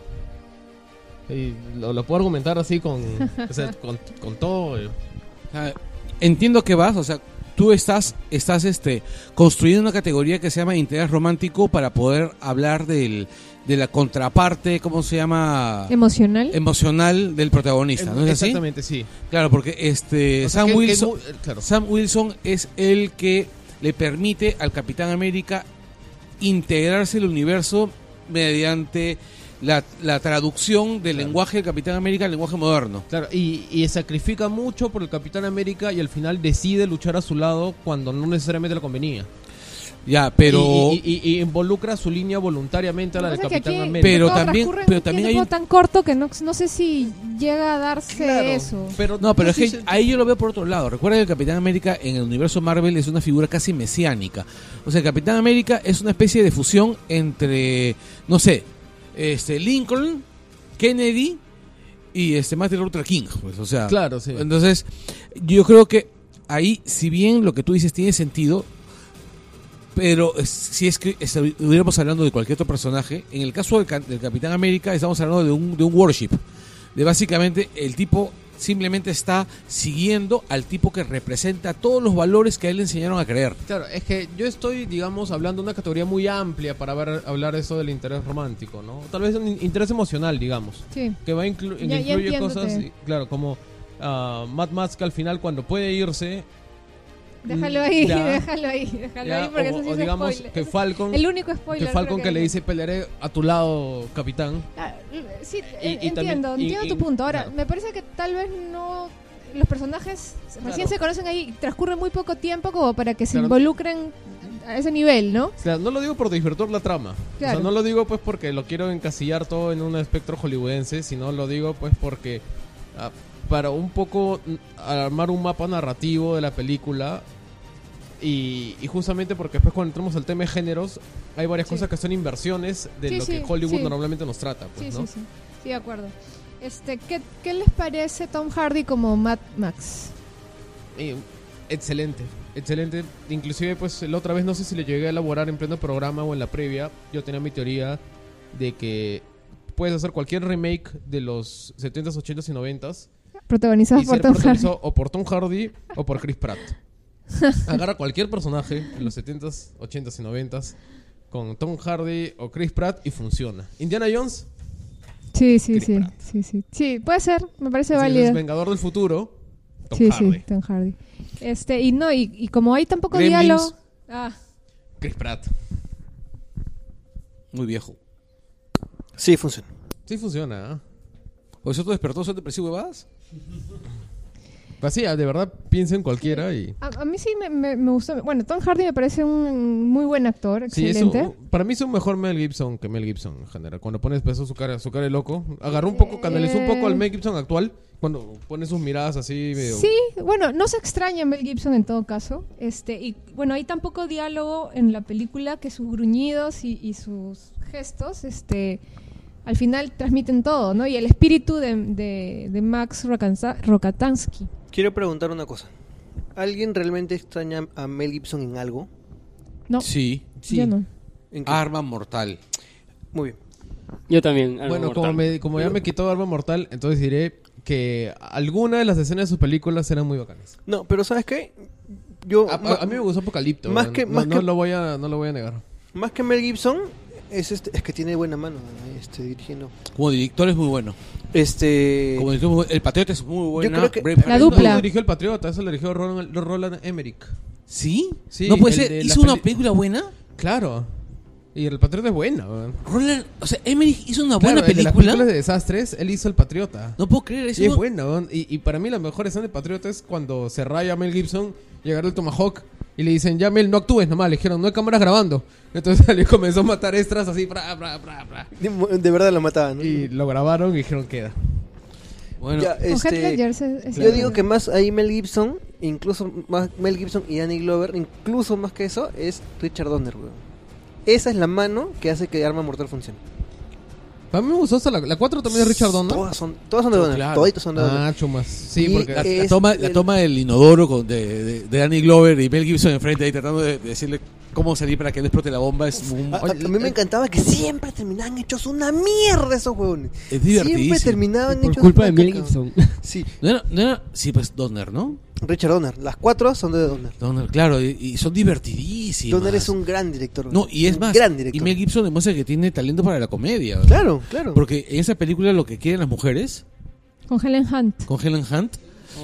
Speaker 5: Y lo, lo puedo argumentar así con, o sea, con, con todo. eh.
Speaker 4: O sea, entiendo que vas, o sea, tú estás, estás este, construyendo una categoría que se llama interés romántico para poder hablar del, de la contraparte, ¿cómo se
Speaker 5: ah.
Speaker 4: llama?
Speaker 1: Emocional.
Speaker 4: Emocional del protagonista, ¿no es así?
Speaker 5: Exactamente, sí.
Speaker 4: Claro, porque este
Speaker 5: O sea,
Speaker 4: Sam,
Speaker 5: que- que
Speaker 4: Wilson,
Speaker 5: mu- eh, claro.
Speaker 4: Sam Wilson es el que le permite al Capitán América integrarse al universo mediante la, la traducción del lenguaje del Capitán América al lenguaje moderno.
Speaker 5: Claro, y, y sacrifica mucho por el Capitán América y al final decide luchar a su lado cuando no necesariamente le convenía.
Speaker 4: Ya, pero...
Speaker 5: Y, y- y- y involucra su línea voluntariamente a la
Speaker 1: Lo
Speaker 5: del
Speaker 1: que pasa es que
Speaker 5: Capitán
Speaker 1: aquí
Speaker 5: América.
Speaker 4: Pero
Speaker 1: todo
Speaker 4: también-
Speaker 1: transcurre en
Speaker 4: pero
Speaker 1: un
Speaker 4: también hay
Speaker 1: tiempo
Speaker 4: un-
Speaker 1: tan corto que no, no sé si llega a darse
Speaker 5: Claro,
Speaker 1: eso.
Speaker 5: pero
Speaker 4: No, pero es
Speaker 5: sí
Speaker 4: que
Speaker 5: se-
Speaker 4: ahí yo lo veo por otro lado. Recuerda que el Capitán América en el universo Marvel es una figura casi mesiánica. O sea, el Capitán América es una especie de fusión entre, no sé, este Lincoln, Kennedy y este Martin Luther King. Pues, o sea,
Speaker 5: Claro, sí.
Speaker 4: entonces yo creo que ahí, si bien lo que tú dices tiene sentido, pero es- si es que estuviéramos hablando de cualquier otro personaje, en el caso del, ca- del Capitán América estamos hablando de un, de un worship. De básicamente el tipo simplemente está siguiendo al tipo que representa todos los valores que a él le enseñaron a creer.
Speaker 5: Claro, es que yo estoy, digamos, hablando de una categoría muy amplia para ver- hablar eso del interés romántico, ¿no? Tal vez un in- interés emocional, digamos,
Speaker 1: Sí.
Speaker 5: que va a inclu- que
Speaker 1: Ya- ya
Speaker 5: incluye
Speaker 1: entiéndote.
Speaker 5: cosas, y- claro, como ah, Matt Mask al final cuando puede irse,
Speaker 1: Déjalo ahí,
Speaker 5: Mm, Ya.
Speaker 1: (laughs) déjalo ahí, déjalo
Speaker 5: ya,
Speaker 1: ahí porque
Speaker 5: o,
Speaker 1: eso sí
Speaker 5: o
Speaker 1: es
Speaker 5: digamos
Speaker 1: spoiler.
Speaker 5: que
Speaker 1: Eso-
Speaker 5: Falcon,
Speaker 1: el único
Speaker 5: que
Speaker 1: spoiler.
Speaker 5: Falcon
Speaker 1: creo
Speaker 5: que le
Speaker 1: es.
Speaker 5: dice pelearé a tu lado, capitán.
Speaker 1: Ah, Sí,
Speaker 5: Y-
Speaker 1: en-
Speaker 5: y también-
Speaker 1: entiendo,
Speaker 5: y-
Speaker 1: entiendo
Speaker 5: y-
Speaker 1: tu punto. Ahora,
Speaker 5: claro.
Speaker 1: me parece que tal vez no. Los personajes recién
Speaker 5: Claro.
Speaker 1: se conocen ahí, transcurre muy poco tiempo como para que se
Speaker 5: Claro.
Speaker 1: involucren a ese nivel, ¿no?
Speaker 5: O sea, no lo digo por desvirtuar la trama. O
Speaker 1: Claro.
Speaker 5: sea, no lo digo pues porque lo quiero encasillar todo en un espectro hollywoodense, sino lo digo pues porque ah, para un poco mm, armar un mapa narrativo de la película y, y justamente porque después cuando entramos al tema de géneros hay varias
Speaker 1: Sí.
Speaker 5: cosas que son inversiones de
Speaker 1: Sí,
Speaker 5: lo
Speaker 1: sí,
Speaker 5: que Hollywood
Speaker 1: sí.
Speaker 5: normalmente nos trata, pues,
Speaker 1: sí,
Speaker 5: ¿no?
Speaker 1: sí, sí. Sí, de acuerdo. Este, ¿qué, ¿Qué les parece Tom Hardy como Mad Max?
Speaker 5: Eh, excelente, excelente. Inclusive, pues la otra vez no sé si lo llegué a elaborar en pleno programa o en la previa. Yo tenía mi teoría de que puedes hacer cualquier remake de los 70s, 80s y 90s
Speaker 1: Protagonizado
Speaker 5: y
Speaker 1: por
Speaker 5: ser
Speaker 1: Tom Hardy.
Speaker 5: protagonizado o por Tom Hardy o por Chris
Speaker 1: (laughs)
Speaker 5: Pratt. Agarra cualquier personaje en los 70s, 80s y 90s con Tom Hardy o Chris Pratt y funciona. Indiana Jones,
Speaker 1: Sí, sí,
Speaker 5: Chris
Speaker 1: sí,
Speaker 5: Pratt.
Speaker 1: sí, sí. Sí, puede ser, me parece
Speaker 5: es el
Speaker 1: válido.
Speaker 5: Vengador del Futuro. Tom
Speaker 1: sí,
Speaker 5: Hardy.
Speaker 1: sí, Tom Hardy. Este, y no, y, y como hay tan poco
Speaker 4: Gremlins.
Speaker 1: diálogo. Ah,
Speaker 5: Chris Pratt.
Speaker 4: Muy viejo.
Speaker 2: Sí, funciona.
Speaker 5: Sí funciona. ¿ah?
Speaker 4: ¿O eso te despertó, eso te pareció huevadas?
Speaker 5: Pues sí, de verdad piensa en cualquiera y...
Speaker 1: a, a mí sí me, me, me gustó. Bueno, Tom Hardy me parece un muy buen actor,
Speaker 5: Sí, es
Speaker 1: excelente.
Speaker 5: un- para mí es un mejor Mel Gibson que Mel Gibson en general. Cuando pones peso su cara, su cara de loco, agarró un poco, canalizó un poco al Mel Gibson actual. Cuando pone sus miradas así, medio-
Speaker 1: Sí, bueno, no se extraña Mel Gibson en todo caso. Este, y bueno, hay tan poco diálogo en la película que sus gruñidos y, y sus gestos, este, al final transmiten todo, ¿no? Y el espíritu de, de- de Max Rokansa- Rokatansky.
Speaker 2: Quiero preguntar una cosa. ¿Alguien realmente extraña a Mel Gibson en algo?
Speaker 1: No,
Speaker 4: Sí.
Speaker 1: yo no.
Speaker 2: ¿En qué?
Speaker 5: Ah.
Speaker 4: Arma mortal.
Speaker 2: Muy bien.
Speaker 6: Yo también. algo
Speaker 5: Bueno, como,
Speaker 6: mortal.
Speaker 5: me- como ya me quitó Arma Mortal, entonces diré que alguna de las escenas de sus películas eran muy bacanas.
Speaker 2: No, pero ¿sabes qué? Yo,
Speaker 5: A,
Speaker 2: ma-
Speaker 5: a- a mí me gustó Apocalipto.
Speaker 2: más
Speaker 5: no-
Speaker 2: que-
Speaker 5: no,
Speaker 2: más
Speaker 5: no
Speaker 2: que-
Speaker 5: lo voy a, no lo voy a negar.
Speaker 2: más que Mel Gibson, es, este, es que tiene buena mano este, dirigiendo.
Speaker 4: Como director es muy bueno.
Speaker 2: Este,
Speaker 4: Como director es muy bueno. El Patriota es muy bueno.
Speaker 2: creo que-
Speaker 1: La dupla.
Speaker 5: No, dirigió El Patriota, eso lo dirigió Ronald, Roland Emmerich.
Speaker 4: ¿Sí?
Speaker 5: Sí,
Speaker 4: No puede
Speaker 5: el
Speaker 4: ser.
Speaker 5: de la
Speaker 4: ¿Hizo una
Speaker 5: peli-
Speaker 4: película buena?
Speaker 5: Claro. Y El Patriota es buena. weón.
Speaker 4: Roland, o sea, Emmerich hizo una
Speaker 5: Claro,
Speaker 4: Ah, buena
Speaker 5: el de las
Speaker 4: película.
Speaker 5: películas de desastres, él hizo El Patriota.
Speaker 4: No puedo creer eso.
Speaker 5: Y es bueno, weón. y, y para mí la mejor escena de Patriota es cuando se raya a Mel Gibson, llegaron el Tomahawk y le dicen, ya Mel, no actúes nomás, le dijeron, no hay cámaras grabando. Entonces (laughs) le comenzó a matar extras así, pra, pra, pra, pra.
Speaker 2: de, de verdad lo mataban. ¿no?
Speaker 5: Y lo grabaron y dijeron, queda.
Speaker 4: Bueno,
Speaker 2: Ya,
Speaker 1: Con Heath
Speaker 2: este,
Speaker 1: Ledger se- es-
Speaker 2: Yo digo que más ahí Mel Gibson, incluso más Mel Gibson y Danny Glover, incluso más que eso, es Richard Donner, weón. Esa es la mano que hace que Arma Mortal funcione.
Speaker 5: Para mí me gustó hasta la, la 4 también de Richard Donner.
Speaker 2: Todas son, todas son de Donner,
Speaker 4: Claro.
Speaker 2: toditos son de Donner.
Speaker 5: Ah, chumas. Sí,
Speaker 2: Y- eh,
Speaker 5: porque...
Speaker 4: La, la
Speaker 2: Es
Speaker 4: toma, la
Speaker 2: el-
Speaker 4: toma del inodoro con de, de- de Danny Glover y Mel Gibson enfrente ahí tratando de, de decirle cómo salir para que no explote la bomba es un...
Speaker 2: A, Ah, a- a mí
Speaker 4: eh,
Speaker 2: me encantaba que siempre terminaban hechos una mierda esos huevones.
Speaker 4: Es
Speaker 2: Siempre
Speaker 4: divertidísimo.
Speaker 2: terminaban
Speaker 3: Por
Speaker 2: hechos
Speaker 3: culpa de
Speaker 2: una
Speaker 3: Mel
Speaker 2: caca.
Speaker 3: Gibson.
Speaker 2: Sí,
Speaker 4: No era- no era- sí, pues Donner, ¿no?
Speaker 2: Richard Donner. Las cuatro son de Donner.
Speaker 4: Donner, claro, y, y son divertidísimos.
Speaker 2: Donner es un gran director.
Speaker 4: No, y es
Speaker 2: un
Speaker 4: más,
Speaker 2: Gran
Speaker 4: y
Speaker 2: director.
Speaker 4: Mel Gibson demuestra que tiene talento para la comedia. ¿verdad?
Speaker 2: Claro, claro.
Speaker 4: Porque en esa película lo que quieren las mujeres,
Speaker 1: Con Helen Hunt. (laughs)
Speaker 4: con Helen Hunt,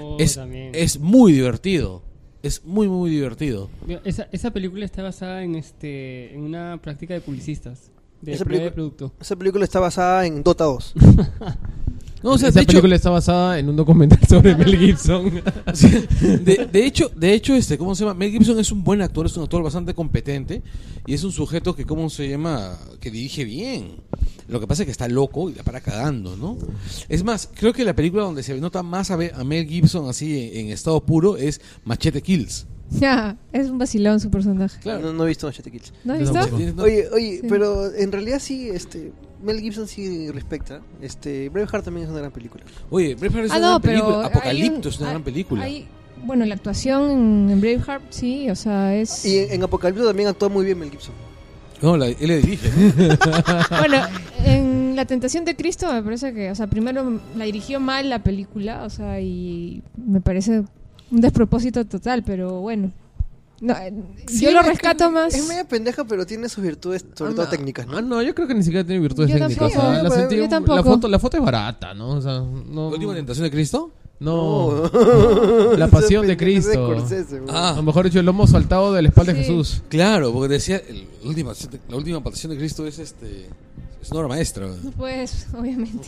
Speaker 3: Oh,
Speaker 4: es,
Speaker 3: también.
Speaker 4: es muy divertido. Es muy, muy divertido.
Speaker 3: Mira, Esa, esa película está basada en este en una práctica de publicistas. De
Speaker 2: Esa
Speaker 3: prueba de
Speaker 2: película-
Speaker 3: producto.
Speaker 2: Esa película está basada en Dota
Speaker 4: (laughs)
Speaker 2: 2.
Speaker 4: No, o sea,
Speaker 5: Esa
Speaker 4: de hecho,
Speaker 5: película está basada en un documental (laughs) sobre Mel (laughs) Gibson.
Speaker 4: Sí, de, de hecho, de hecho, este, ¿cómo se llama? Mel Gibson es un buen actor, es un actor bastante competente y es un sujeto que, ¿cómo se llama? Que dirige bien. Lo que pasa es que está loco y la para cagando, ¿no? Es más, creo que la película donde se nota más a, Be- a Mel Gibson así en, en estado puro es Machete Kills.
Speaker 1: Ya, es un vacilón su personaje.
Speaker 2: No, no he visto Machete Kills.
Speaker 1: ¿No has visto?
Speaker 4: Machete- no,
Speaker 2: Oye, oye,
Speaker 1: Sí.
Speaker 2: pero en realidad sí, este, Mel Gibson sí respecta. Este, Braveheart también es una gran película.
Speaker 4: Oye, Braveheart es
Speaker 1: Ah,
Speaker 4: una
Speaker 1: no,
Speaker 4: gran película.
Speaker 1: pero.
Speaker 4: Apocalipto
Speaker 1: hay
Speaker 4: es una
Speaker 1: un-
Speaker 4: gran película.
Speaker 1: hay- bueno, la actuación en- en Braveheart, sí, o sea, es.
Speaker 2: Y en, en Apocalipto también actúa muy bien Mel Gibson.
Speaker 4: No, la- él le dirige.
Speaker 1: (laughs) (laughs)
Speaker 4: ¿no?
Speaker 1: Bueno, en La Tentación de Cristo me parece que, o sea, primero la dirigió mal la película, o sea, y me parece un despropósito total, pero bueno. No, eh, yo lo
Speaker 2: es que
Speaker 1: rescato más.
Speaker 2: Es media pendeja, pero tiene sus virtudes, sobre todo técnicas,
Speaker 5: Ah,
Speaker 2: ¿no?
Speaker 5: no, yo creo que ni siquiera tiene virtudes
Speaker 1: Yo
Speaker 5: técnicas.
Speaker 1: tampoco,
Speaker 5: o sea, la
Speaker 2: yo
Speaker 5: sentí-
Speaker 1: yo
Speaker 5: la
Speaker 1: tampoco.
Speaker 5: foto, la foto es barata, ¿no? O sea, no.
Speaker 4: ¿La última tentación de Cristo?
Speaker 2: (laughs)
Speaker 5: No.
Speaker 2: No.
Speaker 5: (laughs) La pasión
Speaker 2: Esa
Speaker 5: de
Speaker 2: pendeja es
Speaker 5: Cristo.
Speaker 2: Scorsese, güey.
Speaker 5: A lo
Speaker 4: Ah,
Speaker 5: mejor hecho el lomo saltado de la espalda de
Speaker 1: Sí.
Speaker 5: Jesús.
Speaker 4: claro, porque decía, el- la última, la última tentación de Cristo es este. Es una obra maestra. ¿no?
Speaker 1: Pues, obviamente.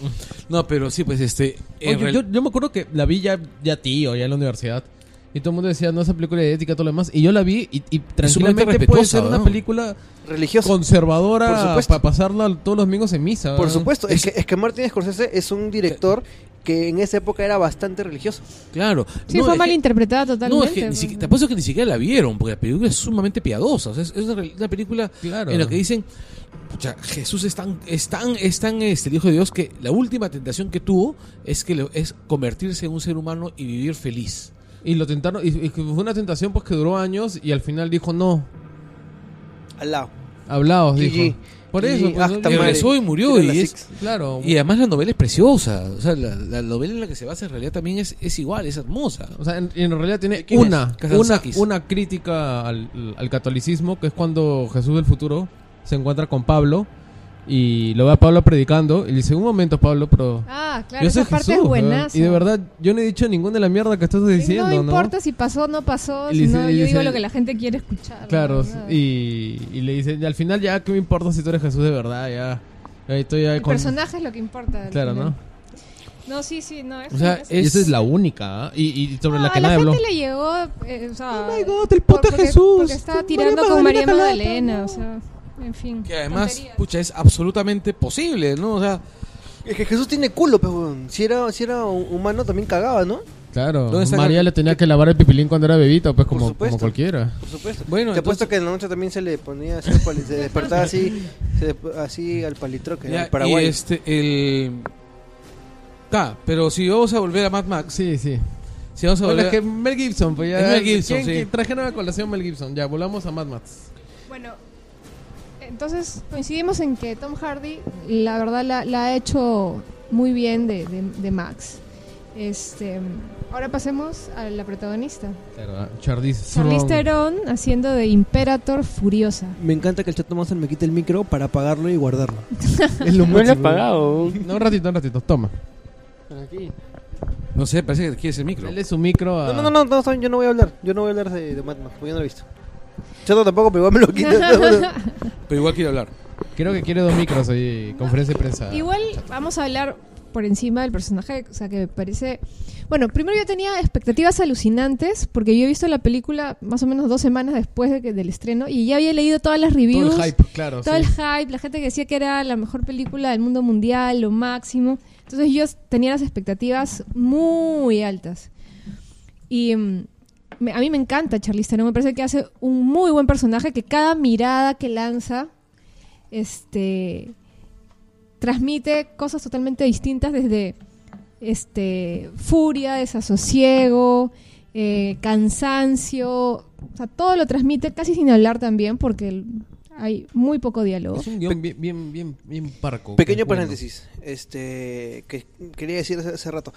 Speaker 4: No, pero sí, pues este. en
Speaker 5: Oye,
Speaker 4: real-
Speaker 5: yo, yo me acuerdo que la vi ya, ya tío, ya en la universidad. Y todo el mundo decía, no, esa película de ética, todo lo demás. Y yo la vi y, y tranquilamente puede
Speaker 4: respetuosa,
Speaker 5: ser una
Speaker 4: ¿no?
Speaker 5: película
Speaker 2: Religiosa. Por
Speaker 5: conservadora
Speaker 2: supuesto.
Speaker 5: para pasarla todos los domingos en misa.
Speaker 2: Por
Speaker 5: ¿eh?
Speaker 2: supuesto, es, que, es que Martin Scorsese es un director que en esa época era bastante religioso.
Speaker 4: Claro.
Speaker 1: Sí,
Speaker 4: No,
Speaker 1: fue
Speaker 4: es
Speaker 1: mal
Speaker 4: que-
Speaker 1: interpretada totalmente.
Speaker 4: No, es que ni siquiera, te apuesto que ni siquiera la vieron, porque la película es sumamente piadosa. O sea, es, es una, re- una película
Speaker 5: Claro.
Speaker 4: en la que dicen, pucha, Jesús es tan, es tan, es tan, este, el Hijo de Dios que la última tentación que tuvo es que le- es convertirse en un ser humano y vivir feliz.
Speaker 5: Y lo tentaron, y, y fue una tentación pues que duró años y al final dijo, no,
Speaker 2: Al lado.
Speaker 5: hablaos,
Speaker 2: GG.
Speaker 5: dijo. Por
Speaker 2: GG,
Speaker 5: eso, pues,
Speaker 2: hasta
Speaker 5: no-
Speaker 4: Y
Speaker 2: madre.
Speaker 4: regresó y murió.
Speaker 2: Era la
Speaker 4: Y, es-
Speaker 2: six.
Speaker 5: claro.
Speaker 4: y además la novela es preciosa. O sea, la, la novela en la que se basa en realidad también es, es igual, es hermosa.
Speaker 5: O sea, en, en realidad tiene
Speaker 4: ¿Quién es?
Speaker 5: una, una,
Speaker 4: Kazantzakis.
Speaker 5: una crítica al, al catolicismo, que es cuando Jesús del futuro se encuentra con Pablo y lo ve a Pablo predicando y le dice, un momento Pablo, pero...
Speaker 1: Ah, claro, esa parte es
Speaker 5: ¿verdad?
Speaker 1: buenaza.
Speaker 5: Y de verdad, yo no he dicho ninguna de la mierda que estás
Speaker 1: Sí,
Speaker 5: diciendo,
Speaker 1: no
Speaker 5: ¿no?
Speaker 1: importa si pasó o no pasó,
Speaker 5: Y le
Speaker 1: sino
Speaker 5: dice- y
Speaker 1: yo
Speaker 5: dice-
Speaker 1: digo lo que la gente quiere escuchar.
Speaker 5: Claro,
Speaker 1: ¿no?
Speaker 5: y, y le dice, "Y al final ya, ¿qué me importa si tú eres Jesús de verdad? Ya, ya estoy ya
Speaker 1: El
Speaker 5: con...
Speaker 1: personaje es lo que importa. al
Speaker 5: Claro,
Speaker 1: final.
Speaker 5: ¿no?
Speaker 1: No, sí, sí, no. Es,
Speaker 4: O sea,
Speaker 1: es-
Speaker 5: Y esa es la única, ¿ah? y, y sobre
Speaker 1: No,
Speaker 5: la que
Speaker 1: a la
Speaker 5: nadie habló.
Speaker 1: gente le llegó, eh, o sea,
Speaker 5: Oh my God, el pota
Speaker 1: porque-
Speaker 5: Jesús,
Speaker 1: Porque estaba
Speaker 5: con
Speaker 1: tirando
Speaker 5: María
Speaker 1: con María
Speaker 5: Magdalena
Speaker 1: Magdalena, o sea, en fin.
Speaker 4: Que además,
Speaker 1: tonterías.
Speaker 4: pucha, es absolutamente posible, ¿no? O sea,
Speaker 2: Es que Jesús tiene culo, pero si era, si era hu- humano también cagaba, ¿no?
Speaker 5: Claro,
Speaker 4: ¿Dónde está
Speaker 5: María
Speaker 4: Car-
Speaker 5: le tenía que lavar el pipilín cuando era bebito, pues
Speaker 2: Por
Speaker 5: como,
Speaker 2: supuesto.
Speaker 5: como cualquiera.
Speaker 2: Por supuesto.
Speaker 4: bueno,
Speaker 2: Te
Speaker 4: entonces-
Speaker 2: apuesto que en la noche también se le ponía así, al pali- se despertaba así, se desp- así al palitroque,
Speaker 4: Ya,
Speaker 2: al Paraguay.
Speaker 4: Y este, el. Ta, pero si vamos a volver a Mad Max,
Speaker 5: Sí, sí.
Speaker 4: si vamos a
Speaker 5: Bueno,
Speaker 4: volver.
Speaker 5: es que Mel Gibson, pues ya.
Speaker 4: Es Mel Gibson,
Speaker 5: ¿Quién-
Speaker 4: sí.
Speaker 5: quién- Trajeron a colación Mel Gibson. Ya, volamos a Mad Max.
Speaker 1: Bueno, entonces coincidimos en que Tom Hardy, la verdad, la, la ha hecho muy bien de, de- de Max. Este, ahora pasemos a la protagonista.
Speaker 5: Claro, Charlize
Speaker 1: Charlize (laughs)
Speaker 5: Theron.
Speaker 1: Theron haciendo de Imperator Furiosa.
Speaker 2: Me encanta que el Chato Monster me quite el micro para apagarlo y guardarlo.
Speaker 5: Es lo
Speaker 6: No le has
Speaker 5: máximo.
Speaker 6: pagado.
Speaker 5: No, un ratito, un ratito. Toma.
Speaker 6: Aquí.
Speaker 4: No sé, parece que te quieres el micro.
Speaker 5: Dale su micro a.
Speaker 2: No, no, no, no, no, saben, yo no voy a hablar. Yo no voy a hablar de, de Mad Max, porque yo no lo he visto. Chato tampoco, pero igual me lo quita.
Speaker 4: Pero igual quiero hablar.
Speaker 5: Creo que quiere dos micros ahí. Conferencia de
Speaker 1: (laughs)
Speaker 5: prensa.
Speaker 1: Igual vamos a hablar por encima del personaje, o sea, que me parece... Bueno, primero yo tenía expectativas alucinantes, porque yo he visto la película más o menos dos semanas después de que, del estreno, y ya había leído todas las reviews.
Speaker 5: Todo el hype, claro.
Speaker 1: todo
Speaker 5: sí.
Speaker 1: el hype, la gente que decía que era la mejor película del mundo mundial, lo máximo. Entonces yo tenía las expectativas muy altas. Y mm, me- a mí me encanta Charlize Theron, me parece que hace un muy buen personaje, que cada mirada que lanza este transmite cosas totalmente distintas desde este furia, desasosiego, eh, cansancio, o sea, todo lo transmite casi sin hablar también porque el- hay muy poco diálogo.
Speaker 5: Es un guión bien, bien, bien, bien parco.
Speaker 2: Pequeño
Speaker 5: bueno.
Speaker 2: paréntesis, este, que quería decir hace, hace rato.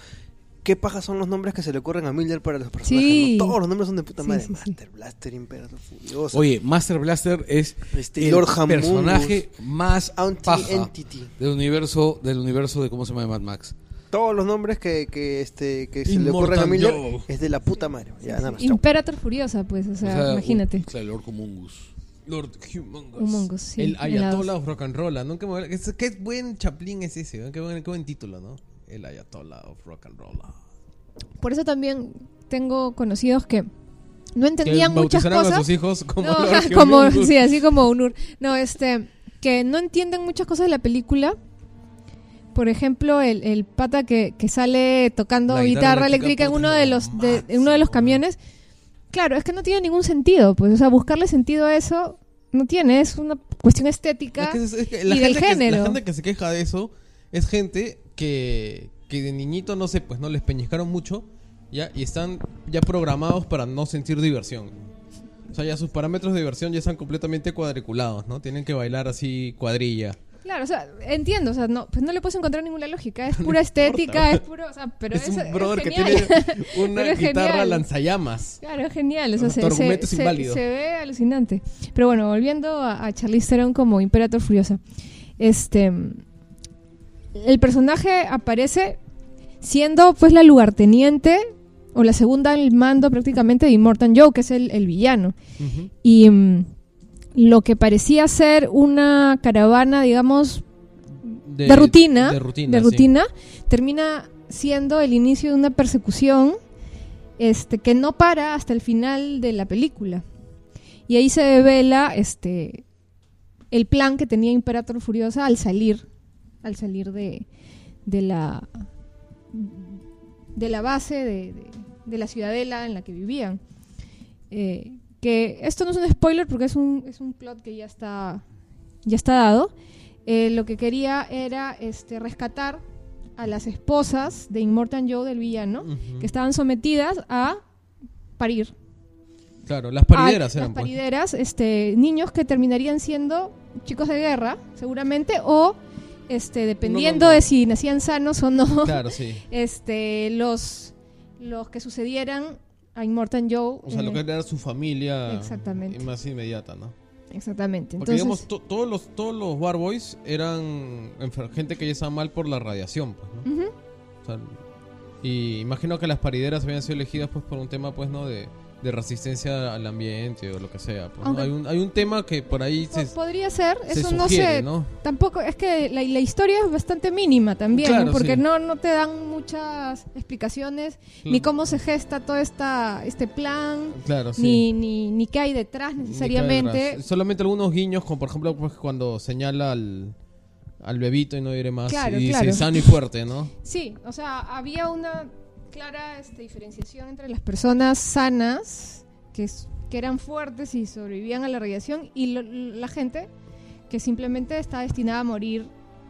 Speaker 2: ¿Qué paja son los nombres que se le ocurren a Miller para los personajes?
Speaker 1: Sí.
Speaker 2: no? Todos los nombres son de puta
Speaker 1: Sí,
Speaker 2: madre.
Speaker 1: sí, sí.
Speaker 2: Master Blaster, Imperador Furioso.
Speaker 4: Oye, Master Blaster es
Speaker 2: Este,
Speaker 4: el
Speaker 2: Lord Hamundus.
Speaker 4: personaje más paja
Speaker 2: Anti-Entity.
Speaker 4: del universo, del universo de cómo se llama de Mad Max.
Speaker 2: Todos los nombres que, que, este, que se le ocurren
Speaker 4: Immortal
Speaker 2: a Miller
Speaker 4: Joe.
Speaker 2: es de la puta madre. Ya, nada más. chao.
Speaker 1: Imperator Furiosa, pues, o
Speaker 4: O
Speaker 1: sea,
Speaker 4: sea, uh,
Speaker 1: imagínate.
Speaker 4: un- claro, Lord Comungus. Lord Humongous.
Speaker 1: Humongous, sí,
Speaker 5: el
Speaker 1: helados.
Speaker 5: Ayatollah of Rock and Roll, ¿no? Qué, buen- es- qué buen chaplín es ese, ¿no? qué, buen, qué buen título, ¿no? El Ayatollah of Rock and Roll.
Speaker 1: Por eso también tengo conocidos que no
Speaker 5: Que
Speaker 1: entendían muchas
Speaker 5: bautizaron a
Speaker 1: cosas.
Speaker 5: sus hijos
Speaker 1: (laughs)
Speaker 5: como
Speaker 1: No,
Speaker 5: Lord
Speaker 1: como,
Speaker 5: Humongous.
Speaker 1: sí, así como Unur. No, este, que no entienden muchas cosas de la película. Por ejemplo, el, el pata que, que sale tocando
Speaker 5: La
Speaker 1: guitarra,
Speaker 5: guitarra
Speaker 1: eléctrica
Speaker 5: eléctrica, Ah,
Speaker 1: en
Speaker 5: puta,
Speaker 1: uno de
Speaker 5: lo
Speaker 1: los de, en
Speaker 5: máximo,
Speaker 1: uno de los
Speaker 5: weón.
Speaker 1: camiones. Claro, es que no tiene ningún sentido, pues, o sea, buscarle sentido a eso no tiene, es una cuestión estética.
Speaker 5: Es que es- es que
Speaker 1: y
Speaker 5: la,
Speaker 1: del
Speaker 5: gente que,
Speaker 1: género.
Speaker 5: la gente que se queja de eso es gente que, que de niñito, no sé, pues no les peñizcaron mucho ya y están ya programados para no sentir diversión. O sea, ya sus parámetros de diversión ya están completamente cuadriculados, ¿no? Tienen que bailar así cuadrilla.
Speaker 1: Claro, o sea, entiendo, o sea, no, pues no le puedes encontrar ninguna lógica,
Speaker 5: (laughs)
Speaker 1: es pura estética, es puro, o sea, pero
Speaker 5: es
Speaker 1: es,
Speaker 5: un
Speaker 1: es
Speaker 5: brother que
Speaker 1: genial. (laughs)
Speaker 5: tiene una
Speaker 1: Pero es
Speaker 5: guitarra
Speaker 1: genial.
Speaker 5: lanzallamas.
Speaker 1: Claro, es genial. O sea,
Speaker 5: Tu
Speaker 1: se, se,
Speaker 5: argumento es
Speaker 1: se-
Speaker 5: inválido.
Speaker 1: se ve alucinante. Pero bueno, volviendo a, a Charlize Theron como Imperator Furiosa. Este. El personaje aparece siendo pues la lugarteniente o la segunda al mando prácticamente de Immortan Joe, que es el, el villano. Y mm, lo que parecía ser una caravana, digamos, de, rutina,
Speaker 5: De rutina.
Speaker 1: de
Speaker 5: sí.
Speaker 1: rutina, termina siendo el inicio de una persecución este, que no para hasta el final de la película. Y ahí se devela este, el plan que tenía Imperator Furiosa al salir, al salir de, de la, de la base de, de- de la ciudadela en la que vivían. Eh, que esto no es un spoiler porque es un, es un plot que ya está, ya está dado. Eh, lo que quería era este, rescatar a las esposas de Immortan Joe del villano,
Speaker 5: Ujú.
Speaker 1: que estaban sometidas a parir.
Speaker 5: Claro, las parideras
Speaker 1: Ah,
Speaker 5: eran.
Speaker 1: Las
Speaker 5: pues.
Speaker 1: parideras, este, niños que terminarían siendo chicos de guerra, seguramente, o este, dependiendo
Speaker 5: No, no, no.
Speaker 1: de si nacían sanos o no,
Speaker 5: Claro, sí.
Speaker 1: este, los, los que sucedieran a Immortan Joe. eh,
Speaker 5: O sea,
Speaker 1: en
Speaker 5: lo que
Speaker 1: el-
Speaker 5: era su familia
Speaker 1: Mm. Exactamente.
Speaker 5: más inmediata, ¿no?
Speaker 1: Exactamente.
Speaker 5: Porque
Speaker 1: Entonces,
Speaker 5: digamos, to- todos los todos los War Boys eran enfer- gente que ya estaba mal por la radiación, pues, ¿no?
Speaker 1: Ujú.
Speaker 5: O sea, y imagino que las parideras habían sido elegidas pues por un tema pues no de, de resistencia al ambiente o lo que sea. pues, ¿no?
Speaker 1: Aunque-
Speaker 5: hay, un, hay un tema que por ahí
Speaker 1: po-
Speaker 5: se,
Speaker 1: podría ser,
Speaker 5: se
Speaker 1: eso no
Speaker 5: sugiere,
Speaker 1: sé,
Speaker 5: ¿no?
Speaker 1: Tampoco, es que la, la historia es bastante mínima también,
Speaker 5: Claro,
Speaker 1: ¿no? porque
Speaker 5: sí.
Speaker 1: no, no te dan muchas explicaciones, ni
Speaker 5: Claro.
Speaker 1: cómo se gesta todo esta, este plan,
Speaker 5: Claro, sí.
Speaker 1: ni, ni, ni qué hay detrás
Speaker 5: Ni
Speaker 1: necesariamente.
Speaker 5: cae atrás. Solamente algunos guiños, como por ejemplo pues, cuando señala al, al bebito y no diré más.
Speaker 1: Claro,
Speaker 5: y
Speaker 1: claro.
Speaker 5: dice sano y fuerte,
Speaker 1: (laughs)
Speaker 5: ¿no?
Speaker 1: Sí, o sea, había una clara este, diferenciación entre las personas sanas, que, s- que eran fuertes y sobrevivían a la radiación, y lo- la gente que simplemente está destinada a morir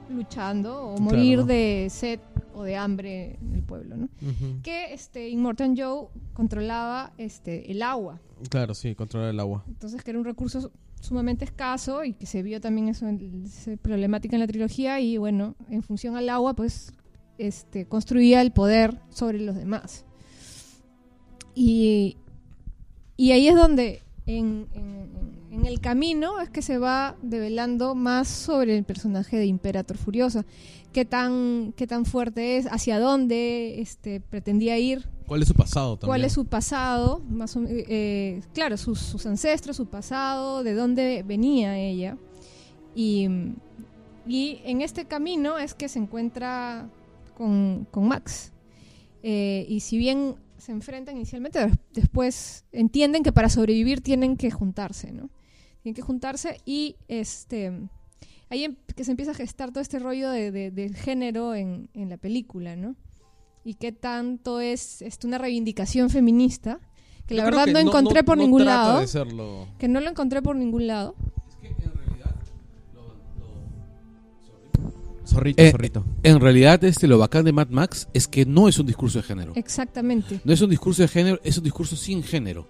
Speaker 1: luchando o morir
Speaker 5: Claro.
Speaker 1: de sed o de hambre en el pueblo, ¿no?
Speaker 5: Ujú.
Speaker 1: Que este, Immortan Joe controlaba este, el agua,
Speaker 5: Claro, sí, controlar el agua.
Speaker 1: entonces que era un recurso sumamente escaso y que se vio también eso en- esa problemática en la trilogía y bueno, en función al agua pues este, construía el poder sobre los demás. Y, y ahí es donde en, en- en el camino es que se va develando más sobre el personaje de Imperator Furiosa, qué tan, qué tan fuerte es, hacia dónde este, pretendía ir
Speaker 5: ¿Cuál es su pasado también?
Speaker 1: cuál es su pasado, más o men- eh, eh, claro, sus, sus ancestros, su pasado, de dónde venía ella. Y, y en este camino es que se encuentra con, con Max. Eh, y si bien se enfrentan inicialmente, des- después entienden que para sobrevivir tienen que juntarse, ¿no? Tienen que juntarse y este ahí em- que se empieza a gestar todo este rollo de, de- del género en, en la película, ¿no? Y qué tanto es, este, una reivindicación feminista, que la
Speaker 5: Yo creo
Speaker 1: verdad
Speaker 5: que
Speaker 1: no encontré por
Speaker 5: no
Speaker 1: ningún
Speaker 5: trata
Speaker 1: lado,
Speaker 5: de serlo.
Speaker 1: que no lo encontré por ningún lado.
Speaker 4: Es que en realidad, lo,
Speaker 10: Zorrito,
Speaker 4: Eh,
Speaker 10: zorrito.
Speaker 4: En realidad, este, lo bacán de Mad Max es que no es un discurso de género.
Speaker 1: Exactamente.
Speaker 4: No es un discurso de género, es un discurso sin género.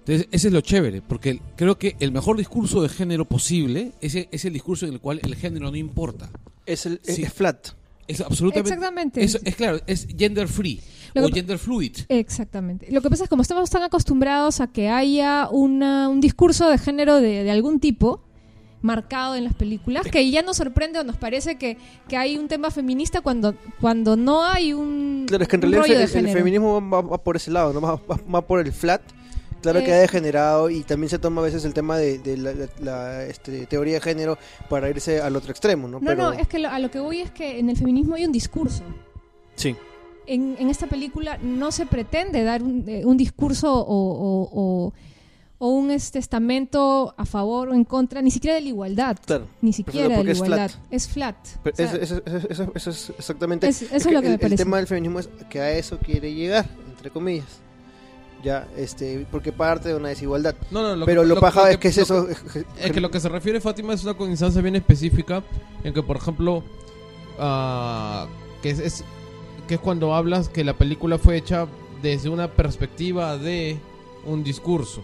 Speaker 4: Entonces, ese es lo chévere, porque el- creo que el mejor discurso de género posible es el, es el discurso en el cual el género no importa.
Speaker 2: Es el
Speaker 4: Sí.
Speaker 2: es flat.
Speaker 4: Es absolutamente.
Speaker 1: Exactamente.
Speaker 4: Es, es claro, es gender free
Speaker 1: Lo
Speaker 4: o
Speaker 1: que-
Speaker 4: gender fluid.
Speaker 1: Exactamente. Lo que pasa es como estamos tan acostumbrados a que haya una- un discurso de género de, de algún tipo marcado en las películas, que ya nos sorprende o nos parece que, que hay un tema feminista cuando, cuando no hay un,
Speaker 2: Claro, es que en
Speaker 1: un
Speaker 2: realidad
Speaker 1: rollo
Speaker 2: el,
Speaker 1: de
Speaker 2: el
Speaker 1: género.
Speaker 2: feminismo va, va por ese lado, ¿no? va, va- va por el flat. Claro que
Speaker 1: Eh.
Speaker 2: ha degenerado y también se toma a veces el tema de, de la, la- la, este, teoría de género para irse al otro extremo, ¿no?
Speaker 1: no, no, es que lo- a lo que voy es que en el feminismo hay un discurso.
Speaker 2: Sí.
Speaker 1: En, en esta película no se pretende dar un, eh, un discurso o, o- o- o un es- testamento a favor o en contra, ni siquiera de la igualdad.
Speaker 2: Claro.
Speaker 1: Ni siquiera
Speaker 2: Porque
Speaker 1: de la
Speaker 2: es flat.
Speaker 1: igualdad. Es flat.
Speaker 2: Pero
Speaker 1: O sea,
Speaker 2: eso, eso- eso- eso- eso es exactamente
Speaker 1: Es- eso es
Speaker 2: que
Speaker 1: lo que me
Speaker 2: el, el
Speaker 1: parece.
Speaker 2: tema del feminismo es que a eso quiere llegar entre comillas ya este porque parte de una desigualdad
Speaker 5: No, no, lo
Speaker 2: pero
Speaker 5: que-
Speaker 2: eh, lo,
Speaker 5: lo-
Speaker 2: paja
Speaker 5: lo
Speaker 2: es
Speaker 5: que-
Speaker 2: que es
Speaker 5: lo
Speaker 2: eso
Speaker 5: Es que lo que se refiere Fátima es una coincidencia bien específica en que, por ejemplo, ah, que es, es- que es cuando hablas que la película fue hecha desde una perspectiva de un discurso.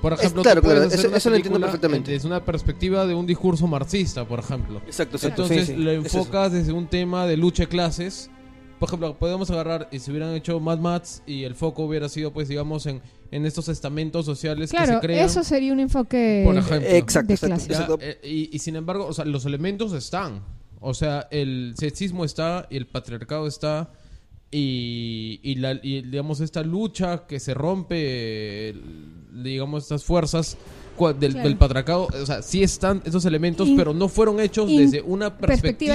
Speaker 5: Por
Speaker 2: Es-
Speaker 5: ejemplo,
Speaker 2: claro,
Speaker 5: tú puedes
Speaker 2: claro,
Speaker 5: hacer
Speaker 2: eso-
Speaker 5: una
Speaker 2: eso lo entiendo
Speaker 5: película eh,
Speaker 2: perfectamente.
Speaker 5: Desde una perspectiva de un discurso marxista, por ejemplo.
Speaker 2: Exacto, exacto,
Speaker 5: Entonces
Speaker 2: sí, sí,
Speaker 5: lo
Speaker 2: es eso.
Speaker 5: enfocas desde un tema de lucha de clases. Por ejemplo, podemos agarrar y si hubieran hecho Mad Max y el foco hubiera sido, pues, digamos, en, en estos estamentos sociales que
Speaker 1: claro,
Speaker 5: se crean.
Speaker 1: eso sería un enfoque
Speaker 5: Por ejemplo.
Speaker 2: Exacto,
Speaker 1: de
Speaker 2: exacto,
Speaker 1: clase.
Speaker 5: Ya,
Speaker 2: Exacto.
Speaker 5: eh, y, y sin embargo, o sea, los elementos están. O sea, el sexismo está y el patriarcado está. Y, y, la, y, digamos, esta lucha que se rompe, el- digamos, estas fuerzas cua- del,
Speaker 1: Claro.
Speaker 5: del patriarcado. O sea, sí están esos elementos,
Speaker 1: In-
Speaker 5: pero no fueron hechos
Speaker 1: in-
Speaker 5: desde una perspectiva,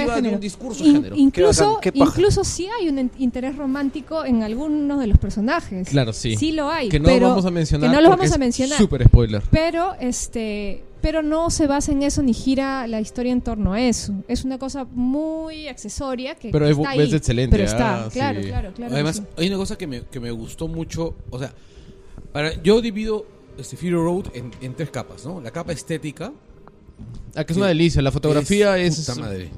Speaker 1: Perspectiva
Speaker 5: de,
Speaker 1: género.
Speaker 5: un discurso
Speaker 1: In-
Speaker 5: de género.
Speaker 1: Incluso,
Speaker 2: bacán, qué paja.
Speaker 1: incluso sí hay un en- interés romántico en algunos de los personajes.
Speaker 5: Claro, sí.
Speaker 1: Sí lo hay.
Speaker 5: que no
Speaker 1: pero,
Speaker 5: vamos a mencionar.
Speaker 1: Que no lo
Speaker 5: porque
Speaker 1: vamos a
Speaker 5: es
Speaker 1: mencionar.
Speaker 5: Súper spoiler.
Speaker 1: Pero, este, pero no se basa en eso ni gira la historia en torno a eso. Es una cosa muy accesoria que
Speaker 5: Pero
Speaker 1: que
Speaker 5: es bu-
Speaker 1: está ahí,
Speaker 5: es excelente,
Speaker 1: Pero está,
Speaker 5: ah,
Speaker 1: claro,
Speaker 5: sí.
Speaker 1: claro, claro. que
Speaker 4: Además,
Speaker 1: sí.
Speaker 4: hay una cosa que me, que me gustó mucho. O sea, para, yo divido este Fury Road en, en tres capas, ¿no? La capa estética.
Speaker 5: Ah, que es una delicia. La fotografía es.
Speaker 4: Puta madre.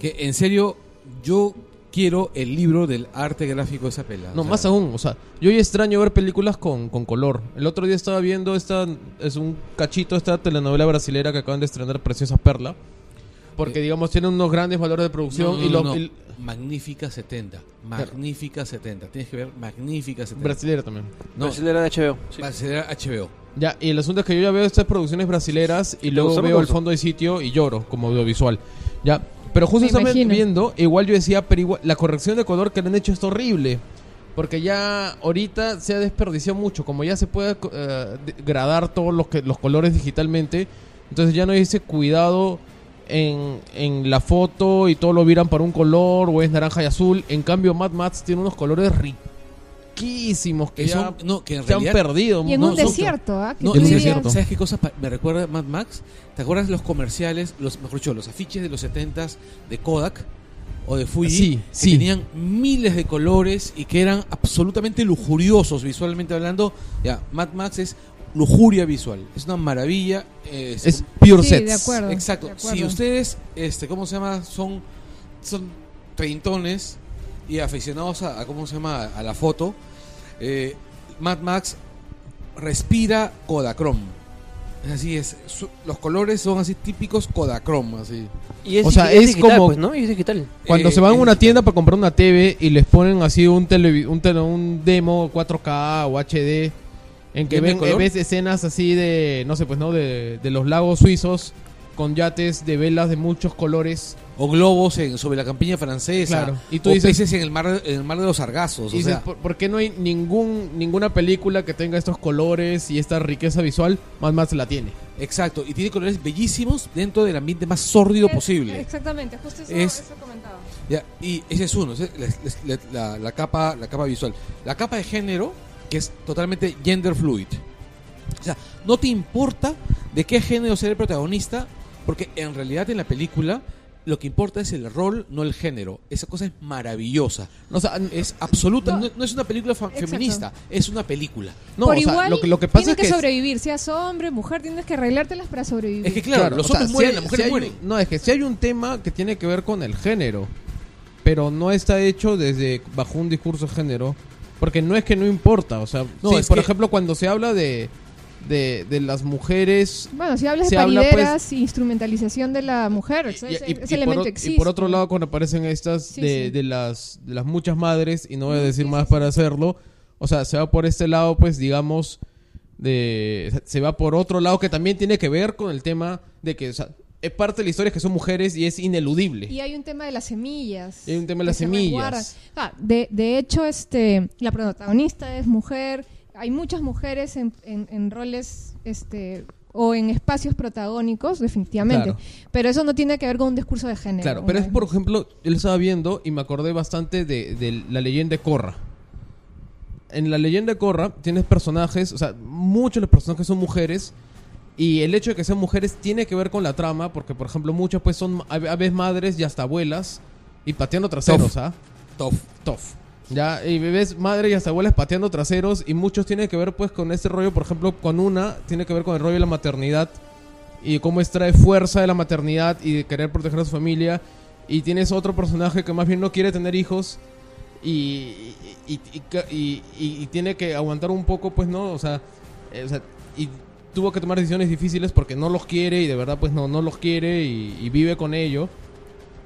Speaker 4: Que en serio, yo quiero el libro del arte gráfico de esa pela.
Speaker 5: No,
Speaker 4: O sea,
Speaker 5: más aún, o sea, yo hoy extraño ver películas con, con color. El otro día estaba viendo esta, es un cachito, esta telenovela brasilera que acaban de estrenar, Preciosa Perla. Porque,
Speaker 4: Eh,
Speaker 5: digamos, tiene unos grandes valores de producción
Speaker 4: no, no,
Speaker 5: y
Speaker 4: no,
Speaker 5: los...
Speaker 4: no.
Speaker 5: y-
Speaker 4: Magnífica 70. Magnífica 70. Tienes que ver Magnífica 70.
Speaker 5: brasilera también.
Speaker 4: No,
Speaker 2: Brasileira HBO
Speaker 4: Brasileira HBO.
Speaker 5: Ya, y el asunto es que yo ya veo estas producciones brasileras y luego
Speaker 2: gustó? ¿No te
Speaker 5: veo el
Speaker 2: gustó?
Speaker 5: fondo de sitio y lloro como audiovisual. Ya, pero justo
Speaker 1: Me
Speaker 5: estaba
Speaker 1: imagino.
Speaker 5: viendo, igual yo decía, pero igual, la corrección de color que le han hecho es horrible. Porque ya ahorita se ha desperdiciado mucho. Como ya se puede eh, de- gradar todos los, que, los colores digitalmente, entonces ya no hay ese cuidado en, en la foto y todo lo viran para un color o es naranja y azul. En cambio, Mad Max tiene unos colores riquísimos que
Speaker 4: Que
Speaker 5: ya
Speaker 4: son- no, que en
Speaker 5: se han
Speaker 4: realidad-
Speaker 5: perdido.
Speaker 1: y en
Speaker 4: no,
Speaker 1: un
Speaker 4: son-
Speaker 1: desierto, ¿ah? Que
Speaker 4: No,
Speaker 1: tú
Speaker 5: en un
Speaker 4: es
Speaker 1: dirías-
Speaker 5: desierto.
Speaker 4: ¿Sabes qué cosa pa- me recuerda a Mad Max? ¿Te acuerdas los comerciales, los mejor dicho, los afiches de los 70s de Kodak o de Fuji?
Speaker 5: Sí,
Speaker 4: que
Speaker 5: sí.
Speaker 4: tenían miles de colores y que eran absolutamente lujuriosos visualmente hablando. Ya, Mad Max es lujuria visual. Es una maravilla. eh, es-
Speaker 5: Es pure
Speaker 1: Sí,
Speaker 5: sets.
Speaker 1: de acuerdo.
Speaker 4: Exacto.
Speaker 1: de acuerdo.
Speaker 4: Si ustedes, este, ¿cómo se llama? Son, son treintones y aficionados a, a, ¿cómo se llama? A la foto. eh, Mad Max respira Kodachrome. Es Así es. Su- los colores son así típicos Kodachrome, así.
Speaker 2: y es,
Speaker 5: O sea,
Speaker 2: y
Speaker 5: es
Speaker 2: digital,
Speaker 5: como-
Speaker 2: pues, no y es digital
Speaker 5: Cuando
Speaker 4: Eh,
Speaker 5: se van a
Speaker 4: en
Speaker 5: una
Speaker 4: digital.
Speaker 5: tienda para comprar una TV y les ponen así un televi- un, tele- un demo 4K o HD en que
Speaker 4: ¿Bien de
Speaker 5: ven, eh,
Speaker 4: color?
Speaker 5: ves escenas así de, no sé, pues no, de, de los lagos suizos con yates de velas de muchos colores.
Speaker 4: O globos en, sobre la campiña francesa.
Speaker 5: Claro.
Speaker 4: Y
Speaker 5: Y
Speaker 4: tú
Speaker 5: tú
Speaker 4: o
Speaker 5: dices-
Speaker 4: peces en el mar, en el mar de los
Speaker 2: Pues,
Speaker 4: sargazos.
Speaker 5: y
Speaker 4: o
Speaker 5: dices,
Speaker 4: sea,
Speaker 5: ¿por, por qué no hay ningún, ninguna película que tenga estos colores y esta riqueza visual? Más más la tiene.
Speaker 4: exacto. Y tiene colores bellísimos dentro del ambiente más sórdido
Speaker 1: Eh,
Speaker 4: posible.
Speaker 1: Exactamente, justo eso,
Speaker 4: Es-
Speaker 1: eso comentaba.
Speaker 4: Ya, y ese es uno, ese- la, la- la- la capa, la capa visual. La capa de género, que es totalmente gender fluid. O sea, no te importa de qué género ser el protagonista, porque en realidad en la película Lo que importa es el rol, no el género. Esa cosa es maravillosa.
Speaker 5: O sea,
Speaker 4: Es absoluta. No, no es una película fa-
Speaker 1: Exacto.
Speaker 4: feminista, es una película.
Speaker 5: no,
Speaker 1: Por
Speaker 5: o sea,
Speaker 1: igual,
Speaker 5: lo, que- lo que pasa es
Speaker 1: tienes
Speaker 5: que...
Speaker 1: que, sobrevivir. Seas hombre, mujer, tienes que arreglártelas para sobrevivir.
Speaker 4: Es que claro, los
Speaker 5: o sea,
Speaker 4: hombres
Speaker 5: si
Speaker 4: mueren,
Speaker 5: hay-
Speaker 4: las
Speaker 5: si
Speaker 4: mujeres
Speaker 5: hay
Speaker 4: mueren.
Speaker 5: un- no, es que si hay un tema que tiene que ver con el género, pero no está hecho desde bajo un discurso de género, porque no es que no importa, o sea,
Speaker 4: No,
Speaker 5: sí,
Speaker 4: es
Speaker 5: por
Speaker 4: que-
Speaker 5: ejemplo, cuando se habla de, de, de las mujeres
Speaker 1: Bueno, si hablas
Speaker 5: Se
Speaker 1: de
Speaker 5: habla,
Speaker 1: parideras
Speaker 5: pues-
Speaker 1: y instrumentalización de la mujer, ese,
Speaker 5: y- y-
Speaker 1: ese
Speaker 5: y por
Speaker 1: elemento
Speaker 5: o-
Speaker 1: existe.
Speaker 5: Y por otro lado, cuando aparecen estas
Speaker 1: Sí,
Speaker 5: de,
Speaker 1: sí.
Speaker 5: de las, de las muchas madres, y no voy a
Speaker 1: Mm,
Speaker 5: decir
Speaker 1: sí,
Speaker 5: más
Speaker 1: sí,
Speaker 5: para hacerlo, o sea, se va por este lado, pues digamos, de, se va por otro lado que también tiene que ver con el tema de que, o sea, es parte de la historia que son mujeres y es ineludible.
Speaker 1: Y hay un tema de las semillas.
Speaker 5: Y hay un tema de las
Speaker 1: que se
Speaker 5: semillas.
Speaker 1: resguardan. Ah, de, de hecho, este, la protagonista es mujer. Hay muchas mujeres en, en- en roles este, o en espacios protagónicos, definitivamente.
Speaker 5: Claro.
Speaker 1: Pero eso no tiene que ver con un discurso de género.
Speaker 5: Claro, pero
Speaker 1: una
Speaker 5: es
Speaker 1: vez
Speaker 5: por
Speaker 1: más.
Speaker 5: ejemplo, yo lo estaba viendo y me acordé bastante de, de la leyenda de Korra. En la leyenda de Korra tienes personajes, o sea, muchos de los personajes son mujeres y el hecho de que sean mujeres tiene que ver con la trama porque, por ejemplo, muchas pues son a a veces madres y hasta abuelas y pateando traseros, ¿ah?
Speaker 4: Tof.
Speaker 5: Tof. Ya, y ves madre y hasta abuelas pateando traseros y muchos tienen que ver pues con ese rollo, por ejemplo, con una tiene que ver con el rollo de la maternidad y cómo extrae fuerza de la maternidad y de querer proteger a su familia y tienes otro personaje que más bien no quiere tener hijos y, y, y- y ca- y- y- y tiene que aguantar un poco, pues no, o sea, eh, o sea, y tuvo que tomar decisiones difíciles porque no los quiere y de verdad pues no, no los quiere y, y vive con ello.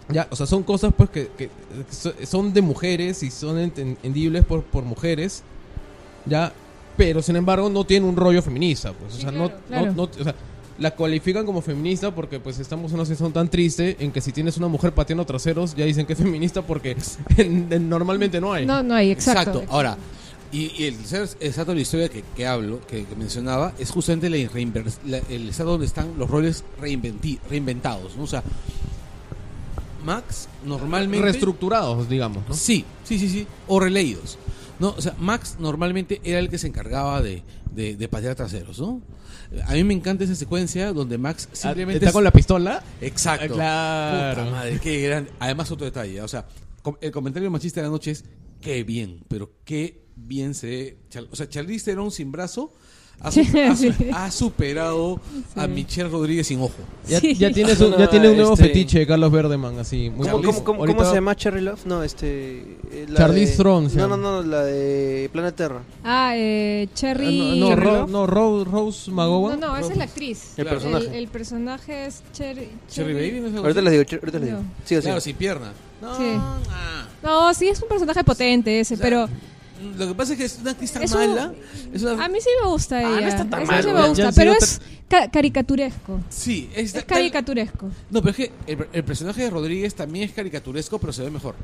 Speaker 5: Ya, o sea, son cosas pues que, que so- son de mujeres y son entendibles por, por mujeres, ya, pero sin embargo no tiene un rollo feminista, pues, o
Speaker 1: Sí,
Speaker 5: sea,
Speaker 1: claro,
Speaker 5: no, no-
Speaker 1: claro.
Speaker 5: no- o sea, la cualifican como feminista porque pues estamos en una situación tan triste en que si tienes una mujer pateando traseros ya dicen que es feminista porque (laughs) normalmente no hay.
Speaker 1: No, no hay, exacto. exacto.
Speaker 4: Ahora, y, y el tercer exacto de la historia que, que hablo, que, que mencionaba, es justamente la reinver- la- el estado donde están los roles reinventi- reinventados. ¿no? O sea, Max normalmente.
Speaker 5: Reestructurados, digamos, ¿no?
Speaker 4: Sí, sí, sí, sí. O releídos. No, o sea, Max normalmente era el que se encargaba de, de, de patear traseros, ¿no? A mí me encanta esa secuencia donde Max simplemente.
Speaker 5: Ah, Está
Speaker 4: es-
Speaker 5: con la pistola.
Speaker 4: Exacto.
Speaker 5: Ah, claro.
Speaker 4: Puta madre, qué gran. Además, otro detalle. O sea, com- el comentario machista de la noche es: qué bien, pero qué bien se. Char- o sea, Charlize Theron sin brazo ha, su-
Speaker 1: Sí,
Speaker 4: ha su-
Speaker 1: sí.
Speaker 4: ha superado a Michelle Rodríguez sin ojo.
Speaker 5: Ya,
Speaker 1: Sí.
Speaker 5: ya tiene, su-
Speaker 2: No,
Speaker 5: ya tiene un nuevo
Speaker 2: este-
Speaker 5: fetiche de Carlos Verdeman, así. Muy
Speaker 2: ¿Cómo,
Speaker 5: feliz.
Speaker 2: cómo, cómo, cómo
Speaker 5: Ahorita-
Speaker 2: se llama Cherry Love? No, este. eh, la
Speaker 5: Charlize
Speaker 2: de-
Speaker 5: Theron se
Speaker 2: No, no,
Speaker 5: llama.
Speaker 2: no, la de Planet Terra.
Speaker 1: Ah, eh,
Speaker 5: No,
Speaker 1: Cherry.
Speaker 5: Ah, no,
Speaker 2: Cherry
Speaker 5: Ro-
Speaker 2: Love?
Speaker 5: no, Ro- Rose
Speaker 1: no,
Speaker 5: McGowan.
Speaker 1: no, esa es la actriz.
Speaker 2: El personaje.
Speaker 1: El personaje es Cherry.
Speaker 4: Cherry
Speaker 1: Cherry-
Speaker 4: Baby, no sé cómo
Speaker 2: Ahorita
Speaker 4: se-
Speaker 2: les digo, ch- ahorita les
Speaker 1: No.
Speaker 2: digo. Sigue, sigue.
Speaker 4: Claro, sin pierna. No,
Speaker 1: Sí.
Speaker 4: ah.
Speaker 1: No, sí, es un personaje potente ese,
Speaker 4: O sea,
Speaker 1: pero
Speaker 4: Lo que pasa es que es una artista
Speaker 1: Es un-
Speaker 4: mala. Es una-
Speaker 1: a mí sí me gusta
Speaker 4: Ah, no
Speaker 1: ella.
Speaker 4: está tan
Speaker 1: Esa
Speaker 4: mal,
Speaker 1: sí
Speaker 4: ya-
Speaker 1: me
Speaker 4: ya
Speaker 5: han
Speaker 1: gusta,
Speaker 5: sido
Speaker 1: pero
Speaker 5: tre-
Speaker 1: es ca- caricaturesco.
Speaker 4: Sí, es,
Speaker 1: Es caricaturesco.
Speaker 4: No, pero es que el, el personaje de Rodríguez también es caricaturesco, pero se ve mejor.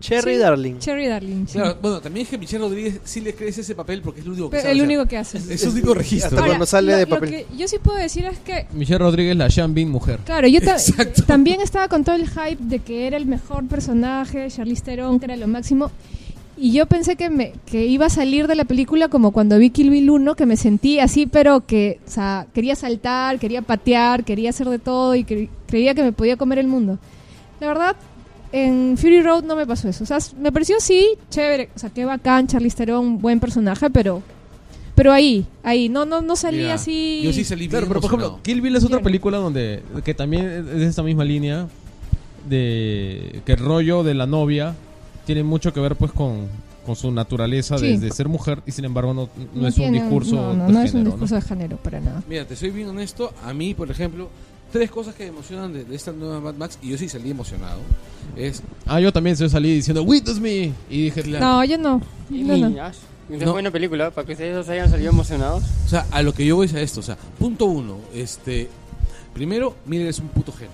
Speaker 2: Cherry
Speaker 1: Sí,
Speaker 2: Darling.
Speaker 1: Cherry Darling. sí.
Speaker 4: Claro, bueno, también es que Michelle Rodríguez sí le crece ese papel porque es lo único que
Speaker 1: Pero
Speaker 4: sabe
Speaker 1: el
Speaker 4: hacer.
Speaker 1: único que hace.
Speaker 4: Es su único registro.
Speaker 2: Hasta cuando sale
Speaker 1: lo-
Speaker 2: de
Speaker 1: lo
Speaker 2: papel.
Speaker 1: que yo sí puedo decir es que,
Speaker 5: Michelle Rodríguez, la Shambin mujer.
Speaker 1: claro, yo ta-
Speaker 4: Exacto.
Speaker 1: también estaba con todo el hype de que era el mejor personaje, Charlize Theron, que era lo máximo. Y yo pensé que, me, que iba a salir de la película como cuando vi Kill Bill 1, que me sentí así, pero que o sea, quería saltar, quería patear, quería hacer de todo y cre- creía que me podía comer el mundo. La verdad, en Fury Road no me pasó eso. O sea, s- me pareció sí, chévere. O sea, qué bacán, Charlize Theron, un buen personaje, pero pero ahí, ahí. No, no, no salí
Speaker 4: Mira,
Speaker 1: así...
Speaker 4: Yo sí salí
Speaker 5: Claro,
Speaker 4: bien
Speaker 5: pero por ejemplo,
Speaker 4: emocionado.
Speaker 5: Kill Bill es otra
Speaker 1: Claro.
Speaker 5: película donde que también es de esta misma línea de que el rollo de la novia tiene mucho que ver pues con, con su naturaleza
Speaker 1: Sí.
Speaker 5: de, de ser mujer y sin embargo no, no es un
Speaker 1: tiene
Speaker 5: discurso
Speaker 1: No, no,
Speaker 5: de
Speaker 1: no es un
Speaker 5: género,
Speaker 1: discurso de género, para nada.
Speaker 4: Mira, te soy bien honesto. A mí, por ejemplo, tres cosas que me emocionan de, de esta nueva Mad Max, y yo sí salí emocionado, es...
Speaker 5: Ah, yo también se salí diciendo "Witness me" y dije,
Speaker 1: No, yo no.
Speaker 6: Y
Speaker 1: No, no.
Speaker 6: niñas. Ah, Es
Speaker 4: No.
Speaker 6: buena película, para que ustedes dos hayan salido emocionados.
Speaker 4: O sea, a lo que yo voy es a esto. O sea, punto uno. Este, primero, Miller es un puto genio.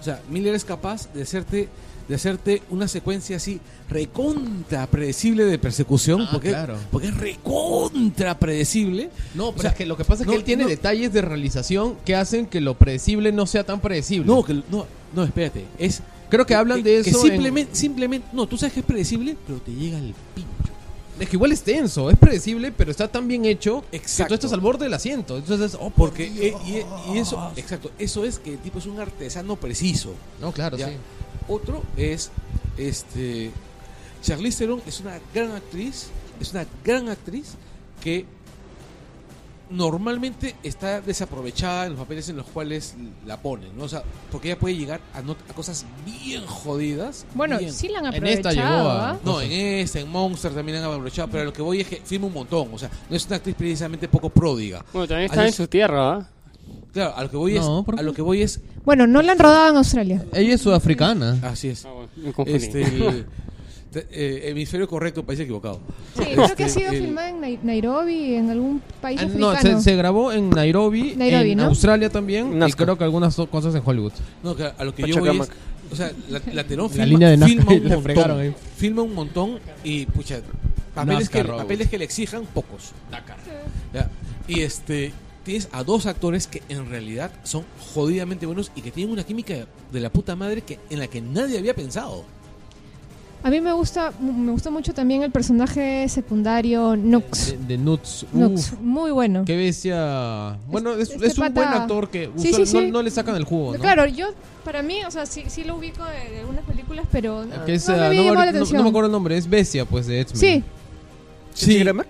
Speaker 4: O sea, Miller es capaz de hacerte, de hacerte una secuencia así recontra predecible de persecución.
Speaker 5: Ah,
Speaker 4: porque,
Speaker 5: claro.
Speaker 4: porque es recontra predecible.
Speaker 5: No, pero
Speaker 4: O sea,
Speaker 5: es que lo que pasa es que
Speaker 4: no,
Speaker 5: él tiene
Speaker 4: no.
Speaker 5: detalles de realización que hacen que lo predecible no sea tan predecible.
Speaker 4: No, que, no, no, espérate. Es
Speaker 5: creo que hablan de eso.
Speaker 4: Que
Speaker 5: en-
Speaker 4: simplemente, simplemente, no, tú sabes que es predecible, pero te llega el pincho.
Speaker 5: Es que igual es tenso, es predecible, pero está tan bien hecho que tú
Speaker 4: Exacto.
Speaker 5: estás al borde del asiento. Entonces, es, oh, por-
Speaker 4: Porque, eh, y, y eso, exacto, eso es que el tipo es un artesano preciso.
Speaker 5: No, claro,
Speaker 4: Ya.
Speaker 5: sí.
Speaker 4: Otro es, este, Charlize Theron es una gran actriz, es una gran actriz que normalmente está desaprovechada en los papeles en los cuales la ponen, ¿no? O sea, porque ella puede llegar a, not- a cosas bien jodidas.
Speaker 1: Bueno,
Speaker 4: bien.
Speaker 1: sí la han
Speaker 5: En
Speaker 1: aprovechado.
Speaker 5: esta llegó a-
Speaker 1: ¿ah?
Speaker 4: No, en esta, en Monster también han aprovechado, pero lo que voy es que firma un montón, o sea, no es una actriz precisamente poco pródiga.
Speaker 6: Bueno, también está
Speaker 4: Así
Speaker 6: en
Speaker 4: es.
Speaker 6: su tierra, ¿ah?
Speaker 4: Claro, a lo que voy
Speaker 5: No, ¿por
Speaker 4: es, a
Speaker 5: qué?
Speaker 4: lo que voy es,
Speaker 1: Bueno, no la han rodado en Australia.
Speaker 5: Ella es sudafricana.
Speaker 4: así es.
Speaker 6: Ah, bueno, me confundí.
Speaker 4: Este, el- te- eh, hemisferio correcto, país equivocado.
Speaker 1: Sí, creo
Speaker 4: Este,
Speaker 1: que ha sido
Speaker 4: el-
Speaker 1: filmada en Nai- Nairobi, en algún país
Speaker 5: Ah,
Speaker 1: africano.
Speaker 5: no, se, se grabó en Nairobi,
Speaker 1: Nairobi,
Speaker 5: en
Speaker 1: ¿no?
Speaker 5: Australia también, y
Speaker 2: Nazca.
Speaker 5: creo que algunas so- cosas en Hollywood.
Speaker 4: No, que a lo que yo voy es,
Speaker 2: Pachacamac.
Speaker 4: o sea, la, la Terón
Speaker 5: La
Speaker 4: filma,
Speaker 5: línea de Nazca
Speaker 4: filma
Speaker 5: y
Speaker 4: un
Speaker 5: (laughs) la
Speaker 4: montón,
Speaker 5: fregaron ahí.
Speaker 4: filma un montón y pucha, papeles,
Speaker 5: Nazca
Speaker 4: que,
Speaker 5: Road.
Speaker 4: papeles que le exijan pocos. Ya. Y este tienes a dos actores que en realidad son jodidamente buenos y que tienen una química de la puta madre que en la que nadie había pensado.
Speaker 1: A mí me gusta, me gusta mucho también el personaje secundario Nox.
Speaker 5: De, de Nuts.
Speaker 1: Nox,
Speaker 5: Eh, Uf,
Speaker 1: muy bueno.
Speaker 5: qué bestia. Bueno, es,
Speaker 1: Este
Speaker 5: es un
Speaker 1: pata-
Speaker 5: buen actor que
Speaker 1: Sí, sí,
Speaker 5: usual-
Speaker 1: sí.
Speaker 5: No, no le sacan el jugo, ¿no?
Speaker 1: Claro, yo para mí, o sea, sí, sí lo ubico de, de algunas películas, pero no,
Speaker 5: Que es,
Speaker 1: no me
Speaker 5: ah,
Speaker 1: había
Speaker 5: no me-
Speaker 1: llamado la
Speaker 5: no- no
Speaker 1: atención.
Speaker 5: me acuerdo el nombre, es Bestia, pues, de X-Men.
Speaker 1: Sí,
Speaker 2: ¿Kelsey Grammer?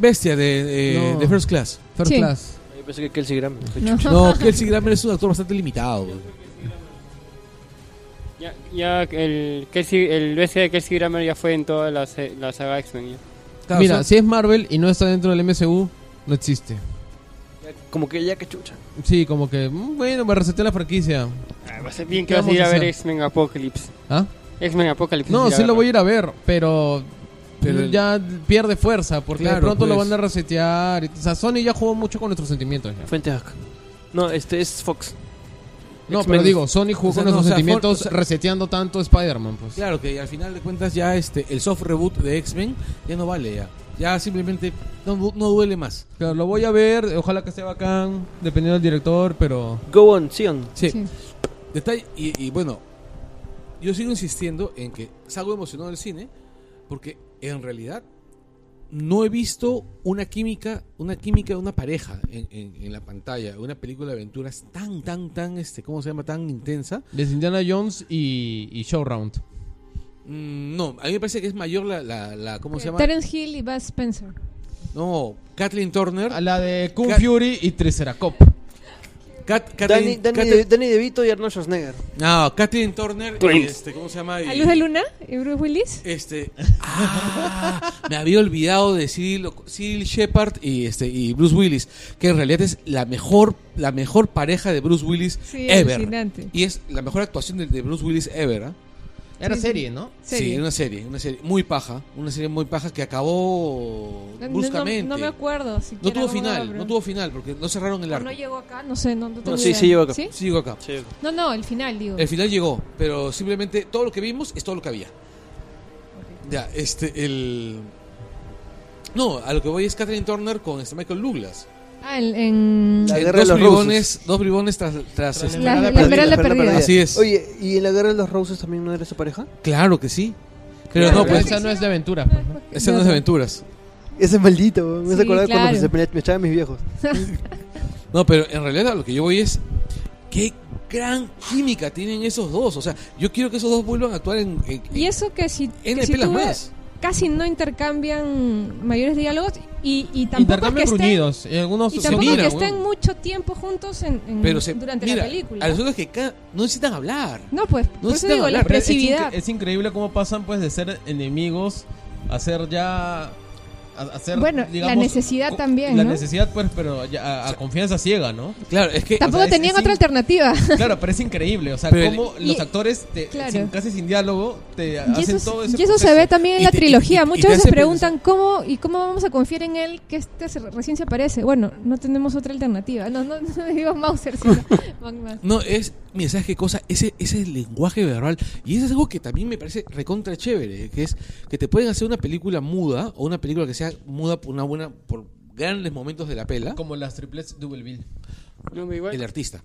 Speaker 4: Bestia de, de-
Speaker 5: No.
Speaker 4: de First Class.
Speaker 5: First
Speaker 1: Sí.
Speaker 5: Class.
Speaker 2: Yo pensé que Kelsey Grammer.
Speaker 1: no. (laughs)
Speaker 4: No, Kelsey Grammer es un actor bastante limitado.
Speaker 6: Ya, ya el, Kelsey, el BC de Kelsey Grammer ya fue en toda la, se- la saga X-Men. ya.
Speaker 4: Claro,
Speaker 5: Mira,
Speaker 4: o sea,
Speaker 5: si es Marvel y no está dentro del MCU, no existe.
Speaker 2: Como que ya que chucha.
Speaker 5: Sí, como que, mm, bueno, me reseté la franquicia.
Speaker 6: Ah, va a ser bien
Speaker 5: ¿Qué
Speaker 6: que vas a
Speaker 5: vamos
Speaker 6: ir
Speaker 5: a
Speaker 6: a ver
Speaker 5: hacer?
Speaker 6: X-Men Apocalypse.
Speaker 5: ¿Ah?
Speaker 6: X-Men Apocalypse.
Speaker 5: No,
Speaker 6: ir a
Speaker 5: sí lo
Speaker 6: verlo.
Speaker 5: voy a ir a ver, pero,
Speaker 4: Pero el-
Speaker 5: ya pierde fuerza porque de
Speaker 4: Claro,
Speaker 5: pronto lo
Speaker 4: pues.
Speaker 5: van a resetear. O sea, Sony ya jugó mucho con nuestros sentimientos. ya.
Speaker 2: Fuente Hack. No, este es Fox.
Speaker 5: No,
Speaker 2: X-Men.
Speaker 5: pero digo, Sony jugó
Speaker 4: O sea, no,
Speaker 5: con nuestros
Speaker 4: o sea, for-
Speaker 5: sentimientos
Speaker 4: o sea-
Speaker 5: reseteando tanto Spider-Man. Pues.
Speaker 4: Claro que al final de cuentas ya este el soft reboot de X-Men ya no vale ya. Ya simplemente no, du- no duele más.
Speaker 5: Claro, lo voy a ver, ojalá que sea bacán, dependiendo del director, pero...
Speaker 2: Go on, Sion.
Speaker 4: Sí.
Speaker 1: Sí.
Speaker 4: Detalle y, y bueno, yo sigo insistiendo en que salgo emocionado del cine porque en realidad no he visto una química, una química de una pareja en, en- en la pantalla, una película de aventuras tan, tan, tan, este, ¿cómo se llama? Tan intensa.
Speaker 5: Desde Indiana Jones y, y Showround.
Speaker 4: Mm, no, a mí me parece que es mayor la, la, la- ¿cómo se llama?
Speaker 1: Terence Hill y Buzz Spencer.
Speaker 4: No, Kathleen Turner.
Speaker 5: A la de Kung
Speaker 4: Ca-
Speaker 5: Fury y Triceracop.
Speaker 4: Kat-
Speaker 2: Danny,
Speaker 4: Kathleen,
Speaker 2: Danny,
Speaker 4: Kathleen-
Speaker 2: Danny DeVito y Arnold Schwarzenegger.
Speaker 4: no, Kathleen Turner. Y
Speaker 6: Twins.
Speaker 4: este, ¿Cómo se llama?
Speaker 1: ¿A
Speaker 4: Y-
Speaker 1: Luz de Luna y Bruce Willis?
Speaker 4: Este, ah, me había olvidado de Cyril, Cyril Shepard y este y Bruce Willis, que en realidad es la mejor la mejor pareja de Bruce Willis
Speaker 1: Sí,
Speaker 4: ever.
Speaker 1: alucinante.
Speaker 4: Y es la mejor actuación de, de Bruce Willis ever, ¿ah?
Speaker 5: Era
Speaker 1: Sí, sí.
Speaker 5: serie, ¿no?
Speaker 4: Sí, una serie, una serie muy paja, una serie muy paja que acabó
Speaker 1: No- no-
Speaker 4: bruscamente.
Speaker 1: No, me acuerdo. siquiera
Speaker 4: No tuvo
Speaker 1: cómo era,
Speaker 4: final,
Speaker 1: pero-
Speaker 4: no tuvo final porque no cerraron el
Speaker 1: ¿O
Speaker 4: arco.
Speaker 1: no llegó acá, no sé, no, no tengo
Speaker 2: sí,
Speaker 1: idea.
Speaker 2: sí llegó acá.
Speaker 1: ¿Sí?
Speaker 4: Sigo acá.
Speaker 2: Sí.
Speaker 1: No, no, el final, digo.
Speaker 4: El final llegó, pero simplemente todo lo que vimos es todo lo que había. Ya, este, el... No, a lo que voy es Catherine Turner con este Michael Douglas.
Speaker 1: Ah, en... en-
Speaker 2: La
Speaker 4: Eh,
Speaker 2: guerra
Speaker 4: dos
Speaker 2: de los
Speaker 4: bribones, dos bribones tras, tras este-
Speaker 1: La, la,
Speaker 2: Perdida,
Speaker 1: Esmeralda
Speaker 2: Esmeralda
Speaker 1: Perdida.
Speaker 4: Así es.
Speaker 2: Oye, ¿y en la guerra de los Roses también no era esa pareja?
Speaker 4: Claro que sí. Pero
Speaker 1: Claro,
Speaker 4: no, pues
Speaker 1: sí.
Speaker 5: esa no es de aventura. pues, ¿no?
Speaker 4: esa no es de aventuras.
Speaker 2: Ese es maldito, weón. me
Speaker 1: Sí,
Speaker 2: acordaba
Speaker 1: claro.
Speaker 2: cuando se pelea- me echaban mis viejos.
Speaker 4: No, pero en realidad a lo que yo voy es qué gran química tienen esos dos. O sea, yo quiero que esos dos vuelvan a actuar en, en,
Speaker 1: Y eso que si,
Speaker 4: en
Speaker 1: que si
Speaker 4: pelas
Speaker 1: tú ves-
Speaker 4: más.
Speaker 1: casi no intercambian mayores diálogos y, y tampoco es que
Speaker 5: Intercambian
Speaker 1: estén,
Speaker 5: gruñidos. y algunos
Speaker 1: y
Speaker 5: se
Speaker 1: tampoco es que
Speaker 5: miran,
Speaker 1: estén
Speaker 5: weón.
Speaker 1: mucho tiempo juntos en, en-
Speaker 4: Pero se,
Speaker 1: durante
Speaker 4: mira,
Speaker 1: la película.
Speaker 4: a los otros que ca- no necesitan hablar.
Speaker 1: No, pues, por eso
Speaker 4: necesitan
Speaker 1: digo, la
Speaker 4: hablar, pero
Speaker 5: Es, incre-
Speaker 1: expresividad.
Speaker 5: es increíble cómo pasan pues de ser enemigos a ser ya... A, a ser,
Speaker 1: Bueno, la
Speaker 5: digamos,
Speaker 1: necesidad
Speaker 5: co-
Speaker 1: también,
Speaker 5: La
Speaker 1: ¿no?
Speaker 5: necesidad, pues, pero ya a, a confianza
Speaker 1: (laughs)
Speaker 5: ciega, ¿no?
Speaker 4: Claro, es que
Speaker 1: tampoco
Speaker 5: o sea, es-
Speaker 1: tenían
Speaker 5: es
Speaker 1: otra
Speaker 5: in-
Speaker 1: alternativa.
Speaker 5: Claro, pero es increíble. O sea,
Speaker 4: Pero el-
Speaker 5: cómo
Speaker 1: Y-
Speaker 5: los actores, te-
Speaker 1: claro.
Speaker 5: sin- casi sin diálogo, te
Speaker 1: Y
Speaker 5: hacen
Speaker 1: eso,
Speaker 5: todo
Speaker 1: y
Speaker 5: ese
Speaker 1: eso se
Speaker 5: proceso.
Speaker 1: ve también en
Speaker 4: Y
Speaker 1: la
Speaker 4: te- y-
Speaker 1: trilogía.
Speaker 4: y- y te
Speaker 1: Muchas veces
Speaker 4: hace
Speaker 1: preguntan cómo y cómo vamos a confiar en él que este se- recién se aparece. Bueno, no tenemos otra alternativa. No, (laughs) no, no digo Mauser,
Speaker 4: (laughs)
Speaker 1: sino Magma.
Speaker 4: No, es, mira, ¿sabes qué cosa? Ese, ese lenguaje verbal. Y eso es algo que también me parece recontra chévere, que es que te pueden hacer una película muda o una película que sea muda por una buena, por grandes momentos de la pela,
Speaker 5: Como las triplets Double Bill.
Speaker 6: No, pero igual-
Speaker 4: el artista.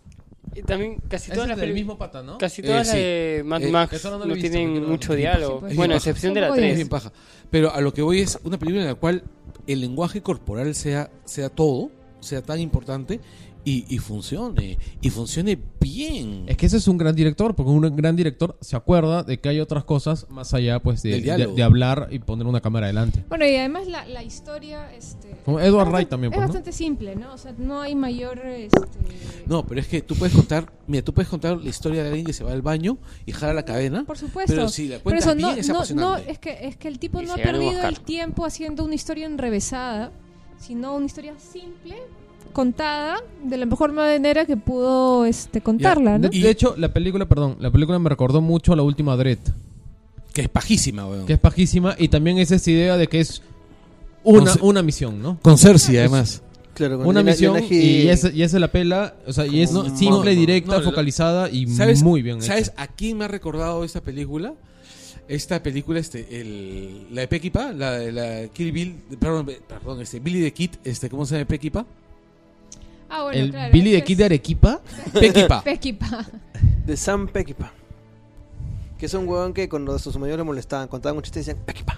Speaker 6: Y también casi
Speaker 5: Ese
Speaker 6: todas
Speaker 5: es
Speaker 6: las
Speaker 5: del
Speaker 6: películas.
Speaker 5: mismo pata, ¿no?
Speaker 6: Casi
Speaker 4: Eh,
Speaker 6: todas las
Speaker 4: sí.
Speaker 6: de Mad
Speaker 4: Eh,
Speaker 6: Max
Speaker 5: eso no
Speaker 6: no,
Speaker 5: lo he visto,
Speaker 6: tienen
Speaker 5: quiero
Speaker 6: mucho
Speaker 5: verlo.
Speaker 6: diálogo.
Speaker 1: Sí, pues.
Speaker 6: bueno, a
Speaker 4: Es bien
Speaker 6: excepción de la
Speaker 1: paja.
Speaker 4: Es
Speaker 6: 3.
Speaker 4: bien paja. Pero a lo que voy es una película en la cual el lenguaje corporal sea, sea todo, sea tan importante y, y funcione. Y funcione bien.
Speaker 5: Es que ese es un gran director, porque un gran director se acuerda de que hay otras cosas más allá pues de,
Speaker 4: Del diálogo.
Speaker 5: de- de hablar y poner una cámara adelante.
Speaker 1: Bueno, y además la, la historia. Este,
Speaker 5: Como Edward
Speaker 1: es
Speaker 5: Wright
Speaker 1: bastante-
Speaker 5: también,
Speaker 1: Es
Speaker 5: pues, ¿no?
Speaker 1: bastante simple, ¿no? O sea, no hay mayor. Este...
Speaker 4: No, pero es que tú puedes contar, mira, tú puedes contar la historia de alguien que se va al baño y jala la cadena.
Speaker 1: Por supuesto.
Speaker 4: Pero si la cuentas
Speaker 1: eso,
Speaker 4: bien,
Speaker 1: no,
Speaker 4: es
Speaker 1: no, no,
Speaker 4: apasionante.
Speaker 1: es que, es que el tipo
Speaker 6: Y
Speaker 1: no ha
Speaker 6: se ganó un
Speaker 1: perdido el
Speaker 6: Oscar.
Speaker 1: tiempo haciendo una historia enrevesada, sino una historia simple, contada de la mejor manera que pudo este, contarla,
Speaker 5: Ya.
Speaker 1: ¿no?
Speaker 5: de, de hecho, la película, perdón, la película me recordó mucho a la última Dread,
Speaker 4: Que es pajísima, weón.
Speaker 5: que es pajísima, y también es esa idea de que es una,
Speaker 4: Conce-
Speaker 5: una misión, ¿no?
Speaker 4: Con Cersei, además.
Speaker 2: Claro, con
Speaker 5: Una
Speaker 2: Lina-
Speaker 5: misión
Speaker 2: Lina Headey.
Speaker 5: y esa, y esa es la pela, o sea, y es
Speaker 4: Como un
Speaker 5: simple,
Speaker 4: monólogo.
Speaker 5: directa,
Speaker 4: No, la-
Speaker 5: focalizada y
Speaker 4: ¿Sabes,
Speaker 5: muy bien hecha.
Speaker 4: ¿Sabes a quién me ha recordado esta película? Esta película, este, el, la de Pequipa, la de la Kill Bill, perdón, perdón, este, Billy the Kid, este, ¿cómo se llama Pequipa?
Speaker 1: Ah, bueno,
Speaker 5: El
Speaker 1: claro,
Speaker 5: Billy de
Speaker 1: este
Speaker 5: Kid
Speaker 1: es (laughs)
Speaker 5: de Arequipa,
Speaker 4: Pequipa.
Speaker 1: Pequipa.
Speaker 2: De Sam Pequipa. Que es un huevón que cuando sus mayores le molestaban, contaban un chiste y decían Pequipa.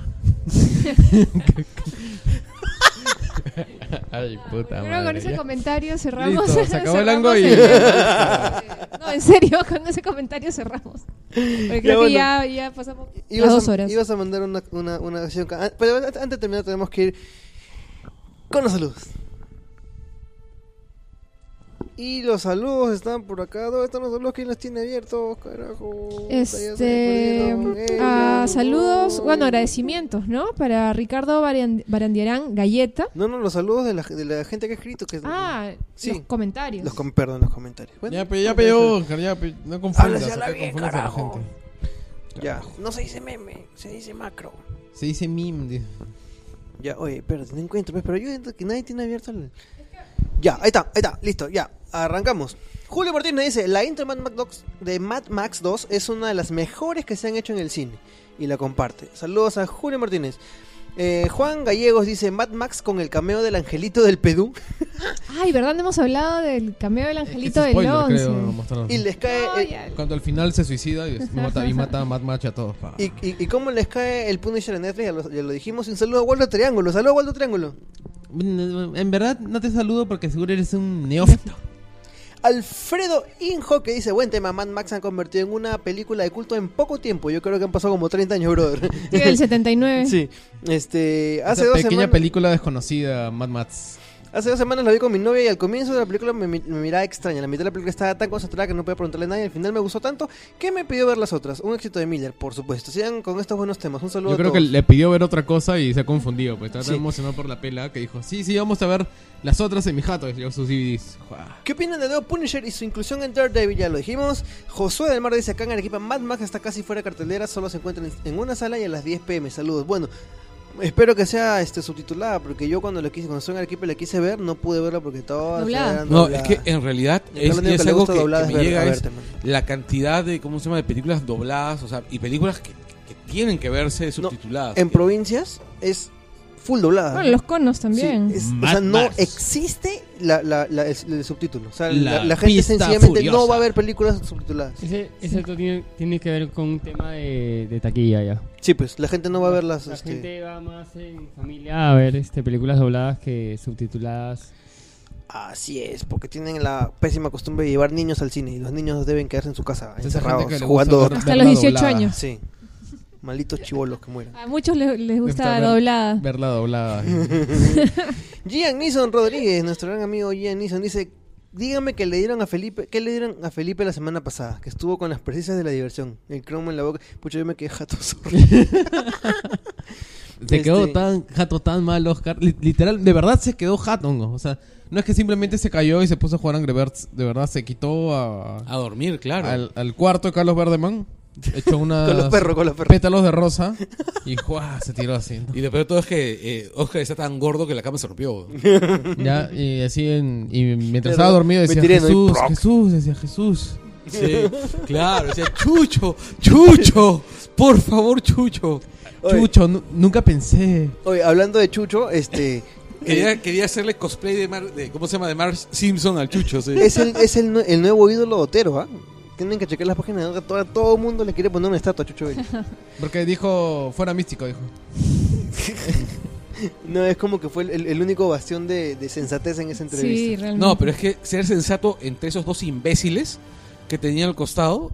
Speaker 5: Ay, puta
Speaker 1: Creo que con ese comentario cerramos.
Speaker 5: Listo, se acabó
Speaker 1: (laughs)
Speaker 5: el
Speaker 1: cerramos
Speaker 5: Angoy.
Speaker 1: No, en serio, (laughs) con ese comentario cerramos. Porque creo que
Speaker 2: bueno.
Speaker 1: ya, ya pasamos las
Speaker 2: Ibas
Speaker 1: dos
Speaker 2: a-
Speaker 1: horas.
Speaker 2: Ibas a mandar una, una, una acción. ca- ah, Pero antes antes de terminar, tenemos que ir con los saludos. Y los saludos están por acá. ¿Dónde están los saludos? ¿Quién los tiene abiertos? Carajo. Ya se
Speaker 1: Este,
Speaker 2: perdieron. Eh, Ellos.
Speaker 1: ah, saludos, bueno, agradecimientos, ¿no? Para Ricardo Baran- Barandiarán Galleta.
Speaker 2: No, no, los saludos de la, de la gente que ha escrito. Que
Speaker 1: Ah,
Speaker 2: Sí.
Speaker 1: los comentarios.
Speaker 2: los com- perdón, los comentarios. Bueno,
Speaker 5: Ya, pe, ya, pues, pe, Oscar, ya, pe, no confundas,
Speaker 2: Hablas ya la
Speaker 5: acá
Speaker 2: bien,
Speaker 5: confundes a la
Speaker 2: carajo.
Speaker 5: gente.
Speaker 2: ya. No se dice meme, se dice macro.
Speaker 5: Se dice meme. dice.
Speaker 2: Ya, oye, espérate, no encuentro, pues, pero yo siento que nadie tiene abierto el... Ya, ahí está, ahí está, listo, ya, arrancamos. Julio Martínez dice, la intro de Mad Max 2 de Mad Max 2 es una de las mejores que se han hecho en el cine. Y la comparte. Saludos a Julio Martínez. Eh, Juan Gallegos dice, Mad Max con el cameo del angelito del Pedú.
Speaker 1: Ay, ¿verdad? No Hemos hablado del cameo del angelito
Speaker 5: Es
Speaker 1: del
Speaker 5: spoiler,
Speaker 1: 11.
Speaker 5: creo, mostraron.
Speaker 2: Y les cae...
Speaker 1: No,
Speaker 2: el-
Speaker 1: ya.
Speaker 5: Cuando al final se suicida
Speaker 1: (laughs)
Speaker 5: y, mata, y mata a Mad Match a todos. pa.
Speaker 2: y, y, y cómo les cae el Punisher en Netflix, ya lo, ya lo dijimos. Y Un saludo a Waldo Triángulo. Saludo a Waldo Triángulo.
Speaker 5: En verdad no te saludo porque seguro eres un neófito.
Speaker 2: Alfredo Injo que dice, buen tema, Mad Max se han convertido en una película de culto en poco tiempo. Yo creo que han pasado como 30 años, brother. (laughs)
Speaker 1: Sí, del 79.
Speaker 2: eh, sí. Este, hace
Speaker 5: Esa
Speaker 2: dos,
Speaker 5: pequeña
Speaker 2: semanas,
Speaker 5: película desconocida, Mad Max.
Speaker 2: hace dos semanas la vi con mi novia y al comienzo de la película me, mi- me miraba extraña. La mitad de la película estaba tan concentrada que no podía preguntarle a nadie. Al final me gustó tanto que me pidió ver las otras. Un éxito de Miller, por supuesto. Sigan con estos buenos temas. Un saludo
Speaker 5: Yo
Speaker 2: a
Speaker 5: creo que
Speaker 2: todos.
Speaker 5: le pidió ver otra cosa y se ha confundido. Pues estaba tan
Speaker 2: Sí.
Speaker 5: emocionado por la pela que dijo: Sí, sí, vamos a ver las otras en mi jato. Y le dio sus DVDs. Juá.
Speaker 2: ¿Qué opinan de Deo Punisher y su inclusión en Daredevil? Ya lo dijimos. Josué del Mar dice acá en Arequipa, Mad Max está casi fuera de cartelera, solo se encuentra en- en una sala y a las 10 pm. Saludos. Bueno, espero que sea este subtitulada, porque yo cuando lo quise, cuando estuve en Arequipa y la quise ver, no pude verla porque todo
Speaker 1: Doblada.
Speaker 4: No, es que en realidad es,
Speaker 2: lo único
Speaker 4: es
Speaker 2: que le
Speaker 4: algo
Speaker 2: gusta
Speaker 4: que, que
Speaker 2: doblada es
Speaker 4: me
Speaker 2: ver-
Speaker 4: llega
Speaker 2: a
Speaker 4: es
Speaker 2: verte, man.
Speaker 4: la cantidad de, ¿cómo se llama?, de películas dobladas, o sea, y películas que, que tienen que verse subtituladas.
Speaker 2: En provincias es full doblada.
Speaker 1: Bueno, los conos
Speaker 2: Sí,
Speaker 1: también.
Speaker 2: es- o
Speaker 5: Mad
Speaker 2: sea, no
Speaker 5: Max.
Speaker 2: existe la, la- la- el, el subtítulo. O sea, la,
Speaker 5: La
Speaker 2: la gente
Speaker 5: pista
Speaker 2: sencillamente no
Speaker 5: furiosa.
Speaker 2: va a ver películas subtituladas.
Speaker 6: Ese, ese dato tiene, tiene que ver con un tema de, de taquilla ya.
Speaker 2: Sí, pues la gente no va a ver las.
Speaker 6: La
Speaker 2: este,
Speaker 6: gente va más en familia a ver este, películas dobladas que subtituladas.
Speaker 2: Así es, porque tienen la pésima costumbre de llevar niños al cine y los niños deben quedarse en su casa,
Speaker 5: Esa
Speaker 2: encerrados,
Speaker 5: gente que le gusta
Speaker 2: jugando. (laughs)
Speaker 5: ver-
Speaker 1: Hasta
Speaker 5: verla
Speaker 1: los 18
Speaker 5: doblada.
Speaker 1: años.
Speaker 2: Sí. Malditos chivolos que mueran.
Speaker 1: A muchos les, les gusta
Speaker 5: Está ver-
Speaker 1: doblada.
Speaker 2: (laughs)
Speaker 5: Verla doblada.
Speaker 2: Gian Nison Rodríguez, nuestro gran amigo Gian Nison, dice: Dígame que le dieron a Felipe, ¿qué le dieron a Felipe la semana pasada? Que estuvo con las precisas de la diversión. El cromo en la boca. Pucho, yo me quedé jato (laughs) sordo.
Speaker 5: Se quedó
Speaker 2: Este-
Speaker 5: tan jato, tan mal Oscar. Li- literal, de verdad se quedó jato. ¿no? O sea, no es que simplemente se cayó y se puso a jugar Angry Birds. De verdad se quitó a-
Speaker 4: A dormir, Ah, claro.
Speaker 5: al, al cuarto de Carlos Verdeman. Echó una.
Speaker 2: (laughs) Con los perros, con los perros.
Speaker 5: pétalos de rosa. Y ¡juá! se tiró así. ¿no?
Speaker 4: Y lo peor de todo es que eh, Oscar está tan gordo que la cama
Speaker 2: (laughs)
Speaker 4: se rompió.
Speaker 5: Ya, y así en- y mientras
Speaker 2: Claro,
Speaker 5: estaba dormido decía
Speaker 2: me tiré, ¿no? Y
Speaker 5: Jesús,
Speaker 2: ¡proc!
Speaker 5: Jesús, decía Jesús.
Speaker 4: Sí, claro. Decía, Chucho, Chucho, por favor, Chucho.
Speaker 2: Oye.
Speaker 5: Chucho, nu- nunca pensé.
Speaker 2: Oye, hablando de Chucho, este.
Speaker 5: Eh,
Speaker 4: Quería, quería hacerle cosplay de, Mar- de- ¿cómo se llama? De Marge Simpson al Chucho, sí.
Speaker 2: Es el, es el, nue- el nuevo ídolo de Otero, ¿ah? Tienen que chequear las páginas de Otero, todo, todo el mundo le quiere poner una estatua a Chucho Belli.
Speaker 5: Porque dijo, fuera místico, dijo.
Speaker 2: No, es como que fue el, el único bastión de, de sensatez en esa entrevista.
Speaker 1: Sí, realmente.
Speaker 4: No, pero es que ser sensato entre esos dos imbéciles que tenía al costado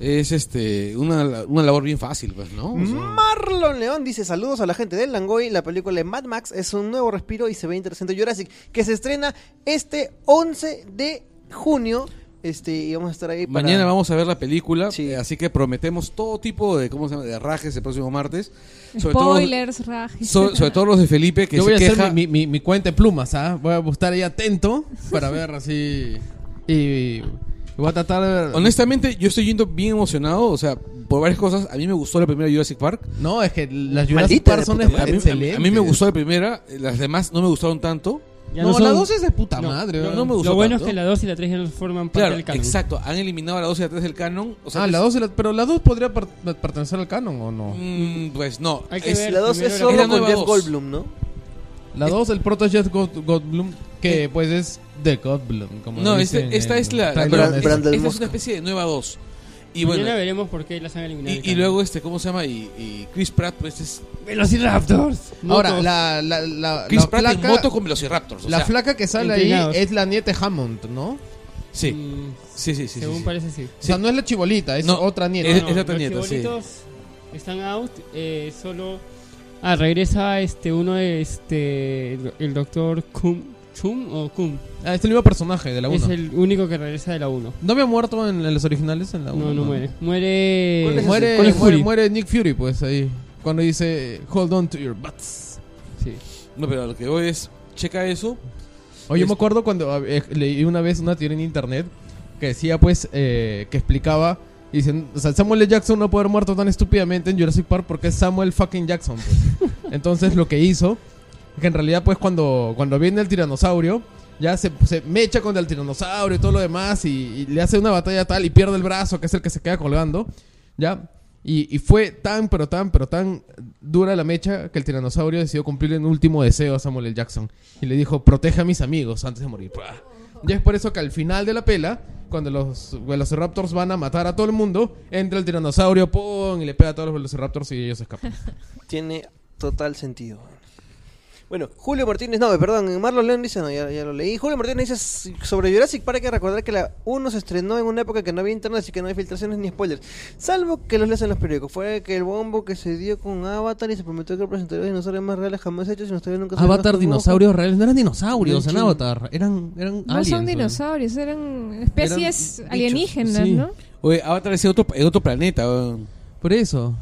Speaker 4: es este una, una labor bien fácil, pues, ¿no? O sea,
Speaker 2: Marlon León dice saludos a la gente del Langoy. La película de Mad Max es un nuevo respiro y se ve interesante Jurassic, que se estrena este 11 de junio. Este, y vamos a estar ahí para...
Speaker 4: Mañana vamos a ver la película,
Speaker 2: Sí.
Speaker 4: eh, así que prometemos todo tipo de cómo se llama de rajes el próximo martes, sobre todo
Speaker 1: Spoilers, rajes.
Speaker 4: so- sobre todo los de Felipe que
Speaker 5: Yo
Speaker 4: se
Speaker 5: voy a
Speaker 4: queja.
Speaker 5: hacer mi, mi- mi- mi cuenta de plumas, ¿ah? Voy a estar ahí atento para ver así. Y, y voy a tratar de...
Speaker 4: Honestamente, yo estoy yendo bien emocionado, o sea, por varias cosas. A mí me gustó la primera Jurassic Park.
Speaker 5: No, es que las Jurassic
Speaker 2: Maldita
Speaker 5: Park
Speaker 2: de
Speaker 5: son
Speaker 2: puta madre.
Speaker 4: A mí, a mí-
Speaker 5: excelentes.
Speaker 4: a mí me gustó la primera, eh, las demás no me gustaron tanto.
Speaker 3: Ya
Speaker 5: No,
Speaker 3: son-
Speaker 5: la 2 es de puta
Speaker 3: no,
Speaker 5: madre.
Speaker 3: no,
Speaker 5: weón.
Speaker 4: no me gustó
Speaker 3: Lo bueno
Speaker 4: tanto.
Speaker 3: es que la 2 y la 3 ya no forman parte
Speaker 4: Claro,
Speaker 3: del canon.
Speaker 4: exacto. Han eliminado a la 2 y a 3 del canon. O sea,
Speaker 5: ah,
Speaker 4: es-
Speaker 5: la 2, y la- pero la 2 podría per- pertenecer al canon o no.
Speaker 4: Mm, pues no.
Speaker 3: Hay que
Speaker 4: Es-
Speaker 3: ver
Speaker 2: La 2 es
Speaker 3: primero la-
Speaker 2: solo
Speaker 4: Era
Speaker 2: con
Speaker 4: nueva
Speaker 2: Jeff
Speaker 4: dos.
Speaker 2: Goldblum, ¿no?
Speaker 5: La 2, el proto Jeff God- Goldblum, que pues es de Goldblum. Como
Speaker 4: Eh, No,
Speaker 5: dicen
Speaker 4: este- esta
Speaker 5: en-
Speaker 4: es la.
Speaker 5: Tyler,
Speaker 2: Brand-
Speaker 4: esta-
Speaker 5: es-
Speaker 2: Brand- Brandel
Speaker 4: esta es
Speaker 2: Mosca.
Speaker 4: una especie de nueva 2. Y
Speaker 3: Y bueno,
Speaker 4: bueno,
Speaker 3: Mañana veremos por qué las han eliminado. del
Speaker 4: y, y
Speaker 3: canon.
Speaker 4: luego, este, ¿cómo se llama? Y, y Chris Pratt, pues es.
Speaker 3: Velociraptors.
Speaker 5: Ahora,
Speaker 3: motos.
Speaker 5: la, la, la,
Speaker 4: Chris
Speaker 5: la
Speaker 4: Pratt
Speaker 5: flaca,
Speaker 4: en moto con Velociraptors. o
Speaker 5: la
Speaker 4: sea,
Speaker 5: flaca que sale ahí
Speaker 3: inclinados.
Speaker 5: es la nieta de Hammond, ¿no?
Speaker 4: Sí,
Speaker 3: Mm,
Speaker 4: sí, sí. sí, sí,
Speaker 3: según
Speaker 4: sí.
Speaker 3: parece, sí.
Speaker 5: O sea, no es la chibolita, es
Speaker 4: No,
Speaker 5: otra nieta.
Speaker 4: Es-
Speaker 3: No,
Speaker 4: es la otra
Speaker 3: los
Speaker 4: nieta, sí.
Speaker 3: chibolitos Están out, eh, solo. Ah, regresa este uno de este. El, el doctor Kum. ¿Chum o Kum?
Speaker 5: Ah, es el mismo personaje de la 1.
Speaker 3: Es el único que regresa de la 1.
Speaker 5: ¿No había muerto en, en los originales? En la
Speaker 3: No,
Speaker 5: uno,
Speaker 3: no, muere. Muere.
Speaker 2: ¿Cuál es ese?
Speaker 5: Muere,
Speaker 3: Colin
Speaker 5: muere,
Speaker 3: Fury.
Speaker 5: muere Nick Fury, pues ahí. Cuando dice, hold on to your butts.
Speaker 3: Sí.
Speaker 4: No, pero lo que voy es. Checa eso.
Speaker 5: Oye, yo me
Speaker 4: Es-
Speaker 5: acuerdo cuando a- eh, leí una vez una teoría en internet que decía, pues, eh, que explicaba. y Dicen, o sea, Samuel L. Jackson no puede haber muerto tan estúpidamente en Jurassic Park porque es Samuel fucking Jackson. pues. Entonces, lo que hizo, que en realidad, pues, cuando, cuando viene el tiranosaurio, ya se, se mecha contra el tiranosaurio y todo lo demás, y, y le hace una batalla tal y pierde el brazo, que es el que se queda colgando, ¿ya? Y, y fue tan, pero tan, pero tan dura la mecha que el tiranosaurio decidió cumplirle un último deseo a Samuel L. Jackson. Y le dijo, protege a mis amigos antes de morir. ¡Pah! Y es por eso que al final de la pela, cuando los velociraptors van a matar a todo el mundo, entra el tiranosaurio, ¡pum! Y le pega a todos los velociraptors y ellos escapan.
Speaker 2: Tiene total sentido. Bueno, Julio Martínez, no, perdón, Marlon León dice, no, ya, ya lo leí. Julio Martínez dice "S- sobre Jurassic Park hay que recordar que la 1 se estrenó en una época que no había internet, así que no hay filtraciones ni spoilers. Salvo que los lees en los periódicos. Fue que el bombo que se dio con Avatar y se prometió que presentaría dinosaurios más reales jamás hechos y ustedes nunca salieron con
Speaker 5: Avatar,
Speaker 2: un ojo.
Speaker 5: dinosaurios reales. No eran dinosaurios en
Speaker 2: Mucho.
Speaker 5: Avatar. Eran, (laughs) eran
Speaker 1: No
Speaker 5: aliens,
Speaker 1: Ah, son
Speaker 5: weón.
Speaker 1: dinosaurios, eran especies
Speaker 5: bichos,
Speaker 1: alienígenas,
Speaker 5: sí.
Speaker 1: ¿no?
Speaker 4: Oye, Avatar es en otro, en otro planeta. weón.
Speaker 5: Por eso.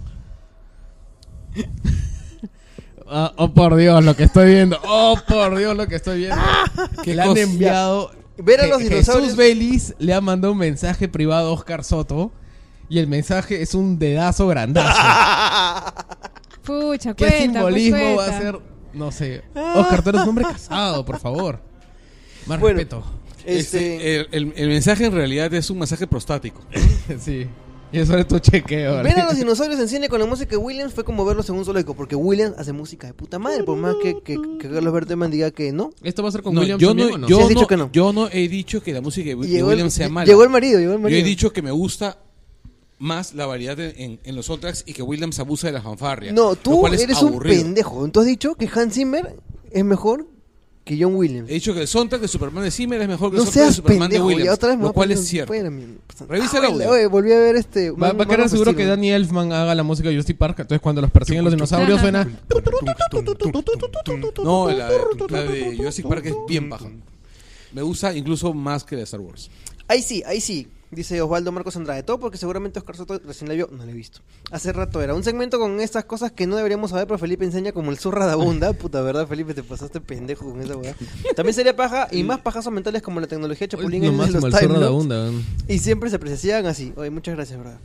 Speaker 5: (laughs) Ah, oh, por Dios, lo que estoy viendo. Oh, por Dios, lo que estoy (laughs) viendo.
Speaker 4: Qué
Speaker 5: le han
Speaker 4: cosa.
Speaker 5: enviado.
Speaker 2: Ver a
Speaker 5: Je-
Speaker 2: los dinosaurios.
Speaker 5: Jesús Vélez le ha mandado un mensaje privado a Oscar Soto. Y el mensaje es un dedazo
Speaker 2: (laughs)
Speaker 5: grandazo.
Speaker 1: Pucha,
Speaker 5: ¿Qué
Speaker 1: cuenta, pues,
Speaker 5: simbolismo va a
Speaker 1: cuenta.
Speaker 5: ser? No sé. Oscar, tú eres un hombre casado, por favor. Más
Speaker 2: Bueno.
Speaker 5: respeto. (laughs)
Speaker 2: Este,
Speaker 4: Este,
Speaker 5: eh,
Speaker 4: el, el- el mensaje en realidad es un mensaje prostático.
Speaker 5: sí. Y eso es tu chequeo. ¿vale?
Speaker 2: Ver a los dinosaurios en cine con la música de Williams fue como verlos en un solo eco, porque Williams hace música de puta madre, por más que, que, que Carlos Berteman diga que no.
Speaker 5: ¿Esto va a ser con
Speaker 4: No,
Speaker 5: William
Speaker 4: yo,
Speaker 5: también o
Speaker 4: no,
Speaker 5: no?
Speaker 4: yo,
Speaker 2: Sí, has
Speaker 4: no-
Speaker 2: dicho que no.
Speaker 4: yo no he dicho que la música de, Wi- de
Speaker 2: Llegó el,
Speaker 4: Williams sea mala.
Speaker 2: llegó el marido, llegó el marido.
Speaker 4: Yo he dicho que me gusta más la variedad en, en- en los soundtracks y que Williams abusa de la fanfarria.
Speaker 2: No,
Speaker 4: lo
Speaker 2: tú
Speaker 4: cual es
Speaker 2: eres
Speaker 4: aburrido.
Speaker 2: un pendejo. Tú has dicho que Hans Zimmer es mejor que John Williams.
Speaker 4: He dicho que el soundtrack de Superman de Zimmer es mejor Eh, que
Speaker 2: no
Speaker 4: el soundtrack de
Speaker 2: seas
Speaker 4: Superman
Speaker 2: pendejo.
Speaker 4: de
Speaker 2: ya
Speaker 4: Williams.
Speaker 2: otra vez me voy
Speaker 4: lo
Speaker 2: a
Speaker 4: cual
Speaker 2: poner
Speaker 4: es
Speaker 2: un-
Speaker 4: cierto.
Speaker 2: fuera, mi-
Speaker 4: Revisa el
Speaker 2: Ah,
Speaker 4: audio.
Speaker 2: oye, volví a ver este.
Speaker 5: Va, va a quedar seguro que
Speaker 2: Daniel
Speaker 5: Danny Elfman haga la música de Justy Park. Entonces, cuando los persiguen los
Speaker 2: pues,
Speaker 5: dinosaurios, suena.
Speaker 4: No, la, la de Jurassic Park es bien baja. Me gusta incluso más que la de Star Wars.
Speaker 2: Ahí sí, ahí sí. Dice Osvaldo Marcos Andrade, todo porque seguramente Oscar Soto recién la vio, no la he visto. Hace rato era un segmento con estas cosas que no deberíamos saber, pero Felipe enseña como el zurra de
Speaker 4: (laughs)
Speaker 2: abunda. Puta verdad, Felipe, te pasaste pendejo con esa weá. También sería paja y más pajazos mentales como la tecnología Chapulín en
Speaker 5: Nomás
Speaker 2: los
Speaker 5: como el
Speaker 2: Time
Speaker 5: zorro de
Speaker 2: Lords.
Speaker 5: abunda. weón.
Speaker 2: Y siempre se apreciaban así. Oye, muchas gracias, brother.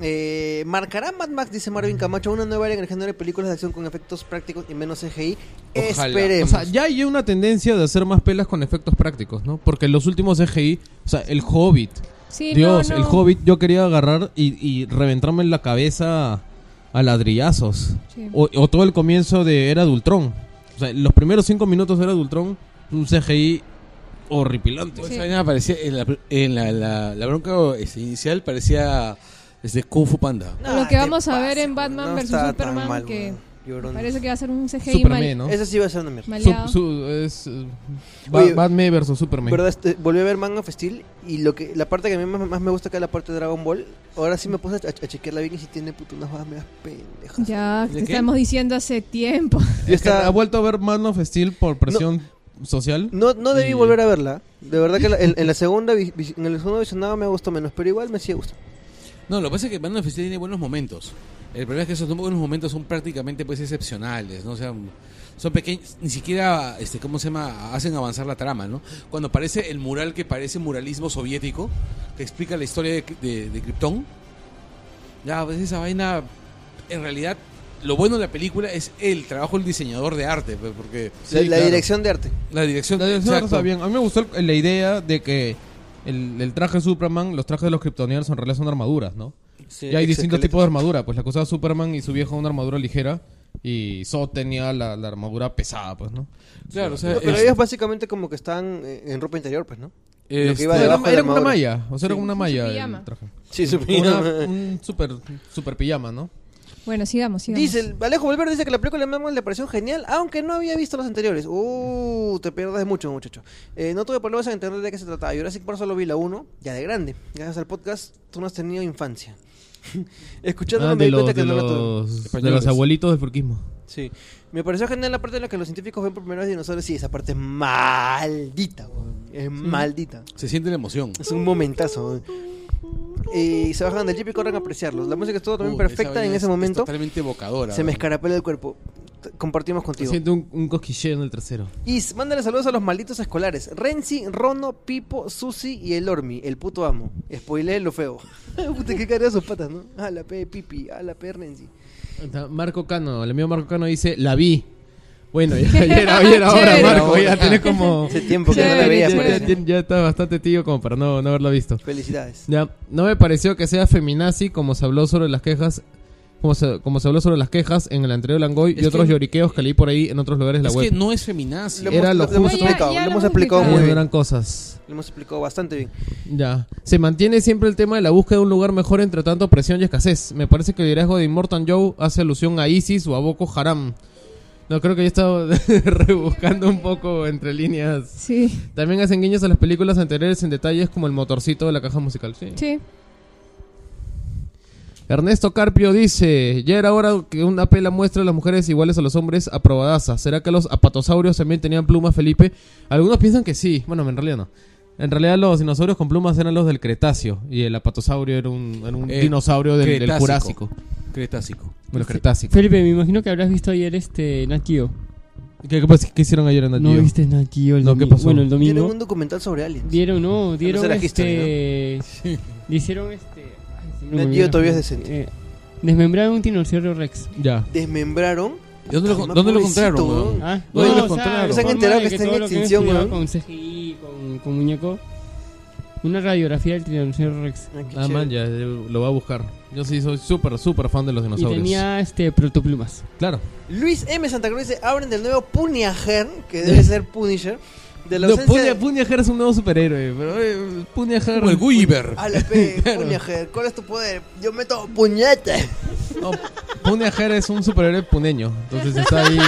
Speaker 2: Eh, ¿Marcará Mad Max, dice Marvin Camacho, una nueva era en el género de películas de acción con efectos prácticos y menos CGI?
Speaker 4: Ojalá.
Speaker 5: O
Speaker 2: Esperemos.
Speaker 5: sea, ya hay una tendencia de hacer más pelas con efectos prácticos, ¿no? Porque los últimos CGI, o sea, el Hobbit.
Speaker 1: Sí,
Speaker 5: Dios,
Speaker 1: no,
Speaker 5: el
Speaker 1: no.
Speaker 5: Hobbit yo quería agarrar y, y reventarme en la cabeza a ladrillazos.
Speaker 1: Sí.
Speaker 5: O, o todo el comienzo de Era de Ultron. O sea, los primeros cinco minutos de Era de Ultron, un CGI horripilante.
Speaker 4: Esa vaina Pues parecía, en la, en la, la- la bronca este, inicial parecía este, Kung Fu Panda.
Speaker 1: O lo que vamos a ver en Batman vs Superman, que parece que va a ser un CGI
Speaker 5: Superman,
Speaker 1: mal-
Speaker 5: ¿no?
Speaker 2: Eso sí va a ser una mierda.
Speaker 1: maleado.
Speaker 5: Su- su- es, eh, Ba-
Speaker 2: Oye,
Speaker 5: Batman versus Superman.
Speaker 2: Pero este, volví a ver Man of Steel y lo que, la parte que a mí más, más me gusta que es la parte de Dragon Ball. Ahora sí me puse a, a chequearla bien y si tiene puto unas bajas medias pendejas.
Speaker 1: Ya,
Speaker 4: ¿De
Speaker 1: te
Speaker 4: qué?
Speaker 1: estamos diciendo hace tiempo. (laughs)
Speaker 2: Yo
Speaker 5: Es que
Speaker 2: estaba-
Speaker 5: ha vuelto a ver Man of Steel por presión social.
Speaker 2: no, no debí
Speaker 5: Y-
Speaker 2: volver a verla. De verdad que la- en, en la segunda vi- vi- en el segundo visionado me gustó menos, pero igual me sigue gustando.
Speaker 4: No, lo que pasa es que Man of Steel tiene buenos momentos. El problema es que esos buenos momentos son prácticamente pues excepcionales, ¿no? O sea, son pequeños, ni siquiera, este, ¿cómo se llama? Hacen avanzar la trama, ¿no? Cuando aparece el mural que parece muralismo soviético, que explica la historia de, de, de Krypton, ya, pues esa vaina, en realidad, lo bueno de la película es el trabajo del diseñador de arte, pues, porque
Speaker 2: la, la
Speaker 5: claro.
Speaker 2: dirección de arte.
Speaker 4: la dirección...
Speaker 5: La dirección
Speaker 4: exacto.
Speaker 5: está bien. A mí me gustó el- la idea de que el, el traje de Superman, los trajes de los kryptonianos en realidad son armaduras, ¿no?
Speaker 2: Sí,
Speaker 5: y hay distintos
Speaker 2: exoesqueletos.
Speaker 5: tipos de armadura. Pues la que usaba Superman y su vieja una armadura ligera. Y Zod tenía la, la armadura pesada, pues, ¿no?
Speaker 4: Claro, o sea,
Speaker 2: No, pero
Speaker 4: es-
Speaker 2: ellos básicamente como que están eh, en ropa interior, pues, ¿no? lo que iba
Speaker 5: Era-
Speaker 2: debajo de la
Speaker 5: era como una
Speaker 2: armadura.
Speaker 5: malla. O sea, era como una malla
Speaker 1: pijama.
Speaker 5: el traje.
Speaker 2: (laughs) Sí,
Speaker 5: Como una-
Speaker 2: (laughs)
Speaker 5: un super, super pijama, ¿no?
Speaker 1: Bueno, sigamos, sigamos.
Speaker 2: Dice, Alejo Valverde dice que la película de Batman le pareció genial, aunque no había visto las anteriores. Uh, te pierdes mucho, muchacho. Eh, no tuve problemas en entender de qué se trataba. Jurassic Park solo vi la 1, ya de grande. Gracias al podcast, tú no has tenido infancia. (laughs) Escuchándolo
Speaker 5: Ah,
Speaker 2: me
Speaker 5: de
Speaker 2: di cuenta
Speaker 5: los,
Speaker 2: que
Speaker 5: de
Speaker 2: no la tuve.
Speaker 5: los, de
Speaker 4: Españoles.
Speaker 5: los abuelitos del furquismo.
Speaker 2: Sí. Me pareció genial la parte en la que los científicos ven por primera vez dinosaurios. Sí, esa parte es maldita, weón. Es maldita.
Speaker 4: se siente la emoción.
Speaker 2: Es un momentazo, weón. Y se bajan del jeep y corren a apreciarlos. La música estuvo también
Speaker 4: Uh, esa
Speaker 2: perfecta
Speaker 4: vaina
Speaker 2: en
Speaker 4: es-
Speaker 2: ese
Speaker 4: es
Speaker 2: momento.
Speaker 4: totalmente evocadora.
Speaker 2: Se me escarapela el cuerpo. T- Compartimos contigo.
Speaker 5: Siento un, un cosquilleo en el trasero.
Speaker 2: Is, mándale saludos a los malditos escolares. Renzi, Rono, Pipo, Susi y el Ormi, el puto amo. Spoilé lo feo. Puta, qué cara de sus patas, ¿no? A la P, Pipi, a la P, Renzi.
Speaker 5: Marco Cano, el amigo Marco Cano dice, la vi. Bueno, ya, ya era, ya
Speaker 2: (laughs)
Speaker 5: era hora,
Speaker 1: Chévere.
Speaker 5: Marco, ya tienes como...
Speaker 2: Hace (laughs) tiempo que no la
Speaker 1: Chévere,
Speaker 2: veías, pues.
Speaker 5: ya,
Speaker 1: chévere.
Speaker 2: parece.
Speaker 5: ya- ya está bastante tío como para no, no haberla visto.
Speaker 2: Felicidades.
Speaker 5: Ya, no me pareció que sea feminazi como se habló sobre las quejas... Como se, como se habló sobre las quejas en el anterior Langoy
Speaker 4: Es
Speaker 5: y otros
Speaker 4: que-
Speaker 5: lloriqueos que leí por ahí en otros lugares de la
Speaker 4: es
Speaker 5: web.
Speaker 4: que no es feminazi.
Speaker 2: Lo
Speaker 5: (laughs) Era
Speaker 2: hemos-
Speaker 5: lo
Speaker 2: lo hemos
Speaker 1: justo.
Speaker 2: explicado,
Speaker 1: Ya- ya
Speaker 2: lo
Speaker 1: lo
Speaker 2: hemos
Speaker 1: hemos
Speaker 2: explicado
Speaker 5: Eh,
Speaker 2: muy
Speaker 5: no
Speaker 2: bien.
Speaker 5: eran cosas.
Speaker 2: Lo hemos explicado bastante bien.
Speaker 5: Ya. Se mantiene siempre el tema de la búsqueda de un lugar mejor entre tanta opresión y escasez. Me parece que el liderazgo de Immortal Joe hace alusión a ISIS o a Boko Haram. No, creo que yo he estado (laughs) rebuscando un poco entre líneas.
Speaker 1: Sí,
Speaker 5: También hacen guiños a las películas anteriores en detalles como el motorcito de la caja musical. Sí.
Speaker 1: sí.
Speaker 5: Ernesto Carpio dice, ya era hora que una pela muestre a las mujeres iguales a los hombres aprobadaza. ¿Será que los apatosaurios también tenían plumas, Felipe? Algunos piensan que sí. Bueno, en realidad no. En realidad los dinosaurios con plumas eran los del Cretáceo y el apatosaurio era un, era un
Speaker 4: Eh,
Speaker 5: dinosaurio del, del
Speaker 4: Cretácico.
Speaker 5: Jurásico.
Speaker 4: Cretácico.
Speaker 5: Bueno, Cretácico.
Speaker 3: Felipe, me imagino que habrás visto ayer este Nat Geo.
Speaker 5: ¿Qué, qué pas- qué hicieron ayer en el
Speaker 3: No
Speaker 5: tío?
Speaker 3: viste Nat Geo el
Speaker 5: No, ¿qué
Speaker 3: domingo.
Speaker 5: pasó?
Speaker 3: Bueno, el
Speaker 2: Tienen
Speaker 3: domingo.
Speaker 2: un documental sobre aliens.
Speaker 3: Dieron, no, dieron
Speaker 2: era
Speaker 3: este. Le hicieron este. ay, se me
Speaker 2: Nat
Speaker 3: olvidó
Speaker 2: Geo
Speaker 3: la-
Speaker 2: todavía es decente.
Speaker 3: eh, desmembraron un tiranosaurio Rex.
Speaker 5: Ya.
Speaker 2: Desmembraron.
Speaker 4: ¿Y ¿Dónde lo,
Speaker 2: Ah,
Speaker 4: dónde lo
Speaker 2: pobrecito,
Speaker 4: encontraron? weón?
Speaker 2: weón.
Speaker 3: Ah,
Speaker 4: No,
Speaker 3: no,
Speaker 4: y los
Speaker 3: o sea,
Speaker 4: contrarios.
Speaker 2: Se han
Speaker 3: forma
Speaker 2: enterado
Speaker 3: de
Speaker 2: que está en
Speaker 3: todo lo que han
Speaker 2: extinción,
Speaker 3: estudiado
Speaker 2: ¿no?
Speaker 3: Con CGI, con, con muñeco. Una radiografía del tiranosaurio Rex.
Speaker 2: Ah, qué
Speaker 5: Ah, man,
Speaker 2: chévere.
Speaker 5: ya, yo lo va a buscar. Yo sí soy súper, súper fan de los
Speaker 3: Y
Speaker 5: dinosaurios.
Speaker 3: tenía este protoplumas.
Speaker 5: Claro.
Speaker 2: Luis M. Santa Cruz dice: abren del nuevo Punisher, que debe ser Punisher. De la
Speaker 5: No,
Speaker 2: ausencia de-
Speaker 5: Punya- Punyager es un nuevo superhéroe, pero eh, Punyager-
Speaker 4: Como el Gulliver.
Speaker 2: A la
Speaker 5: (laughs)
Speaker 2: P, Punisher, ¿cuál es tu poder? Yo meto puñete. (laughs)
Speaker 5: No, Puneajer es un superhéroe puneño. Entonces está ahí.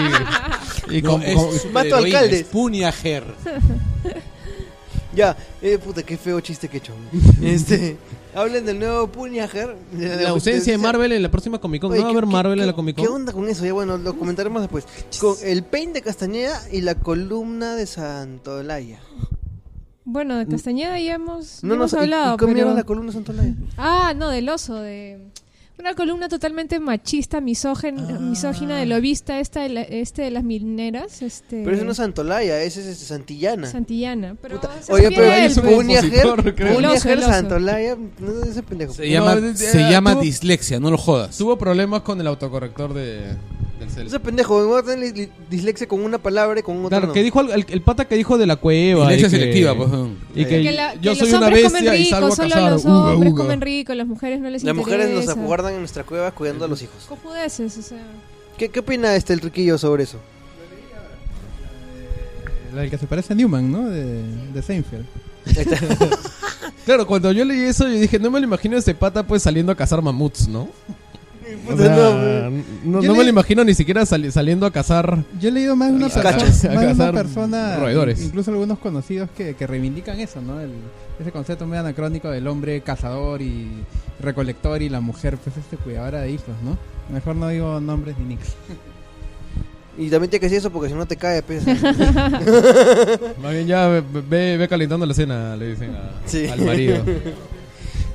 Speaker 5: Y
Speaker 4: No,
Speaker 5: con-
Speaker 4: es
Speaker 5: con-
Speaker 4: superheroína,
Speaker 2: Mato alcaldes.
Speaker 4: es Puniager.
Speaker 2: Ya, eh, puta, qué feo chiste que he
Speaker 5: (laughs)
Speaker 2: hecho. Este, hablen del nuevo Punisher. de
Speaker 5: la ausencia de Marvel en la próxima Comic Con.
Speaker 2: Oye,
Speaker 5: ¿No va a
Speaker 2: ¿qué-
Speaker 5: haber
Speaker 2: qué-
Speaker 5: Marvel en la
Speaker 2: qué-
Speaker 5: Comic
Speaker 2: ¿Qué
Speaker 5: Con?
Speaker 2: onda con eso? Ya bueno, lo comentaremos después. Con el paint de Castañeda y la columna de Santolaya.
Speaker 1: Bueno, de Castañeda ya hemos,
Speaker 2: No
Speaker 1: ya hemos
Speaker 2: nos
Speaker 1: hablado.
Speaker 2: ¿Cómo
Speaker 1: pero-
Speaker 2: la columna de Santolaya?
Speaker 1: Ah, no, del oso, de una columna totalmente machista,
Speaker 2: Ah.
Speaker 1: misógen- misógina de lobista esta de la- este de las mineras, este
Speaker 2: Pero ese no es Santolaya, ese es este, Santillana.
Speaker 1: Santillana, pero
Speaker 2: Puta,
Speaker 1: se
Speaker 2: Oye,
Speaker 1: refiere
Speaker 2: pero
Speaker 1: a él,
Speaker 2: es
Speaker 1: pues.
Speaker 2: Punisher,
Speaker 1: creo. El oso,
Speaker 2: Punisher,
Speaker 1: el oso.
Speaker 2: Santolaya, no ese pendejo.
Speaker 4: Se llama,
Speaker 5: No,
Speaker 4: se
Speaker 5: eh,
Speaker 4: llama
Speaker 5: tú-
Speaker 4: dislexia, no lo jodas.
Speaker 5: Tuvo problemas con el autocorrector de, del cel.
Speaker 2: Ese pendejo, me voy a tener li- li- dislexia con una palabra y con otra
Speaker 5: Claro,
Speaker 2: no.
Speaker 5: que dijo al- el, el pata que dijo de la cueva.
Speaker 4: Dislexia
Speaker 5: y que-
Speaker 4: selectiva, pues. weón.
Speaker 5: Y que,
Speaker 1: Que la- que
Speaker 5: yo
Speaker 1: los
Speaker 5: soy una
Speaker 1: hombres comen
Speaker 5: bestia y salgo a
Speaker 1: rico, solo
Speaker 5: cazar.
Speaker 1: los
Speaker 5: Uga,
Speaker 1: hombres
Speaker 5: uga.
Speaker 1: comen rico, las mujeres no les
Speaker 2: Las
Speaker 1: interesa.
Speaker 2: mujeres nos aguardan en nuestras cuevas cuidando a los hijos.
Speaker 1: Cojudeces, o sea.
Speaker 2: ¿Qué, qué opina este el riquillo sobre eso?
Speaker 10: La del que se parece a Newman, ¿no? De, de Seinfeld.
Speaker 5: Claro, cuando yo leí eso, yo dije, no me lo imagino ese pata pues saliendo a cazar mamuts, ¿no? O sea,
Speaker 10: no,
Speaker 5: no,
Speaker 10: Yo
Speaker 5: no me
Speaker 10: leí-
Speaker 5: lo imagino ni siquiera sali- saliendo a cazar.
Speaker 10: Yo he leído más de una,
Speaker 5: A cazar-
Speaker 10: persona,
Speaker 5: a
Speaker 10: más de una
Speaker 5: cazar
Speaker 10: persona,
Speaker 5: roedores.
Speaker 10: incluso algunos conocidos que, que reivindican eso, ¿no? El- ese concepto muy anacrónico del hombre cazador y recolector y la mujer, pues, este cuidadora de hijos, ¿no? Mejor no digo nombres ni nicks.
Speaker 2: Y también te que decir eso porque si no te
Speaker 1: (laughs)
Speaker 2: cae, pues.
Speaker 5: Más bien ya ve, ve- ve calentando la cena, le dicen a-
Speaker 2: Sí.
Speaker 5: al marido.
Speaker 2: (laughs)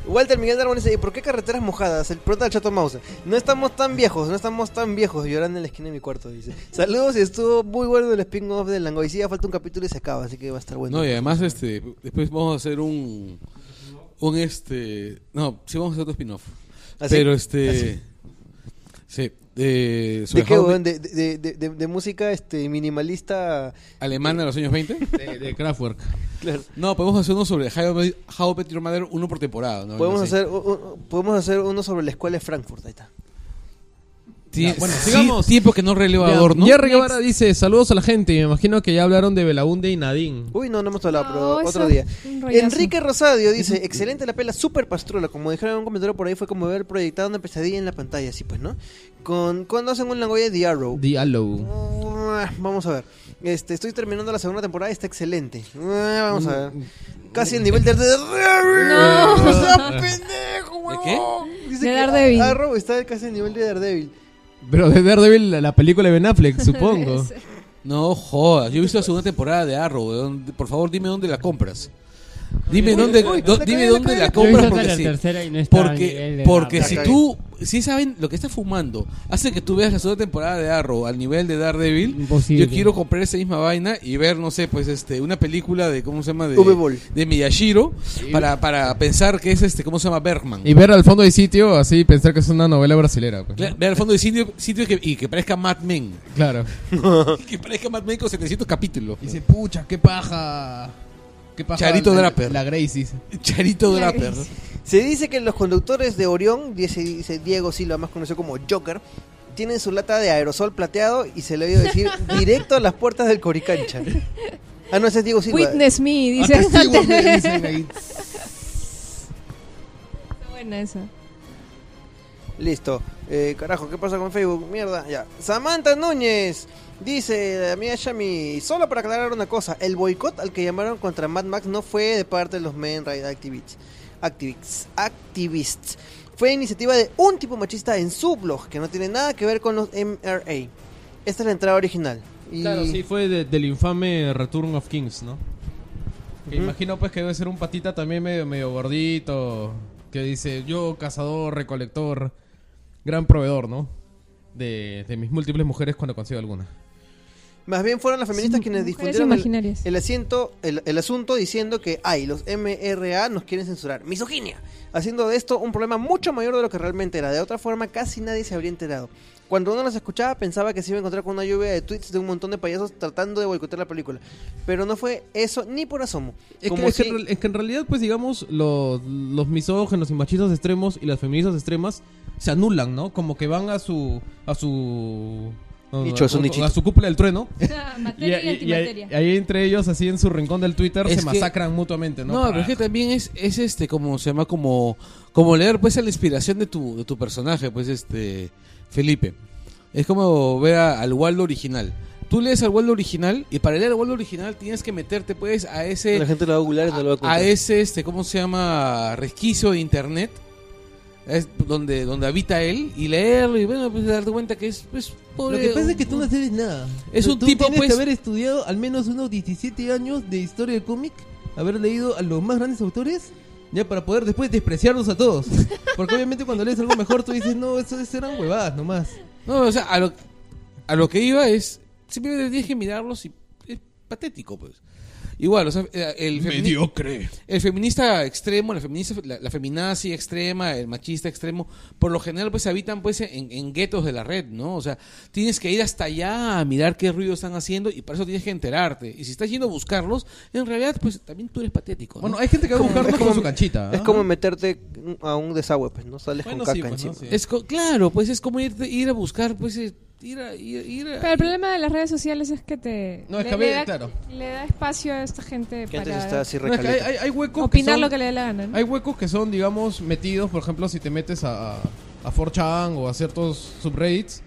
Speaker 2: Walter Miguel Darwin dice, ¿y por qué carreteras mojadas? El prota del Chato Mouse. No estamos tan viejos, no estamos tan viejos. Llorando en la esquina de mi cuarto, dice. Saludos, estuvo muy bueno el spin-off del Langoicida. Falta un capítulo y se acaba, así que va a estar bueno.
Speaker 4: No, y además, este, después vamos a hacer un. Un este. No, sí, vamos a hacer otro spin-off.
Speaker 2: ¿Ah, sí?
Speaker 4: Pero este.
Speaker 2: ¿Ah, sí?
Speaker 4: Sí. eh, sobre
Speaker 2: ¿De qué,
Speaker 4: Hoffman-
Speaker 2: weón? ¿De, de- de- de- de música este, minimalista?
Speaker 4: ¿Alemana de los
Speaker 2: (laughs)
Speaker 4: años 20?
Speaker 5: De, de Kraftwerk.
Speaker 2: Claro.
Speaker 4: No, podemos hacer uno sobre How, I Met- How I Met Your Mother, uno por temporada. ¿no?
Speaker 2: Podemos,
Speaker 4: No sé.
Speaker 2: hacer, u- u- podemos hacer uno sobre la escuela de Frankfurt, ahí está.
Speaker 4: Tie-
Speaker 5: Ya, bueno,
Speaker 4: sí,
Speaker 5: sigamos.
Speaker 4: tiempo que no releva
Speaker 5: Ya,
Speaker 4: adorno.
Speaker 5: Jerry Guevara dice, saludos a la gente. Me imagino que ya hablaron de Belaunde y Nadine.
Speaker 4: Uh.
Speaker 2: Uy, no, no hemos hablado, pero
Speaker 1: No, eso
Speaker 2: otro día.
Speaker 1: es un rollazo.
Speaker 2: Enrique Rosadio dice, excelente la pela, super pastrula. Como dijeron en un comentario por ahí, fue como ver proyectada una pesadilla en la pantalla, así pues, ¿no? Con, cuando hacen un Langoy de Arrow.
Speaker 5: Diálogo.
Speaker 2: Uah, Vamos a ver. Este, estoy terminando la segunda temporada y está excelente. Uah, Vamos a ver.
Speaker 4: Mm.
Speaker 2: Casi el nivel de...
Speaker 1: No.
Speaker 2: (laughs) ¡O sea, pendejo,
Speaker 4: ¿De
Speaker 2: huevón!
Speaker 4: qué?
Speaker 2: Dice
Speaker 1: De
Speaker 2: que
Speaker 1: Daredevil.
Speaker 2: Arrow está casi al nivel de Daredevil.
Speaker 5: Pero de Daredevil, la, la película de
Speaker 4: (laughs)
Speaker 5: Ben Affleck, supongo.
Speaker 4: No jodas, yo he visto la segunda temporada de Arrow. weón. Por favor, dime dónde la compras. Dime dónde, do- dime dónde la
Speaker 3: Yo he
Speaker 4: compras
Speaker 3: visto
Speaker 4: porque
Speaker 3: la
Speaker 4: sí.
Speaker 3: tercera y no está al nivel
Speaker 4: Porque,
Speaker 3: de
Speaker 4: porque
Speaker 3: Marvel.
Speaker 4: si tú, si saben lo que está fumando, hace que tú veas la segunda temporada de Arrow al nivel de Daredevil.
Speaker 3: Imposible.
Speaker 4: Yo quiero comprar esa misma vaina y ver, no sé, pues este, una película de, ¿cómo se llama? De,
Speaker 2: V-Ball.
Speaker 4: de Miyashiro para, para pensar que es este, ¿cómo se llama? Bergman.
Speaker 5: Y ver al fondo del sitio, así, pensar que es una novela brasilera. pues, ¿no?
Speaker 4: Cla- Ver al fondo de sitio, sitio que- y que parezca Mad Men.
Speaker 5: Claro.
Speaker 4: Que parezca Mad Men con 700 capítulos.
Speaker 5: Dice, pucha, qué paja. Qué paja.
Speaker 4: Charito
Speaker 5: la,
Speaker 4: Draper.
Speaker 5: La Gracie.
Speaker 4: Charito
Speaker 1: La
Speaker 4: Draper.
Speaker 1: Gracie.
Speaker 2: Se dice que los conductores de Orión, dice, dice Diego Silva, más conocido como Joker, tienen su lata de aerosol plateado y se le ha oído decir directo a las puertas del Coricancha. Ah, no, ese es Diego Silva.
Speaker 1: Witness
Speaker 5: Ah,
Speaker 1: me, dice.
Speaker 5: (laughs) Atestíguame, dicen ahí.
Speaker 1: Está (laughs) buena esa.
Speaker 2: Listo. Eh, carajo, ¿qué pasa con Facebook? Mierda, ya. Samantha Núñez dice, la mía Shami, solo para aclarar una cosa, el boicot al que llamaron contra Mad Max no fue de parte de los main right activists. Activists. Activists. Fue iniciativa de un tipo machista en su blog, que no tiene nada que ver con los MRA. Esta es la entrada original. Y
Speaker 5: Claro, sí, fue de- del infame Return of Kings, ¿no? Que imagino pues que debe ser un patita también medio, medio gordito, que dice, yo cazador, recolector, gran proveedor, ¿no? De, de mis múltiples mujeres cuando consigo alguna.
Speaker 2: Más bien fueron las feministas quienes
Speaker 1: mujeres
Speaker 2: difundieron el,
Speaker 1: imaginarias.
Speaker 2: el asiento, el, el asunto diciendo que, ay, los MRA nos quieren censurar. Misoginia. Haciendo de esto un problema mucho mayor de lo que realmente era. De otra forma, casi nadie se habría enterado. Cuando uno las escuchaba, pensaba que se iba a encontrar con una lluvia de tweets de un montón de payasos tratando de boicotear la película. Pero no fue eso ni por asomo.
Speaker 5: Es que,
Speaker 2: Como
Speaker 5: es que
Speaker 2: si-
Speaker 5: en real- es que en realidad, pues digamos, los, los misógenos y machistas extremos y las feministas extremas se anulan, ¿no? Como que van a su... a su...
Speaker 2: Nicho,
Speaker 5: a,
Speaker 2: es un nichito.
Speaker 5: a su cúpula del trueno. Y,
Speaker 1: materia y,
Speaker 5: y- y-
Speaker 1: antimateria.
Speaker 5: y ahí entre ellos, así en su rincón del Twitter,
Speaker 4: Es
Speaker 5: se
Speaker 4: que-
Speaker 5: masacran mutuamente, ¿no?
Speaker 4: No, pero es que también es, es este, como se llama, como, como leer pues a la inspiración de tu, de tu personaje, pues este, Felipe. Es como ver a- al Waldo original. Tú lees al Waldo original y para leer al Waldo original tienes que meterte pues a
Speaker 2: La
Speaker 4: ese,
Speaker 2: gente lo va a googlear y no lo va a
Speaker 4: a,
Speaker 2: contar.
Speaker 4: a ese, este, ¿cómo se llama? Resquicio de internet. Es donde, donde habita él y leerlo y bueno, pues darte cuenta que es, pues, pobre-
Speaker 5: sabes nada.
Speaker 4: Es un tipo, pues-
Speaker 5: estudiado al menos unos 17 años de historia de cómic, haber leído a los más grandes autores, ya para poder después despreciarlos a (laughs) todos. Porque obviamente cuando lees algo mejor tú dices, no, eso eran huevadas nomás.
Speaker 4: No, o sea, a lo, a lo que iba es. Simplemente tienes que mirarlos y es patético, pues. Igual, o sea, eh, el, femini-
Speaker 5: Mediocre.
Speaker 4: el feminista extremo, la feminista, la, la feminazi extrema, el machista extremo, por lo general, pues habitan pues en, en guetos de la red, ¿no? O sea, tienes que ir hasta allá a mirar qué ruido están haciendo y para eso tienes que enterarte. Y si estás yendo a buscarlos, en realidad, pues también tú eres patético. ¿no?
Speaker 5: Bueno, hay gente que va a buscarlos con su canchita.
Speaker 2: Es
Speaker 5: ¿ah?
Speaker 2: como meterte a un desagüe, pues, ¿no? Sales
Speaker 5: Bueno,
Speaker 2: con
Speaker 5: sí,
Speaker 2: caca
Speaker 5: pues, ¿no?
Speaker 2: encima.
Speaker 5: Sí.
Speaker 4: Es co- claro, pues es como ir, ir a buscar pues eh, ir a... Ir, ir a-
Speaker 1: Pero el problema de las redes sociales es que te.
Speaker 4: No, es
Speaker 1: le-
Speaker 4: que a
Speaker 1: le
Speaker 4: ver,
Speaker 1: da-
Speaker 4: claro.
Speaker 1: Le da espacio a esta gente
Speaker 2: Que
Speaker 1: para.
Speaker 2: antes estaba así
Speaker 5: No, es que hay,
Speaker 2: recaleta.
Speaker 5: hay- hay huecos
Speaker 1: Opinar
Speaker 5: son-
Speaker 1: lo que le dé la gana, ¿no?
Speaker 5: Hay huecos que son, digamos, metidos, por ejemplo, si te metes a, a 4chan o a ciertos subreddits,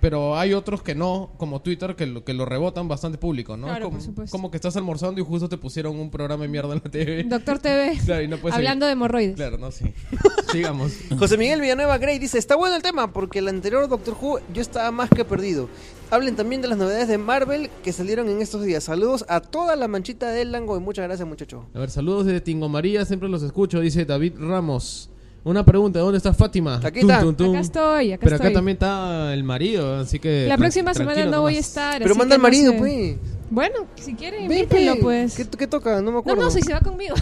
Speaker 5: pero hay otros que no, como Twitter, que lo, que lo rebotan bastante público, ¿no?
Speaker 1: Claro,
Speaker 5: como,
Speaker 1: por supuesto.
Speaker 5: como que estás almorzando y justo te pusieron un programa de mierda en
Speaker 1: (laughs)
Speaker 5: la TV.
Speaker 1: Doctor TV.
Speaker 5: (laughs) Claro, y no puedes
Speaker 1: Hablando de hemorroides.
Speaker 5: Claro, no, sí. (laughs) Sigamos.
Speaker 2: José Miguel Villanueva Grey dice, está bueno el tema, porque el anterior Doctor Who yo estaba más que perdido. Hablen también de las novedades de Marvel que salieron en estos días. Saludos a toda la manchita del Lango y muchas gracias muchachos.
Speaker 5: A ver, saludos desde Tingo María, siempre los escucho, dice David Ramos. Una pregunta, ¿dónde está Fátima?
Speaker 2: Aquí
Speaker 5: Tum,
Speaker 2: está.
Speaker 5: tum, tum.
Speaker 1: Acá estoy, acá
Speaker 5: Pero acá
Speaker 1: estoy.
Speaker 5: también está el marido, así
Speaker 4: eh,
Speaker 5: que...
Speaker 1: La
Speaker 5: tran-
Speaker 1: próxima semana
Speaker 5: tranquilo
Speaker 1: no voy a
Speaker 5: nomás.
Speaker 1: estar.
Speaker 2: Pero
Speaker 1: así
Speaker 2: manda
Speaker 1: que
Speaker 2: al
Speaker 1: no
Speaker 2: marido,
Speaker 1: sé.
Speaker 2: pues.
Speaker 1: Bueno, si quieren,
Speaker 2: Ven, pe.
Speaker 1: invítenlo, pues.
Speaker 2: ¿Qué, qué toca? No me
Speaker 1: No,
Speaker 2: acuerdo.
Speaker 1: no, si se va conmigo.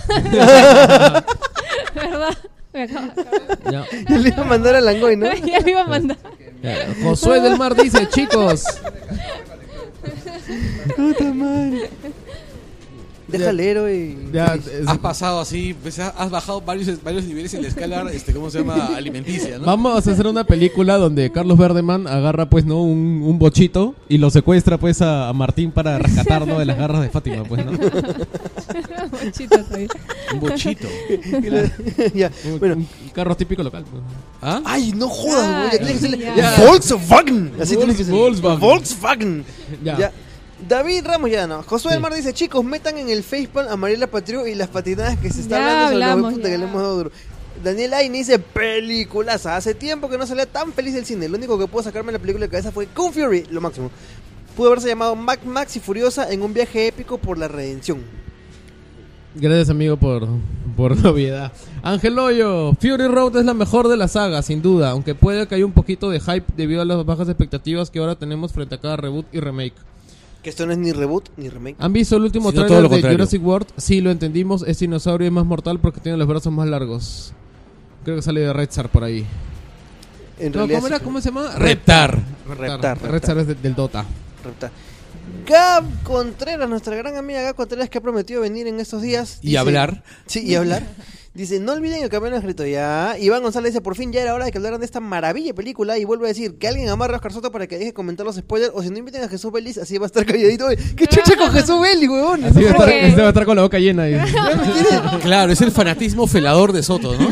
Speaker 1: ¿Verdad? Me acabo-
Speaker 5: Ya.
Speaker 2: Yo (laughs) le iba a mandar a Langoy, (laughs) ¿no?
Speaker 1: ya lo iba a mandar.
Speaker 5: Ya, Josué del
Speaker 1: (laughs)
Speaker 5: Mar dice, chicos,
Speaker 2: Puta madre. Déjale, héroe.
Speaker 5: ya, es-
Speaker 2: Ah,
Speaker 4: Has pasado así, pues, has has bajado varios, varios niveles en la escala, este, ¿cómo se
Speaker 5: (laughs)
Speaker 4: llama? Alimenticia, ¿no?
Speaker 5: Vamos a hacer una película donde Carlos Verdeman agarra pues no un, un bochito y lo secuestra pues a, a Martín
Speaker 2: (laughs)
Speaker 5: para rescatarlo de las garras de Fátima pues no.
Speaker 1: Mochito todavía.
Speaker 4: Un bochito.
Speaker 5: (laughs)
Speaker 2: (laughs) Ya. (laughs)
Speaker 5: Un,
Speaker 2: Bueno.
Speaker 5: un- un carro típico local. pues.
Speaker 4: ¿Ah?
Speaker 2: Ay, no jodas, güey. Ya tienes que decirle,
Speaker 1: ya.
Speaker 2: Volkswagen. Así tienes que decirle.
Speaker 5: Volkswagen.
Speaker 2: Volkswagen.
Speaker 5: Ya.
Speaker 2: Ya. David Ramos ya no. Josué del
Speaker 5: Sí.
Speaker 2: Mar dice, chicos, metan en el Facebook a Mariela Patrio y las patinadas que se está
Speaker 1: Ya
Speaker 2: hablando sobre la
Speaker 1: hablamos,
Speaker 2: puta que
Speaker 1: ya.
Speaker 2: le hemos dado duro. Daniel Aini dice, peliculaza. Hace tiempo que no salía tan feliz del cine. Lo único que pudo sacarme de la película de cabeza fue Kung Fury, lo máximo. Pudo haberse llamado Mac Max y Furiosa en un viaje épico por la redención.
Speaker 5: Gracias amigo por, por novedad. Ángel Hoyo, Fury Road es la mejor de la saga, sin duda, aunque puede que haya un poquito de hype debido a las bajas expectativas que ahora tenemos frente a cada reboot y remake.
Speaker 2: Que esto no es ni reboot ni remake.
Speaker 5: ¿Han visto el último
Speaker 4: Sino todo
Speaker 5: trailer
Speaker 4: lo
Speaker 5: de
Speaker 4: contrario.
Speaker 5: Jurassic World? Sí, lo entendimos, este dinosaurio es más mortal porque tiene los brazos más largos. Creo que sale de Red Star por ahí.
Speaker 2: En
Speaker 5: No,
Speaker 2: realidad sí
Speaker 5: ¿cómo, era?
Speaker 2: fue-
Speaker 5: ¿Cómo se llama?
Speaker 4: Reptar.
Speaker 2: Reptar,
Speaker 5: Red
Speaker 2: reptar.
Speaker 5: Star es de- del Dota.
Speaker 2: Reptar. Gab Contreras, nuestra gran amiga Gab Contreras que ha prometido venir en estos días.
Speaker 4: Y
Speaker 2: dice-
Speaker 4: hablar.
Speaker 2: Sí, y hablar. Dice, no olviden el campeón escrito ya. Iván González dice, por fin ya era hora de que hablaran de esta maravilla de película. Y vuelve a decir, que alguien amarre a Oscar Soto para que deje de comentar los spoilers. O si no inviten a Jesús Belis, así va a estar calladito. ¿Qué chucha con Jesús Belis, huevón?
Speaker 5: Así va a estar,
Speaker 1: Porque-
Speaker 5: este va a estar con la
Speaker 2: (laughs)
Speaker 5: boca llena. y-
Speaker 4: Claro, es el fanatismo felador de Soto,
Speaker 1: (laughs)
Speaker 4: ¿no?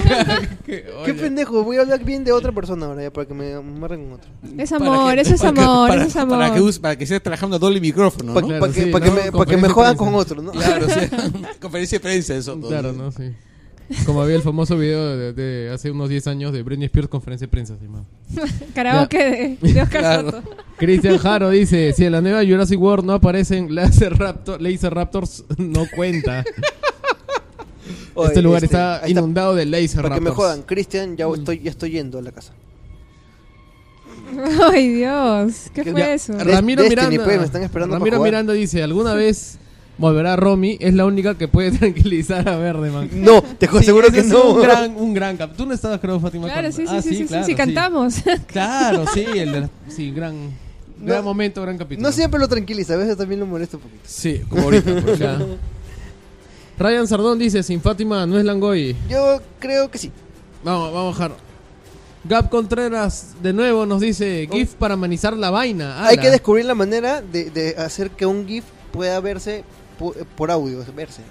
Speaker 2: Qué pendejo, voy a hablar bien de otra persona ahora ya para que me amarren con otro.
Speaker 1: Es
Speaker 4: Para
Speaker 1: amor,
Speaker 4: que-
Speaker 1: eso es
Speaker 4: para que-
Speaker 1: amor,
Speaker 4: para-
Speaker 1: eso es amor.
Speaker 4: Para que, us- para que estés trabajando a doble micrófono, ¿no?
Speaker 2: Para
Speaker 5: Claro,
Speaker 2: que,
Speaker 5: sí,
Speaker 2: pa' que
Speaker 5: ¿no?
Speaker 2: me, pa' que
Speaker 5: Conferencia
Speaker 2: me
Speaker 5: de
Speaker 2: jodan con
Speaker 5: prensa.
Speaker 2: otro, ¿no?
Speaker 4: Claro, sí. (laughs) Conferencia de prensa de Soto.
Speaker 5: Claro, ¿no? Sí. Como había el famoso video de, de hace unos 10 años de Britney Spears conferencia de prensa. sí, man.
Speaker 1: Karaoke de, de Oscar
Speaker 4: Claro.
Speaker 1: Soto.
Speaker 5: Cristian Jaro dice, si en la nueva Jurassic World no aparecen Laser, Raptor, Laser Raptors, no cuenta.
Speaker 2: Oye,
Speaker 5: este lugar
Speaker 2: este,
Speaker 5: está
Speaker 2: ahí
Speaker 5: inundado de Laser
Speaker 2: Para que
Speaker 5: Raptors.
Speaker 2: me jodan, Cristian, ya estoy, ya estoy yendo a la casa.
Speaker 1: (laughs) Ay, Dios. ¿Qué
Speaker 2: Que-
Speaker 1: fue
Speaker 2: ya,
Speaker 1: eso?
Speaker 2: Des-
Speaker 5: Ramiro
Speaker 2: Destiny,
Speaker 5: Miranda.
Speaker 2: pues, me están esperando para
Speaker 5: Ramiro
Speaker 2: jugar.
Speaker 5: Miranda dice, ¿alguna vez volverá Romy? Es la única que puede (laughs) tranquilizar a
Speaker 2: (laughs)
Speaker 5: Verde, man.
Speaker 2: No, te
Speaker 5: Sí,
Speaker 2: aseguro
Speaker 5: ese
Speaker 2: que
Speaker 5: es
Speaker 2: no.
Speaker 5: Un gran, un gran cap. Tú no estabas, creo, Fátima.
Speaker 1: Claro,
Speaker 5: cuando-
Speaker 1: sí, sí,
Speaker 5: Ah,
Speaker 1: sí, sí, sí,
Speaker 5: claro,
Speaker 1: sí, cantamos. (laughs)
Speaker 5: Claro, sí, el de la- sí, gran,
Speaker 2: No-
Speaker 5: gran momento, gran capítulo.
Speaker 2: No siempre lo tranquiliza, a veces también lo molesta un poquito.
Speaker 4: Sí, como
Speaker 2: (laughs)
Speaker 4: ahorita. por ejemplo.
Speaker 5: pues, Ya. Ryan Sardón dice, sin Fátima no es Langoy.
Speaker 2: Yo creo que sí.
Speaker 5: Vamos, vamos a bajar. Gab Contreras de nuevo nos dice, GIF para manizar la vaina.
Speaker 2: Oh. Hay
Speaker 5: ala.
Speaker 2: que descubrir la manera de, de hacer que un GIF pueda verse po- por, audio, verse.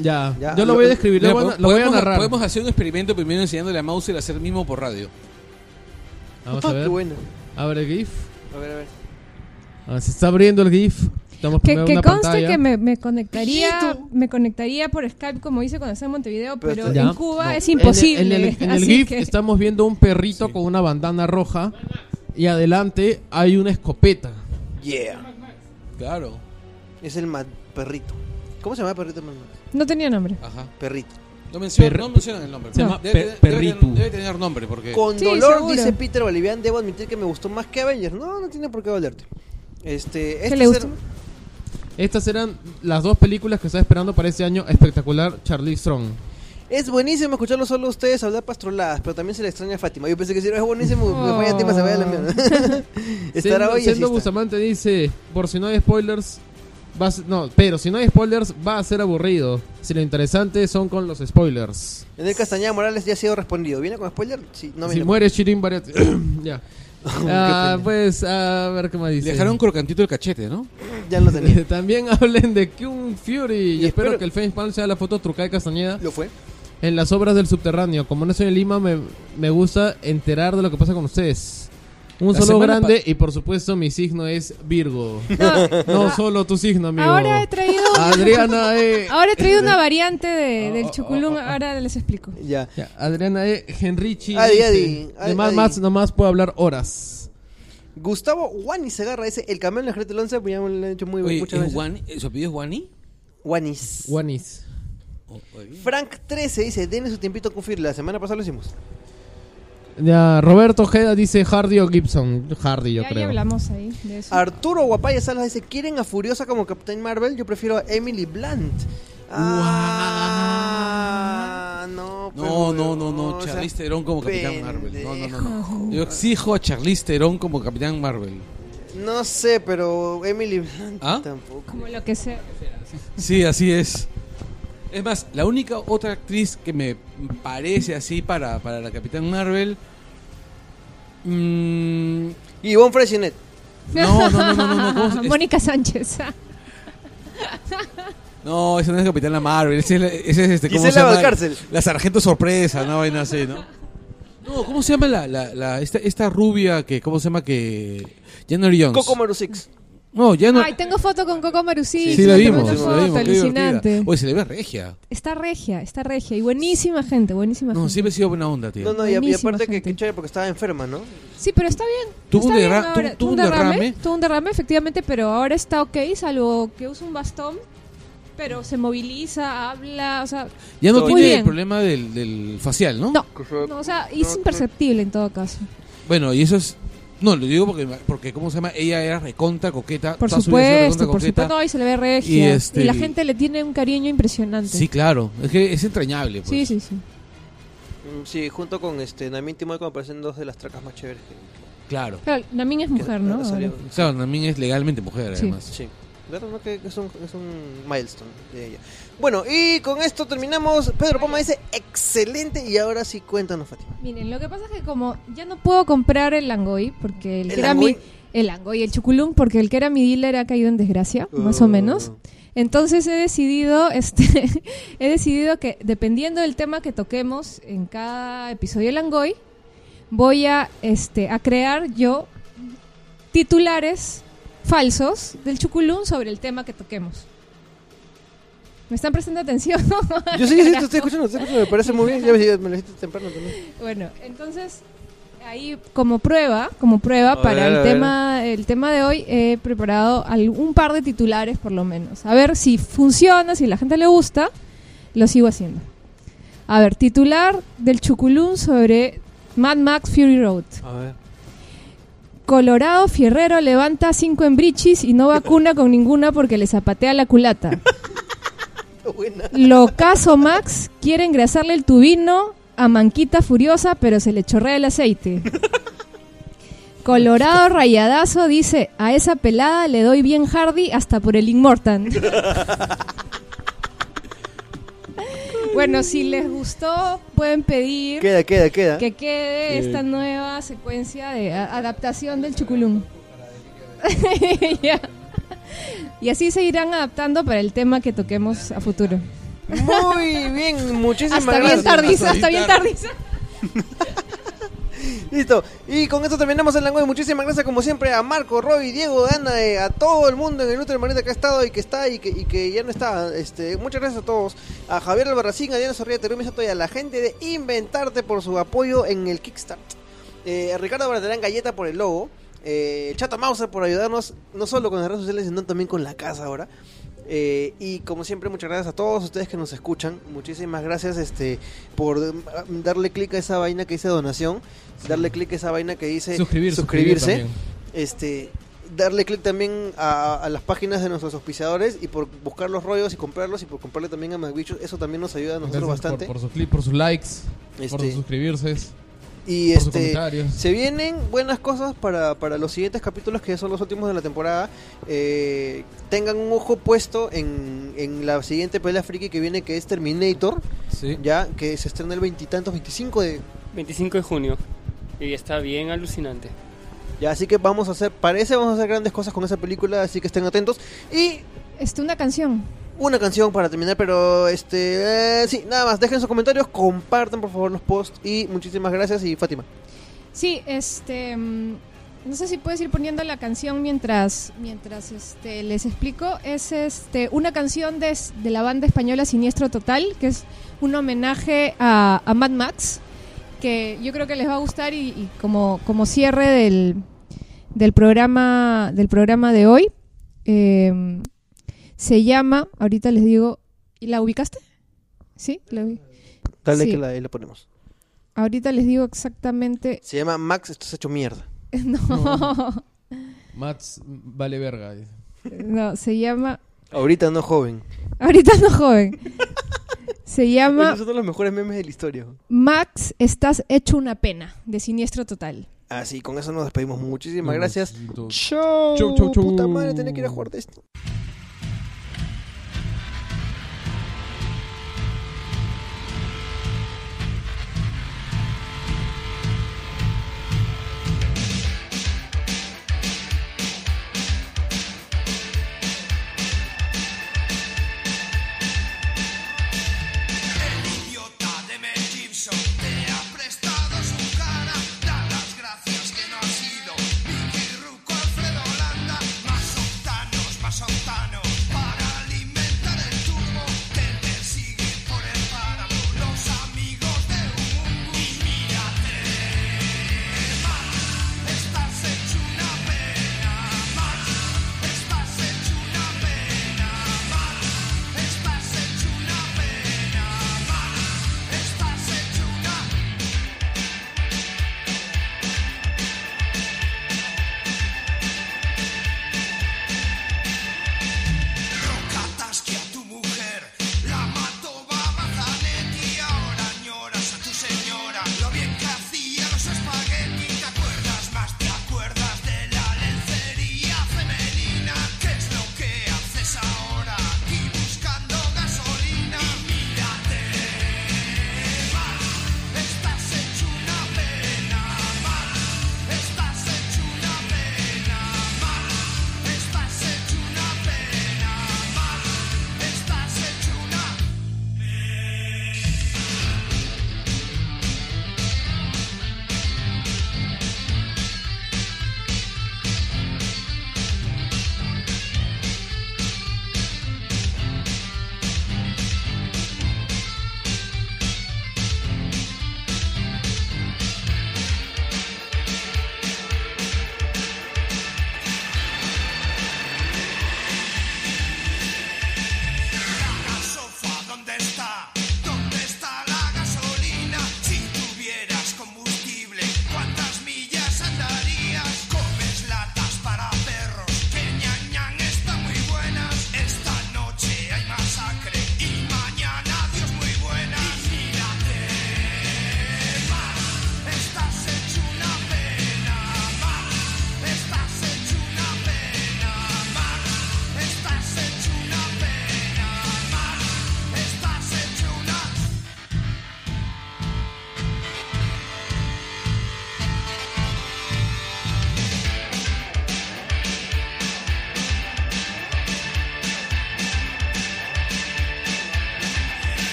Speaker 5: Ya.
Speaker 2: Ya.
Speaker 5: yo lo voy a describir,
Speaker 4: Mira,
Speaker 5: lo, voy a-
Speaker 4: podemos,
Speaker 5: lo voy a narrar.
Speaker 4: podemos hacer un experimento primero enseñándole a Mauser a hacer mismo por radio.
Speaker 1: (laughs)
Speaker 5: Vamos
Speaker 2: (laughs)
Speaker 5: a
Speaker 2: Qué
Speaker 5: ver.
Speaker 2: bueno.
Speaker 5: Abre el GIF.
Speaker 2: A ver, a ver.
Speaker 5: Ah, se está abriendo el GIF. Estamos
Speaker 1: Que,
Speaker 5: primero
Speaker 1: que
Speaker 5: una
Speaker 1: conste
Speaker 5: pantalla.
Speaker 1: que me, me conectaría
Speaker 2: Pijito.
Speaker 1: me conectaría por Skype como hice cuando estaba en Montevideo,
Speaker 2: Pero
Speaker 1: pero
Speaker 2: está-
Speaker 5: Ya.
Speaker 1: en Cuba
Speaker 5: No.
Speaker 1: es imposible.
Speaker 5: En el, en el- en el
Speaker 1: (laughs) así
Speaker 5: GIF
Speaker 1: que-
Speaker 5: estamos viendo un perrito con una bandana roja y adelante hay una escopeta.
Speaker 2: Yeah.
Speaker 4: Claro.
Speaker 2: Es el ma- perrito. ¿Cómo se llama el perrito? hermano?
Speaker 1: No tenía
Speaker 4: (laughs)
Speaker 1: nombre.
Speaker 4: Ajá.
Speaker 2: Perrito.
Speaker 4: No mencionan,
Speaker 5: Per-
Speaker 4: no mencionan el nombre.
Speaker 5: Se llama
Speaker 4: Debe-
Speaker 5: Pe-
Speaker 4: debe-
Speaker 5: Perritu.
Speaker 4: debe- Debe tener nombre
Speaker 5: Eh.
Speaker 4: porque...
Speaker 2: Con
Speaker 1: Sí,
Speaker 2: dolor,
Speaker 1: seguro.
Speaker 2: dice Peter Bolivian, debo admitir que me gustó más que Avengers. No, no tiene por qué valerte. Este, este
Speaker 1: le gustó?
Speaker 2: ser-
Speaker 5: Estas eran las dos películas que estaba esperando para este año espectacular Charlie Strong.
Speaker 2: Es buenísimo escucharlo solo a ustedes hablar pastroladas, pero también se le extraña a Fátima. Yo pensé que si no es buenísimo, me
Speaker 1: Oh.
Speaker 2: vaya tema, se vaya a la
Speaker 5: (laughs)
Speaker 2: mierda. Estará hoy y así
Speaker 5: Sendo
Speaker 2: está.
Speaker 5: Bustamante dice, por si no hay spoilers, va a ser- no, pero si no hay spoilers va a ser aburrido. Si lo interesante son con los spoilers.
Speaker 2: Daniel Castañeda Morales ya ha sido respondido. ¿Viene con spoiler? Sí, no
Speaker 5: si
Speaker 2: viene.
Speaker 5: muere Shirin varias... (clears throat) (coughs) ya. Ah, pues, a ver qué más dice.
Speaker 4: Le
Speaker 5: (laughs)
Speaker 4: dejaron crocantito el cachete, ¿no?
Speaker 2: Ya lo
Speaker 4: (laughs)
Speaker 2: tenía.
Speaker 5: También (laughs) hablen de Kung Fury. Y, espero,
Speaker 2: espero-
Speaker 5: que el facepalm sea la foto trucada de Castañeda.
Speaker 2: Lo fue.
Speaker 5: En las obras del subterráneo. Como no soy de Lima, me, me gusta enterar de lo que pasa con ustedes. Un
Speaker 4: La
Speaker 5: solo
Speaker 4: semana
Speaker 5: grande y por supuesto mi signo es Virgo. No, Ah, solo tu signo, amigo.
Speaker 1: Ahora he traído.
Speaker 5: Adriana E.
Speaker 1: (laughs) Ahora he traído una variante de- del chuculum. Ahora les explico.
Speaker 2: Ya.
Speaker 5: Ya, Adriana E. Henrichi.
Speaker 2: Adi,
Speaker 5: dice,
Speaker 2: adi, adi,
Speaker 5: Nomás,
Speaker 2: adi.
Speaker 5: más, nomás puedo hablar horas.
Speaker 2: Gustavo Wanis agarra ese. El cameo en la Red del 11, pues ya me lo han hecho muy
Speaker 4: Oye, eh,
Speaker 2: muchas
Speaker 4: ¿es
Speaker 2: veces.
Speaker 4: Guani? ¿Su apellido es Guani?
Speaker 2: Wanis.
Speaker 5: Juanis.
Speaker 4: O- oye.
Speaker 2: Frank 13 dice: Denle su tiempito a Kufir. La semana pasada lo hicimos.
Speaker 5: Ya, Roberto Ojeda dice Hardy o Gibson. Hardy, yo
Speaker 1: ya, ya
Speaker 5: creo.
Speaker 1: hablamos ahí de eso.
Speaker 2: Arturo Guapaya Salas dice: ¿Quieren a Furiosa como Captain Marvel? Yo prefiero a Emily Blunt. Ah, no,
Speaker 4: No, no, no, no,
Speaker 2: Charlize
Speaker 4: Charlize Theron como Capitán Marvel. No, no, no, no.
Speaker 1: Pendejo.
Speaker 4: Yo exijo a Charlize Theron como Capitán Marvel.
Speaker 2: No sé, pero Emily Blunt
Speaker 4: ¿Ah?
Speaker 2: tampoco.
Speaker 1: Como lo que sea.
Speaker 4: Sí, así es. Es más, la única otra actriz que me parece así para, para la Capitán Marvel. mm,
Speaker 2: Y Von Fresinet.
Speaker 4: no, no, no, no, no, no, ¿cómo se-
Speaker 1: (laughs)
Speaker 4: es-
Speaker 1: Mónica Sánchez.
Speaker 4: no, esa no es Capitán Marvel. Ese es, la- ese es este, ¿cómo
Speaker 2: Gisela
Speaker 4: se llama?
Speaker 2: Valcárcel.
Speaker 4: La Sargento Sorpresa, una vaina así, ¿no? No, ¿cómo se llama la, la, la- esta, esta rubia que, ¿cómo se llama que? Jennifer Jones.
Speaker 2: Coco Maru Six.
Speaker 4: No, ya no.
Speaker 1: Ay, tengo foto con Coco Marusí.
Speaker 4: Sí, la
Speaker 1: tomé
Speaker 4: vimos,
Speaker 1: una
Speaker 4: sí,
Speaker 1: foto,
Speaker 4: la vimos, qué
Speaker 1: alucinante.
Speaker 4: divertida. Oye, se le ve regia.
Speaker 1: Está regia, está regia. Y buenísima gente, buenísima
Speaker 4: No,
Speaker 1: gente.
Speaker 4: siempre ha sido buena onda, tío.
Speaker 2: No, no, y, y
Speaker 1: Buenísima
Speaker 2: aparte que,
Speaker 1: gente.
Speaker 2: que chévere porque estaba enferma, ¿no?
Speaker 1: Sí, pero está bien.
Speaker 4: Tuvo
Speaker 1: está
Speaker 4: un
Speaker 1: bien
Speaker 4: derra-
Speaker 1: ahora.
Speaker 4: tu- tuvo un derrame.
Speaker 1: Tuvo un derrame, efectivamente, pero ahora está ok, salvo que usa un bastón. Pero se moviliza, habla, o sea...
Speaker 4: Ya no
Speaker 1: Muy
Speaker 4: tiene
Speaker 1: bien.
Speaker 4: el problema del, del facial, ¿no?
Speaker 1: No, no, o sea, es imperceptible en todo caso.
Speaker 4: Bueno, y eso es. No, lo digo porque, porque ¿cómo se llama? Ella era recontra coqueta.
Speaker 1: Por
Speaker 4: toda su vida ha sido
Speaker 1: supuesto,
Speaker 4: recontra
Speaker 1: por
Speaker 4: coqueta.
Speaker 1: supuesto. No, y se le ve regia.
Speaker 4: Y
Speaker 1: Y,
Speaker 4: este-
Speaker 1: la gente le tiene un cariño impresionante.
Speaker 4: Sí, claro. Es que es entrañable. Pues.
Speaker 1: sí, sí, sí.
Speaker 2: Mm, Sí, junto con este Namin Timoy como aparecen dos de las tracas más chéveres que...
Speaker 4: Claro.
Speaker 1: Claro, Namin es mujer, ¿no?
Speaker 2: que salió.
Speaker 4: Claro, también es legalmente mujer,
Speaker 1: Sí.
Speaker 4: además.
Speaker 2: Sí. Claro, ¿no? Que que es un, es un milestone de ella. Bueno, y con esto terminamos. Pedro Poma dice, excelente. Y ahora sí, cuéntanos, Fátima.
Speaker 1: Miren, lo que pasa es que como ya no puedo comprar el Langoy, porque el,
Speaker 2: ¿El
Speaker 1: que era
Speaker 2: Langoy?
Speaker 1: mi... El Langoy, el Chuculum, porque el que era mi dealer ha caído en desgracia, más
Speaker 2: Oh.
Speaker 1: o menos. Entonces he decidido, (laughs) este, he decidido que dependiendo del tema que toquemos en cada episodio de Langoy, voy a, este, a crear yo titulares falsos del Chuculún sobre el tema que toquemos. ¿Me están prestando atención? (laughs)
Speaker 2: Yo sí, sí, te estoy escuchando, te estoy escuchando. Me parece muy bien. Ya me, ya me lo dijiste temprano también.
Speaker 1: Bueno, entonces ahí como prueba, como prueba
Speaker 2: A
Speaker 1: para
Speaker 2: ver, a
Speaker 1: el
Speaker 2: ver.
Speaker 1: tema, el tema de hoy he preparado al- un par de titulares por lo menos. A ver si funciona, si la gente le gusta, lo sigo haciendo. A ver, titular del Chuculún sobre Mad Max Fury Road.
Speaker 2: A ver.
Speaker 1: Colorado Fierrero levanta cinco embrichis y no vacuna con ninguna porque le zapatea la culata.
Speaker 2: Buena.
Speaker 1: Locazo Max quiere engrasarle el tubino a Manquita Furiosa, pero se le chorrea el aceite. Colorado Rayadazo dice, a esa pelada le doy bien Hardy hasta por el Inmortan. bueno, si les gustó, pueden pedir
Speaker 2: Queda, queda, queda.
Speaker 1: que quede esta nueva secuencia de a- adaptación del Chuculum. (laughs) Ya. Y así se irán adaptando para el tema que toquemos a futuro.
Speaker 2: Muy bien, muchísimas
Speaker 1: Hasta
Speaker 2: gracias.
Speaker 1: bien tardiza, hasta bien tardiza.
Speaker 2: Listo. Y con esto terminamos el Langoy. Muchísimas gracias, como siempre, a Marco, Roy, Diego, Ana, eh, a todo el mundo en el Ultra Hermanita que ha estado y que está y que, y que ya no está. Este, muchas gracias a todos. A Javier Albarracín, a Diana Sorrilla, Terumi Soto y a la gente de Inventarte por su apoyo en el Kickstart. Eh, a Ricardo Baratelán Galleta por el logo. Eh, Chata Mauser por ayudarnos, no solo con las redes sociales, sino también con la casa ahora. Eh, y como siempre, muchas gracias a todos ustedes que nos escuchan. Muchísimas gracias este, por mm, darle clic a esa vaina que dice donación. Darle clic a esa vaina que dice
Speaker 5: Suscribir, suscribir
Speaker 2: suscribirse. este, darle clic también a, a las páginas de nuestros auspiciadores y por buscar los rollos y comprarlos y por comprarle también a Magbichos. Eso también nos ayuda a nosotros
Speaker 5: Gracias
Speaker 2: bastante.
Speaker 5: Por, por sus clips, por sus likes, por
Speaker 2: Este,
Speaker 5: sus suscribirse,
Speaker 2: y
Speaker 5: por sus
Speaker 2: este,
Speaker 5: comentarios.
Speaker 2: se vienen buenas cosas para, para los siguientes capítulos que son los últimos de la temporada. Eh, tengan un ojo puesto en, en la siguiente pelea friki que viene que es Terminator,
Speaker 4: Sí.
Speaker 2: ya que se estrena el veintitantos, 25 de...
Speaker 6: 25 de junio. Y está bien alucinante.
Speaker 2: Ya, así que vamos a hacer, parece vamos a hacer grandes cosas con esa película, así que estén atentos. Y
Speaker 1: Este, una canción.
Speaker 2: una canción para terminar, pero este, eh, sí, nada más, dejen sus comentarios, compartan por favor los posts y muchísimas gracias y Fátima.
Speaker 1: Sí, este. mm, No sé si puedes ir poniendo la canción mientras, mientras este, les explico. Es este, una canción de, s- de la banda española Siniestro Total, que es un homenaje a, a Mad Max, que yo creo que les va a gustar y, y como, como cierre del, del, programa, del programa de hoy. eh, se llama, ahorita les digo, ¿y la ubicaste? Sí, la ubi-
Speaker 2: Dale
Speaker 1: Sí.
Speaker 2: que la, ahí la ponemos.
Speaker 1: ahorita les digo exactamente.
Speaker 2: Se llama Max, esto se ha hecho mierda.
Speaker 1: (laughs) no.
Speaker 5: Mats vale verga. dice.
Speaker 1: No, se llama. (laughs)
Speaker 2: Ahorita no joven.
Speaker 1: Ahorita no joven. Se
Speaker 2: Oye,
Speaker 1: llama
Speaker 2: esos son los mejores memes de la historia.
Speaker 1: Max, estás hecho una pena, de siniestro total.
Speaker 2: Ah, Así, con eso nos despedimos. Muchísimas gracias.
Speaker 5: Dos.
Speaker 2: Chau,
Speaker 5: Chau, chau, chau.
Speaker 2: Puta madre, tenía que ir a jugar de esto.